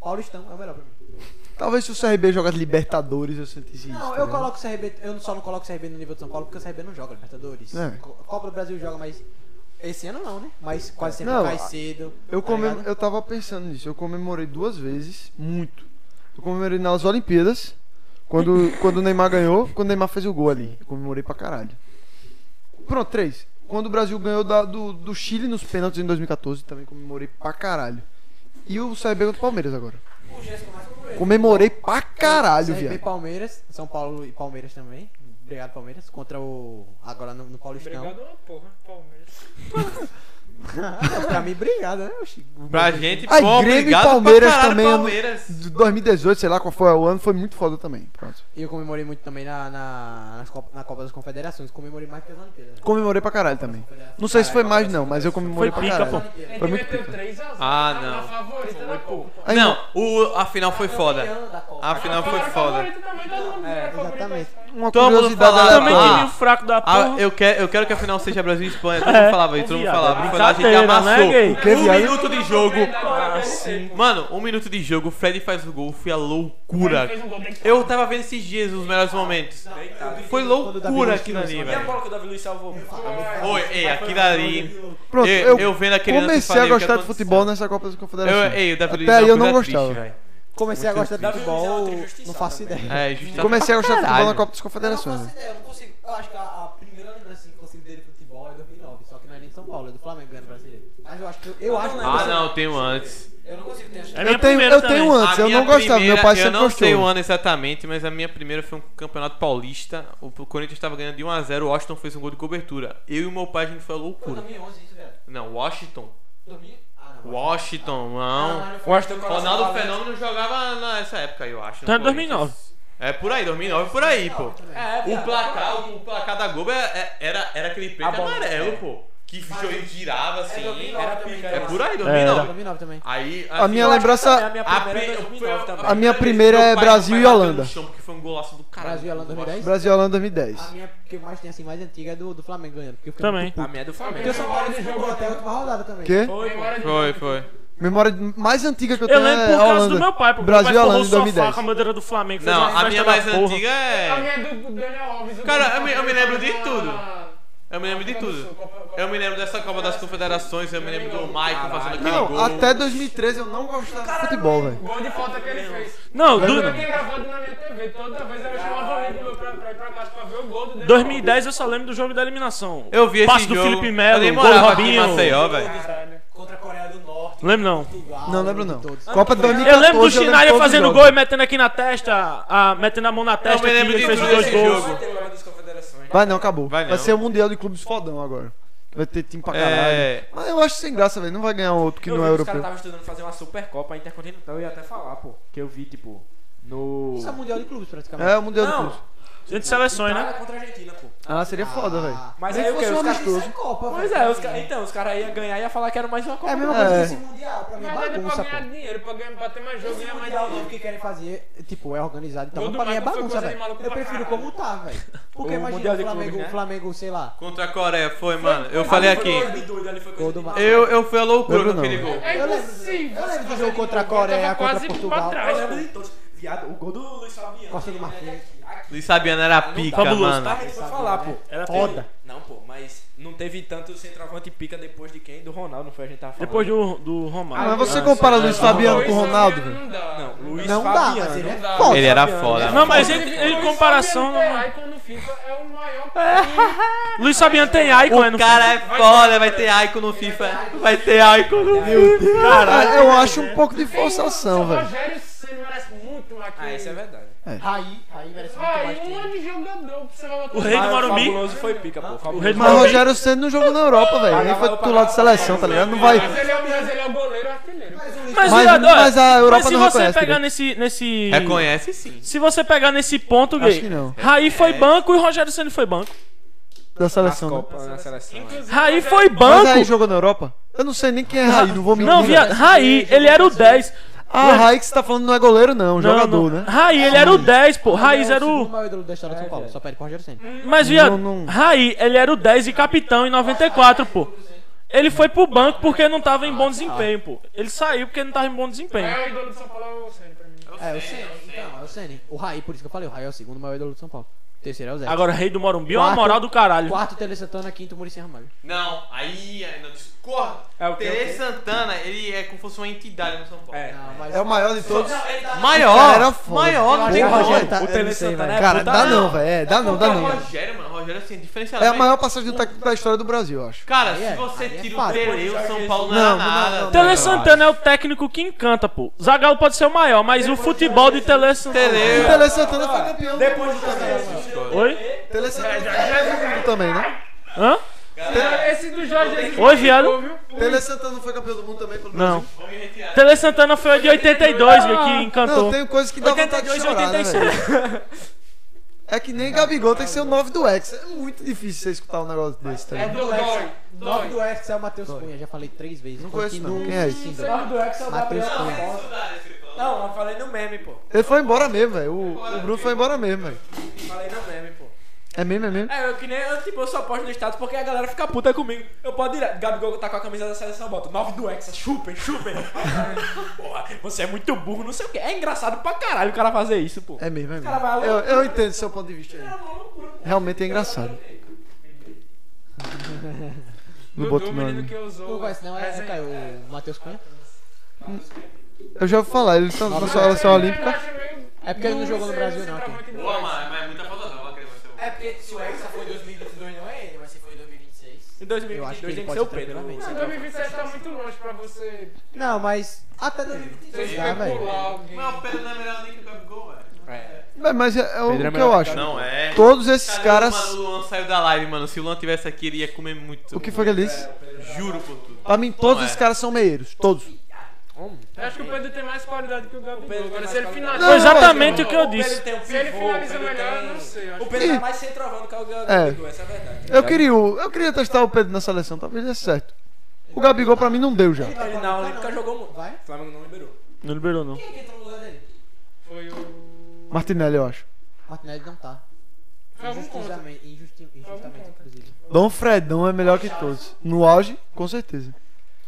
Paulistão, é o melhor pra mim. Talvez se o CRB jogasse Libertadores, eu sentisse isso. Não, tá eu ligado? coloco o CRB, eu só não coloco o CRB no nível do São Paulo porque o CRB não joga Libertadores. É. Co- Copa do Brasil joga, mas esse ano não, né? Mas quase sempre Não, cai a- cedo. Eu, um tá comem... ligado? eu tava pensando nisso. Eu comemorei duas vezes, muito. Eu comemorei nas Olimpíadas, quando, quando o Neymar ganhou, quando o Neymar fez o gol ali. Eu comemorei pra caralho. Pronto, três. Quando o Brasil ganhou da- do, do Chile nos pênaltis em 2014, também comemorei pra caralho. E o CRB contra o Palmeiras agora. Comemorei pra caralho, CRB viado. Palmeiras, São Paulo e Palmeiras também. Obrigado, Palmeiras. Contra o. Agora no, no Paulistão. Obrigado, uma porra, Palmeiras. pra mim, obrigado, né? Oxi. Pra gente, Ai, pô, Grêmio e obrigado pra Palmeiras caralho, também, é eu não- Palmeiras. De 2018, sei lá qual foi o ano, foi muito foda também. Pronto. E eu comemorei muito também na, na, nas Copa, na Copa das Confederações. Comemorei mais pelas Olimpíadas. né? Comemorei pra caralho também. Não sei se foi mais, não, mas eu comemorei Ah, é Foi pra pica, caralho. Ah, pô. A Foi gente muito meteu pica. 3x0. Ah, A não. favorita da Copa. Aí, Não, o, a final foi foda. Campeão da Copa. A final foi A foda. favorita também, todo mundo É, era favorita. Exatamente. Uma Todo mundo curiosidade fala- aleatória. Também Ah. tem time fraco da Ah, porra. eu, quero, eu quero que a final seja Brasil e Espanha. Todo mundo falava isso, todo mundo Viado, falava. Foi lá, a gente brincadeira, né, gay? amassou. Que Um viado. minuto de jogo. Ah, sim. Mano, um minuto de jogo, o Fred faz o gol, foi a loucura. Fez um gol dentro. Eu tava vendo esses dias os melhores momentos. Foi loucura aquilo ali, E a velho. bola que o Davi Luiz salvou? Oi, ei, aquilo ali. Pronto, Eu, eu, eu vendo aquele lance, comecei a falei, o que gostar de aconteceu? futebol nessa Copa das Confederações. Eu, ei, o Davi Luiz Até aí é uma eu não coisa triste, gostava. velho. Comecei a gostar de Davi Luiz é futebol. outro injustiçado né? Não faço também. ideia. É, justa- Comecei a gostar de futebol Caralho. na Copa das Eu não Confederações. faço velho. ideia, eu não consigo. Eu acho que a, a primeira lembrança assim que eu consigo dele futebol é 2009, só que não é nem de São Paulo, é do Flamengo ganhando o brasileiro. Mas eu acho que eu, eu acho que Ah, não, tem um antes. Eu não consigo ter achado. É minha Eu tenho, primeira eu também. tenho antes, A eu minha não gostava. Meu pai primeira- sempre Eu não sei o gostou. ano exatamente, mas a minha primeira foi um campeonato paulista. O Corinthians estava ganhando de 1x0, o Washington fez um gol de cobertura. Eu e o meu pai, a gente foi a Foi loucura. 2011 isso, velho. Não, Washington. 2000? Ah, não. Washington, não. não, Eu acho que tem um coração Ronaldo valente. Fenômeno jogava nessa época aí, eu acho. no Então é Corinthians. 2009. É por aí, 2009, por aí, pô. É, O viado. placar, o placar da Globo é- é- era, era aquele preto A e bola, amarelo, é. pô. Que jo- girava assim. Era pica. É por aí, Foi 2009. 2009 também. Aí, A assim, minha Eu acho que lembrança- também A minha primeira é pe- 2009 também. a minha primeira primeira vez é que meu pai- Brasil meu e pai bateu Holanda. no chão, porque foi um golaço do caralho. Brasil e Holanda 2010. Brasil e Holanda 2010. A minha que eu mais tenho assim, mais antiga é do, do Flamengo ganhando. Porque eu fiquei Também. muito A minha é do Flamengo. Porque o São Paulo jogou até a última rodada também. Quê? Foi, mano. Foi, foi. Memória mais antiga que eu Eu tenho lembro é por a causa Holanda. do meu pai, porque Brasil e meu pai Holanda forrou o sofá 2010. com a bandeira do Flamengo. fez Não, uma a festa minha da mais porra. antiga A é. minha é do do Daniel Alves. Cara, eu me- eu me lembro de tudo. Eu me lembro de tudo. Eu me lembro dessa Copa das Confederações, eu me lembro do Maicon fazendo aquele gol. Não, até 2013 eu não gostava de futebol, velho. Gol de falta que ele fez. Não, Eu do, tenho gravado na minha TV, toda vez eu chamava o um amigo meu pra, pra ir pra casa pra ver o gol do Daniel. 2010 eu só lembro do jogo da eliminação. Eu vi esse Passe jogo. do Felipe Melo, eu nem gol do morava aqui em Robinho. Maceió, velho. Contra a Coreia do Norte, Lembro não. Portugal. Não lembro não. Copa de 2014. Eu lembro do Schneider todos os fazendo jogos. gol e metendo aqui na testa, ah, metendo a mão na testa me aqui, lembro ele de fez tudo os dois desse gols. jogo. Tem Copa das Confederações. Vai não, acabou. Vai Vai, não. ser o Mundial de Clubes fodão agora. Vai ter time pra caralho. É. Mas eu acho sem graça, velho. Não vai ganhar outro que eu não vi é que os europeu. caras estavam estudando fazer uma Supercopa Intercontinental, eu ia até falar, pô. Que eu vi, tipo, no. Isso é mundial de clubes, praticamente. É o Mundial de Não. Clubes. Gente, seleções, né? Itália contra a Argentina, pô. Ah, seria foda, velho. Mas Nem aí que o que? fosse Os um caras. amistoso. Copa. Pois é, os caras. Então, os caras iam ganhar e ia falar que era mais uma Copa. É a mesma do Mundo. coisa É. É. Esse mundial, pra mim, Mas é pra bagunça, ganhar pô. dinheiro, pra, ganhar, pra ter mais jogo, Esse ganhar mais mundial dinheiro. novo que querem fazer, tipo, é organizado. Então, Gol do pra mim é Michael foi bagunça, coisa de velho. maluco Eu pra prefiro caralho. como tá, velho. Porque O imagina Mundial o de Flamengo, Clubes, né? Flamengo, sei lá. Contra a Coreia, foi, mano. Eu falei aqui. Gol do Mar... Eu, eu fui a loucura Lembro com aquele não. gol. É Eu lembro- impossível. eu lembro do Esse jogo contra a Coreia, tava contra tá quase Portugal. Pra Eu trás, lembro pô. de todos. Viado, o gol do Luiz Fabiano. Costa do Marfim. Luiz Sabiano né? era pica, Fabuloso, mano. Tá, a gente foi falar, pô. assim. Era Foda. Não, pô, mas não teve tanto centroavante pica depois de quem? Do Ronaldo, não foi a gente tava falando. Depois um- do, do Romário. Ah, Ah, Mas você compara Luiz Fabiano com Luiz Ronaldo, Fabiano velho? Não dá. Não, Luiz Não dá, Fabiano. mas ele é dá. foda. Ele era Fabiano. né? foda. Não, mano. mas ele, ele em comparação. Luiz Fabiano não- tem Icon no FIFA é o maior. Luiz Sabiano tem Icon, é O no cara é foda, vai ter Icon no FIFA. Vai ter Icon É. no FIFA. Caralho, eu acho um pouco de forçação, Seu velho. Rogério Ceni merece muito mais que Ah, isso é ele. verdade. Raí, Raí merece muito Ah, mais e um tempo. ano de jogador pra você vai botar. O rei do Mas é Morumbi. Fabuloso foi pica, pô. O Fabuloso. rei do Mas o Morumbi. Rogério Senna não jogou na Europa, velho. Ele foi titular de seleção, tá ligado? Não vai. Mas ele é o, mas ele é o goleiro artilheiro. Mas, Mas- viado, olha, mas a Europa mas se não você reconhece, né? pegar Guilherme. nesse. nesse Reconhece É, sim. se você pegar nesse ponto, Acho gay. que não. Raí foi banco e Rogério Senna foi banco. Da seleção. né? Copa na seleção. é. Inclusive, Raí Rogério- foi Mas aí banco. jogou na Europa? Eu não sei nem quem é Raí, não vou mentir. né? Não, viado, Raí, ele era o 10. Ah, Raí que você tá falando não é goleiro, não. Não, Jogador, não. né? Raí, ele era o 10, pô. Ele Raí um. é era O o. segundo maior ídolo da história de São Paulo, só perde pro Rogério Senna. Hum. Mas, viado, não- Raí, ele era o 10 e capitão em 94, pô. Ele foi pro banco porque não tava em bom desempenho, pô. Ele saiu porque não tava em bom desempenho. É o ídolo do São Paulo é o Ceni pra mim. É, o Senna, então, é o Senna. O Raí, por isso que eu falei, o Raí é o segundo maior ídolo de São Paulo. Terceiro é o Zé. Agora, rei do Morumbi é uma Quarto- moral do caralho. Quarto, Tele Santana, quinto, Muricy Ramalho. Não, aí aí não discordo. É o quê, Tele o quê? Santana, ele é como se fosse uma entidade no São Paulo. É. Não, mas... É o maior de todos. Maior, Era foda. maior, não tem Porra, como. Rogério tá- O eu Tele não sei, Santana velho. é Cara, puta- dá não, não. velho. É, dá não, dá Porque o não. Rogério, mano, o Rogério assim, é diferenciado. É a Mas, maior passagem do técnico da história do Brasil, eu acho. Cara, Aí se é- você aí é tira o fato. Tele, o São Paulo Não, não, não, era não, nada. não. Tele Santana é o técnico que encanta, pô. Zagallo pode ser o maior, mas o futebol de Tele Santana. O Tele. Tele Santana foi campeão. Depois do Santana. Oi? Tele Santana foi campeão do mundo também, né? Hã? Esse do Jorge Jesus. Oi, viado. Tele Santana não foi campeão do mundo também pelo Não. Brasil? Tele Santana foi o de 82 meu, que Não, encantou. tem coisa que dá vontade de 82, chorar, né, 86. velho? É que nem Gabigol tem que ser o 9 do Hexa. É muito difícil você escutar um negócio desse, tá É ligado? do Dói. Nove Dói. do Hexa é o Matheus Cunha, já falei três vezes. Não conheço, não. Continuo Quem é esse? então? insistindo. Nove do Hexa é o Matheus Gabriel Cunha. Barbosa. Não, eu falei no meme, pô. Ele foi embora mesmo, velho. O, o Bruno foi embora mesmo, velho. Falei no meme, pô. É mesmo, é mesmo? É, eu que nem eu, tipo, eu só posto no status porque a galera fica puta comigo. Eu posso direto. Gabigol tá com a camisa da seleção, eu boto 9 do Hexa, chupem, chupem. Porra, você é muito burro, não sei o que. É engraçado pra caralho o cara fazer isso, pô. É mesmo, é Cara, mesmo. vai- Eu, eu entendo seu ponto de vista aí. Realmente é engraçado. Não boto Dudu, meu menino nome. que usou. Não conhece, não, é, caiu o Matheus Cunha. Eu já ouvi falar, ele tá na seleção olímpica. É porque ele não jogou no Brasil, não, aqui. Boa, mas mas é muita falta não, aquele vai ser o- É porque se o Hexa foi em 2022, não é ele, mas se foi em 2026. Em Eu acho que 2022 tem ele que pode ser o ser Pedro, né? tranquilamente. pô? 2027 tá muito longe pra você Não, mas até é, 2023 dá, velho. especular alguém. Mas o Pedro não é melhor nem que o Gabigol, velho. É. Mas- Mas é, é Pedro o é que eu melhor acho. Não é. Todos esses Cadê caras. O Manu? O Luan saiu da live, mano. Se o Luan tivesse aqui, ele ia comer muito. O que foi que ele disse? Juro por tudo. Pra mim, todos Não é. esses caras são meieiros. Todos. Eu acho que o Pedro tem mais qualidade que o Gabigol. Agora, se ele Foi finaliza. Não, exatamente não, o que eu O Pedro disse. tem um pivô, Se ele o finaliza Pedro melhor, eu não tem- sei. eu acho O Pedro Ih. tá mais centroavando que o É. Gabigol, essa é a verdade. Eu queria, o- eu queria testar o Pedro na seleção, talvez dê certo. O Gabigol pra mim não deu já. Ele na Olímpica jogou muito. Vai. O Flamengo não liberou. Não liberou, não. Quem é que entrou no lugar dele? que Foi o. Martinelli, eu acho. Martinelli não tá. Foi algum ponto. Injustamente, injusti- injustamente, contra. inclusive. Dom Fredão é melhor que todos. No auge, com certeza.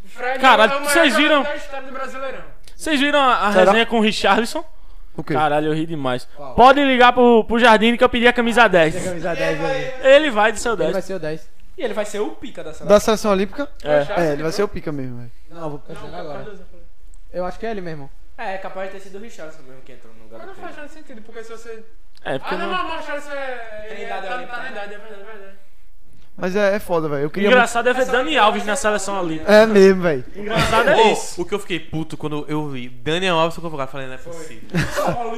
O Fred Caralho, é o maior vocês viram? jogador da história do Brasileirão. Vocês viram a, a Será? resenha com o Richarlison? O quê? Caralho, eu ri demais. Pode ligar pro, pro Jardim que eu pedi a camisa 10. Camisa 10 aí. Ele vai do seu Ele 10. vai ser o 10. E ele vai ser o pica da seleção. Da seleção olímpica? É. É, ele vai ser o pica mesmo, velho. Não, eu vou pensar Não, agora. Cardoso, eu falei. Eu acho que é ele mesmo. É, é capaz de ter sido o Richardson mesmo que entrou no lugar Mas do não faz Pedro. tanto sentido, porque se você. É, porque Ah, não, não... não, mas isso é. Tem ele é- idade tá- olímpica, Tá na né? idade, é verdade, é verdade. Mas é, é foda, velho. Eu O queria. engraçado é ver Essa Dani hora- Alves na seleção ali. muito- É mesmo, velho. Engraçado é Ô, isso. o que eu fiquei puto quando eu vi Daniel Alves convocado, falei, não é possível.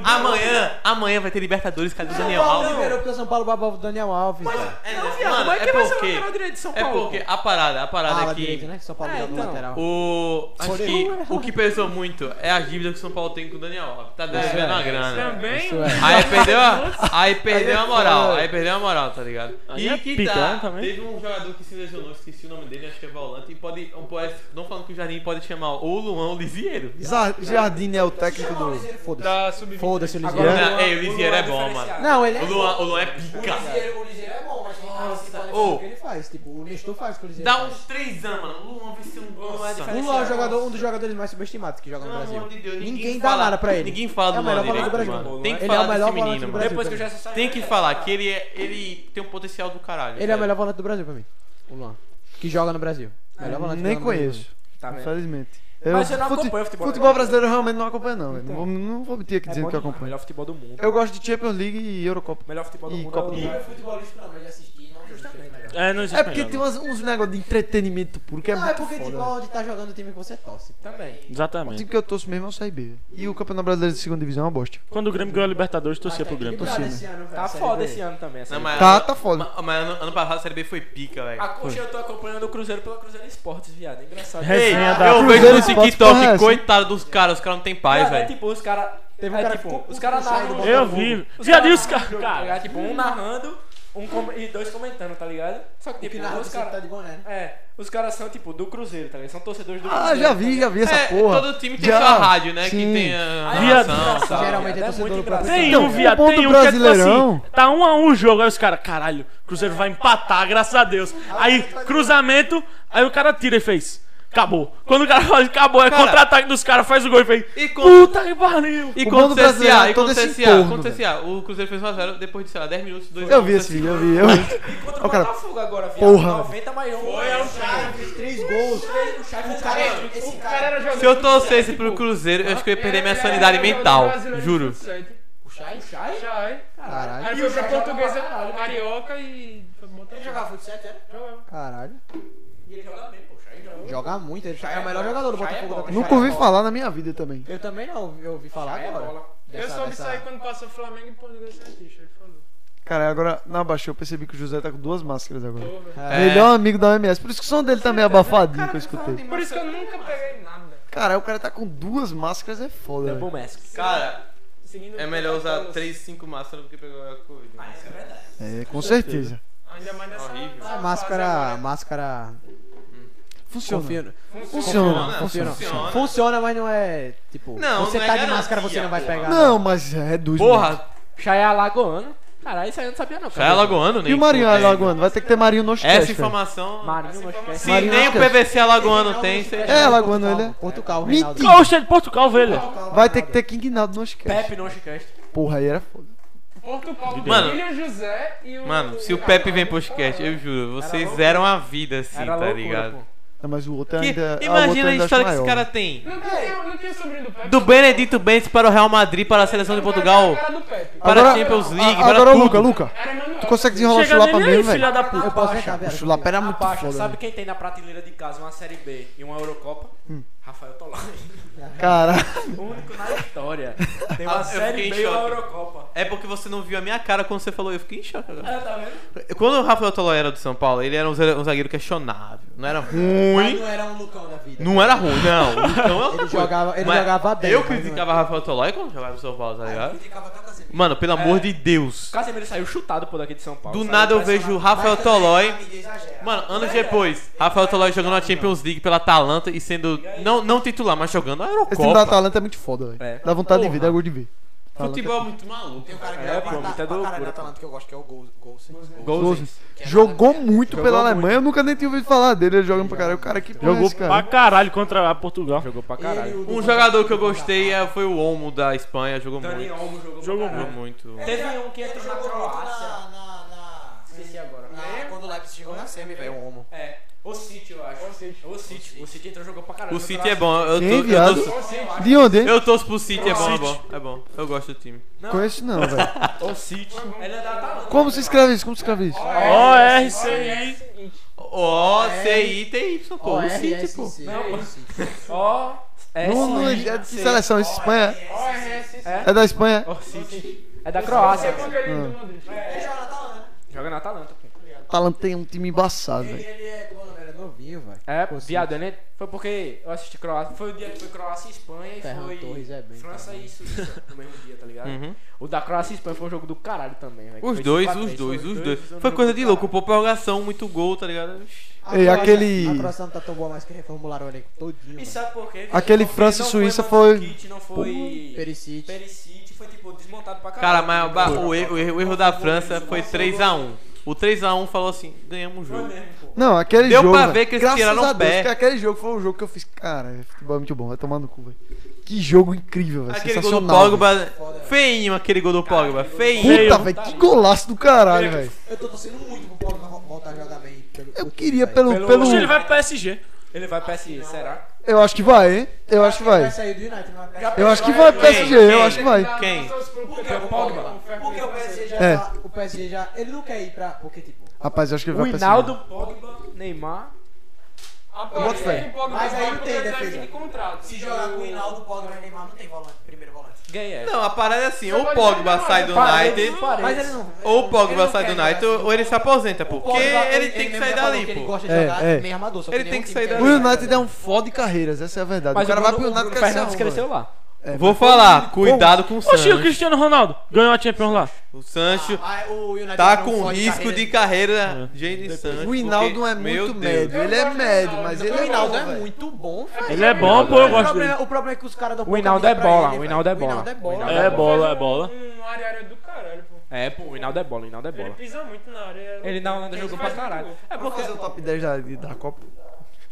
amanhã, amanhã vai ter Libertadores, cadê o Daniel São Paulo Alves? liberou porque o São Paulo babava o Daniel Alves. velho. É, Não, né? viado, Mano, mas é quem vai ser o porque- lateral direito de São É Paulo? porque a parada, a parada Ala é que direita, né? Que São Paulo É, joga no então. lateral. o acho Porém- que o que pesou muito é a dívida que o São Paulo tem com o Daniel Alves. Tá devendo é, a grana. Também. Isso é. Aí perdeu a, aí perdeu Aí a é moral, foda. aí perdeu a moral, tá ligado? Aí E é que pica, tá, né, também? teve um jogador que se lesionou, esqueci o nome dele, acho que é volante, e pode, um poeta, não falando que o Jardim pode chamar ou o Luan ou o Lisieiro. Zar- Jardim é o técnico do. Foda-se. Da sub Tipo Foda-se, Luiz. Agora, Yeah. Luan- Ei, o Lisieiro é bom, diferenciado. mano. Não, ele é. O Luan, o Luan é O pica. Ligeiro, o Ligeiro é bom, mas quem fala assim pode Ô, O que ele faz? Tipo, o Nestor faz com o Luiz. Dá uns três anos, mano. O Luan vai ser um Nossa. Nossa. O Luan é o jogador- um dos jogadores mais subestimados que joga no Pelo amor Brasil. de Deus, Ninguém dá nada pra ele. Ninguém fala É do o melhor Luan direito, volante do Brasil. mano. Tem que Ele é o falar melhor desse volante menino, mano. do Brasil. Depois que eu já saí. Tem que falar que ele, é, ele tem um potencial do caralho. Ele é o sério. melhor volante do Brasil pra mim. O Luan. É, Que joga no Brasil. Melhor volante que Nem joga no Brasil. conheço, Tá vendo? infelizmente. Mas eu não acompanho futebol. É Futebol brasileiro eu realmente não acompanho, não. velho. Não vou, não vou mentir aqui dizendo bom que eu demais, acompanho. Melhor futebol do mundo. Eu gosto de Champions League e Eurocopa. Melhor futebol do Ih, mundo. Copa é o do Não Liverpool. é futebolista não, mas de assistir não justamente melhor. É, não existe É porque melhor, tem não. umas- uns negócios de entretenimento puro que é Não, é muito porque foda. tipo, velho. onde tá jogando o time que você torce. Também. O Exatamente. time que eu torço mesmo é o CRB. E o Campeonato Brasileiro de Segunda Divisão é uma bosta. Quando o Grêmio ganhou a Libertadores, torcia pro Grêmio. Equilibrado Torcida. esse ano, velho. Tá Série foda B. esse ano também. essa Não, Liga. mas Tá, ano- tá foda. ma- Mas ano, ano passado a Série B foi pica, velho. A Ah, coxa eu tô acompanhando o Cruzeiro pela Cruzeiro Esportes, viado. É engraçado. Resenha Ei, da- eu Cruzeiro vejo Esporte esse porra é TikTok, essa? coitado dos caras, os caras não tem paz, Viado, é velho. tipo, os caras. Teve um é, cara que tipo, ficou os caras puxado narram. do Eu Botafogo. vi. Viado, e os caras. narram o jogo, tá ligado? tipo, um narrando um com- e dois comentando, tá ligado? Só que, Que tipo, narra os você que tá caras. de boné, né? É, os caras são, tipo, do Cruzeiro, tá ligado? São torcedores do Cruzeiro. tá Ah, já vi, já vi essa É, porra. todo time tem Já. sua rádio, né? Que Sim. tem a Viado. é narração. Engraçado, Geralmente viado, é torcedor do próprio Tem Então, um, o viado, bom tem do um que é tipo Brasileirão- assim, tá um a um o jogo, aí os caras, caralho, Cruzeiro vai empatar, graças a Deus. Aí, cruzamento, aí o cara tira e fez, acabou. Quando o cara fala, acabou, é Cara. contra-ataque dos caras, faz o gol e fez, E quando- puta que pariu. E O contra bom o do brasileiro CSA, é e todo contra o esse CSA, entorno, contra o CSA. O Cruzeiro fez 1x0 depois de, sei lá, 10 minutos, 2 Eu vi esse vídeo, eu vi. Eu vi. Contra Ó, o cara. Botafogo agora, viado. Porra. 90 mais 1. Foi, um é o Fez Três gols. O Chaves o cara. Esse O cara cara, era jogador. Se eu do torcesse Cruzeiro, pro pô. Cruzeiro, eu acho que eu ia perder minha Ele sanidade era jogador mental, brasileiro de juro. 17. o Chai, Chai? Já, hein? Caralho. Aí E foi o pra Jorge portuguesa, jogava pra caralho, carioca e. Foi botar ele jogava futsal, é? né? Jogava. Caralho. E ele jogava bem, pô. Chai jogava. Joga muito. Ele é o melhor jogador do Chay é Botafogo. bom, da Chay Nunca ouvi falar na minha vida também. Eu também não. Eu ouvi falar Chay é agora. bola. Eu Dessa- soube dessa- isso aí quando passou Flamengo e Portuguesa Santista. Ele falou. Cara, agora na baixa eu percebi que o José tá com duas máscaras agora. Tô, velho. É. Melhor amigo da OMS. Por isso que o som dele tá meio abafadinho que eu escutei. Por isso que eu nunca peguei nada. Cara, o cara tá com duas máscaras, é foda, Double velho. Mask. Cara, Seguindo é o- melhor usar 3, 5 máscaras do que pegar a Covid. Ah, isso é verdade. É, com certeza. Ainda mais nessa. Horrível. nessa A fase máscara. agora. Máscara. Funciona. Confio. Funciona. Funciona. Funciona. Funciona. Funciona, mas não é. Tipo, Não, você não é tá de garantia, máscara, você não vai porra. pegar. né? Não, mas é reduz. muito. Porra, Chai é alagoano. Caralho, isso aí eu não sabia não. já é cara. alagoano, né? E o Marinho é Não tem. Alagoano? Vai ter que ter Marinho no Essa chat. informação. Marinho, acho que é. Se Marinho nem o Oscar. PVC alagoano tem, você. É, Alagoano, ele é. Portugal, Mentira. Reinaldo. Coxa é de Portugal, velho. Vai ter que ter King Naldo no chat. Pepe no Chicast. Porra, aí era foda. Porto Paulo, Mano. William José e o. Mano, se o Pepe vem pro podcast, eu juro, vocês zeram a vida assim, Era tá loucura, ligado? Não, mas o outro Que- ainda. ah, o outro imagina a ainda acho história que esse maior. cara tá tem. Não tem, não tem o sobrinho do Pepe. Do Benedito Bentes para o Real Madrid, para a seleção de Era Portugal, a cara do Pepe. para a Agora- Champions League, Ah, para Agora, tudo. Luca, Luca. Era Manuel. Tu consegue desenrolar o Chega chulapa nele aí, mesmo, filha velho? da puta. Eu posso Abaixa, achar, O velho. chulapa era Tá muito Abaixa, foda. né? sabe velho. quem tem na prateleira de casa uma Série B e uma Eurocopa? Hum. Rafael Tolani. Cara, O único na história. Tem Ah, uma eu fiquei Série em B e uma choque. Eurocopa. É porque você não viu a minha cara quando você falou, eu fiquei em choque agora. Ah, tá vendo? Quando o Rafael Toló era do São Paulo, ele era um zagueiro um zagueiro questionável. Não era ruim, Mas não era um Lucão da vida. não era ruim, não. Então é outra Ele coisa. jogava, ele Mas jogava bem. Eu mas não é. criticava Rafael Tolói quando jogava no São Paulo, tá ligado? Criticava até o Casemiro. Mano, pelo amor de Deus. O Casemiro saiu chutado por daqui de São Paulo. Do Saiu nada É. eu impressionado. vejo o Rafael Mas também Tolói. a mídia exagera. Mano, anos depois, Rafael Tolói jogando a Champions League pela Atalanta e sendo. Não, não titular, mas jogando a esse time da Eurocopa. Atalanta é muito foda, É. velho. Dá vontade de ver, Porra. dá gosto de ver. Futebol é muito maluco. Tem um cara que É, é, pô, pra, muita pra caralho loucura, na pô. Atalanta que eu gosto, que é o Gol- Golsen. Golzinho. Jogou muito Jogou pela muito. Alemanha, eu nunca nem tinha ouvido falar dele, ele jogando pra caralho. O cara que porra é Jogou esse pra cara. caralho contra a Portugal. Jogou pra Ele, caralho. o Um do- jogador que eu gostei é- foi o Olmo da Espanha, jogou Dani muito. Olmo jogou pra É. Jogou caralho. Jogou muito. Teve um que Ele entrou na jogou muito Croácia. na- na- na- Esqueci agora. na- Quando Leipzig chegou na semi, velho. homo. É. O City, eu acho. O City. O City, entrou e jogou pra tá caralho. O City é bom. Eu, tô, Quem, eu, viado? torço, De onde? hein? eu torço pro City, é bom, é bom. É bom. Eu gosto do time. Conheço não, velho. O City. É da Atalanta. Como se escreve isso? Como se escreve isso? é é O-R-C-I. O-C-I-T-Y, pô. é, O City, pô. Ó. Não, não é S. é de seleção, é de Espanha. É? É da Espanha? É da Croácia. É pô. É. conquerido do Madrid. Ele joga na Atalanta. Joga na Atalanta, pô. Talento tem um time embaçado, Ele, velho. ele é. Como é o nome? Ele é novinho, velho. É, Pô, sim. viado, né? Foi porque eu assisti Croácia. Foi o dia que foi Croácia e Espanha e Ferran foi Torres é bem, França cara. e Suíça no mesmo dia, tá ligado? Uhum. O da Croácia e Espanha foi um jogo do caralho também, velho. Os Foi dois, 5x3, os dois, foi os um dois. jogo Foi coisa de do louco. caralho. Pô, prorrogação, muito gol, tá ligado? Ixi. A Ei, Croácia- aquele- A Croácia não tá tão boa mais que reformularam o elenco todinho. E mano. sabe por quê? velho? Aquele Não foi- França e não Suíça foi. foi- Mandzukic, Não foi. Perisic. Perisic foi tipo desmontado pra Cara, caralho. mas o ba- o, erro, o erro- o erro da França foi 3x1. O 3x1 falou assim: ganhamos o Foi jogo. mesmo, pô. Não, aquele Deu jogo. pra velho. ver que eles Graças tiraram a o Deus, pé. que Aquele jogo foi o jogo que eu fiz. Cara, futebol é muito bom, vai tomar no cu, velho. Que jogo incrível, velho. Aquele gol do Sensacional. velho. Pogba. Feinho aquele gol do Pogba. Feinho. Puta, velho, que golaço do caralho, velho. Eu tô torcendo muito pro Paulo voltar a jogar bem. Pelo, Eu queria pelo, pelo. Oxe, ele vai pro PSG. Ele vai pro PSG, será? Eu acho que vai, hein? Eu acho que vai. Vai sair do United, né? não vai Eu acho que vai pro PSG, eu acho que vai. Quem? Porque o Pogba. Porque o PSG já. É. tá- o PSG já. Ele não quer ir pra. Porque, tipo. Rapaz, eu acho que ele O vai pro PSG. Hinaldo, Pogba, Neymar. Aparece fé. que o Pogba Mas aí vai não tem porque ele tá defesa. de contrato. Se jogar com o Hinaldo, o Pogba e o Neymar, não tem volante, primeiro volante. Ganha. essa. Não, a parada é assim: ou o Pogba sai do United, Parece. Mas ele não. ou o Pogba não sai do quer United, jogar assim. ou ele se aposenta, pô. porque Pogba, ele tem que mesmo sair já falou dali, que Ele pô. gosta de É, jogar é. meio armador, só Ele tem nenhum que time sair quer O dali. jogar. United é um foda de carreiras, essa é a verdade. Mas o cara vai pro Bruno- United o quer Bruno ser Fernandes um, cresceu lá. velho. É, Vou falar: cuidado com o Oxi, o Sancho. Cristiano Ronaldo ganhou a Champions lá. O Sancho Ah, o United tá não com fode risco carreira. de carreira. Jane Sancho. O Hinaldo é porque, meu muito Deus. médio. Ele é médio, mas ele O é Reinaldo é bom, velho. muito bom, velho. Ele é bom, pô, eu O gosto dele. problema, o problema é que os caras dão O Hinaldo é pouca mídia pra bola, ele, o velho. Hinaldo é O Hinaldo bola. é bola. É velho. bola, é Fez um- bola. Um área área do caralho, pô. É, pô, o Hinaldo é bola, o Hinaldo é Ele bola. pisa muito na área. é Ele louco. na Holanda Ele jogou faz pra caralho. muito É Vamos porque... fazer o top 10 da, da Copa?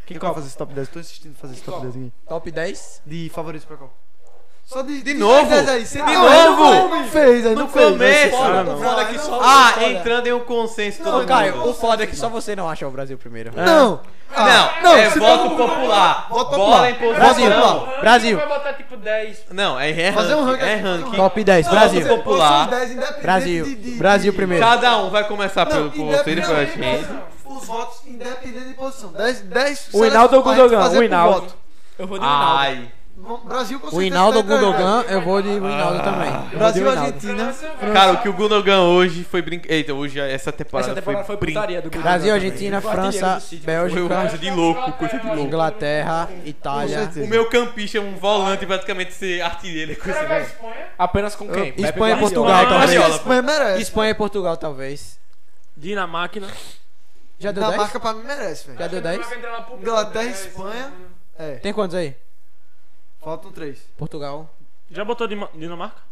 Quem vai fazer esse top 10? Tô insistindo em fazer esse top 10 aqui. Top 10. De favoritos pra Copa. Só de, De novo? é aí. Você De não- novo? Não fez, aí No não fez. né? começo. Vai ser- Foda, não. o foda é que só Ah, foda. entrando em um consenso todo Não, Caio, mundo. o foda é que só você não acha o Brasil Ah, primeiro. Não. Não, não, é se voto popular. Voto Bola em popular. Brasil, posição. um Ranking Brasil. Vai botar tipo 10. Não, é, é Fazer um ranking. ranking É aqui, fazer um ranking. ranking. Top 10, Não, Brasil. você- popular. são 10 independente Brasil. de- de- Brasil de- primeiro. Cada um vai começar pelo Não, por você e pela independente gente. Os votos independente de posição. 10 10 O Hinaldo ou o seleções pra Gundogan? gente fazer O por Hinaldo. voto. Eu vou de Hinaldo. Ai. Vamos- Brasil com O certeza Hinaldo ou vai ganhar. Gundogan, eu vou de Hinaldo também. Eu vou de Ah. Brasil e Hinaldo. Argentina. Cara, o que o Gundogan hoje foi brincadeira. Eita, hoje é, essa temporada, Essa temporada foi brin- putaria do Gugu Brasil, também. Argentina, Foi o artilheiro França, do City. Foi um Bélgica, coisa de louco, coisa de louco. Inglaterra, Com Itália. certeza. O meu campista é um volante praticamente ser artilheiro. é Coisa de Vai louco. Espanha. Apenas com quem? Pepe Espanha e Guardiola. Portugal, então. Guardiola. Acho que a talvez. Guardiola. Espanha é merece. Espanha e Portugal, talvez. Dinamarca. né? Já deu 10? Dinamarca pra mim merece, velho. Já deu 10? é Inglaterra e Espanha. É, Tem quantos aí? faltam três. Portugal. Já botou Dima- Dinamarca?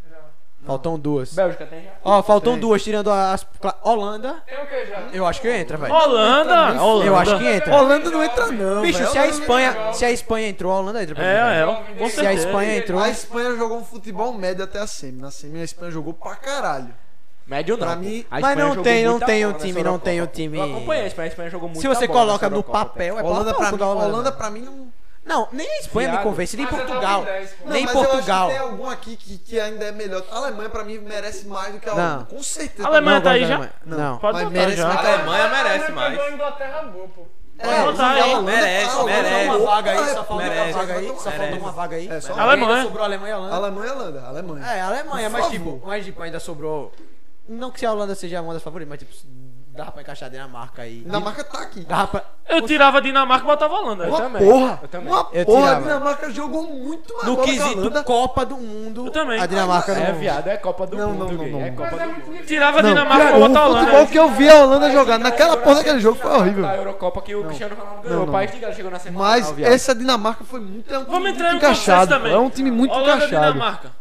Faltam duas. Bélgica tem já. Ó, faltam Tem. duas, tirando as. cla- Holanda, Tem o que já? eu acho que entra, velho. Holanda! Holanda. Eu acho que entra. Holanda não entra não, Bicho, velho. se a Espanha. Se a Espanha entrou, a Holanda entra. pra mim, velho. É, é, ó, com Se a certeza. Espanha entrou. A Espanha jogou um futebol médio até a semi. Na semi a Espanha jogou pra caralho. Médio não. Pra pô. mim- Mas A Espanha não jogou tem, não muita tem bola o nessa time, não Eurocopa. tem o time. Eu acompanhei a Espanha, a Espanha jogou muito Se você coloca no papel, é Holanda pra pau mim, da Holanda. Holanda pra mim não. Não, nem a Espanha me Viado. convence, nem Mas eu Portugal. tava em 10, pô. Não, Nem mas Portugal. Eu acho é que tem algum aqui que, que ainda é melhor. A Alemanha pra mim merece mais do que a Não. Holanda. Com certeza. A Alemanha Não, tá aí já? Guardiola, Não. não. Pode Mas botar merece já. mais A que a Alemanha. Alemanha merece Ela mais. pegou a Inglaterra boa, pô. É, Pode botar, a hein? Holanda- Merece, a Holanda merece. dá uma vaga aí, Só só falta falta uma merece. vaga aí, só falta Merece. uma vaga aí. É, só Ainda Alemanha. Sobrou Alemanha e Holanda. Alemanha e Holanda. Alemanha. É, a Alemanha, Por mas favor. tipo, mas tipo, ainda sobrou. Não que se a Holanda seja uma das favoritas, mas tipo, dá pra encaixar a Dinamarca aí. Dinamarca tá aqui. Dá pra. Eu tirava Dinamarca e botava Holanda. Uma também. porra. Eu também. Uma Eu porra. tirava. A Dinamarca jogou muito mais No bola que a quesito Holanda. Copa do Mundo. Eu também. A Dinamarca É, não. viado, é Copa do Não, Mundo, não, não, gay. não, É não. Copa do Mundo. Tirava Não, Dinamarca cara, pra o botar futebol Holanda. que eu vi a Holanda jogar naquela é porra daquele jogo foi horrível. Da Eurocopa que o Cristiano Ronaldo ganhou. Não, não. O país de Gales chegou na semana. Mas essa Dinamarca foi muito, é um time Vamos muito entrar em um encaixado. consenso também. É um time muito Holanda encaixado. Dinamarca.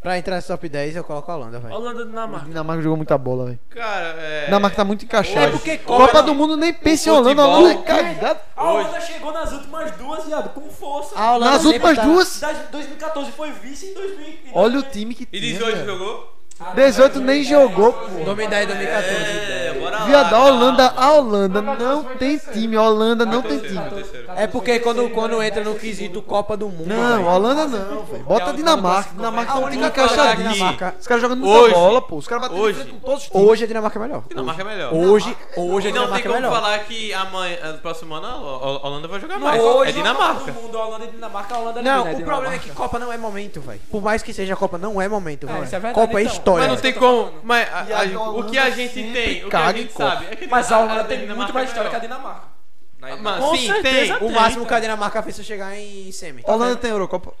Pra entrar nesse top 10, eu coloco a Holanda, velho. Holanda Dinamarca. Dinamarca jogou muita bola, velho. Cara, é. Dinamarca tá muito encaixado. É porque Copa, Copa- do Mundo nem pensa em O Holanda, a futebol- Holanda é cagada. A Holanda chegou nas últimas duas, viado, com força. A Holanda Nas sempre últimas tá- duas, Das- 2014 foi vice em 2000. olha o time que E tem. diz hoje velho. jogou? 18 nem jogou, pô. 2010, 2014. É, bora lá. Viado, a calma. Holanda, a Holanda não tem time. A Holanda não tem Terceiro, time. terceiro. É porque quando, quando entra no quesito Copa do Mundo. Não, velho. a Holanda não, velho. Bota a Dinamarca. Dinamarca A não única tem que eu achava falar que encaixadinho. aqui. Dinamarca. Os caras jogando muita Hoje. bola, pô. Os caras batendo de Hoje. frente com todos os times. Hoje a Dinamarca é melhor. Dinamarca é melhor. Hoje, hoje a E não Dinamarca tem é como melhor. falar que amanhã, no próximo ano a Ho- a Holanda vai jogar mais. Hoje, é Dinamarca. Todo mundo, a Holanda e Dinamarca, a Holanda Não, elimina a o problema é que Dinamarca. Copa não é momento, velho. Por mais que seja Copa, não é momento, velho. isso é verdade, Copa é então. história. Mas não velho. tem como. Mas a- E a a- o Holanda que a gente sempre tem, o que a caga em gente Copa. sabe. É que Mas a Holanda tem Dinamarca muito é mais história que a melhor. Dinamarca. Mas Com sim, certeza. tem. O Tem, máximo que a cara. Dinamarca fez foi chegar em semi. Holanda tem Eurocopa?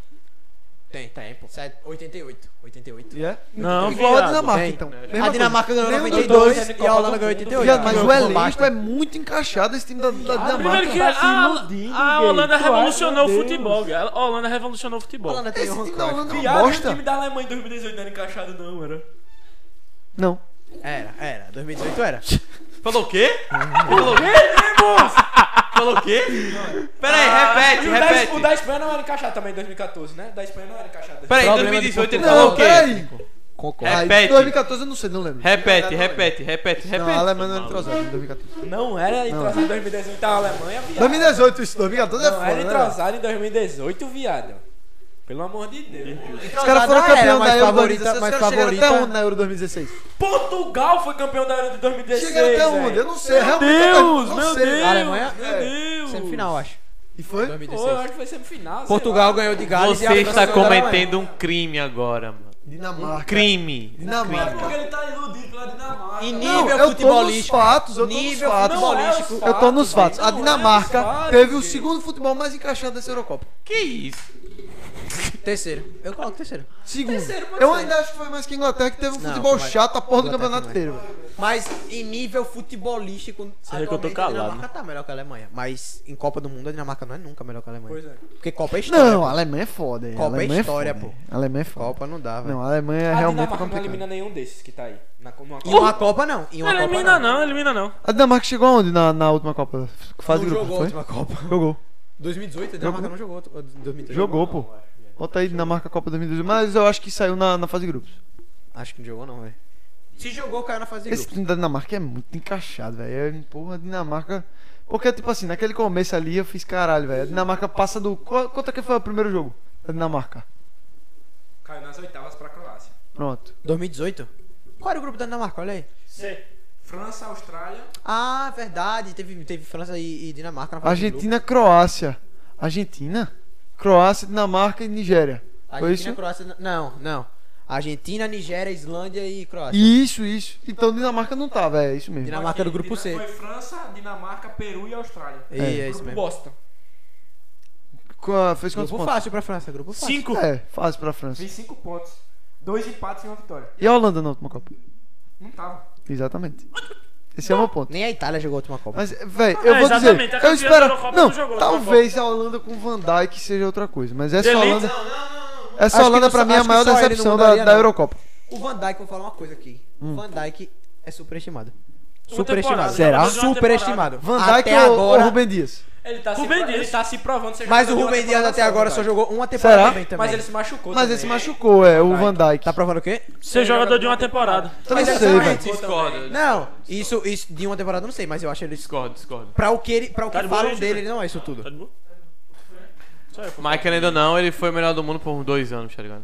Tem, tem, pô. Sete- 88. 88. Yeah. Não, É? Igual a viado. Dinamarca, Tem. então. A Dinamarca ganhou Nem um dos 92 dois. e a Holanda ganhou 88. Viado, mas o Ganhou com elenco basta. é muito encaixado esse time da, da Primeiro que Dinamarca. a, se iludindo, a gay. Holanda Tu acha, revolucionou meu o Deus. futebol, gay. A Holanda revolucionou o futebol. Holanda tem Esse um time da craque. Holanda é uma Piada, o time bosta. da Alemanha em 2018 não era encaixado, não, era. Não. Era, era. 2018 era. Falou o quê? Falou o quê? Falou o quê? Pera aí, repete, E o da- O repete. da Espanha não era encaixado também em 2014, né? O da Espanha não era encaixado. Pera aí, Problema de 2018 ele falou Não, o quê? peraí. Concordo. Aí, Repete. 2014 eu não sei, não lembro. Repete, repete, repete, repete. Não, é a Alemanha não era entrosada em 2014. Não era entrosado em 2018 da Alemanha, viado. 2018, isso, 2014 é Não era foda, né? entrosado em 2018, viado. Pelo amor de Deus. Os caras foram Entrosada era, campeão da mas Euro favorita- 2016, os mas caras chegaram até favorita- onde na Euro 2016? Portugal foi campeão da Euro de 2016. Chegaram até onde? velho. Eu não sei, realmente. Deus, eu não meu sei. Deus. A Alemanha? Meu É. Deus. Semifinal, acho. E foi? Pô, eu 2016. acho que foi semifinal. sei Portugal lá. ganhou de Gales e a Você está França ganhou da Alemanha. cometendo um crime agora, mano. Tá Um Dinamarca. crime. um É Dinamarca. porque ele tá iludido pela Dinamarca. E Não, nível eu tô nos futebolístico. fatos, eu tô nos Nível fatos. Não é os Eu tô nos fatos. velho. A Não é os Dinamarca fatos, teve o gente. segundo futebol mais encaixado dessa Eurocopa. Que isso? Terceiro. Eu coloco terceiro. Segundo. Terceiro, pode Eu ser. ainda acho que foi mais que a Inglaterra, que teve um Não, futebol foi mais- chato a porra do Inglaterra campeonato também. inteiro. velho. Mas em nível futebolístico, Será que eu tô atualmente, calado, né? a Dinamarca tá melhor que a Alemanha. Mas em Copa do Mundo, a Dinamarca não é nunca melhor que a Alemanha. Pois é. Porque Copa é história. Não, pô. a Alemanha é foda. hein? A Copa é Alemanha história, foda, pô. hein? A Alemanha é foda. Copa não dá, velho. Não, a Alemanha é A realmente Dinamarca não complicada. elimina nenhum desses que tá aí. Na, numa Em uma Copa não. Em uma Não Copa elimina não, elimina não. A Dinamarca chegou aonde na, na última Copa? Fase de Não grupo, jogou a foi? última Copa. Jogou. 2018, a Dinamarca não jogou. ou 2018. Jogou, pô. Bota aí Dinamarca Copa 2012, mas eu acho que saiu na, na fase de grupos. Acho que não jogou não, velho. Se jogou, caiu na fase de Esse grupo. time da Dinamarca é muito encaixado, velho. É, Porra, a Dinamarca. Porque, tipo assim, naquele começo ali eu fiz caralho, velho. A Dinamarca passa do. Qu- Quanto é que foi o primeiro jogo da Dinamarca? Caiu nas oitavas pra Croácia. Pronto. 2018? Qual era o grupo da Dinamarca? Olha aí. C. França, Austrália. Ah, verdade. Teve, teve França e, e Dinamarca na fase de grupo. Argentina, Croácia. Argentina? Croácia, Dinamarca e Nigéria. Foi Argentina, isso? Croácia. Não, não. Argentina, Nigéria, Islândia e Croácia. Isso, isso. Então Dinamarca não tá, velho. É isso mesmo. Dinamarca do grupo Dina- C. Foi França, Dinamarca, Peru e Austrália. E é isso Grupo mesmo. Bosta. Qua- Fez quantos Grupo pontos? fácil pra França, grupo fácil. Cinco. É, fácil pra França. Vi 5 pontos. Dois empates e uma vitória. E a Holanda na última Copa? Não tava. Exatamente. Esse é o meu ponto. Nem a Itália jogou a última Copa. Mas, velho, eu É, vou exatamente, a dizer, eu campeã da espero. Eurocopa Não, não jogou outra talvez a Holanda com Van Dijk seja outra coisa, mas essa Delete. Holanda, essa Acho que Holanda não- pra mim é a acho que maior só ele não decepção da, mudaria, da não. Eurocopa. O Van Dijk, vou falar uma coisa aqui. O Van Dijk é superestimado. Uma Superestimado. temporada, Será? uma temporada. Superestimado. Van Dijk até ou, agora. ou Rubem Dias? Ele tá, se, Rubem pro- ele Dias. tá se provando. ser jogador Mas o de uma Rubem Dias temporada até agora só só jogou. jogou uma temporada Será? bem também. Mas ele se machucou Mas também. ele se machucou, é, o Van Dijk. Tá provando o quê? Ser jogador de uma temporada. Então não Mas sei, exatamente. velho. Discordo. Não, isso, isso de uma temporada eu não sei, mas eu acho ele. Discordo, discordo. Pra o que, ele, pra o que de boa, falam gente, dele, né? ele não é isso tudo. Tá de boa? Só eu, pô. Mas querendo ou não, ele foi o melhor do mundo por uns dois anos, tá ligado?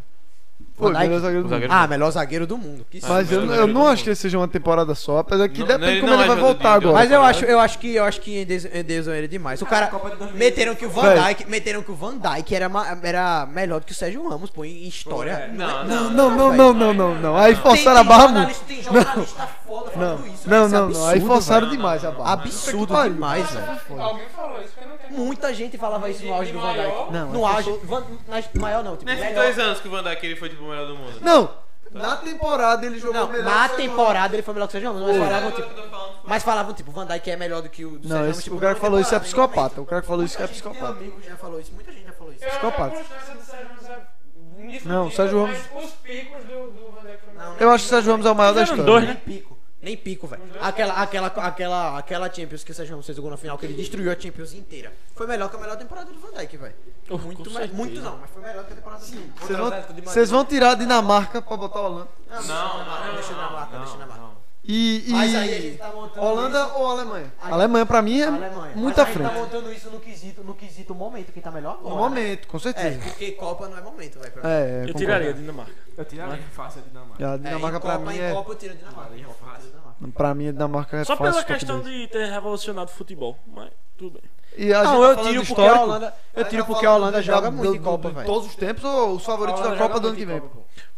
Pô, Van Dijk? melhor zagueiro O do zagueiro. Ah, melhor zagueiro do mundo. que mundo. isso. Mas eu, Melhor eu zagueiro não do acho que seja uma temporada só, apesar que Não, depende ele como não ele é vai jogador voltar de- de- agora. Mas eu acho, eu acho que eu acho que endeus- endeusam ele demais. O cara meteram que o Van Velho. Dijk, meteram que o Van Dijk era, ma- era melhor do que o Sérgio Ramos, pô, em em história. Não, não. Não, não, não, não, não, não, não. Aí forçaram a barra muito. Tem jornalista foda falando isso. Não, isso é não, não. Aí absurdo, forçaram velho. demais a barra. Absurdo Puta que demais, velho. Alguém falou isso que eu não tenho. Muita gente falava isso no auge do Van Dijk. Não, no auge. Van- nas- Maior não, tipo, Nesses melhor. dois anos que o Van Dijk ele foi tipo o melhor do mundo. Não, na temporada ele jogou Não, melhor. na que o temporada ele foi melhor que o Sérgio Ramos, mas falavam tipo, Eu tô falando foi- mas falavam tipo, Van Dijk é melhor do que o Não, do Sérgio esse- Ramos, tipo, o cara na que falou isso é temporada, em psicopata. O cara que falou isso é momento. Meu psicopata. amigo já falou isso, muita gente já falou isso. Psicopata. Eu- a constância do Sérgio Ramos é indiscutível, Não, o Sérgio mas Os picos do, do Van Dijk foi melhor. Eu acho que o Sérgio Ramos é o maior da Fizeram história. dois, né? Pico. Nem pico, velho. Aquela, aquela, aquela, aquela Champions que o Sérgio Ramos fez o gol na final, que ele destruiu a Champions inteira. Foi melhor que a melhor temporada do Van Dijk, velho. Oh, Muito, mais- muito não, mas foi melhor que a temporada Sim. Vocês vão, vocês vão tirar a Dinamarca pra botar a Holanda. Não, Não, não, não, deixa na marca, não, deixa na marca. não. E, e- Mas aí a gente tá montando Holanda isso, ou Alemanha? Alemanha pra mim é Alemanha. muito Mas à a gente tá frente. Contando isso no quesito, no quesito momento, quem tá melhor No agora. momento, com É, certeza. porque Copa não Um é momento, velho. pra- É, é Eu concordo. tiraria a Dinamarca. Eu tiraria fácil a Dinamarca. E A É, Dinamarca em pra Copa, mim em é. Copa eu tiro a Dinamarca. em Copa eu tiro a Dinamarca. Pra mim, a Dinamarca é Só fácil. pela pra questão tudo. de ter revolucionado o futebol, mas tudo bem. E a gente tá Não, eu falando tiro de porque a histórico, Holanda. Eu aí tiro tá porque a falando Holanda de- joga do- muito do- em do- Copa, de velho. Todos os tempos ou os favoritos da Copa do ano que vem? pô?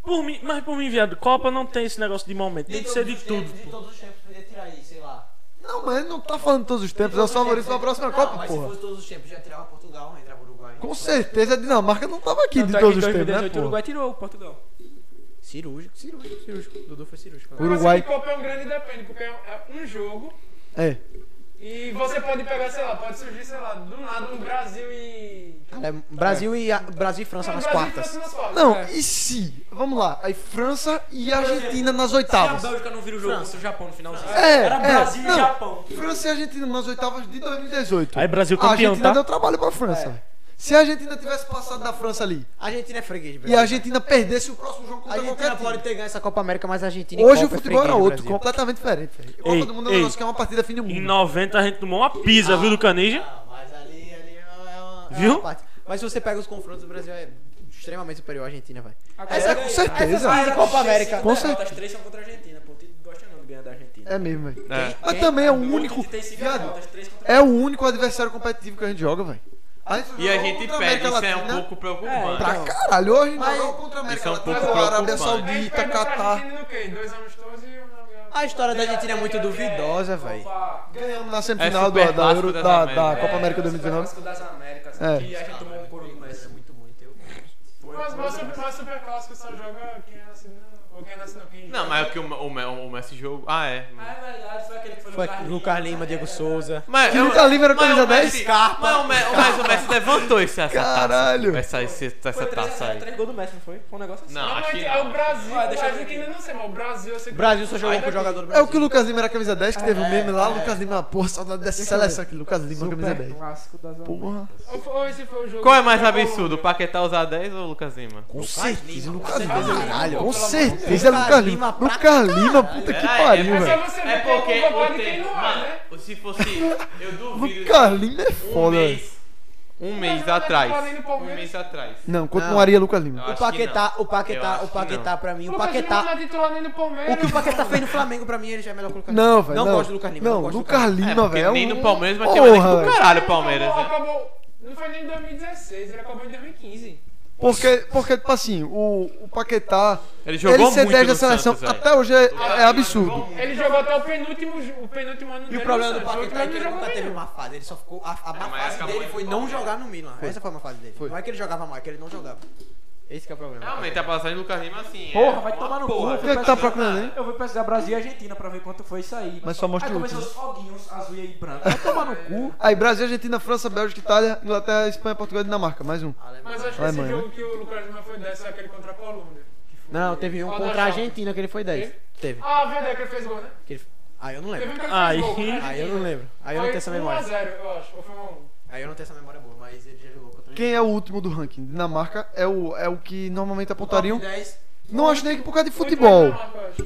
Por mim, mas por mim, viado, Copa não tem esse negócio de momento, tem que ser de tudo. De pô. todos os tempos, podia tirar aí, sei lá. Não, mas não tá falando todos os tempos, é os favoritos da próxima Não, Copa, mas se porra. fosse todos os tempos, já tirava Portugal, entrava Uruguai. Com certeza a Dinamarca não tava aqui de Tanto tá é todos os que em tempos, né, 2018 o porra? Uruguai tirou o Portugal. Cirúrgico, cirúrgico, cirúrgico. Dudu foi cirúrgico. Uru- Uruguai- Mas Copa é um grande depende, porque é um jogo É. e você pode pegar, sei lá, pode surgir, sei lá, do nada um Brasil e. Cara, é, Brasil e a- É, Brasil e França Um nas Brasil e quartas. França nas quartas. Não, É. e se? Vamos lá, aí França e Argentina nas Se a oitavas. Bélgica não vira o jogo contra o Japão no finalzinho. É, Era é, Brasil não. e Japão. França e Argentina nas oitavas de 2018. Aí Brasil a campeão, Argentina tá? deu trabalho pra França. velho. Se a Argentina tivesse passado da França ali A Argentina é freguês, e Brasil. a Argentina perdesse o próximo jogo A contra Argentina qualquer pode time. ter ganho essa Copa América, mas a Argentina em Hoje o Copa é futebol era freguês do outro, Brasil. completamente diferente. velho. Ei, Copa do Mundo é um ei. negócio que é uma partida fim do Em mundo. 90 a gente tomou uma pisa, viu, do Canija? Ah, mas ali, ali é uma, é uma Viu? parte. Mas se você pega os confrontos, o Brasil é extremamente superior à Argentina, vai. Essa é com certeza. Mas a Copa América. Com As três são contra a Argentina, pô. O Tito gosta não de ganhar da Argentina. É mesmo, velho. É. Mas também é o único. Tito tem cinco Viado, derrotas, três contra É o único adversário competitivo que a gente joga, velho. E a gente perde, isso é um pouco preocupante. Pra caralho, hoje não Mas- joga contra a América Isso é um Latina, pouco Arábia preocupante. Aí Saudita, perdeu pra Catar. Argentina no quê? Em Dois amistosos e um. A história da Argentina é muito duvidosa, velho. Ganhamos na É semifinal do- super da, clássico Euro- das da, Américas. É, da Copa América 2019. das Américas. É. Que a gente tomou um couro do Messi. Muito, muito. Eu... Mas mas super- mas super clássico só joga quem é nascido. no- Ou quem é nascido no quem Não, mas é porque o, o, o Messi jogou. Ah, é. Ah, é verdade, foi aquele que foi Foi Lucas Lucas Lima, Lima, é, Diego Souza. Mas, Que eu- nunca livra tá a mas camisa o Messi- 10? Mas o, Me- mas o Messi levantou esse, essa Caralho. taça. Essa, esse, essa Foi 3 taça aí. gols do Messi, não foi? Foi um negócio assim. Não, Não, acho mas que é o não. Brasil. Ah, o deixa Brasil eu ver. que ainda não sei, mas o Brasil eu sei que. Brasil só jogou com o jogador do É Brasil. o que o Lucas Lima era camisa 10, que teve É. o meme lá. Lucas Lima, porra, saudade dessa seleção aqui. Lucas Lima, camisa 10. clássico das Porra. Ou, ou esse foi o jogo. Qual é mais da absurdo, o Colômbia? Paquetá usar 10 ou o Lucas Lima? Com certeza, Lucas Lima, Lima. caralho. Com Pelo amor de certeza, é Deus. Lucas Lima. Lucas Lima pra Lucas Lima, puta que Pera aí, pariu, É velho. só você É ver porque quem é culpado o e quem tempo. não é, né? Mano, se fosse. Eu duvido. Lucas Lima é Um foda, velho. mês. Um Mas mês não vai atrás. falar nem do Um Palmeiras. mês atrás. Não, continuaria Lucas Eu Lima. acho O que Paquetá, não. o Paquetá, Eu o acho que Paquetá pra mim, o Lucas Lima Paquetá. não é titular nem no Palmeiras. O que o Paquetá fez no Flamengo, pra mim, ele já é melhor que o Lucas Lima. Não, velho. Não gosto do Lucas Lima. Não, não gosto do Lucas É, Lima, porque velho. é nem um- no Palmeiras, mas tem Porra, mais do velho. caralho o Palmeiras. Palmeiras. Acabou, né? acabou. Não foi nem em 2016, ele acabou em 2015. Porque, porque, tipo assim, o, o Paquetá. Ele jogou Ele ser muito 10 da no seleção Santos, velho. até hoje é, é absurdo. Ele jogou até o penúltimo, ju- o penúltimo ano E dele. o no problema do Santos. O Paquetá último é ano que ele jogou nunca bem. teve uma fase, ele só ficou. A, a má mas fase acabou dele em foi não jogar no Milan. Essa foi uma fase dele. Não é que ele jogava mal, é que ele não jogava. Esse que é o problema. Realmente, a passagem do Lucas Lima, assim. é Porra, vai uma tomar no cu. porra. O que é que tá procurando, hein? Eu vou pesquisar Brasil e Argentina pra ver quanto foi isso aí. Mas só mostra aí o começou último. os foguinhos azul e branco. Vai tomar no cu. Aí, Brasil, Argentina, França, Bélgica, Itália, Inglaterra, Espanha, Portugal e Dinamarca. Mais um. Mas acho que Vai, esse mano. jogo que o Lucas Lima foi 10 foi aquele contra a Colômbia. que foi- Não, teve um Ó, contra da a Champions. Argentina que ele foi 10. Teve. Ah, verdade, que ele fez gol, né? Que ele- Ah, eu não Teve um lembro. que ele Aí. fez gol. né? Aí eu não lembro. Aí eu não tenho essa memória. 1x0, eu acho. Ou foi 1x1. Aí eu não tenho essa memória boa, mas ele já jogou contra a Quem é o último do ranking? Dinamarca é o, é o que normalmente apontariam. 10. Não acho nem que por causa de futebol.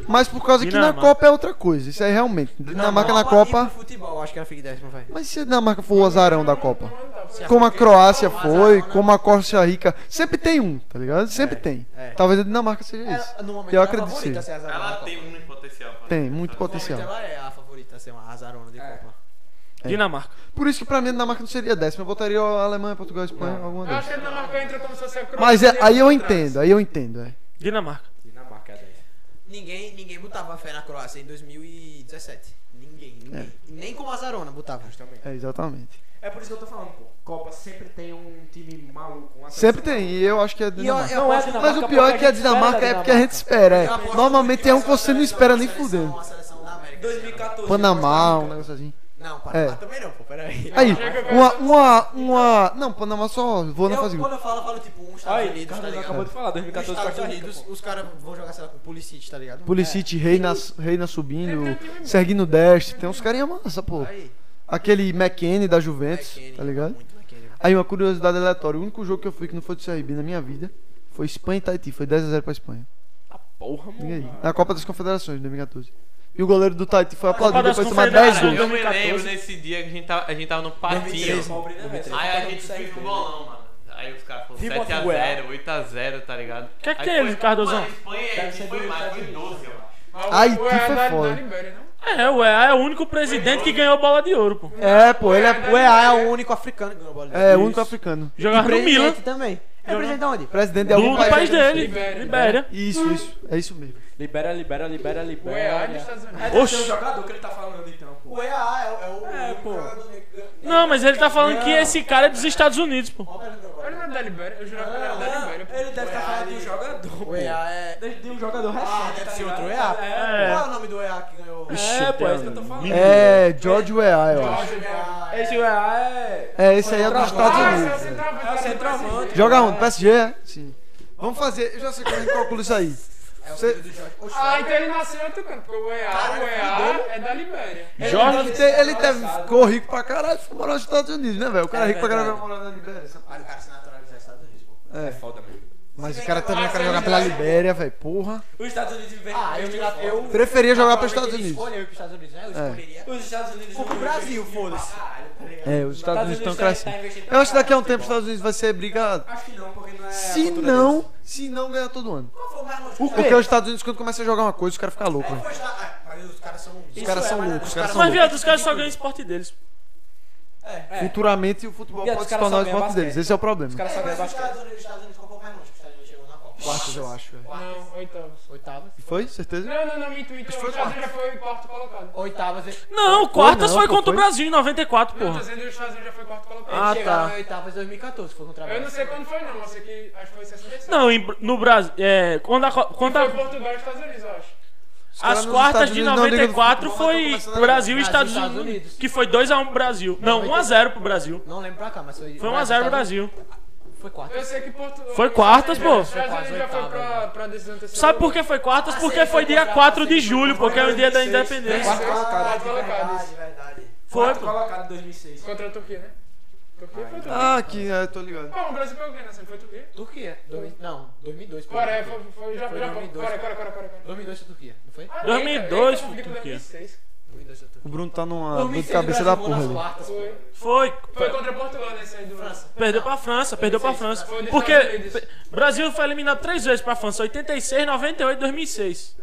Mas por causa que na Dinamarca. Copa é outra coisa. Isso aí realmente. Dinamarca na Copa. Futebol, acho que ela fica em décimo, vai. Mas se a Dinamarca for o azarão da Copa? um Se Como a França- Croácia foi, né? como a Costa Rica. Sempre tem um, tá ligado? Sempre É, tem. é. Talvez a Dinamarca seja isso. Ela, no momento, Eu ela é a acredito favorita a sim. ser azarona da Ela Copa. tem muito potencial. pra- Tem, muito No momento, potencial. ela é a favorita a ser uma azarona de Copa. É. Dinamarca. Por isso que pra mim a Dinamarca não seria décima. Eu botaria a Alemanha, Portugal, a Espanha, alguma Eu acho dessas. que ele não marcou entra como se fosse a Croácia. Mas é- e aí eu ele atrás. entendo, aí eu entendo. É. Dinamarca. Dinamarca é 10. Ninguém, ninguém botava fé na Croácia em 2017. Ninguém, ninguém. Nem como azarona botava. É, exatamente. É por isso que eu tô falando, pô. Copa sempre tem um time maluco. uma Sempre seleção tem, e eu acho que é a Dinamarca. Não é Mas o Dinamarca pior é porque que a gente a espera Dinamarca é da porque a gente Dinamarca. espera, é. Eu aposto Normalmente que é vai um ser que você não uma espera nem seleção- fudendo. uma seleção da América. 2014. Panamá, um negócio assim. Não, Não, Panamá É. também não, pô, peraí. Aí, uma, uma, uma. Não, Panamá só voa na Eu, fase. quando eu falo, eu falo tipo um Estados Aí, Unidos, tá Carlos ligado? acabou de falar, Nos 2014 Estados Costa Rica. Unidos, os caras vão jogar, sei lá, com Pulisic, tá ligado? Pulisic, Reina, Reina subindo, Serguinho Deste, tem uns carinha massa, pô. Aí, Aquele McKenny da Juventus, McKenny, tá ligado? muito McKenny. Aí uma curiosidade aleatória, o único jogo que eu fui que não foi do CRB na minha vida foi Espanha e Tahiti, foi 10x0 pra Espanha. Porra, mano. Liga aí. Na Copa das Confederações, 2014. E o goleiro do Tahiti foi Copa aplaudido das depois de tomar 10 Confederações. gols. Eu me 2014. lembro nesse dia que a gente tava, a gente tava no patinho. é Aí a gente fez o bolão, mano. Aí os caras foram Viva 7x0, 8x0, tá ligado? Que que Aí teve, foi- Cardozão? Mano, a Espanha, a gente foi mais, foi 12, eu acho. Ai, Ou é Tifa é da- foda. da Libéria, não? É, o EA é o único presidente que ganhou bola de ouro, pô. É, pô, ele é, O EA é o único africano que ganhou bola de ouro. é o único africano. Jogava no Milan. Presidente também. É presidente de onde? Presidente de Do, algum do país dele, Libéria. Libéria. Isso, isso, é isso mesmo. Libera, libera, libera, Ou é a dos libera. Estados Unidos. É do Oxi. seu jogador que ele tá falando então, pô. O EA é, o- o. É, pô. Não, mas ele tá falando que esse cara é dos Estados Unidos, pô. Olha não é da Libéria, eu jurava que era da Não, Ah, Libéria. pô. ele deve estar falando de um jogador, pô. O EA é. De, de um jogador Ah, recente, deve tá ser ligado? outro EA. É. Qual é o nome do EA que ganhou? É, pô, é isso que eu tô falando. É, George Weah, eu acho. Esse EA é... É, esse aí é dos Estados Ah, Unidos. esse é o é. centroavante. É o cara, centroavante. Joga onde? PSG, é? Sim. Vamos fazer, eu já sei como a gente calcula isso aí. Você- Ah, então ele nasceu em outro canto, porque o EA, o EA é da Libéria. Ele Jorge, deve ter- ele deve, ficou rico pra caralho, foi morar nos Estados Unidos, né, velho? O cara é rico pra caralho vai morar na Libéria. essa porra. Ah, o cara se naturalizar Estados Unidos, pô. É. Foda, mesmo. Mas o cara também quer jogar pela Libéria, velho. Porra. Os Estados Unidos inventam... Ah, eu, eu Preferia jogar pros Estados Ele Unidos. Escolheu ir pros Estados Unidos, né? Eu É. escolheria. Os Estados Unidos... Pro Brasil, foda-se. É, os Estados Unidos estão tá- tá crescendo. investindo Eu acho que pra daqui a um tempo os Estados Unidos vai ser briga. Acho que não, porque não é... a Se cultura não, se não ganhar todo ano. Qual foi o mais longe? Porque os Estados Unidos, quando começa a jogar uma coisa, os caras ficam loucos, velho. Pois lá, ah, Mas os caras são. Os caras Isso é, são mas- loucos, os caras são mas loucos. viado, os caras só ganham esporte deles. Futuramente o futebol Viado, pode os se caras tornar o só ganham esporte deles. basquete. Esse é o problema. Os caras só É, ganham mas os bastante. Estados Unidos, os Estados Unidos, qual foi o mais longe que os Estados Unidos chegou na Copa? Quartos, eu acho, velho. Não, oitavas. Oitavas. Foi? Certeza? Não, não, não, minto, minto. foi O Estados Unidos já foi quarto colocado. Oitavas. ele- Não, quartas não, foi pô, contra o foi? Brasil em 94, Não, tô porra. dizendo que o Estados Unidos já foi quarto colocado. Ah, Chegaram tá. em oitavas em 2014, foi contra a Eu não Bélgica. sei quando foi, não. Eu sei que acho que foi 67. Não, em- no Brasil. É, quando a, co- quando Foi a- Portugal e Estados Unidos, eu acho. as nos quartas Estados de Unidos não ligam do 94 futebol, foi tá começando a Brasil e Brasil e Estados Estados Unidos. Unidos. Que foi 2x1 pro Brasil. Não, 1x0 pro Brasil. Não lembro pra cá, mas foi. um Foi mas 1x0 pro os Estados Brasil. Unidos- Foi quarto. Eu sei que Portugal. Foi quartas, pô. Os Estados Unidos Foi já foi quase pra, pra decisão terceira. Sabe por que foi quartas? Porque foi dia 4 de julho, porque é o dia da independência. Quarto colocado. colocado. isso. verdade. Foi, Quarto pô. colocado em 2006. Contra a Turquia, né? Turquia foi Turquia. Ah, aqui, é, tô ligado. Bom, o Brasil foi o quê? né? Sempre Foi Turquia. Turquia. Dois, não, 2002. foi Coreia, Turquia. foi, foi, foi Japão. Foi Japão. 2002. Coreia, Coreia, Coreia, Coreia. Coreia. 2002 foi Turquia, não foi? Ah, 2002 eita, eu foi confundi com Turquia. 2006. 2002 foi Turquia. Bruno tá Ah, numa dor de cabeça da porra né? ali. Foi. Foi. Foi contra Portugal nesse aí do França. Perdeu pra França, perdeu pra França. Foi nos Porque Estados Unidos. o Brasil foi eliminado três vezes pra França, 86, 98 2006.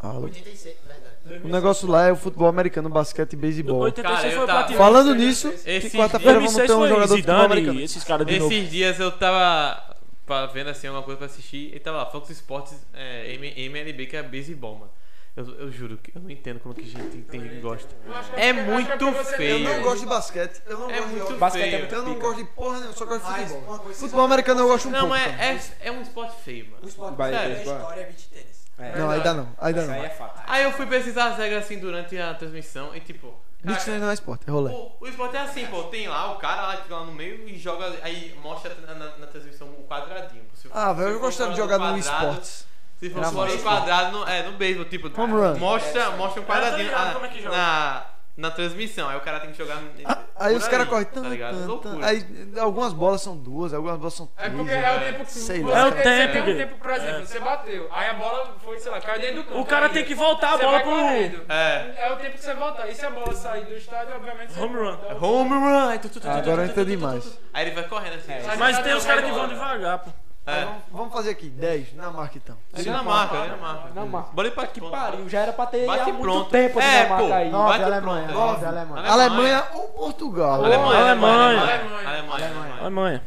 Ah, louco. 86, verdade. o negócio lá é o futebol americano, basquete e beisebol. 86 Cara, foi eu o tava- Platini. Falando nisso, que Esses quarta-feira vamos 2006 ter um foi jogador de futebol Zidane, americano. esses caras de novo. Esses dias eu tava pa- vendo assim alguma coisa pra assistir e tava lá, Fox Sports é, M- MLB, que é baseball, mano. Eu, eu juro que eu não entendo como que gente, tem gente que gosta. Eu acho que É eu acho que muito porque você feio. leu, Eu gosto de basquete, eu não É gosto de muito Basquete é feio. muito- Eu não Pica. gosto de porra nenhuma, eu só gosto de Mas futebol. uma coisa- Futebol americano eu gosto um pouco. Não, é, também. é, é um esporte feio, mano. O esporte Vai, da vai. história é beach tênis. Não, ainda não, ainda Isso aí é não. fato. Aí eu fui pesquisar as regras assim durante a transmissão e tipo. Beach caraca, tennis não é esporte, é rolê. O, o esporte é assim, pô, tem lá o cara lá que fica lá no meio e joga, aí mostra na, na- na transmissão o quadradinho. pô. Se for- Ah, velho, se eu for gostaria de fora jogar do no quadrado, esportes. Se Era for fora do massa. quadrado, no, é, no beisebol, tipo, Home run. mostra, mostra um quadradinho ligado ah, como é que joga. na, na transmissão, aí o cara tem que jogar. por Ah, Aí os caras correm tá tan, ligado? tan, tan. Loucura. Aí algumas bolas são duas, algumas bolas são É três. porque é o né? tempo que Sei você lá. É o tem- tempo, Você tem um Guilherme. tempo, por exemplo, você bateu, aí a bola foi, sei lá, caiu dentro do campo. O cara aí tem que voltar a você bola vai pro correndo. É. É o tempo que você voltar. E se a bola sair do estádio, obviamente você. home run. É Home run! Aí, tu, tu, tu, tu, Agora tu, eu tu, tu, entendi tu, tu, mais. tu. Aí ele vai correndo assim. É. Mas tem os caras que vão devagar, pô. Aí vamos- Vamos fazer aqui, 10 na marca então. Dinamarca, Dinamarca. Dinamarca. Bora ir pra que Pariu, já era pra ter Bate há muito pronto. tempo É, Dinamarca pô. aí. Nove, Nove, Bate Alemanha, Alemanha. pronto, nove, Nove, é. Alemanha. Alemanha ou Portugal? Alemanha, Alemanha. Alemanha. Alemanha. Alemanha. Alemanha.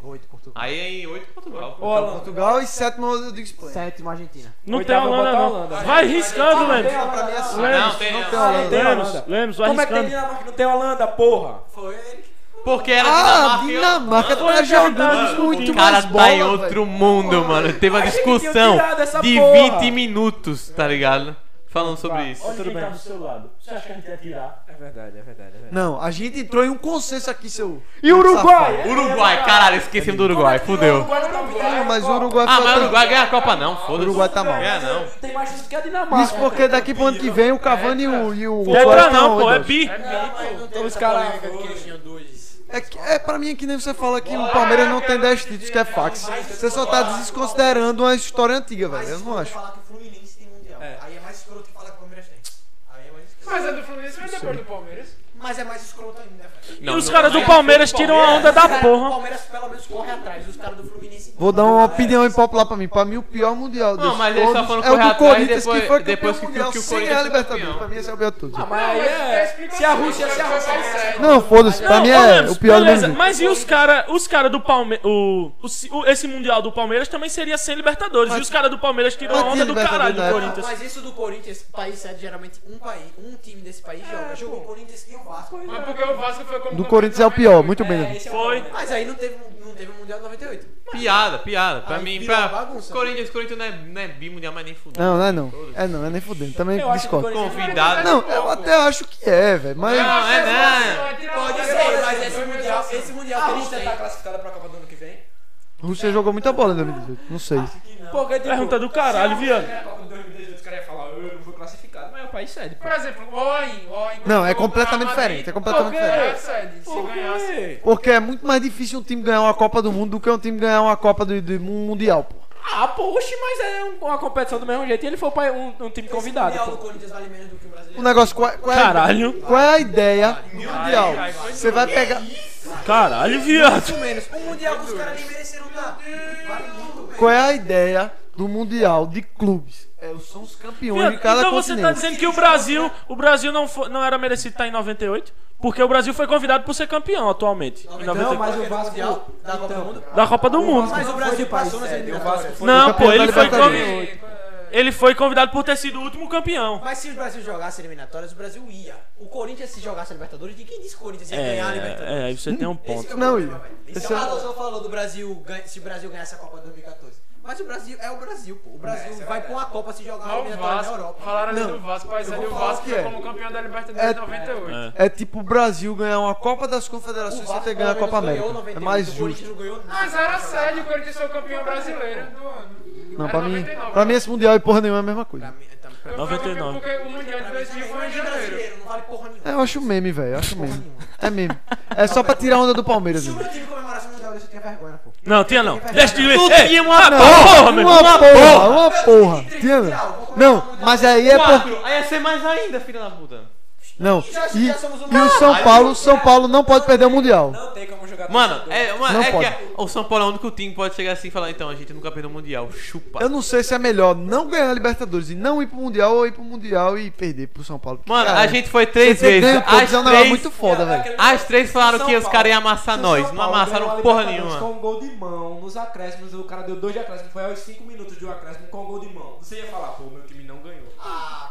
Oito, Portugal. Aí é em 8 Portugal. pô. Holanda. Portugal e sétimo eu digo Espanha. Sétimo, Argentina. Não tem Oitavo, Holanda, bota a não. Holanda. Vai riscando, Lemos. Não, pra mim é assim. Ah, Lemos, Não, tem não não. tem Holanda. Lemos, Lemos, vai Como é que tem riscando. Dinamarca que não tem Holanda, porra? Foi ele que Porque era Ah, Dinamarca. e eu- Dinamarca Foi tá a verdade, jogando muito o cara mais tá bola. em outro mundo, mano. Teve uma Achei que tinha discussão tirado essa de porra. 20 minutos, tá ligado? falando sobre isso. Olha Tudo quem tá bem. do seu lado. Você acha que a gente ia tirar? É verdade, é verdade, é verdade. Não, a gente entrou em um consenso aqui, seu. E o Uruguai? Uruguai, caralho, esqueci do Uruguai, fudeu. Não, mas o Uruguai Ah, foi mas o outra- Uruguai ganha a Copa não, foda-se. Uruguai tá mal. Ganha não. Tem mais chance do que a Dinamarca. Isso porque daqui pro ano que vem o Cavani e o, e o Tetra Suárez tão não, pô, é onde? bi. Então os caras. É, que- é pra mim que nem você fala que o Palmeiras não tem 10 títulos, que é fax. Você só tá desconsiderando uma história antiga, velho. Eu não escroto acho. falar que o Fluminense tem mundial. Aí é mais escroto que falar que o Palmeiras tem. Aí é mais escroto. Mas a do Fluminense foi depois do Palmeiras. Mas é mais escroto ainda, velho. E os caras do Palmeiras tiram a onda da Os caras do porra. Palmeiras pelo menos corre atrás. Os caras do Fluminense. Vou dar uma opinião impopular pra mim. Pra mim, o pior mundial Não, desses mas eles só todos foram é o correr do atrás Corinthians, depois- que foi campeão depois que o- mundial que o sem Corinthians a foi Libertadores. campeão. Pra mim, esse é o pior de todos. Ah, mas aí é. Se a assim, Rússia, se a Rússia. Não, foda-se. Pra mim, Ô, é Lemos, o pior beleza, mesmo. Mas e os caras os cara do Palmeiras. O, o ci- o- esse Mundial do Palmeiras também seria sem Libertadores. e os caras do Palmeiras tiram a mas tinha onda do caralho Libertadores né? na época. do Corinthians. Mas isso do Corinthians, país sede, geralmente um, país, um time desse país joga. Jogou o Corinthians e o Vasco. Mas porque o Vasco foi como. Do Corinthians é o pior. Muito bem, É, Davi. esse é o Foi. problema. Mas aí não teve, um, não teve o Mundial 98. Piada, piada. Pra Aí mim, virou uma pra. bagunça. Corinthians, Corinthians não é, não é bimundial, mas nem fudeu. Não, não é não. É não, é nem fudendo. Também Eu acho que o discordo. Corinthians. Convidado. Não, eu até acho que é, velho. Mas... Não, é não. Pode ser, mas é esse Mundial, esse mundial A que eles Rússia tá têm. classificada pra Copa do ano que vem. Rússia jogou muita bola em 2018. Não sei. Porque, tipo, Pergunta do caralho, viado. na Copa de 2018 os caras iam falar, eu não fui classificado, mas o país cede. pô. Por exemplo, Oin, Oin. Não, é completamente diferente. É completamente Por quê? diferente. é Se ganhasse. quê? Porque é muito mais difícil um time ganhar uma Copa do Mundo do que um time ganhar uma Copa do, do Mundial, pô. Ah, poxa, mas é um- uma competição do mesmo jeito e ele foi pra um, um time convidado. O Mundial do pô. Corinthians vale menos do que o O brasileiro. negócio, qual, é- qual é, Caralho. qual é a ideia do Mundial? Você vai pegar. Caralho, viado. Muito menos. O Mundial que os caras nem mereceram dar. Vale muito menos. Qual é a ideia do Mundial de clubes? É, são os campeões Viado, de cada então você tá é continente. dizendo que o Brasil, o Brasil não, foi- não era merecido estar em 98? Porque o Brasil foi convidado por ser campeão atualmente. Então, Em 98, mas 94. o Vasco- Então, Mundial da Copa do Mundo. Da Copa do Mundo. Mas o Brasil passou nas O eliminatórias. Vasco foi Não, campeão pô, da ele foi, Libertadores. convi- ele foi convidado por ter sido o último campeão. Mas se o Brasil jogasse eliminatórias, o Brasil ia. O Corinthians se jogasse a Libertadores, de quem disse que o Corinthians ia É, ganhar a Libertadores? é, aí você tem um ponto. Não, Igor. Então, o Alonso falou do Brasil, ganha- se o Brasil ganhasse a Copa de 2014. Mas o Brasil é o Brasil, pô. O Brasil vai pra uma Copa se jogar uma Olha o eliminatória tá na Vasco. Europa. Falaram ali Não. do Vasco, mas ali vou o falar Vasco o que foi é. como campeão da Libertadores É- de 98. É. É tipo o Brasil ganhar uma Copa das Confederações sem ter ganho a Copa América. É mais O Corinthians justo. um não ganhou nada. Mas é era sério, o Corinthians foi o campeão brasileiro do ano. Não, Era pra mim, 99. pra mim esse Mundial e porra nenhuma é a mesma coisa. Então, pra- Eu 99. falo que Porque o Mundial de 2000 foi em Mas é janeiro. brasileiro, não vale porra nenhuma. É, eu acho meme, velho. Eu acho meme. É meme. É só pra tirar a onda do Palmeiras, Se o velho. meu time comemorasse o Mundial, desse, eu tinha vergonha, pô. Não, tinha não. Deixa de ver. Ei, Não, uma porra, meu irmão. Uma porra, uma porra. Tinha não. um Não, mas aí é por... Quatro. Aí ia ser mais ainda, filha da puta. Não. E, já somos um e o São Paulo, São Paulo não pode perder o Mundial. Não tem como jogar. Mano, é, mano, Não é que pode. é- o São Paulo é o único time que pode chegar assim e falar, então, a gente nunca perdeu o Mundial. Chupa. Eu não sei se é melhor não ganhar a Libertadores e não ir pro Mundial ou ir pro Mundial e perder pro São Paulo. Porque, Mano, cara, a gente foi você três ter vezes. ganho todos As é um negócio três, muito tá foda, velho. as três falaram que os caras iam amassar Se o nós. São Não Paulo ganhou amassaram a porra Libertadores nenhuma. Com um gol de mão, nos acréscimos, o cara deu dois de acréscimo, foi aos 5 minutos de um acréscimo com um gol de mão. Você ia falar, pô, meu time não ganhou.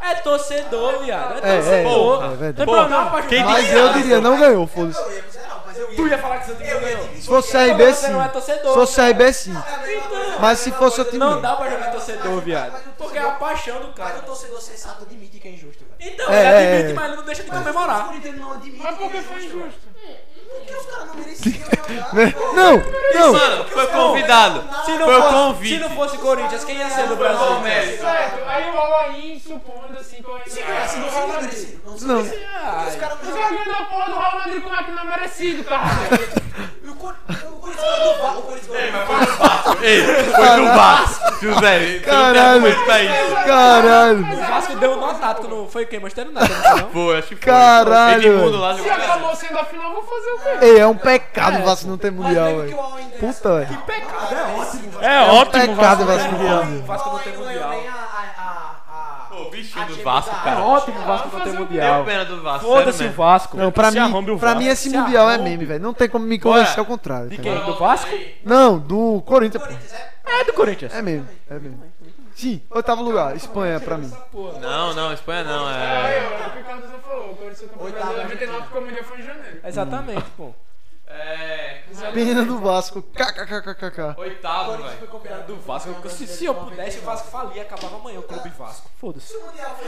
é torcedor, viado. É, é, Porra. é verdade. Porra, Dá pra quem jogar. Mas eu diria, não ganhou, foda-se. Eu ia dizer, não, mas eu ia. Tu ia falar que seu time não Eu ia ganhou. dividir. Se fosse CRB, sim. Você não é Se torcedor. fosse CRB, sim. Então, Mas se fosse o time, não não. dá pra jogar torcedor, viado. Porque é a paixão do Mas cara. o torcedor sensato admite que é injusto, velho. Então, É, ele é, admite, é. mas ele não deixa de O comemorar. Corinthians não admite. Mas por que que é foi injusto? Porque os caras não mereciam jogar. Não, não. Mano, foi convidado. Se não, Foi o fosse, convite. se não fosse Corinthians, quem ia ser do Brasil? Certo, aí o Alain supondo assim que o Alain. Assim, não seria merecido. Não seria Não. merecido. Ah, Os caras não Você jogaram. vai ganhar a porra do Real Madrid como é que não é merecido, tá? caralho? E O Cor- o Corinthians ganhou do Vasco. O Corinthians ganhou do Vasco. Ei, foi do Vasco. José, Caralho. você não tá isso. Caralho. O Vasco deu um nó tático, não foi quem? Manchester United, não foi não? Pô, acho que foi. Caralho, Edmundo lá Se jogou. acabou sendo a final, vou fazer o quê? Ei, é um pecado o Vasco não ter Mundial, velho. Puta, velho. Pecado, é ótimo. um É ótimo, Pecado o Vasco. Vasco não ter Mundial. O Vasco não tem mundial. Ganhou nem a- a- a- a- Pô, bichinho do a Vasco, Champions É cara. da- Ótimo o Vasco não ter Deu mundial. pena do Vasco. Foda-se o É um sério mesmo. Vasco. Não, pra Se arrombe mim, o pra mim Vasco. esse Se Mundial é arrombe. meme, velho. Não tem como me Bora. convencer ao contrário. De tá quem? ligado? Do Vasco? Não, do Corinthians. pô. É do Corinthians. É meme, é meme. Sim, oitavo lugar, Espanha pra mim. Não, não, Espanha não. Aí, É. ó, o que o Carlos falou, o Corinthians foi campeão brasileiro em 99 porque o Mundial foi em janeiro. Exatamente, pô. É. pena do Vasco. KKKKK. Oitavo, velho. Do Vasco. Se, se eu pudesse, o Vasco falia, acabava amanhã o clube Vasco. Foda-se.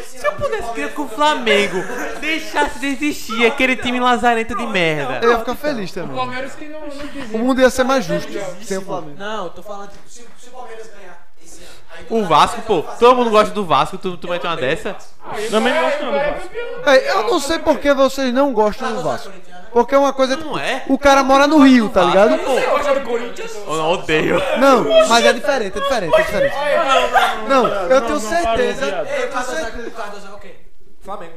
Se eu pudesse ter com o Flamengo, deixasse de existir aquele time lazarento de merda. Eu ia ficar feliz também. Palmeiras que não, não quis O mundo ia ser mais justo sem o Flamengo. Não, eu tô falando, tipo, se, se o Palmeiras ganhar esse ano, aí O Vasco, pô, todo mundo gosta do Vasco, tu, tu vai ter uma dessa? Também não gosto não do Vasco. É, eu não sei por que vocês não gostam do Vasco. Porque é uma coisa. Não é? O cara mora no Rio, tá ligado? gosta do Corinthians? Eu não odeio. Não, mas é diferente, é diferente, é diferente. Não, eu tenho certeza. Eu tenho certeza. o Cardoso é o quê? Flamengo.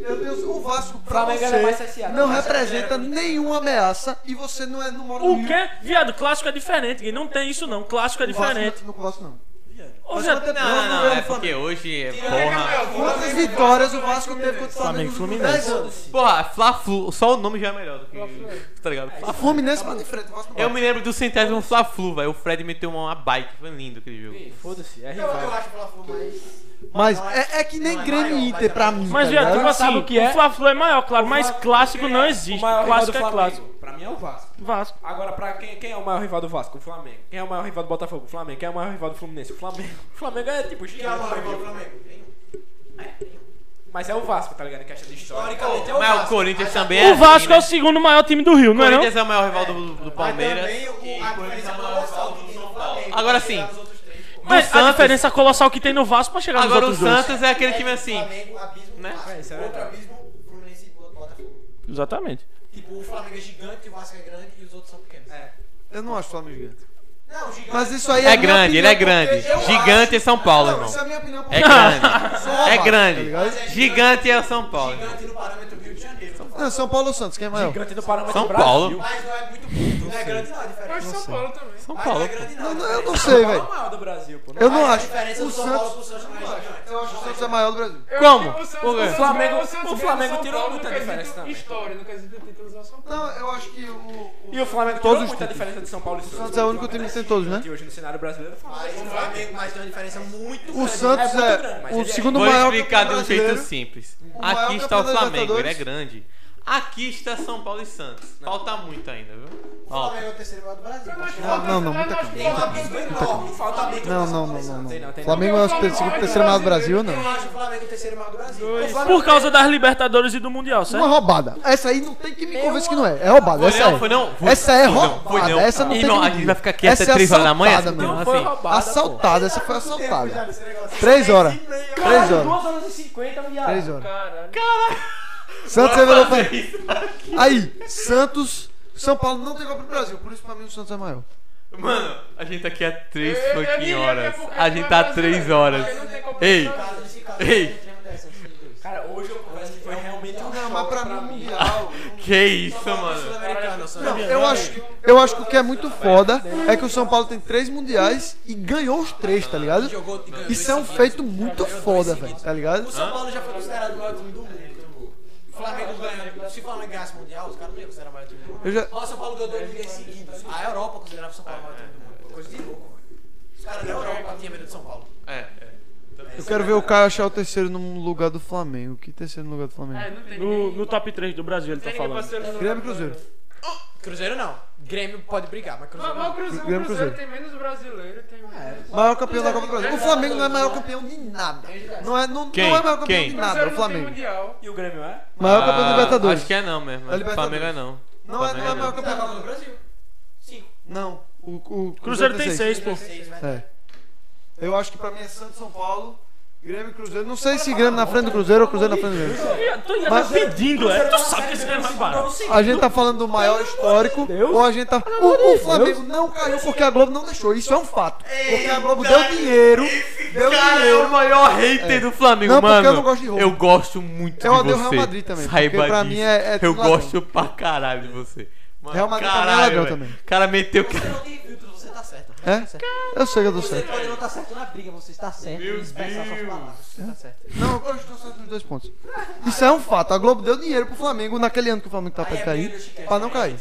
Eu tenho, o Vasco pra é Flamengo era mais você saciado. não representa nenhuma ameaça e você não é não mora no O Rio. quê? Viado, clássico é diferente. Gui. Não tem isso não. Clássico é No Vasco, diferente. No Vasco não. Ô, Zé, Não, não, não, é porque hoje é porra. Quantas vitórias o Vasco teve contra o Flamengo? Flamengo, nos últimos Fluminense. 10 anos? Porra, Fla-Flu, só o nome já é melhor do que. Tá ligado? É A Fluminense bate em frente, o Vasco não. Eu me lembro do centésimo Fla-Flu, velho. O Fred meteu uma, uma bike, foi lindo aquele jogo. Foda-se. É Eu, eu rival. acho que o Fla-Flu mais... Mas é, é que nem Grêmio e Inter pra mim. Mas, tá viado, ligado? tipo assim, sabe o, o que é? Fla-Flu é maior, claro, mas é clássico não existe. O maior rival do Clássico é Flamengo. clássico. Pra mim é o Vasco. Vasco. Agora, pra quem, quem é o maior rival do Vasco? O Flamengo. Quem é o maior rival do Botafogo? O Flamengo. Quem é o maior rival do Fluminense? O Flamengo. O Flamengo é tipo Quem é o maior rival do gigante. Flamengo? Nenhum. Mas é o Vasco, tá ligado? Em questão de história. Historicamente é o Mas o Vasco. Corinthians também é. O Vasco é o assim, né? segundo maior time do Rio, O não é não? Corinthians é o maior rival do, do Mas Palmeiras. também o, a diferença colossal que tem no Flamengo. Agora pra sim. chegar nos outros três, pô. Mas Santos. a diferença colossal que tem no Vasco pra chegar Agora o nos outros dois. Santos é aquele time assim. Flamengo, abismo, Né? Vasco. É, isso é Outro verdade. abismo, Fluminense e Botafogo. Exatamente. Tipo, o Flamengo é gigante, o Vasco é grande e os outros são pequenos. Eu não acho o Flamengo gigante. Não, gigante. Mas isso aí é. É minha grande, ele é opinião, grande. porque eu Gigante é São Paulo, acho- Não, irmão. isso é a minha opinião. É porque- grande. Só o Vasco, É tá grande. ligado? Gigante é o São Paulo. irmão. Gigante no parâmetro Rio de Janeiro. Não, São Paulo ou Santos, quem é maior? Gigante do Paraná São Paulo. Mas não é muito grande. Não é grande, não, é diferente. Mas São Paulo também. São Mas não Paulo. é grande, não. Não, é não, eu diferente. não sei, É o velho. maior do Brasil, pô. Eu não Mas acho. A diferença O do São Paulo Santos. pro Santos não é gigante. Eu acho que o Santos é maior do Brasil. Eu Como? acho que é Santos- Por quê? Santos O Flamengo- ganhou- Santos o ganhou Flamengo São tirou Paulo muita no quesito diferença também. História, no quesito títulos ao é São Paulo. Não, eu acho que o. E o Flamengo Todos tirou os muita títulos. diferença de São Paulo e Santos. Santos é o único time que tem todos, né? E hoje no cenário é brasileiro, o Flamengo Mas o Flamengo mas tem uma diferença muito O grande. Santos É muito grande, é mas o ele é- segundo Vou maior explicar de campeão um brasileiro. jeito simples. maior Aqui está o campeão da Flamengo, ele é Libertadores. grande. Aqui está São Paulo e Santos. Falta muito ainda, viu? O Ó, Flamengo é o terceiro lugar do Brasil. Não, não, não, muita Tem um abismo enorme. Falta muito Não, pra não, São não, Paulo e não. Santos. Tem não, não. tem Flamengo é o ter- segundo terceiro maior do Brasil, não. Eu acho o Flamengo o terceiro maior do Brasil. Por causa das Libertadores e do Mundial, Uma certo? roubada. Essa aí não tem que me convencer que não é. É roubada, essa não, é. foi não. Foi- Essa é foi não, roubada. foi não. Essa não tem que Irmão, a me gente dizer. vai ficar aqui até Essa é 3 horas da manhã? assaltada Não, mesmo. foi assim. roubada. Assaltada, essa foi assaltada. Três horas. Três horas. horas e 50, Três horas. Caralho. Santos é melhor Aí, Santos. São Paulo não tem Copa do Brasil, por isso pra mim o Santos é maior. Mano, a gente tá aqui há 3 Eu- eu fucking diria que é horas. porque A não gente é tá há brasileiro, 3 horas. porque não tem competição. Ei, ei. Cara, hoje eu confesso que foi realmente um Não, choque mas pra mim o Mundial. Que isso, mano. Não, eu acho, que- eu acho que o que é muito foda é que o São Paulo tem três mundiais e ganhou os três, tá ligado? Isso é um feito muito foda, velho, tá ligado? O São Paulo já foi considerado o maior time do mundo. O Flamengo ganha. Se o Flamengo ganhasse o Mundial, os caras não iam considerar o maior time do mundo. Eu já- Ó, o São Paulo ganhou dois dias seguidos. A Europa considerava o São Paulo o maior time do mundo. Coisa de louco, mano. Os caras da Europa tinham medo do São Paulo. É, é. Eu quero ver o Caio achar o terceiro no lugar do Flamengo. Que terceiro no lugar do É, Flamengo? não tem No, ninguém. no top 3 do Brasil ele tá Tem ninguém falando. parceiro no Grêmio e Brasil. Cruzeiro. Cruzeiro não. Grêmio pode brigar, mas Cruzeiro Mas mas o não. Cruzeiro, o Grêmio e Cruzeiro, Cruzeiro. É, tem menos brasileiro, tem menos. Maior campeão da Copa do Brasil. O Flamengo não é maior campeão de nada. Não é, não, não Quem? é maior campeão Quem? de O nada, é Cruzeiro o não tem Flamengo. mundial. E o Grêmio é? Maior campeão da Ah, Libertadores. Acho que é não mesmo. Da Libertadores. Flamengo é não. Não é, não é maior Flamengo campeão. Copa do Brasil. Não. O, o Cruzeiro tem 6, pô. Seis, né? É. Eu acho que pra mim é Santos, São Paulo, Grêmio e Cruzeiro. Não sei se Grêmio na frente do Cruzeiro ou Cruzeiro na frente do Grêmio. Eu tô ainda pedindo, é. Tu sabe que esse cara é mais barato. A gente tá falando do maior histórico, ou a gente tá. O, o Flamengo não caiu porque a Globo não deixou. Isso é um fato. Porque a Globo deu dinheiro. Deu Cara, é o dinheiro. maior hater do Flamengo, Não, porque mano. eu não gosto de roubo. Eu gosto muito Eu de odeio você. o Real Madrid também, porque Saiba pra disso. mim é- é eu tudo ladrão. gosto pra caralho de você. Mano, Real Madrid também é caralho, ladrão velho. também. O cara meteu. Você não tem filtro, você tá certo. É? Eu sei que eu tô Você certo. pode não estar certo na briga, você está certo Meu em expressar suas Deus. palavras. Você tá certo. Não, eu gosto de certo nos dois pontos. Isso é um fato. A Globo deu dinheiro pro Flamengo naquele ano que o Flamengo tá pra cair, pra não cair.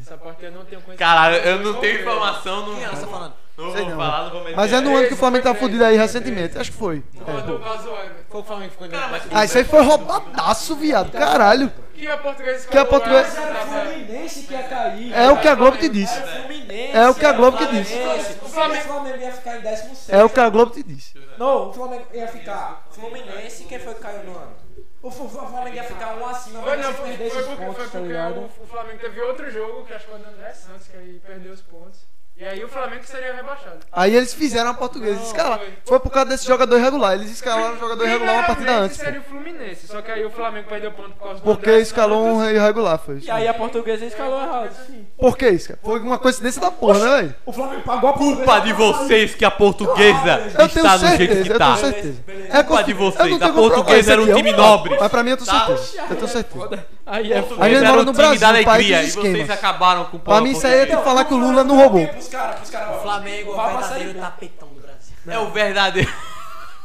Essa parte eu não tenho conhecimento. Caralho, eu não tenho informação. Não... é Quem ela está falando? Não Sei vou não, falar, não vou meter. Mas é no ano que o Flamengo tá Foi três, fudido aí foi recentemente. Acho que foi. Quando o caso olha, Foi o Flamengo que ficou em Cara, mas- Ah, isso aí foi roubadaço, viado. Caralho. que a portuguesa Que a falou, portuguesa- ah, É tá certo. É Fluminense que ia cair. É o que a Globo te disse. Fluminense. É o que a Globo que disse. Fluminense. O O Flamengo- Flamengo, ia ficar em 17. É o que a Globo te disse. Não, o Flamengo ia ficar. Fluminense, quem foi que caiu no ano? O Fu- o Flamengo ia ficar um acima, é, Foi, mas não, se foi, perdesse foi os porque, foi pontos, tá porque ligado? o, o Flamengo teve outro jogo, que acho que foi o André Santos, que aí perdeu os pontos. E aí o Flamengo seria rebaixado. Aí eles fizeram a portuguesa escalar. Foi por causa desse jogador irregular. Eles escalaram o um jogador irregular uma partida Primeiramente, antes. pô. seria o Fluminense, só que aí o Flamengo perdeu ponto por causa do Porque André escalou Santos. um irregular, foi isso. E aí a portuguesa escalou errado. Por que isso, cara? Foi uma coincidência da porra, né, velho? O Flamengo pagou a Culpa de vocês que a portuguesa Eu tenho está do jeito certeza, que eu tá. tenho certeza. Beleza. É Culpa de confi- eu vocês, não da tenho como provar portuguesa isso era um aqui, é time uma- nobre. Mas pra mim eu tenho Tá. certeza. Eu tenho certeza. Aí é foda. Aí ele Eles eram mora o no time da Brasil, pai alegria dos e vocês esquemas. acabaram com o Pra mim isso aí é português. tipo falar que o Lula não roubou. Os caras, os caras. Flamengo, Vai né? o pra Série verdadeiro B. tapetão do Brasil. tipo- É o verdadeiro.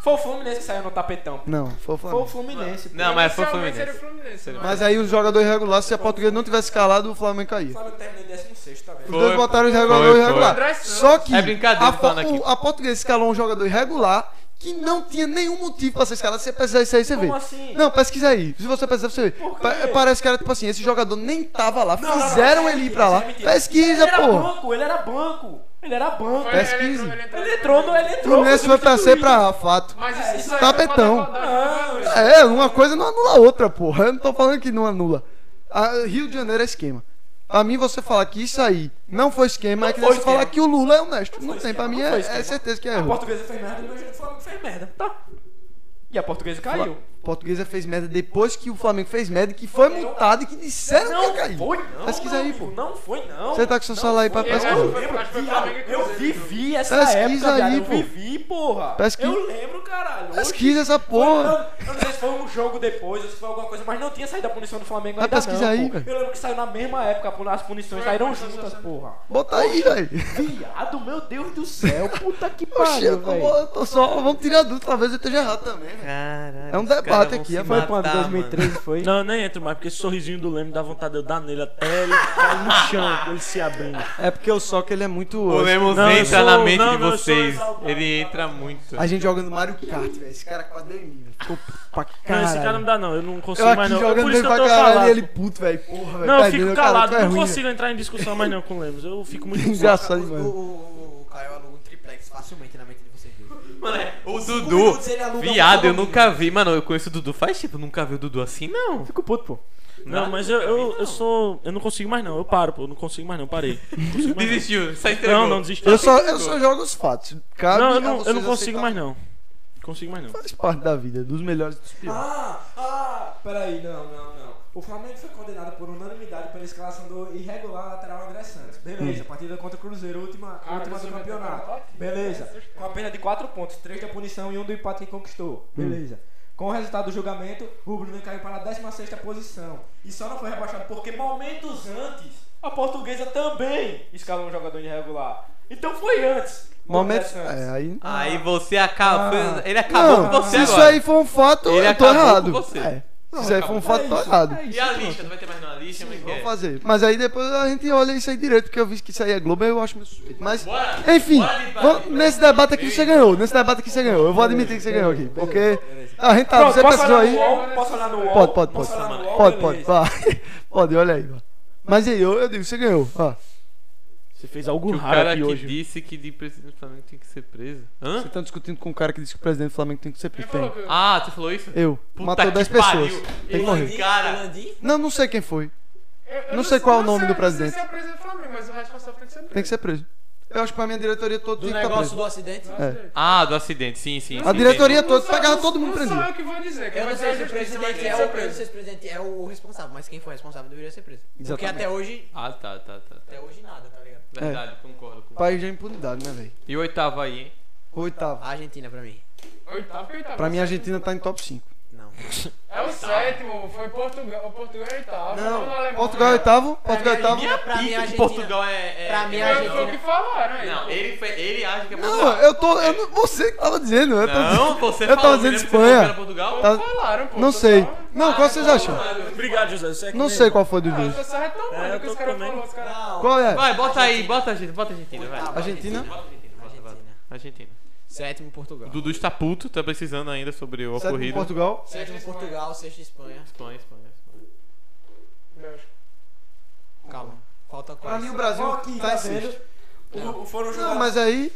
Foi o Fluminense que saiu no tapetão. Não, foi o Foi o Flamengo. Fluminense. pô. Não, mas foi o Inicialmente seria o Fluminense. Fluminense. Foi. né? Mas aí o jogador irregular, se a portuguesa não tivesse escalado, o Flamengo O caía. Flamengo terminou em 16, tá Os vendo? dois Foi, botaram o foi, jogador foi. irregular. André Santos. Só que É brincadeira a, po- falando aqui. o- a portuguesa escalou um jogador irregular que não tinha nenhum motivo pra ser escalado. Se você pesquisar isso aí, você vê. Como assim? Não, pesquisa aí. Se você pesquisar, você vê. Pa- parece que era tipo assim, esse jogador nem tava lá. não, não, Fizeram isso é ele ir mentira, pra lá. isso é mentira. Ele Pesquisa, era pô. banco, ele era banco. Ele era um banco. Foi, ele pesquisa. entrou- entrou- Ele entrou, no, ele entrou. O Fluminense foi foi pra C substituído. pra A, fato. Mas isso, isso aí Tapetão. é pra dar rodada. Não, É, uma coisa não anula a outra, porra. Eu não tô falando que não anula. A- Rio de Janeiro é esquema. Pra mim, você falar que isso aí não foi esquema, é que foi você falar esquema. que o Lula é honesto. Não, foi tem, esquema, pra mim não é, foi é esquema. certeza que é A erro. portuguesa fez merda do meu jeito, o Flamengo fez merda. Tá. E a portuguesa caiu. Portuguesa fez merda depois que o Flamengo fez merda, que foi multado e que disseram que ia cair. foi, não. Pesquisa meu aí, amigo, pô. Não foi, não. Você tá com seu celular aí pra Eu acho que pesquisar. foi- acho que foi o Viado, Flamengo e eu Cruzeiro. vivi essa Pesquisa época, aí, viado. Eu pô. vivi, porra. Pesquisa. Eu lembro, caralho. Hoje- Pesquisa essa Foi, porra. não, eu não sei se foi um jogo depois ou se foi alguma coisa, mas não tinha saído a punição do Flamengo Vai ainda pesquisar não, aí, pô. velho. Eu lembro que saiu na mesma época, pô, as punições Foi, saíram foi, foi, juntas, foi. porra. Bota aí, velho. Viado, meu Deus do céu, puta que Oxê, pariu, eu velho. vou- eu tô só. Vamos tirar dúvida, talvez eu esteja errado também, velho. Caralho, É um os caras debate vão aqui, se foi Quando? matar, 2013 foi? Não, eu nem entro mais, porque esse sorrisinho do Leme dá vontade de eu dar nele até ele cair no chão, ele se abrindo. É porque eu só que ele é muito. mano. O Lemos Não, eu entra sou- na mente não, de não, eu sou vocês. exaltado. Ele entra muito. A gente jogando Mario Kart, velho. Esse cara quase deu em mim, velho. Ficou puto pra Não, caralho. esse cara não dá não, eu não Eu consigo mais aqui não. jogando Por bem isso que pra eu tô caralho calado. e ele puto, velho. Porra, velho. Não, eu tadinho, fico cara, calado, tu é não ruim, consigo entrar em discussão mais não com o Lemos. Eu fico muito velho. Engraçado O, demais. o, o Caio aluga um triplex facilmente na mente de vocês dois. Mano, é, o Dudu. minutos ele aluga um Viado, eu condomínio. nunca vi. Mano, eu conheço o Dudu faz tempo. Nunca vi o Dudu assim, não. Fico puto, pô. Nada, Não, mas eu, eu, eu sou. Eu não consigo mais não, eu paro, pô. Eu não consigo mais não, parei. Não consigo mais, Desistiu, sai não. entregou. Não, não, desisti. Eu só, eu só jogo os fatos. Cabe Não, eu a não, eu vocês não consigo aceitar. mais não. Não consigo mais não. Faz parte da vida, dos melhores e dos piores. Ah, ah, peraí, não, não, não. O Flamengo foi condenado por unanimidade pela escalação do irregular lateral André Santos. Beleza, Hum. partida contra o Cruzeiro, última, Ah, última do Cruzeiro campeonato. meteu né? Beleza, com a perda de 4 pontos, 3 da punição e 1 um do empate que conquistou. Hum. Beleza. Com o resultado do julgamento, o Rubro caiu para a 16 posição. E só não foi rebaixado porque momentos antes, a portuguesa também escalou um jogador irregular. Então foi antes. do Momento. André Santos. É, aí. Aí você acaba. Ah. ele acabou não, com você se isso agora. aí for um fato, Ele eu tô acabou com errado. você. É. Se Não, isso aí for acabou. um fato, É tô isso, errado. é isso, E a pronto. lista? Não vai ter mais nenhuma lista? Como é que Vamos é? fazer. Mas aí depois a gente olha isso aí direito, porque eu vi que isso aí é Globo, eu acho meio suspeito. Mas, Bora, enfim, bora de vamos- bate. nesse debate aqui você ganhou. Nesse debate aqui você ganhou. Eu vou admitir que você ganhou aqui. Porque a gente tá, Pronto, você posso pesquisou olhar no aí. UOL? Posso olhar no UOL? Pode, pode, Posso pode. olhar no UOL? Pode, pode, Beleza. vá. Pode, olha aí. vá. Mas aí, eu, eu digo, você ganhou. ó. Você fez algo Que o raro cara aqui que hoje. disse que de presidente do Flamengo tem que ser preso. Hã? Vocês estão discutindo com um cara que disse que o presidente do Flamengo tem que ser Quem preso. falou Tem. que eu- Ah, você falou isso? Eu. Puta Matou que 10 pariu. pessoas. Tem que morrer. Esse cara. Landim? Não, não sei quem foi. eu- eu não sei qual é o não nome sei- do não presidente. sei se é preso do Flamengo, mas o responsável tem que ser preso. Tem que ser preso. Eu acho que pra minha diretoria todo Do tem que estar negócio preso. do acidente? É. Ah, do acidente, sim, sim. A sim, diretoria Não toda sou- pegava não- todo mundo Não preso. sou eu que vou dizer. quem Eu vai não ser a sei se o justiça, mas presidente tem é que ser o, eu não preso. sei se o presidente é o responsável, mas quem foi responsável deveria ser preso. Porque Exatamente. até hoje, Ah, tá, tá, tá. tá. até hoje nada, tá ligado? É. Verdade, concordo com País de impunidade, né, velho? E o oitavo aí, hein? Oitavo. A Argentina pra mim. Oitavo, oitavo. Pra mim, a Argentina tá em top 5. Não. É o sétimo, foi Portugal. O Portugal é oitavo. foi o alemão, Portugal é né? oitavo. Portugal é oitavo. Minha pra pica mim, a que Argentina- Portugal é. é pra mim, a é- Foi- Foi o que falaram aí. Não, ele, foi- ele acha que é Portugal. Não, eu tô. Eu não, você que tava dizendo. Eu tô dizendo. Não, você eu tava falou, dizendo você lembra que você Espanha. falou que era Portugal? Tá- Falaram, pô. Então, Não sei. Não, qual vocês acham? Obrigado, José. Você é que Não nem- sei qual foi dos Ah, eu dois. tô só retomando É, eu o que tô os caras comendo. falaram. Os caras... Qual é? Vai, bota aí, bota a gente, bota a Argentina, vai. Argentina? Bota a Argentina, bota a Argentina. Sétimo, Portugal. O Dudu está puto, tá precisando ainda sobre o Sétimo, ocorrido. é Portugal. Sétimo, Portugal. Sexto, Espanha. Espanha, Espanha, Espanha. Bélgica. Calma. Falta Pra mim, o quase. Brasil tá em vendo? sexto. O, o foram Não, jogar. mas aí,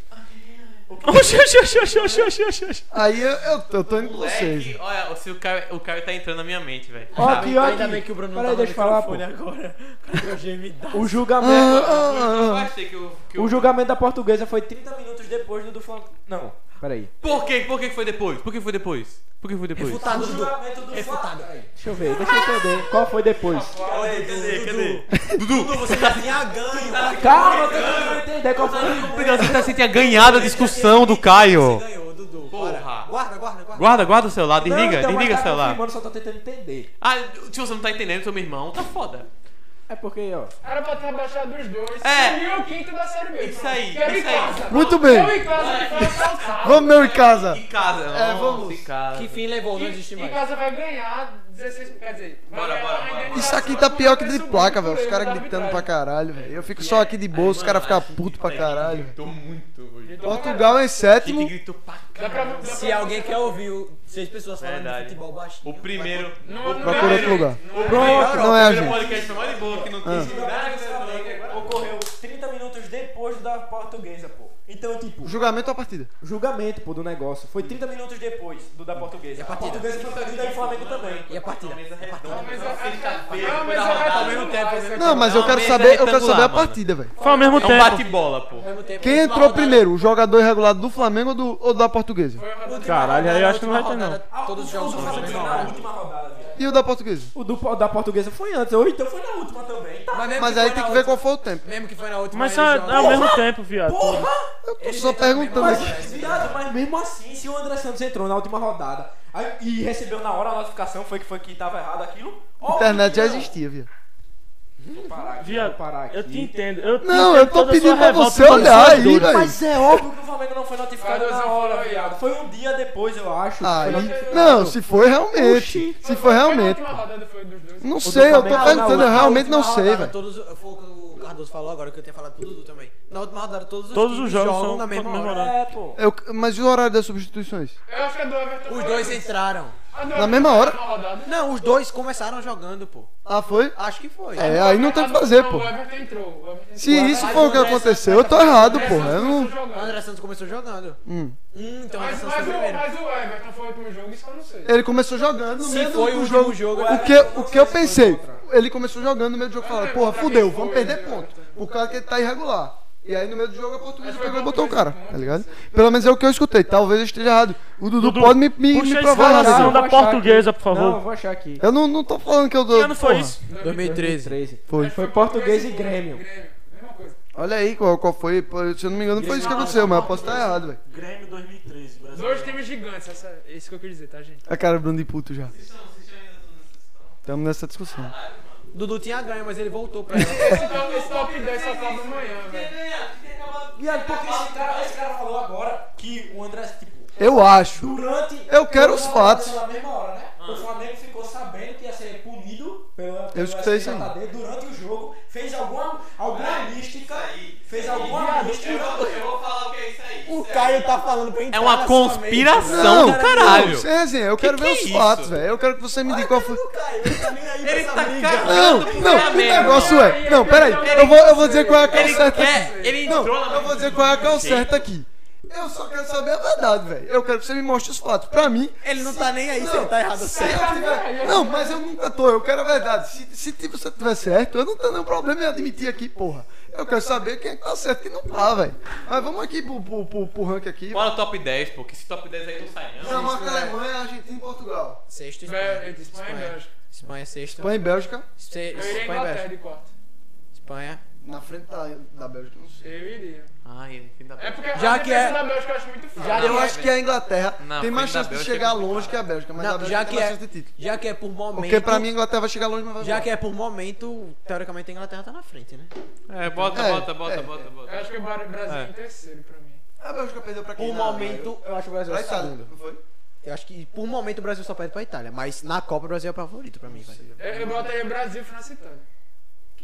Oxi, oxi, oxi, oxi, oxi, oxi, oxi, oxi. aí eu, eu, tô- eu tô indo com vocês. Moleque, olha, se o cara, o cara tá entrando na minha mente, velho. Ó, aqui, ó, Ainda tá bem aqui. que o Bruno não Peraí, tava deixa eu falar, pô. agora. O Ah, julgamento, Eu ah, ah, ah. achei que o. Que o julgamento da portuguesa foi 30 30 minutos depois do do Flamengo. Não. Peraí, Por quê? Por que foi depois? Por que foi depois? Por que foi depois? Refutado, O Dudu. julgamento do Refutado. Flamengo. deixa eu ver, deixa eu entender. Qual foi depois? Cadê, cadê, cadê? Dudu, você já tinha ganho. Calma, eu tô tentando entender qual foi. Obrigado, você tá sentindo a ganhado a discussão do Caio. Você ganhou, Dudu. Porra. Para. Guarda, guarda, guarda. Guarda, guarda o celular, desliga, então, mas desliga tá o celular. confirmando, só tô tentando entender. Ah, se você não tá entendendo, seu meu irmão, tá foda. É porque, ó. Era pra ter abaixado os dois. É. E o quinto da série B. Isso aí, Quero ir isso em aí. casa. Muito bem. Eu em casa, que é um foi assaltado. Vamos meu em casa. Em casa, É, nossa, vamos. Em casa. Que fim levou, não existe E, em mais. casa vai ganhar 16. Quer dizer, vai Bora, ganhar bora, uma bora, indenização Isso aqui tá pior que por de preço placa, muito velho. Os por caras erro da gritando pra arbitragem. caralho, velho. Eu fico só aqui de boa, os caras ficam putos pra caralho. velho. Tô muito hoje. Então, Portugal é em Que sétimo. gritou pra caralho. Dá pra, dá pra- Se alguém quer ouvir o- seis pessoas falando de Verdade. futebol baixinho. O primeiro. Não, não Procura outro é- lugar. não é- Pronto, não é a o primeiro gente. Ah. podcast mó de boa, que não tem nada, né? Ocorreu 30 minutos depois do da portuguesa, pô. Então, tipo, Julgamento ou a partida? julgamento, pô, do negócio. Foi 30 minutos depois do da portuguesa. E a A É partida? portuguesa foi perdida e o Flamengo também. E a partida? A Não, partida. mas eu acho que- Sexta-feira, Não, mas da eu rodada. acho que- tá Ao mesmo tempo, né? ao mesmo Não, mas eu quero Não, saber, eu quero retangular, saber a mano. partida, velho. Foi ao mesmo É um tempo. bate-bola, pô. Ao mesmo tempo, Quem última entrou rodada- primeiro? O jogador irregular do Flamengo ou, do, ou da portuguesa? última Caralho, aí rodada, eu acho que não vai ter, última não. rodada, Todos os O do jogos são Flamengo foi na última rodada, viado. E o da portuguesa? O do, da portuguesa foi antes, ou então foi na última também. Tá, Mas aí tem que ver qual foi o tempo. Mesmo que foi na última. Mas eles só é jogam. ao mesmo tempo, viado. Eu tô só perguntando mas, aqui. tá assim, viado, mas mesmo assim, se o André Santos entrou na última rodada aí- e recebeu na hora a notificação, foi que foi que tava errado aquilo. ó, Internet já não. existia, viu? Vou parar aqui, Viado, vou parar aqui. eu te entendo. Eu te Não, entendo eu tô toda a sua pedindo pra revolta você e toda a olhar sua aí, dor. velho. Mas é óbvio que o Flamengo não foi notificado Vai, na Deus, hora, vai. viado. Foi um dia depois, eu acho. Aí. Foi na- Não, se foi realmente. Se foi realmente. Foi na última rodada, foi dos dois. Não sei, eu tô Flamengo, perguntando, não, eu na realmente não última sei, rodada, velho. Todos, foi o que o Cardoso falou agora, que eu tinha falado pro Dudu também. Na última rodada, todos os, Todos times os jogos jogam são na mesma contra- hora. É, pô. Eu- Mas e o horário das substituições? Eu acho que a do Everton Os foi- dois entraram. a do na Everton mesma foi hora? na rodada. Não, os dois começaram jogando, pô. Ah, foi? Acho que foi. É, aí não tem o que A do- fazer, não, pô. O Everton entrou. o Everton Se entrou. isso foi o que aconteceu, eu tô errado, pô. Eu não. O André Santos começou jogando. Hum. Hum, Ah, então o André é. Mas, Santos mas, foi o, primeiro. mas o Everton foi o último jogo, isso eu não sei. Ele começou jogando no meio do- Se foi o do último jogo. jogo, é O que, o que eu pensei? Ele começou jogando no meio do jogo e falou, porra, fudeu, vamos perder né?" ponto. Por causa que ele tá irregular. E aí no meio do jogo a portuguesa pegou e botou o né? cara, tá ligado? Pelo menos é o que eu escutei, talvez eu esteja errado. O Dudu, Dudu, pode me, me, Puxa me a provar escalação errado. da portuguesa, por Não, eu favor. vou achar aqui. Eu não, não tô falando que eu dou. Que ano foi porra. isso? 2013. 13. Foi. Foi português e Grêmio. Grêmio, mesma coisa. Olha aí qual, qual foi, pô, se eu não me engano, foi isso que aconteceu, mas eu posso estar errado, velho. Grêmio 2013, Brasil. Dois times gigantes, essa, isso que eu quis dizer, tá, gente? A cara do Bruno de puto já. Estamos nessa discussão. Dudu tinha ganho, mas ele voltou pra ela. Esse top, esse top 10 só acaba amanhã, velho. Viado, porque esse cara, esse cara falou agora que o André, tipo, Eu acho. durante. Eu quero os pela- fatos. Pela mesma hora, né? O Flamengo ficou sabendo que ia ser punido pela, pelo escutei isso aí. tá STJD durante o jogo, fez alguma, alguma É. mística. Fez alguma mística. vou falar o que é isso aí. O Caio tá falando pra entrar É uma na sua mente. conspiração do caralho. Sem resenha, eu quero que ver é os isso? fatos, velho. Eu quero que você me diga qual foi. O Caio, ele tá nem aí pra Ele essa tá briga. Não, cagando pro não, o Flamengo. negócio é. Não, peraí. Eu vou, eu vou dizer qual é a cal Ele certa aqui. quer, ele Não, entrou na eu vou dizer qual é a cal certa aqui. Eu só quero saber a verdade, velho. Eu quero que você me mostre os fatos. Pra mim, Ele não tá nem aí se ele tá errado ou se certo. eu tiver. Não, mas eu nunca tô. Eu quero a verdade. Se, se tipo, você tiver certo, eu não tenho nenhum problema em admitir aqui, porra. Eu quero saber quem é que tá certo e quem não tá, velho. Mas vamos aqui pro, pro, pro, pro ranking aqui. Bora o top 10, pô, que esse top 10 aí não sai, não. Dinamarca, Alemanha, Argentina e Portugal. Sexto, Bé- Espanha. Espanha e Bélgica. Espanha, sexto. Espanha e Bélgica. Se- Eu iria Espanha em e Inglaterra Bélgica. de quarto. Espanha. Na frente da, da Bélgica, não sei. Eu iria. Ai, ele dá É pra... porque Já a que é- defesa da Bélgica eu acho muito fraca. Já- Eu acho que é a Inglaterra Na tem mais frente chance da de Bélgica chegar é complicado. longe que a Bélgica, mas a Não, Bélgica já que, tem mais chance de é, título. já que é por momento. Porque pra mim a Inglaterra vai chegar longe, mas vai Já voltar. que é por momento, teoricamente a Inglaterra tá na frente, né? É, bota, É, bota, bota, é, bota, Eu bota. acho que o Bar- Brasil É. em terceiro pra mim. A Bélgica perdeu pra quem? Por Na- momento, eu acho o Brasil Pra é Itália, segundo. não foi? Eu acho que por momento o Brasil só perde pra Itália, mas na Copa o Brasil é o favorito pra mim, velho. Eu, eu botaria Brasil, França e Itália.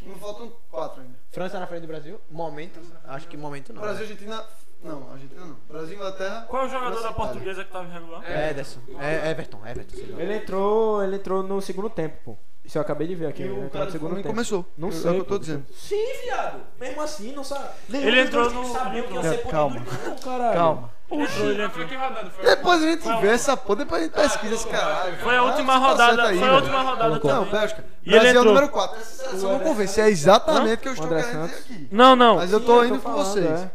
Não faltam quatro ainda. França na frente do Brasil? Momento? Acho que momento não. Brasil, né? Argentina, Não, Argentina não. Brasil e Inglaterra. Qual é o jogador Brasil da e Itália. portuguesa que tava irregular? É, Ederson. É Everton, Everton. sei lá. Ele entrou, ele entrou no segundo tempo, pô. Isso eu acabei de ver aqui. E Ele o entrou cara no do segundo Flamengo tempo. começou. Não É o sei, que eu tô pô. dizendo. Sim, viado. Mesmo assim, não sabe. Ele entrou no- Sabia que ia Não, ser calma. punido, não, caralho. Calma. Ele entrou, ele entrou. Foi que rodada? Foi Depois a gente vê essa porra, depois a gente pesquisa esse caralho. Foi a última Ah, tá certo rodada, aí, foi a velho. última rodada Não, também. Bélgica. E Brasil ele é o entrou. número 4. Essa seleção não convence, é exatamente o que eu estou André querendo dizer Santos. aqui. Não, não. Mas eu tô Sim, indo com falando, vocês.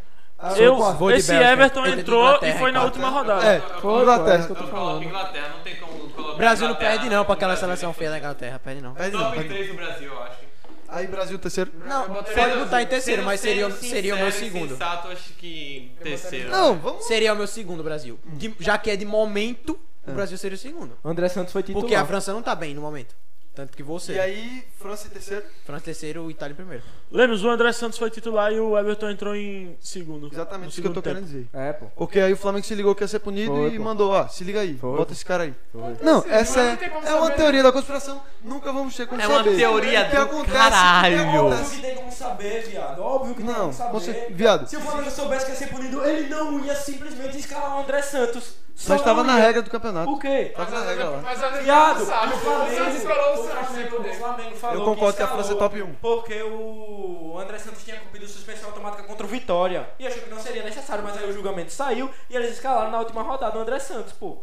Ah, é. Eu, Vou de esse Bélgica. Everton Ele de entrou e Inglaterra, foi na empata. última rodada. É, Foi, pô, é isso que Inglaterra. eu tô Eu coloco falando. Inglaterra, não tem como colocar. Brasil não Inglaterra perde não pra aquela Brasil. seleção feia da Inglaterra, perde não. Perde não, Top perde 3 do Brasil, eu acho. não. Aí Brasil terceiro. Não, pode botar em terceiro, mas seria, seria o meu segundo. Sensato, acho que terceiro. Não, vamos. Seria o meu segundo, Brasil. De- já que é de momento, o Brasil seria o segundo. André Santos foi titular. Porque a França não tá bem no momento. Tanto que você. E aí, França em terceiro. França terceiro, Itália em primeiro. Lemos, o André Santos foi titular e o Everton entrou em segundo. no Exatamente isso que eu segundo tô tempo. querendo dizer. É, pô. Porque aí o Flamengo se ligou que ia ser punido Foi, e pô. mandou, ó, se liga aí, Foi, bota pô. esse cara aí. Foi. Não, essa não tem como é, é uma saber. teoria da conspiração, nunca vamos ter como né? É uma saber. teoria O que do acontece, o que caralho. É acontece. Óbvio que tem como saber, viado. Óbvio que tem Não, como saber. você, viado, Se o Flamengo soubesse que ia ser punido, ele não ia simplesmente escalar o André Santos. Só mas tava não na ia. regra do campeonato. O quê? Tava na regra lá. Mas a gente Viado, não o sabe. Flamengo, O Santos escolou o Santos sem o poder. Flamengo falou Eu concordo que a escalou França é top 1. Porque o André Santos tinha cumprido suspensão automática contra o Vitória. E achou que não seria necessário, mas aí o julgamento saiu e eles escalaram na última rodada o André Santos, pô.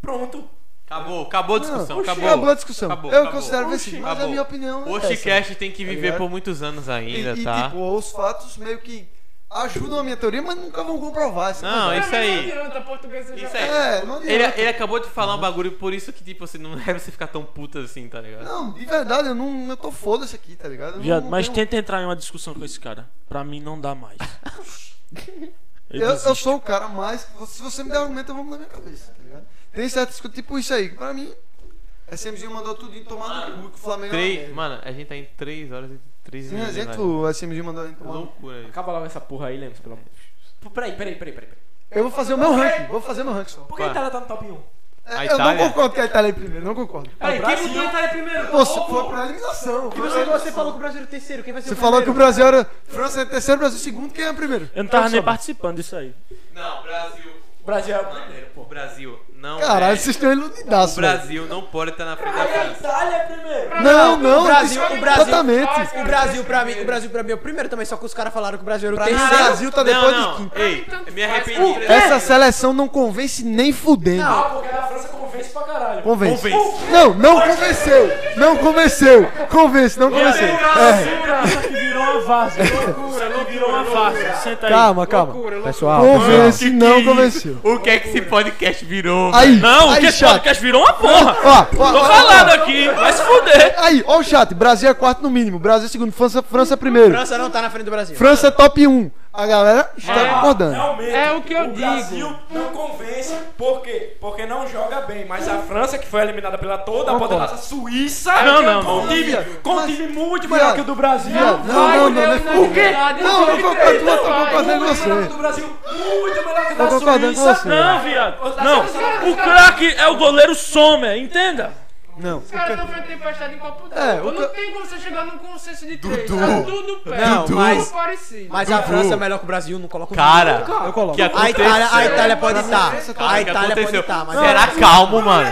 Pronto. Acabou, acabou a discussão, Não, acabou. acabou a discussão. Acabou, eu acabou. considero vencido, mas Acabou. a minha opinião O é essa. Chicast tem que viver ligado? por muitos anos E, ainda, e, tá? tipo, os fatos meio que ajudam a minha teoria, mas nunca vão comprovar. essa Não, é verdade. isso aí. Não adianta, português já- Isso aí. É, não adianta. Ele, ele acabou de falar um bagulho, por isso que, tipo, você não deve você ficar tão puta assim, tá ligado? Não, de verdade, eu não eu tô foda-se aqui, tá ligado? Eu Viado, não mas tenho- tenta entrar em uma discussão com esse cara. Pra mim não dá mais. Eu Eu, eu desisto. sou o cara mais. Se você me der argumento, eu vou na minha cabeça, tá ligado? Tem certas coisas, tipo isso aí, que pra mim. SMzinho mandou tudo em tomar no cu que o Flamengo. é Três, mano, a gente tá em 3 horas e 3 Sim, é minutos. exemplo, velho. Tá o SMzinho mandou em tomar. no cu. Loucura isso. Acaba logo essa porra aí, Lemos, pelo amor de Deus. Peraí, peraí, peraí, peraí. peraí. Eu vou fazer o meu ranking, vou fazer meu ranking só. Por que a Itália tá no top 1? É, A eu não Itália? concordo que a Itália é em primeiro, não concordo. Peraí, quem botou a Itália primeiro? Você foi pra eliminação. E você, você falou que o Brasil era o terceiro, quem vai ser Você o falou que o primeiro? Brasil era. França é terceiro, Brasil é segundo, quem é primeiro? Eu não tava nem soube. participando disso aí. Não, Brasil. Brasil é o primeiro, pô. O Brasil não. Caralho, é- vocês estão O iludidaços. velho. Brasil não pode estar na frente da Aí a França. Itália é primeiro. Não, não, O Brasil- isso- é um o Brasil- completamente. O Brasil pra mim, o Brasil pra mim é o primeiro também, só que os caras falaram que o Brasil era o O terceiro. Brasil tá depois de não, não. quinto. Ei, Tanto me faz, arrependi. pô. Essa seleção não convence nem fudendo. Ah, porque a da França convence pra caralho. Convence. Convence. Não, não convenceu. Não convenceu. Convence, não convenceu. É. assim, que virou uma vaza. Loucura, não virou uma vaza. Senta aí. Calma, calma. Pessoal, Convence, Mano, não que que é convenceu. O que é que esse podcast virou? Aí, Não, o aí, que esse chato. podcast virou uma porra. Ó, ó, Tô ó, falando ó. aqui, vai se fuder. Aí, ó o chat. Brasil é quarto no mínimo. Brasil é segundo. França, França é primeiro. França não tá na frente do Brasil. França é top 1. A galera está concordando. Realmente, É o que eu o Brasil não convence, por quê? Porque não joga bem. Mas a França, que foi eliminada pela toda, pode dar a Suíça. Não, não, Com um não. time, Mas- com um time muito melhor que o do Brasil. Não, vai, não, não, né? entendeu? não é O quê? Não, eu concordo, eu tô concordando Muito melhor com que o você. do Brasil, muito melhor que o Eu da concordo com Suíça. você. Não, viado. Não, o craque é o goleiro Sommer, entenda. Não. Os caras não foi tempestade em copo É, d'água. o Não que- tem como você chegar num consenso de três. Tá tudo perto. Não, tudo mas- parecido. Mas a França é melhor que o Brasil, não coloca o Cara, Eu coloco. que A aconteceu? Itália, a Itália pode Cara, estar. A o que Itália pode aconteceu? estar, mas é, Será calmo, mano?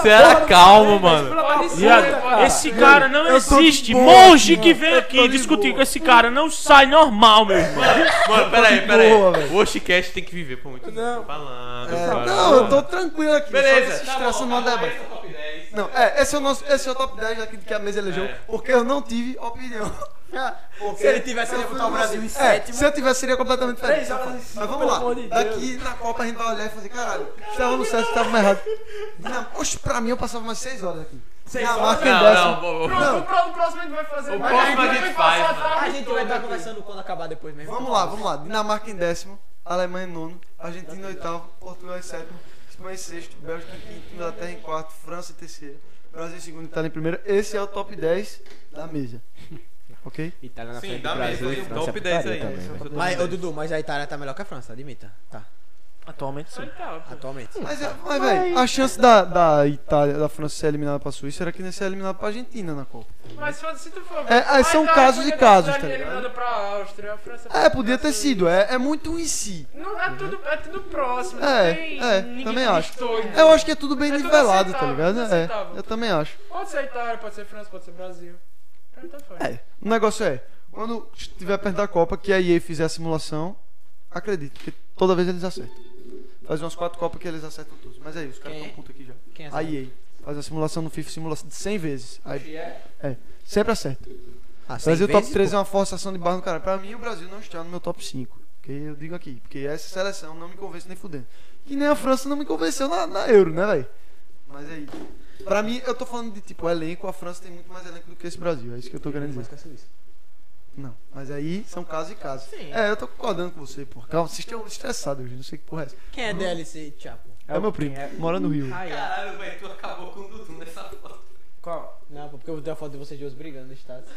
Será calmo, mano? Pode ser, Viado, pode esse cara não eu tô de existe. boa, Monge mano. que vem Eu tô aqui de discutir boa. com esse cara não sai normal, meu irmão. Mano, peraí, de peraí. boa, velho. O Oshcast tem que viver por muito tempo. Falando. É, falando. não, eu tô tranquilo aqui. Beleza. Beleza. Se estressando no debate. Esse é o top 10. Não, é, esse é o nosso, esse é o top 10 daqui que a mesa elegeu, porque eu não tive opinião. Porque Se ele tivesse, ele ia eu botar o fui- Brasil em é, sétimo. se eu tivesse, seria completamente diferente. horas e Mas cinco, vamos pelo lá, amor de Deus. daqui na Copa a gente vai olhar e fazer, caralho, estava no certo, estava errado. Não, oxe, pra mim eu passava umas 6 horas aqui. Seis na marca é Não, dessa. não, bo- bo- Pronto, é o pró- o próximo a gente vai fazer. O Mas próximo a vai gente passar faz, tarde A gente vai toda estar aqui. conversando quando acabar depois mesmo. Vamos lá, vamos lá. Dinamarca em décimo, Alemanha em nono, Argentina em oitavo, Portugal em sétimo, Espanha em sexto, Bélgica em quinto, Inglaterra em quarto, França em terceiro, Brasil em segundo, Itália em primeiro. Esse é o top 10 da mesa. Ok? Itália na é Sim, dá mesmo. Top 10 aí. né? também, é, Mas, ô Dudu, mas a Itália tá melhor que a França, admita. Tá. Atualmente sim. Tá, pô. Atualmente. Mas, é- mas velho, a chance da, da Itália, da França ser eliminada pra Suíça era que nem ser eliminada pra Argentina na Copa. Mas se se tu for É, aí são mas a casos e Alemanha casos, tá tá ligado? eliminada pra Áustria, a França É, podia ter sido, é, é muito um em si. Não, é tudo, é tudo próximo. É, não tem, é, ninguém também acho. conquistou, entendeu? Eu acho que é tudo bem É tudo nivelado, tá aceitável, ligado? tudo É, aceitável. eu também acho. Pode ser Itália, pode ser França, pode ser Brasil. Então, tá Pra mim, tanto faz. É, o negócio é, quando estiver perto da Copa, que a EA fizer a simulação, acredito, que toda vez eles acertam. Faz umas quatro Copas que eles acertam todos. Mas é isso, os caras Quem? estão putos aqui já. Quem é A EA faz a simulação no FIFA, simula 100 vezes. Aí, é, sempre acerta. Ah, O Brasil cem top vezes, 3 pô. é uma forçação de barra no cara. Pra mim, o Brasil não está no meu top 5. Que eu digo aqui. Porque essa seleção não me convence nem fudendo. Que nem a França não me convenceu na, na Euro, né, velho? Mas aí. Pra mim, eu tô falando de tipo elenco. A França tem muito mais elenco do que esse Brasil. É isso que eu tô querendo dizer. Não, mas aí são casos e casos. É, eu tô concordando com você, pô. Calma, vocês estão estressados hoje, não sei que porra é essa. Quem é DLC, Chapo? É, meu primo, mora no Rio. Ai, é. Caralho, velho, tu acabou com o Dudu nessa foto. Qual? Não, pô, porque eu dei a foto de vocês dois brigando no status.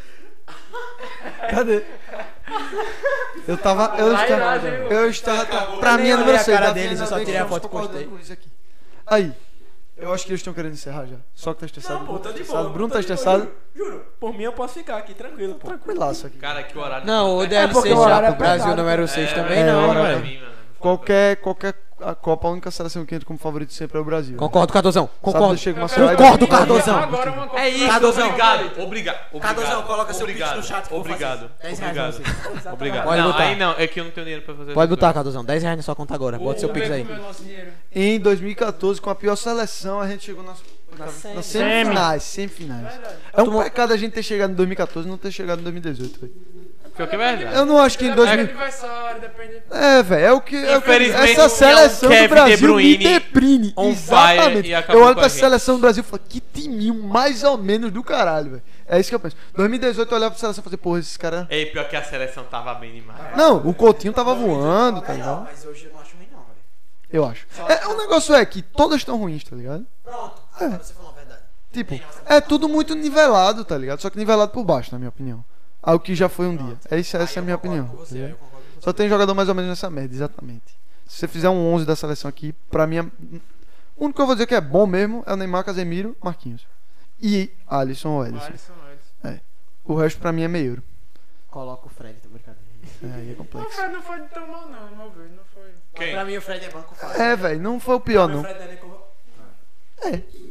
Cadê? Eu tava. Eu estava. Eu estava. Pra Eu mim nem é número olhei a 6. cara deles, eu só tirei a foto e postei. Aí. Eu acho que eles estão querendo encerrar já. Só que tá estressado. Não, Bruno pô, tá tô de estressado. boa. Bruno tô tá de boa, estressado. Juro, juro. Por mim eu posso ficar aqui, tranquilo, pô. Tranquilaço aqui. Cara, que horário. Não, o porque DLC, o horário é Chapo. apertado, Brasil número pô. 6 É, né? também é, não, hora, pra velho. velho. mim, mano. Qualquer, qualquer a Copa, a única seleção que entra como favorito sempre é o Brasil. Concordo, Cardozão. Sábado Concordo. chega uma quero- seleção- Concordo, E Cardozão. Agora uma É isso, confusão. Obrigado, obrigado. obrigado, Cadozão, coloca seu pix obrigado, no chat que eu vou Obrigado. fazer. 10 reais Obrigado. Obrigado. Pode não, botar. aí não, é que eu não tenho dinheiro pra fazer. Pode essas botar, Cardozão. 10 reais na sua conta agora. Bota seu Uber pix aí. comeu nosso dinheiro. Em 2014, com a pior seleção, a gente chegou nas, nas, nas semifinais. Semifinais. É um pecado a gente ter chegado em 2014 e não ter chegado em 2018, velho. coisas. Pior que é verdade. Eu não acho que em Depende do 2000. aniversário, depende... É, velho, é o que. é o que- Infelizmente, essa seleção é do um Kevin Brasil De Bruyne me deprime. on fire Exatamente. e acabou Eu olho com pra a gente. seleção do Brasil e falo, que timinho mais ou menos do caralho, velho. É isso que eu penso. 2018 eu olhava pra seleção e falei, porra, esses caras. Ei, pior que a seleção tava bem demais. Não, o Coutinho tava voando, tá Não, ligado? mas hoje eu não acho ruim, não, velho. Eu acho. É, o negócio é que todas estão ruins, tá ligado? Pronto, agora você falou a verdade. Tipo, é tudo muito nivelado, tá ligado? Só que nivelado por baixo, na minha opinião. Algo que já foi um dia. É isso, essa é a minha opinião. tá ligado? Só tem jogador mais ou menos nessa merda, exatamente. Se você fizer um 11 da seleção aqui, pra mim, é- o único que eu vou dizer que é bom mesmo é o Neymar, Casemiro, Marquinhos. E Alisson ou Ederson. Alisson, Alisson. O resto pra mim é meio. Coloca o Fred, tô brincadeira. É, aí é Não complexo. foi, não foi tão mal, não, meu velho. Não foi... Quem? Pra mim o Fred é banco fácil. É, velho, não foi o pior, não. Fred não é nem convocado.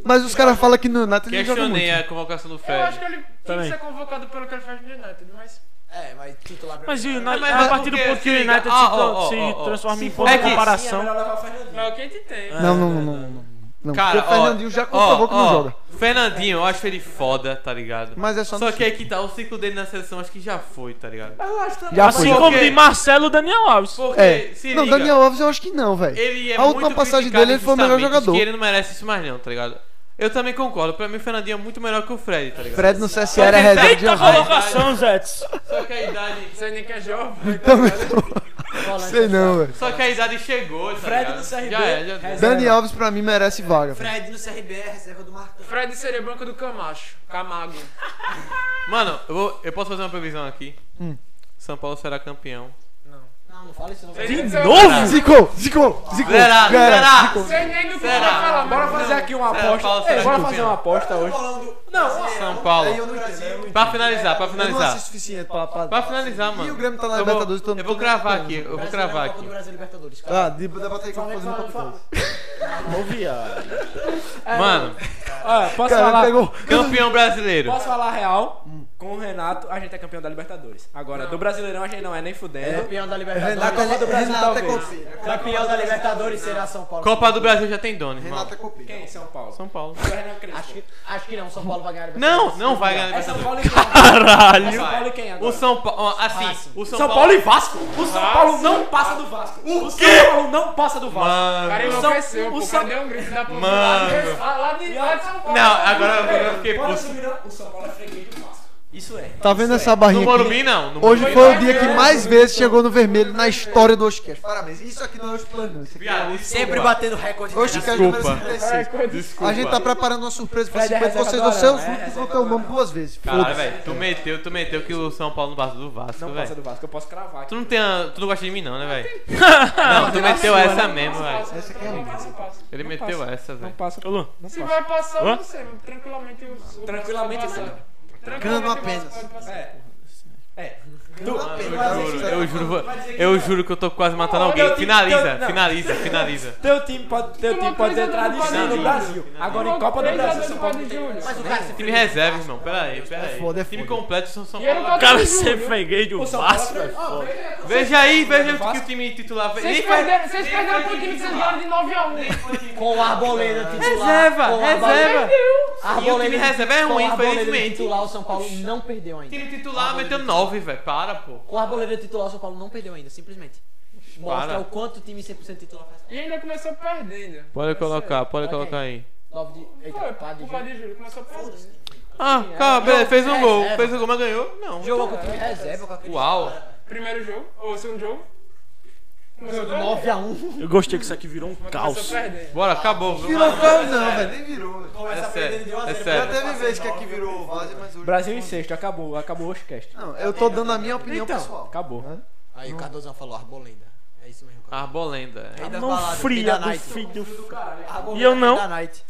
Mas os caras falam que no Nato ele joga Questionei muito. a convocação do Eu Fred. acho que ele tem que Também. ser convocado pelo que ele faz no United, mas... É, mas titular pra Mas o mim. United, mas a partir do porque, ponto que o se liga, United ó, se, ó, ó, se ó, ó. transforma em Se ponto for de assim, Sim, é comparação. melhor levar o Fernandinho. Mas o que te tem? Não, não, não, não, não. não. Cara, Porque o ó, Fernandinho já comprovou que não joga. Fernandinho, eu acho ele foda, tá ligado? Mas é só Só no que aí que tá, o ciclo dele na seleção acho que já foi, tá ligado? Ah, Já Assim foi. Porque- como de Marcelo Daniel Alves. Porque, É. se Não, liga, Daniel Alves eu acho que não, velho. ele é a última muito passagem criticado dele, ele foi o melhor injustamente, jogador. Que ele não merece isso mais não, tá ligado? Eu também concordo, pra mim o Fernandinho é muito melhor que o Fred, tá ligado? Fred no CSR é reserva de Eita honra. colocação, Zets. Só que a idade... Você nem é quer jovem. Também não sei não, velho. Só que a idade chegou, tá Fred ligado? no CRB, Já é, já deu. Dani Alves pra mim merece vaga. velho. Fred no CRB é reserva do Marcão. Fred seria banco do Camacho. Camago. Mano, eu, vou- eu posso fazer uma previsão aqui? Hum. São Paulo será campeão. Não, não fala isso não. De Novo? Zico, Zico, Zico. Será, Galera, será? Você nem do que vai Será? falar, bora Bora fazer. fazer aqui uma Fred, Paulo, aposta. É, Fred, Ei, bora Fernandinho. fazer uma aposta hoje. São Paulo. não entendo. Pra finalizar, é Eu pra não finalizar. assisto o suficiente pra, pra... Pra finalizar, mano. E o Grêmio tá na eu vou- Libertadores, então Eu não vou tô- cravar aqui, eu vou cravar é Copa do aqui. Brasil Libertadores, cara. Ah, de, dá pra ter que fazer no capital. Mano, Olha, posso Cara, falar? pegou. campeão brasileiro. Posso falar a real? Hum. Com o Renato, a gente é campeão da Libertadores. Agora, do Brasileirão a gente não é nem fudendo. Campeão da Libertadores. Renato- Copa do Brasil Renato é talvez. confia. Campeão da Libertadores será São Paulo. Copa do Brasil já tem dono, irmão. Renata Copinha. Quem? é São Paulo. São Paulo. Acho que, acho que não, São Paulo vai ganhar a Libertadores. Não, não vai ganhar a É São Libertadores. Paulo e quem? É São Paulo e quem agora? O São Paulo, assim, o São Paulo e Vasco. O São Paulo não passa do Vasco. O São Paulo não passa do Vasco. O cara Mano. enlouqueceu, o pô. São- Cadê um grito da porra? Mano. Lá de lá de São Paulo. Não, agora eu fiquei Bora puto. subir, não. O São Paulo é freguês do Vasco. Isso é. Tá vendo essa barrinha No Morumbi, aqui? não. No Hoje Morumbi, foi o não. dia que mais vezes chegou no vermelho na história do Oscast. Parabéns. Isso aqui não é os planos. Viado, é um desculpa. Sempre batendo recorde. Oscast número Desculpa. 56. Desculpa. A gente tá preparando uma surpresa pra Fred é 50. Vocês vão reservador, ser os não é? únicos que vão ter o nome duas vezes. Caralho, Foda-se. velho. Tu meteu, tu meteu que o São Paulo não passa do Vasco, Não passa velho. do Vasco, eu posso cravar aqui. Tu não tem. a- Tu não gosta de mim, não, né, velho? Não, tu meteu essa mesmo, velho. Essa aqui é Não linda. passa, passa. Ele Não meteu passa. essa, Não velho. passa. Ô, Luan, Não Se passa. vai passar, Hã? eu não sei, mas tranquilamente o- o. Tranquilamente passa. sim. Tranquilamente Grana o Vasco apenas. pode passar. É. É. Eu juro, eu juro, eu juro que eu tô quase matando alguém. Não, Finaliza, não. finaliza, finaliza. Teu time pode, teu time pode ter tradição no Brasil. Agora em Copa do Brasil, São Paulo não tem Mas Mas o cara se Time reserva, irmão. Pera aí, pera aí. foda, é Time foda. completo São São E era Paulo. o o cara Botafogo, sempre viu? freguei do O São Paulo Vasco. é é foda. Veja aí, veja Vasco. o que o time titular fez. Vocês Nem foi- perderam, vocês nem perderam foi pro time que vocês titular. ganharam de 9x1. com o Arboleda titular. Reserva, com o reserva. E o Arboleda time reserva é com o ruim, Arboleda infelizmente. titular, o São Paulo não perdeu ainda. Time titular meteu 9, velho. Para, pô. Com o Arboleda é titular, o São Paulo não perdeu ainda, simplesmente. Mostra Para. o quanto o time 100% titular faz. E ainda começou perdendo. Pode colocar, pode colocar aí. 9 de... Foi, Eita, pá de o jogo. Padre Júlio começou perdendo. Ah, calma, beleza. Fez um gol. reserva. Fez um gol, mas ganhou? Não. Jogou com o time reserva, com aquele... Uau. Primeiro jogo, ou segundo jogo. Começou perdendo. 9x1. Eu gostei que isso aqui virou um caos. Começou perdendo. Bora, acabou. viu, Virou mano? carro não, velho. Nem virou. velho. É um sério, é Já sério. teve vez que aqui virou vaso, mas hoje. Brasil em sexto, acabou, acabou o Oscast. Não, eu tô dando a minha opinião pessoal. Acabou. Aí o Cardozão falou Arboleda. É isso mesmo, Ah, cara. Arbolenda. Rei A das mão baladas, rei fria é da do night. filho do... Arboleda, é E eu não? rei da night.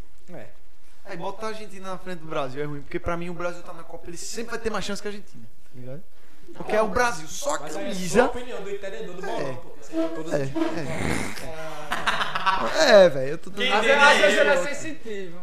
Aí botar a Argentina na frente do Brasil é ruim, porque pra mim o Brasil tá na Copa, ele sempre vai ter mais chance que a Argentina. tá ligado? Porque é o Brasil, só a camisa. opinião do entendedor do bolão, pô. É, é. É, velho, eu tô dando. Às vezes- às vezes ele é sensitivo.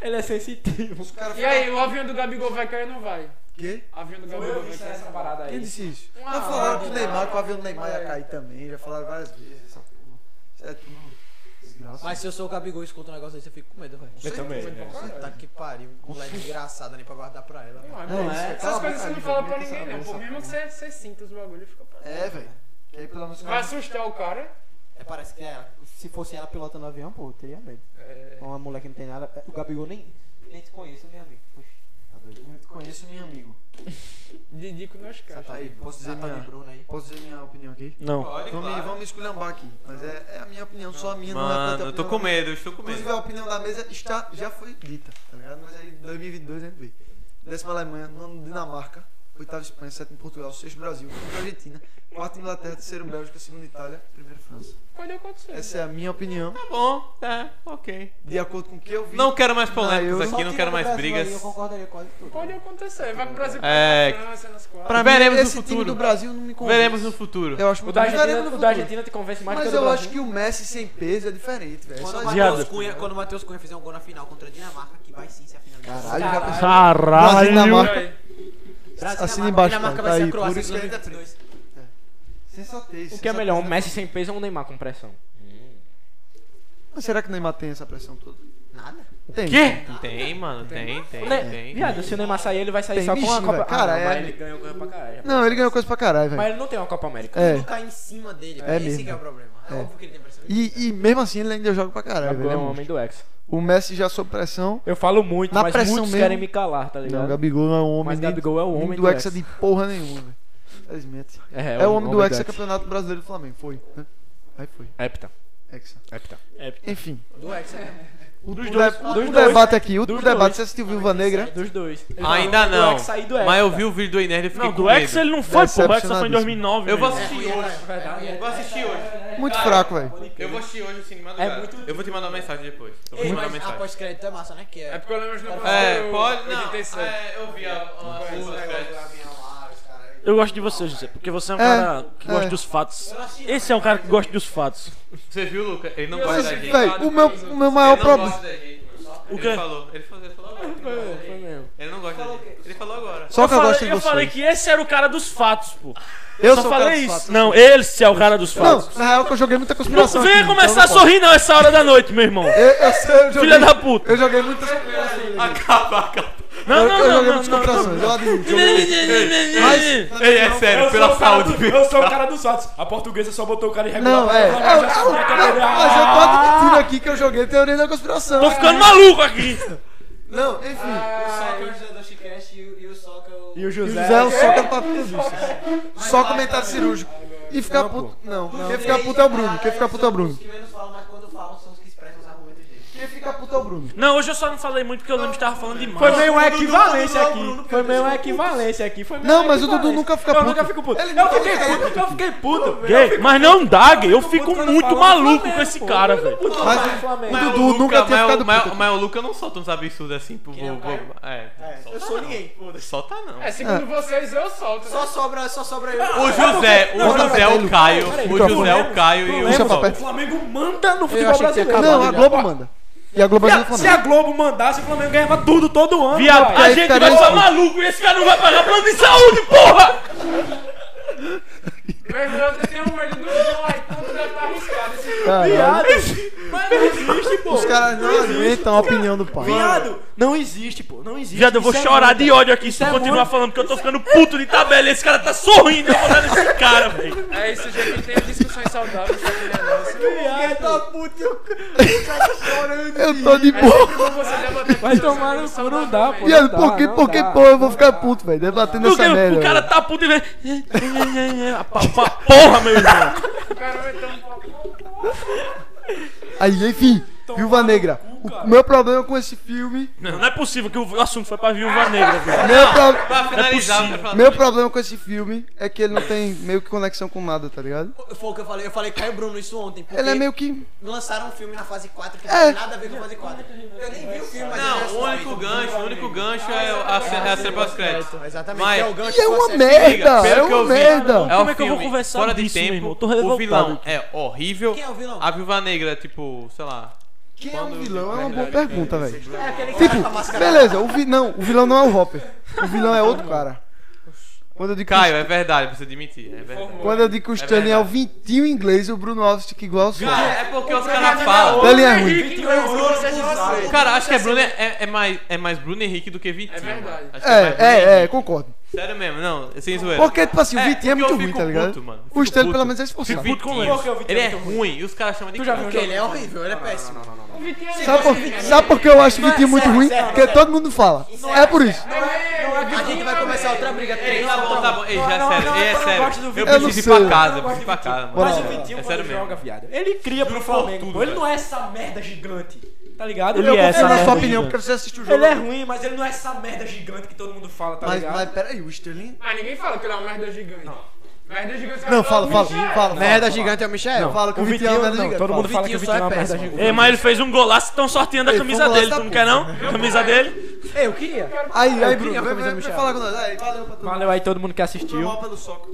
Ele é sensitivo. Os caras E aí, o avião do Gabigol vai cair ou não vai? O quê? O avião do Gabigol vai cair. Essa parada Quem aí. disse isso? Uma Já falaram que o hora. Neymar, que o avião do Neymar ia cair também, já falaram várias vezes. Essa porra. Isso é tudo. Desgraça. Mas se eu sou o Gabigol e escuto um negócio desse, eu fico com medo, velho. Eu também. é. Puta que pariu. Mulher desgraçada nem pra guardar pra ela. Não, É, não isso é. é- Essas cala a boca, coisas você não amigo, fala pra ninguém ninguém, sabe, não. Pô, ninguém mesmo que você, você sinta os bagulhos, fica pra É, velho. Que aí pelo menos. Vai assustar o cara. É, parece que é, se fosse ela pilotando o avião, pô, eu teria medo. Uma mulher que não tem nada. O Gabigol nem, nem te conheço, meu amigo. Puxa. Eu te conheço, meu amigo. Didico nos caras. Aí, posso dizer Tá de minha. Bruno aí. Posso dizer minha opinião aqui? Não. Pode, Vamos, me, claro. vamos me esculhambar aqui. Mas é, é a minha opinião, só a minha, não é Mano, tanta eu tô opinião com da- medo, eu estou com Inclusive, medo. a opinião da mesa está, já foi dita, tá ligado? Mas aí, 2022 a gente vê. né, Décima Alemanha, nono Dinamarca, oitavo Espanha, sétimo Portugal, sexto Brasil, quinto Argentina, quarto Inglaterra, terceiro Bélgica, segundo Itália, primeiro França. Pode acontecer. Essa é a minha opinião, Tá bom, tá, ok. de acordo com o que eu vi. Não quero mais Não, eu- polêmicas aqui, Só não tira quero do mais Brasil brigas. aí, Eu concordaria quase tudo. Pode acontecer. Vai pro Brasil É, pra França, nas quartas. Pra mim, Veremos no esse time futuro. do Brasil não me convence. Veremos no futuro. Eu acho O muito da bom. Veremos Argentina, no o da futuro. Argentina te convence mais Mas que o do eu Brasil. acho que o Messi sem peso é diferente, velho. Quando Só- o Viado. Matheus Cunha, quando o Matheus Cunha fizer um gol na final contra a Dinamarca, que vai sim ser a finalista. Caralho, já pensou? Brasil e Caralho. Dinamarca. Brasil, Assina Dinamarca. embaixo, Dinamarca cara, vai tá ser aí, a Croácia por isso em que ele tá 2022. Sensatez. O que é melhor, um Messi sem peso ou um Neymar com pressão? Mas será que o Neymar tem essa pressão toda? Nada. Tem. Quê? Tem, mano, tem, tem, Ne- tem. Né? Viado, se o Neymar sair, ele vai sair Tem só com bichinho, a Copa... velho. Cara, ah, não, é- mas ele ganhou coisa pra caralho. Não, ele ganhou coisa pra caralho, velho. Mas ele não tem uma Copa América. É. Tudo cai em cima dele. É esse mesmo. que é o problema. É, É. óbvio que ele tem pressão. E, e mesmo assim ele ainda joga pra caralho, Gabigol velho. é É um monstro. homem do ex. O Messi já sob pressão. Eu falo muito, Na mas pressão muitos mesmo. querem me calar, tá ligado? Não, Gabigol não é um homem. Mas nem- Gabigol é o nem homem do do Hexa Hexa. de porra nenhuma, velho. Felizmente. É, um o homem do Hexa Campeonato Brasileiro do Flamengo. Foi. né? Aí foi. Hepta, Hexa. hepta. Enfim. Do ex, né? O, Dos o dois, de- o dos o dois. debate aqui. O último Dos dois. debate, você assistiu Viúva Negra? Dos dois. Ainda O não. Hexa sair do Hexa. Mas eu vi o vídeo do Inerd e fiquei Não, com do Hexa medo. ele não foi, pô. O Hexa foi em Decepcionadíssimo. 2009. Eu vou velho. assistir é. hoje. Eu vou assistir hoje. Muito fraco, velho. Eu vou assistir hoje o cinema do É cara. muito- Eu vou te mandar uma mensagem depois. Eu vou te Ei, mandar uma mas mensagem. após crédito é massa, né? Que É é. porque eu lembro no É, professor pode. Não, 87. é, eu vi a. a- os é créditos. Eu gosto de você, José, porque você é um É, cara que é. gosta dos fatos. Esse é um cara que gosta dos fatos. Você viu, Luca? Ele não Eu gosta da assisti. gente. Vai, Velho, o meu, o meu Ele maior não problema. gosta da gente, mano. O Ele quê? falou. Ele falou, ele falou agora. Foi, foi mesmo. Ele não gosta da gente. Ele falou agora. Só que eu falei, gosto de eu falei você. que esse era o cara dos fatos, pô. Eu só sou o cara falei dos isso. fatos. Não, esse é o cara dos fatos. Não, na real que eu joguei muita Não, conspiração. venha aqui, começar então a eu não posso. sorrir, não, essa hora da noite, meu irmão. Eu, eu sei, eu joguei, Filha da puta. Eu joguei muita conspiração. Acaba, acaba. Não, eu, não, eu não, joguei não, muitas não, não. conspirações. Eu admito. eu joguei- Mas- Ei, é sério, pela saúde. viu? eu sou o cara dos fatos. A portuguesa só botou o cara irregular. Não, é. Eu, eu, não, mas eu tô admitindo aqui que eu joguei teoria da Tô conspiração. ficando maluco aqui. Não, enfim. O Soca é o Ai. jogador Chicast e o- e o Soca é o. E o E o José. José é o soca pra tudo. Só comentário cirúrgico. E ficar Não, pô. puto. Não, Os quem ficar três puto é o Bruno. caras Quem ficar puto é o são Os Bruno. que menos falam, mas quando falam são os que expressam os argumentos dele. Quem ficar puto é o Bruno. Não, hoje eu só não falei muito porque eu lembro que tava falando demais. Foi meio uma equivalência aqui. Foi meio uma equivalência aqui. Foi meio Não, uma mas o Dudu equivalência. nunca fica Eu puto. nunca fico puto. Ele Eu nunca fiquei fica puto. Eu fiquei puto. Gay, mas não dá, gay. Eu fico puto quando muito fala maluco Flamengo, com esse pô. cara, Eu velho. fico puto Mas com o- Flamengo. o Dudu Luca- nunca tinha mas o- ficado mas, puto. mas o Luca não solta uns absurdos assim pro vou, vou, É, solta Eu sou ninguém. não. Solta não. É, segundo vocês, eu solto. Só sobra, só sobra eu. O José, não, o não, É José, é não, o Caio, peraí, o tu José, é lembra? o Caio Tu e lembra? Puxa o pra Sol. O perto. Flamengo manda no achei futebol que você brasileiro. acabou Não, a Globo manda. E a Globo ajuda Se a falando. Globo mandasse, o Flamengo ganhava tudo, todo ano. Viado, cara. a aí gente fica vai nesse- pra maluco e esse cara não vai pagar plano de saúde, porra! Meu irmão, você tem um medo do João, aí tudo deve estar arriscado. Esse Viado. Mas não existe, pô. Os caras não aguentam a opinião do pai. Viado. Não existe, pô. Não existe. Viado, eu vou Isso é chorar muita. de ódio aqui se é tu continuar muito- falando porque eu tô ficando puto de tabela e esse cara tá sorrindo. Eu vou dar nesse cara, velho. É isso, gente. Tem discussões saudáveis na família nossa. Porque tá puto e o cara chorando. Eu tô de É boa. sempre bom você debater Vai tomar no cu, não dá, pô. Viado, Não por que, dá, por não que, dá. pô, eu vou ficar puto, velho? Debatendo Meu essa Deus, merda. o cara né, velho. tá puto e vem. é, Pra- pra Porra, meu irmão. O cara vai ter um pouco. Aí, enfim, Viúva Negra. O meu problema com esse filme. Não, não é possível que o assunto foi pra viúva negra, velho. Meu pro- Pra finalizar, possível. pra falar- é Meu problema com esse filme é que ele não tem meio que conexão com nada, tá ligado? Foi o que eu falei, eu falei Caio Bruno isso ontem. Porque Ele é meio que. lançaram um filme na fase 4 que não É. tem nada a ver com a fase 4. Eu nem vi o filme, mas eu já Não, o assisti. único gancho, o único gancho é a cena é a cena pós-crédito. Exatamente, Mas- que é o gancho E é com a uma série. merda! pelo É que eu uma vi. um merda! Como é que eu vou filme conversar fora de disso, tempo, meu irmão? Eu tô o revoltado vilão é horrível. Quem é o vilão? A Viúva Negra, tipo, sei lá. Quem é o vilão? É uma boa Verdade, pergunta, velho. É aquele cara com a Tipo, máscara. beleza, o vi... não, o vilão não é o Hopper. O vilão é outro cara. Quando eu digo que o- Caio, é verdade, precisa admitir. É verdade. Quando eu digo que o Stanley é, o vintinho inglês, o Bruno Alves fica igual ao Cara, Stanley. é porque os caras falam. Stanley é ruim. Henrique, eu juro que vocês não aceitam. Cara, acho que é Bruno é, é mais, é mais Bruno Henrique do que Vitinho. É verdade. mano. Acho que mais Bruno É, é, é, Henrique. concordo. Sério mesmo, não, sem zoeira. Porque, tipo assim, o É, Vitinho é porque eu muito fico ruim, tá puto, ligado? mano. O Fico Stanley puto. pelo menos é expulso. Fico mano. puto com ele. Porque o Vitinho Ele é é muito ruim e os caras chamam de Tu já viu o Porque ele jogo? é horrível, ele é péssimo. O Vitinho é Sabe por, inocente. sabe por que eu acho o Vitinho muito sério, ruim? sério, Porque todo mundo fala. É por isso. Não é, não é A gente vai começar outra briga. Ei, três tá contra bom, tá um. bom. Ei, Não, já é não, sério. não, Ei, é eu não sério. gosto do Eu Vitinho. Eu preciso não ir sei. pra casa, Eu não eu preciso ir pra gosto do casa. Mas o mano. Vitinho É quando sério mesmo. joga, viado. Ele cria pro Juro por Flamengo. tudo, pô. ele velho. não é essa merda gigante. Tá ligado? Ele é eu- essa eu- Ele é merda sua horrível. opinião, porque você assistiu o jogo. Ele é ruim, mas ele não é essa merda gigante que todo mundo fala, tá Mas, ligado? mas peraí, o Sterling. Mas ninguém fala que ele é uma merda gigante. Merda gigante. é Não, fala, um fala, fala. Merda gigante é o Michel. Fala que o Vitinho é uma merda não, gigante. todo mundo Fala. fala que o Vitinho só Vitinho é uma é merda péssimo. gigante. Ei, mas ele fez um golaço e estão sorteando a Ei, camisa foi um dele, tu golaço não da quer não? Camisa dele? Ei, eu é? queria. Aí, aí, Bruno, queria a vai, camisa vai, do vai Michel. falar com nós. Aí, valeu pra todo mundo. Valeu aí todo mundo que assistiu. Mal pelo soco.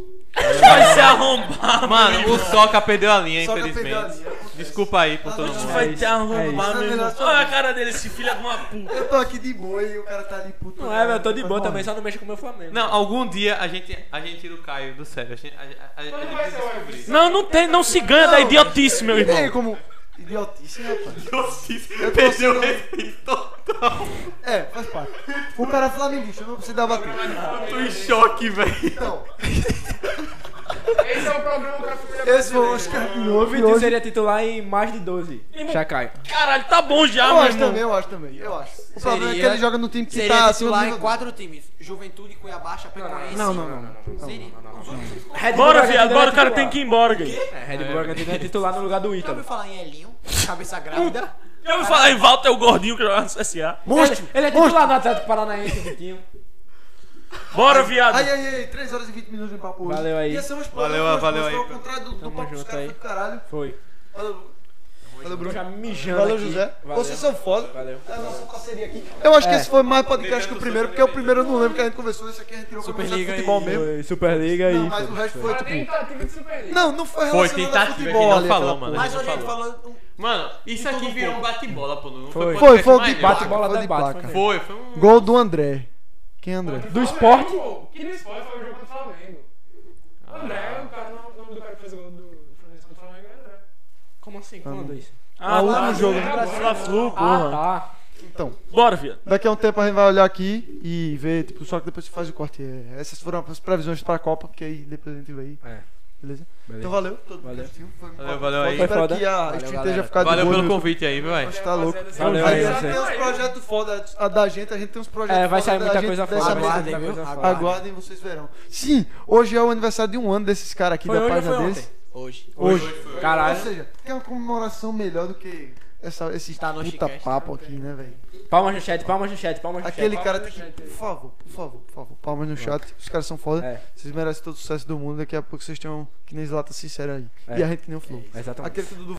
Vai se arrombar, Mano, o Soca perdeu a linha, Soca perdeu a infelizmente. linha. Desculpa aí Ah, por todo mundo. Vai te arrombar, É isso. né? meu irmão. Olha a cara dele, esse filho é de uma puta. Eu tô aqui de boa e o cara tá ali puto. Não é, velho, eu tô de boa também, só não mexa com o meu Flamengo. Não, algum dia a gente, a gente tira o Caio do sério. A gente, a, a- a- a gente precisa descobrir. Não, não tem, não se ganha da idiotice, meu irmão. Tem como. Idiotice, rapaz. Eu perdeu o respeito total. É, faz parte. O cara é flamenguista, eu não preciso dar bater. Eu tô em choque, velho. Então, Esse é o programa pra família esse foi o brasileira. Oscar de O ouro de Vitinho hoje. seria titular em mais de 12. Chacaio. Caralho, tá bom já, Eu meu acho irmão. também, eu acho também, eu acho. O problema é que Seria- ele joga no time que tá Seria acima do titular em nível. quatro times. Juventude, Cuiabá, Chapecoense. Não, não, não. não. Seria. Red Bull Bora, Bragantino viado, é bora, o cara tem titular. que ir embora, gay. É, Red Bull Bragantino é titular no lugar do Já ouviu Ítalo. falar em Elinho? Cabeça grávida? Já ouviu falar em Walter, o gordinho que joga no CSA? Monstro! Ele é titular no Atlético Paranaense, Vitinho. É, Bora, viado. Ai, ai, ai, 3 horas e 20 minutos de papo hoje. Valeu aí. Ia ser um spoiler, Valeu, mas valeu foi aí, Ao pô. contrário do, do Tamo papo dos junto caras, aí. foi do caralho. Foi. Valeu, valeu Tô Bruno. já mijando Valeu, aqui. José. Valeu. Vocês são foda. Valeu. É a nossa parceria aqui. Eu acho que É. esse foi mais podcast que o primeiro, porque é o primeiro eu não lembro que a gente conversou. Esse aqui a gente tirou pra conversar de futebol mesmo. Foi Superliga Não, e... mas o resto foi A tipo. tentativa de superliga. Não, não foi Foi relacionado a tentativa, futebol quem não ali, falou, aquela mano. porra. Mas hoje a gente falou. Mano, isso aqui virou um bate-bola, pô. Não Foi. foi, Foi, foi o podcast de mais, Bate placa, bola foi da de bate, placa. foi. Foi, foi um. Gol do André. Quem é André? Do esporte? Que no esporte foi o jogo do Flamengo. André, o cara, o nome do cara que fez o gol do Fluminense contra o Flamengo é André. Como assim? Quando isso? Ah, o último tá. jogo. Fla Flu, Ah, porra. tá. Então, Bora, viado. daqui a um tempo a gente vai olhar aqui e ver, tipo, só que depois você faz o corte. É, Essas foram as previsões pra Copa, porque aí depois a gente vê aí. É. Beleza? Então valeu. Todo Valeu. mundo que assistiu. Foi Valeu, valeu aí. Foi Espero foda. que a Valeu, stream galera. tenha ficado Valeu boa pelo no- convite aí, viu, vai. Acho que é tá louco. assim, Valeu Aí aí, já vocês. tem uns projetos foda a da gente, a gente tem uns projetos É, vai foda sair da muita gente coisa dessa foda. mesa. Aguardem, viu? Aguardem, vocês verão. Sim, hoje é o aniversário de um ano desses caras aqui Foi da hoje ou página foi deles. ontem? Hoje. Hoje. Ou Caralho. seja, tem uma comemoração melhor do que essa, esse Tá no puta Chicast. papo aqui, né, velho? Palmas no chat, palmas no chat, palmas no chat. Aquele cara tem que. Por favor, por favor, por favor. Palmas no chat. Os caras são foda. É, Vocês merecem todo o sucesso do mundo. Daqui a pouco vocês estão um que nem lata sincera aí. É. então. E a gente que nem o Flow. exatamente. Aquele que o Dudu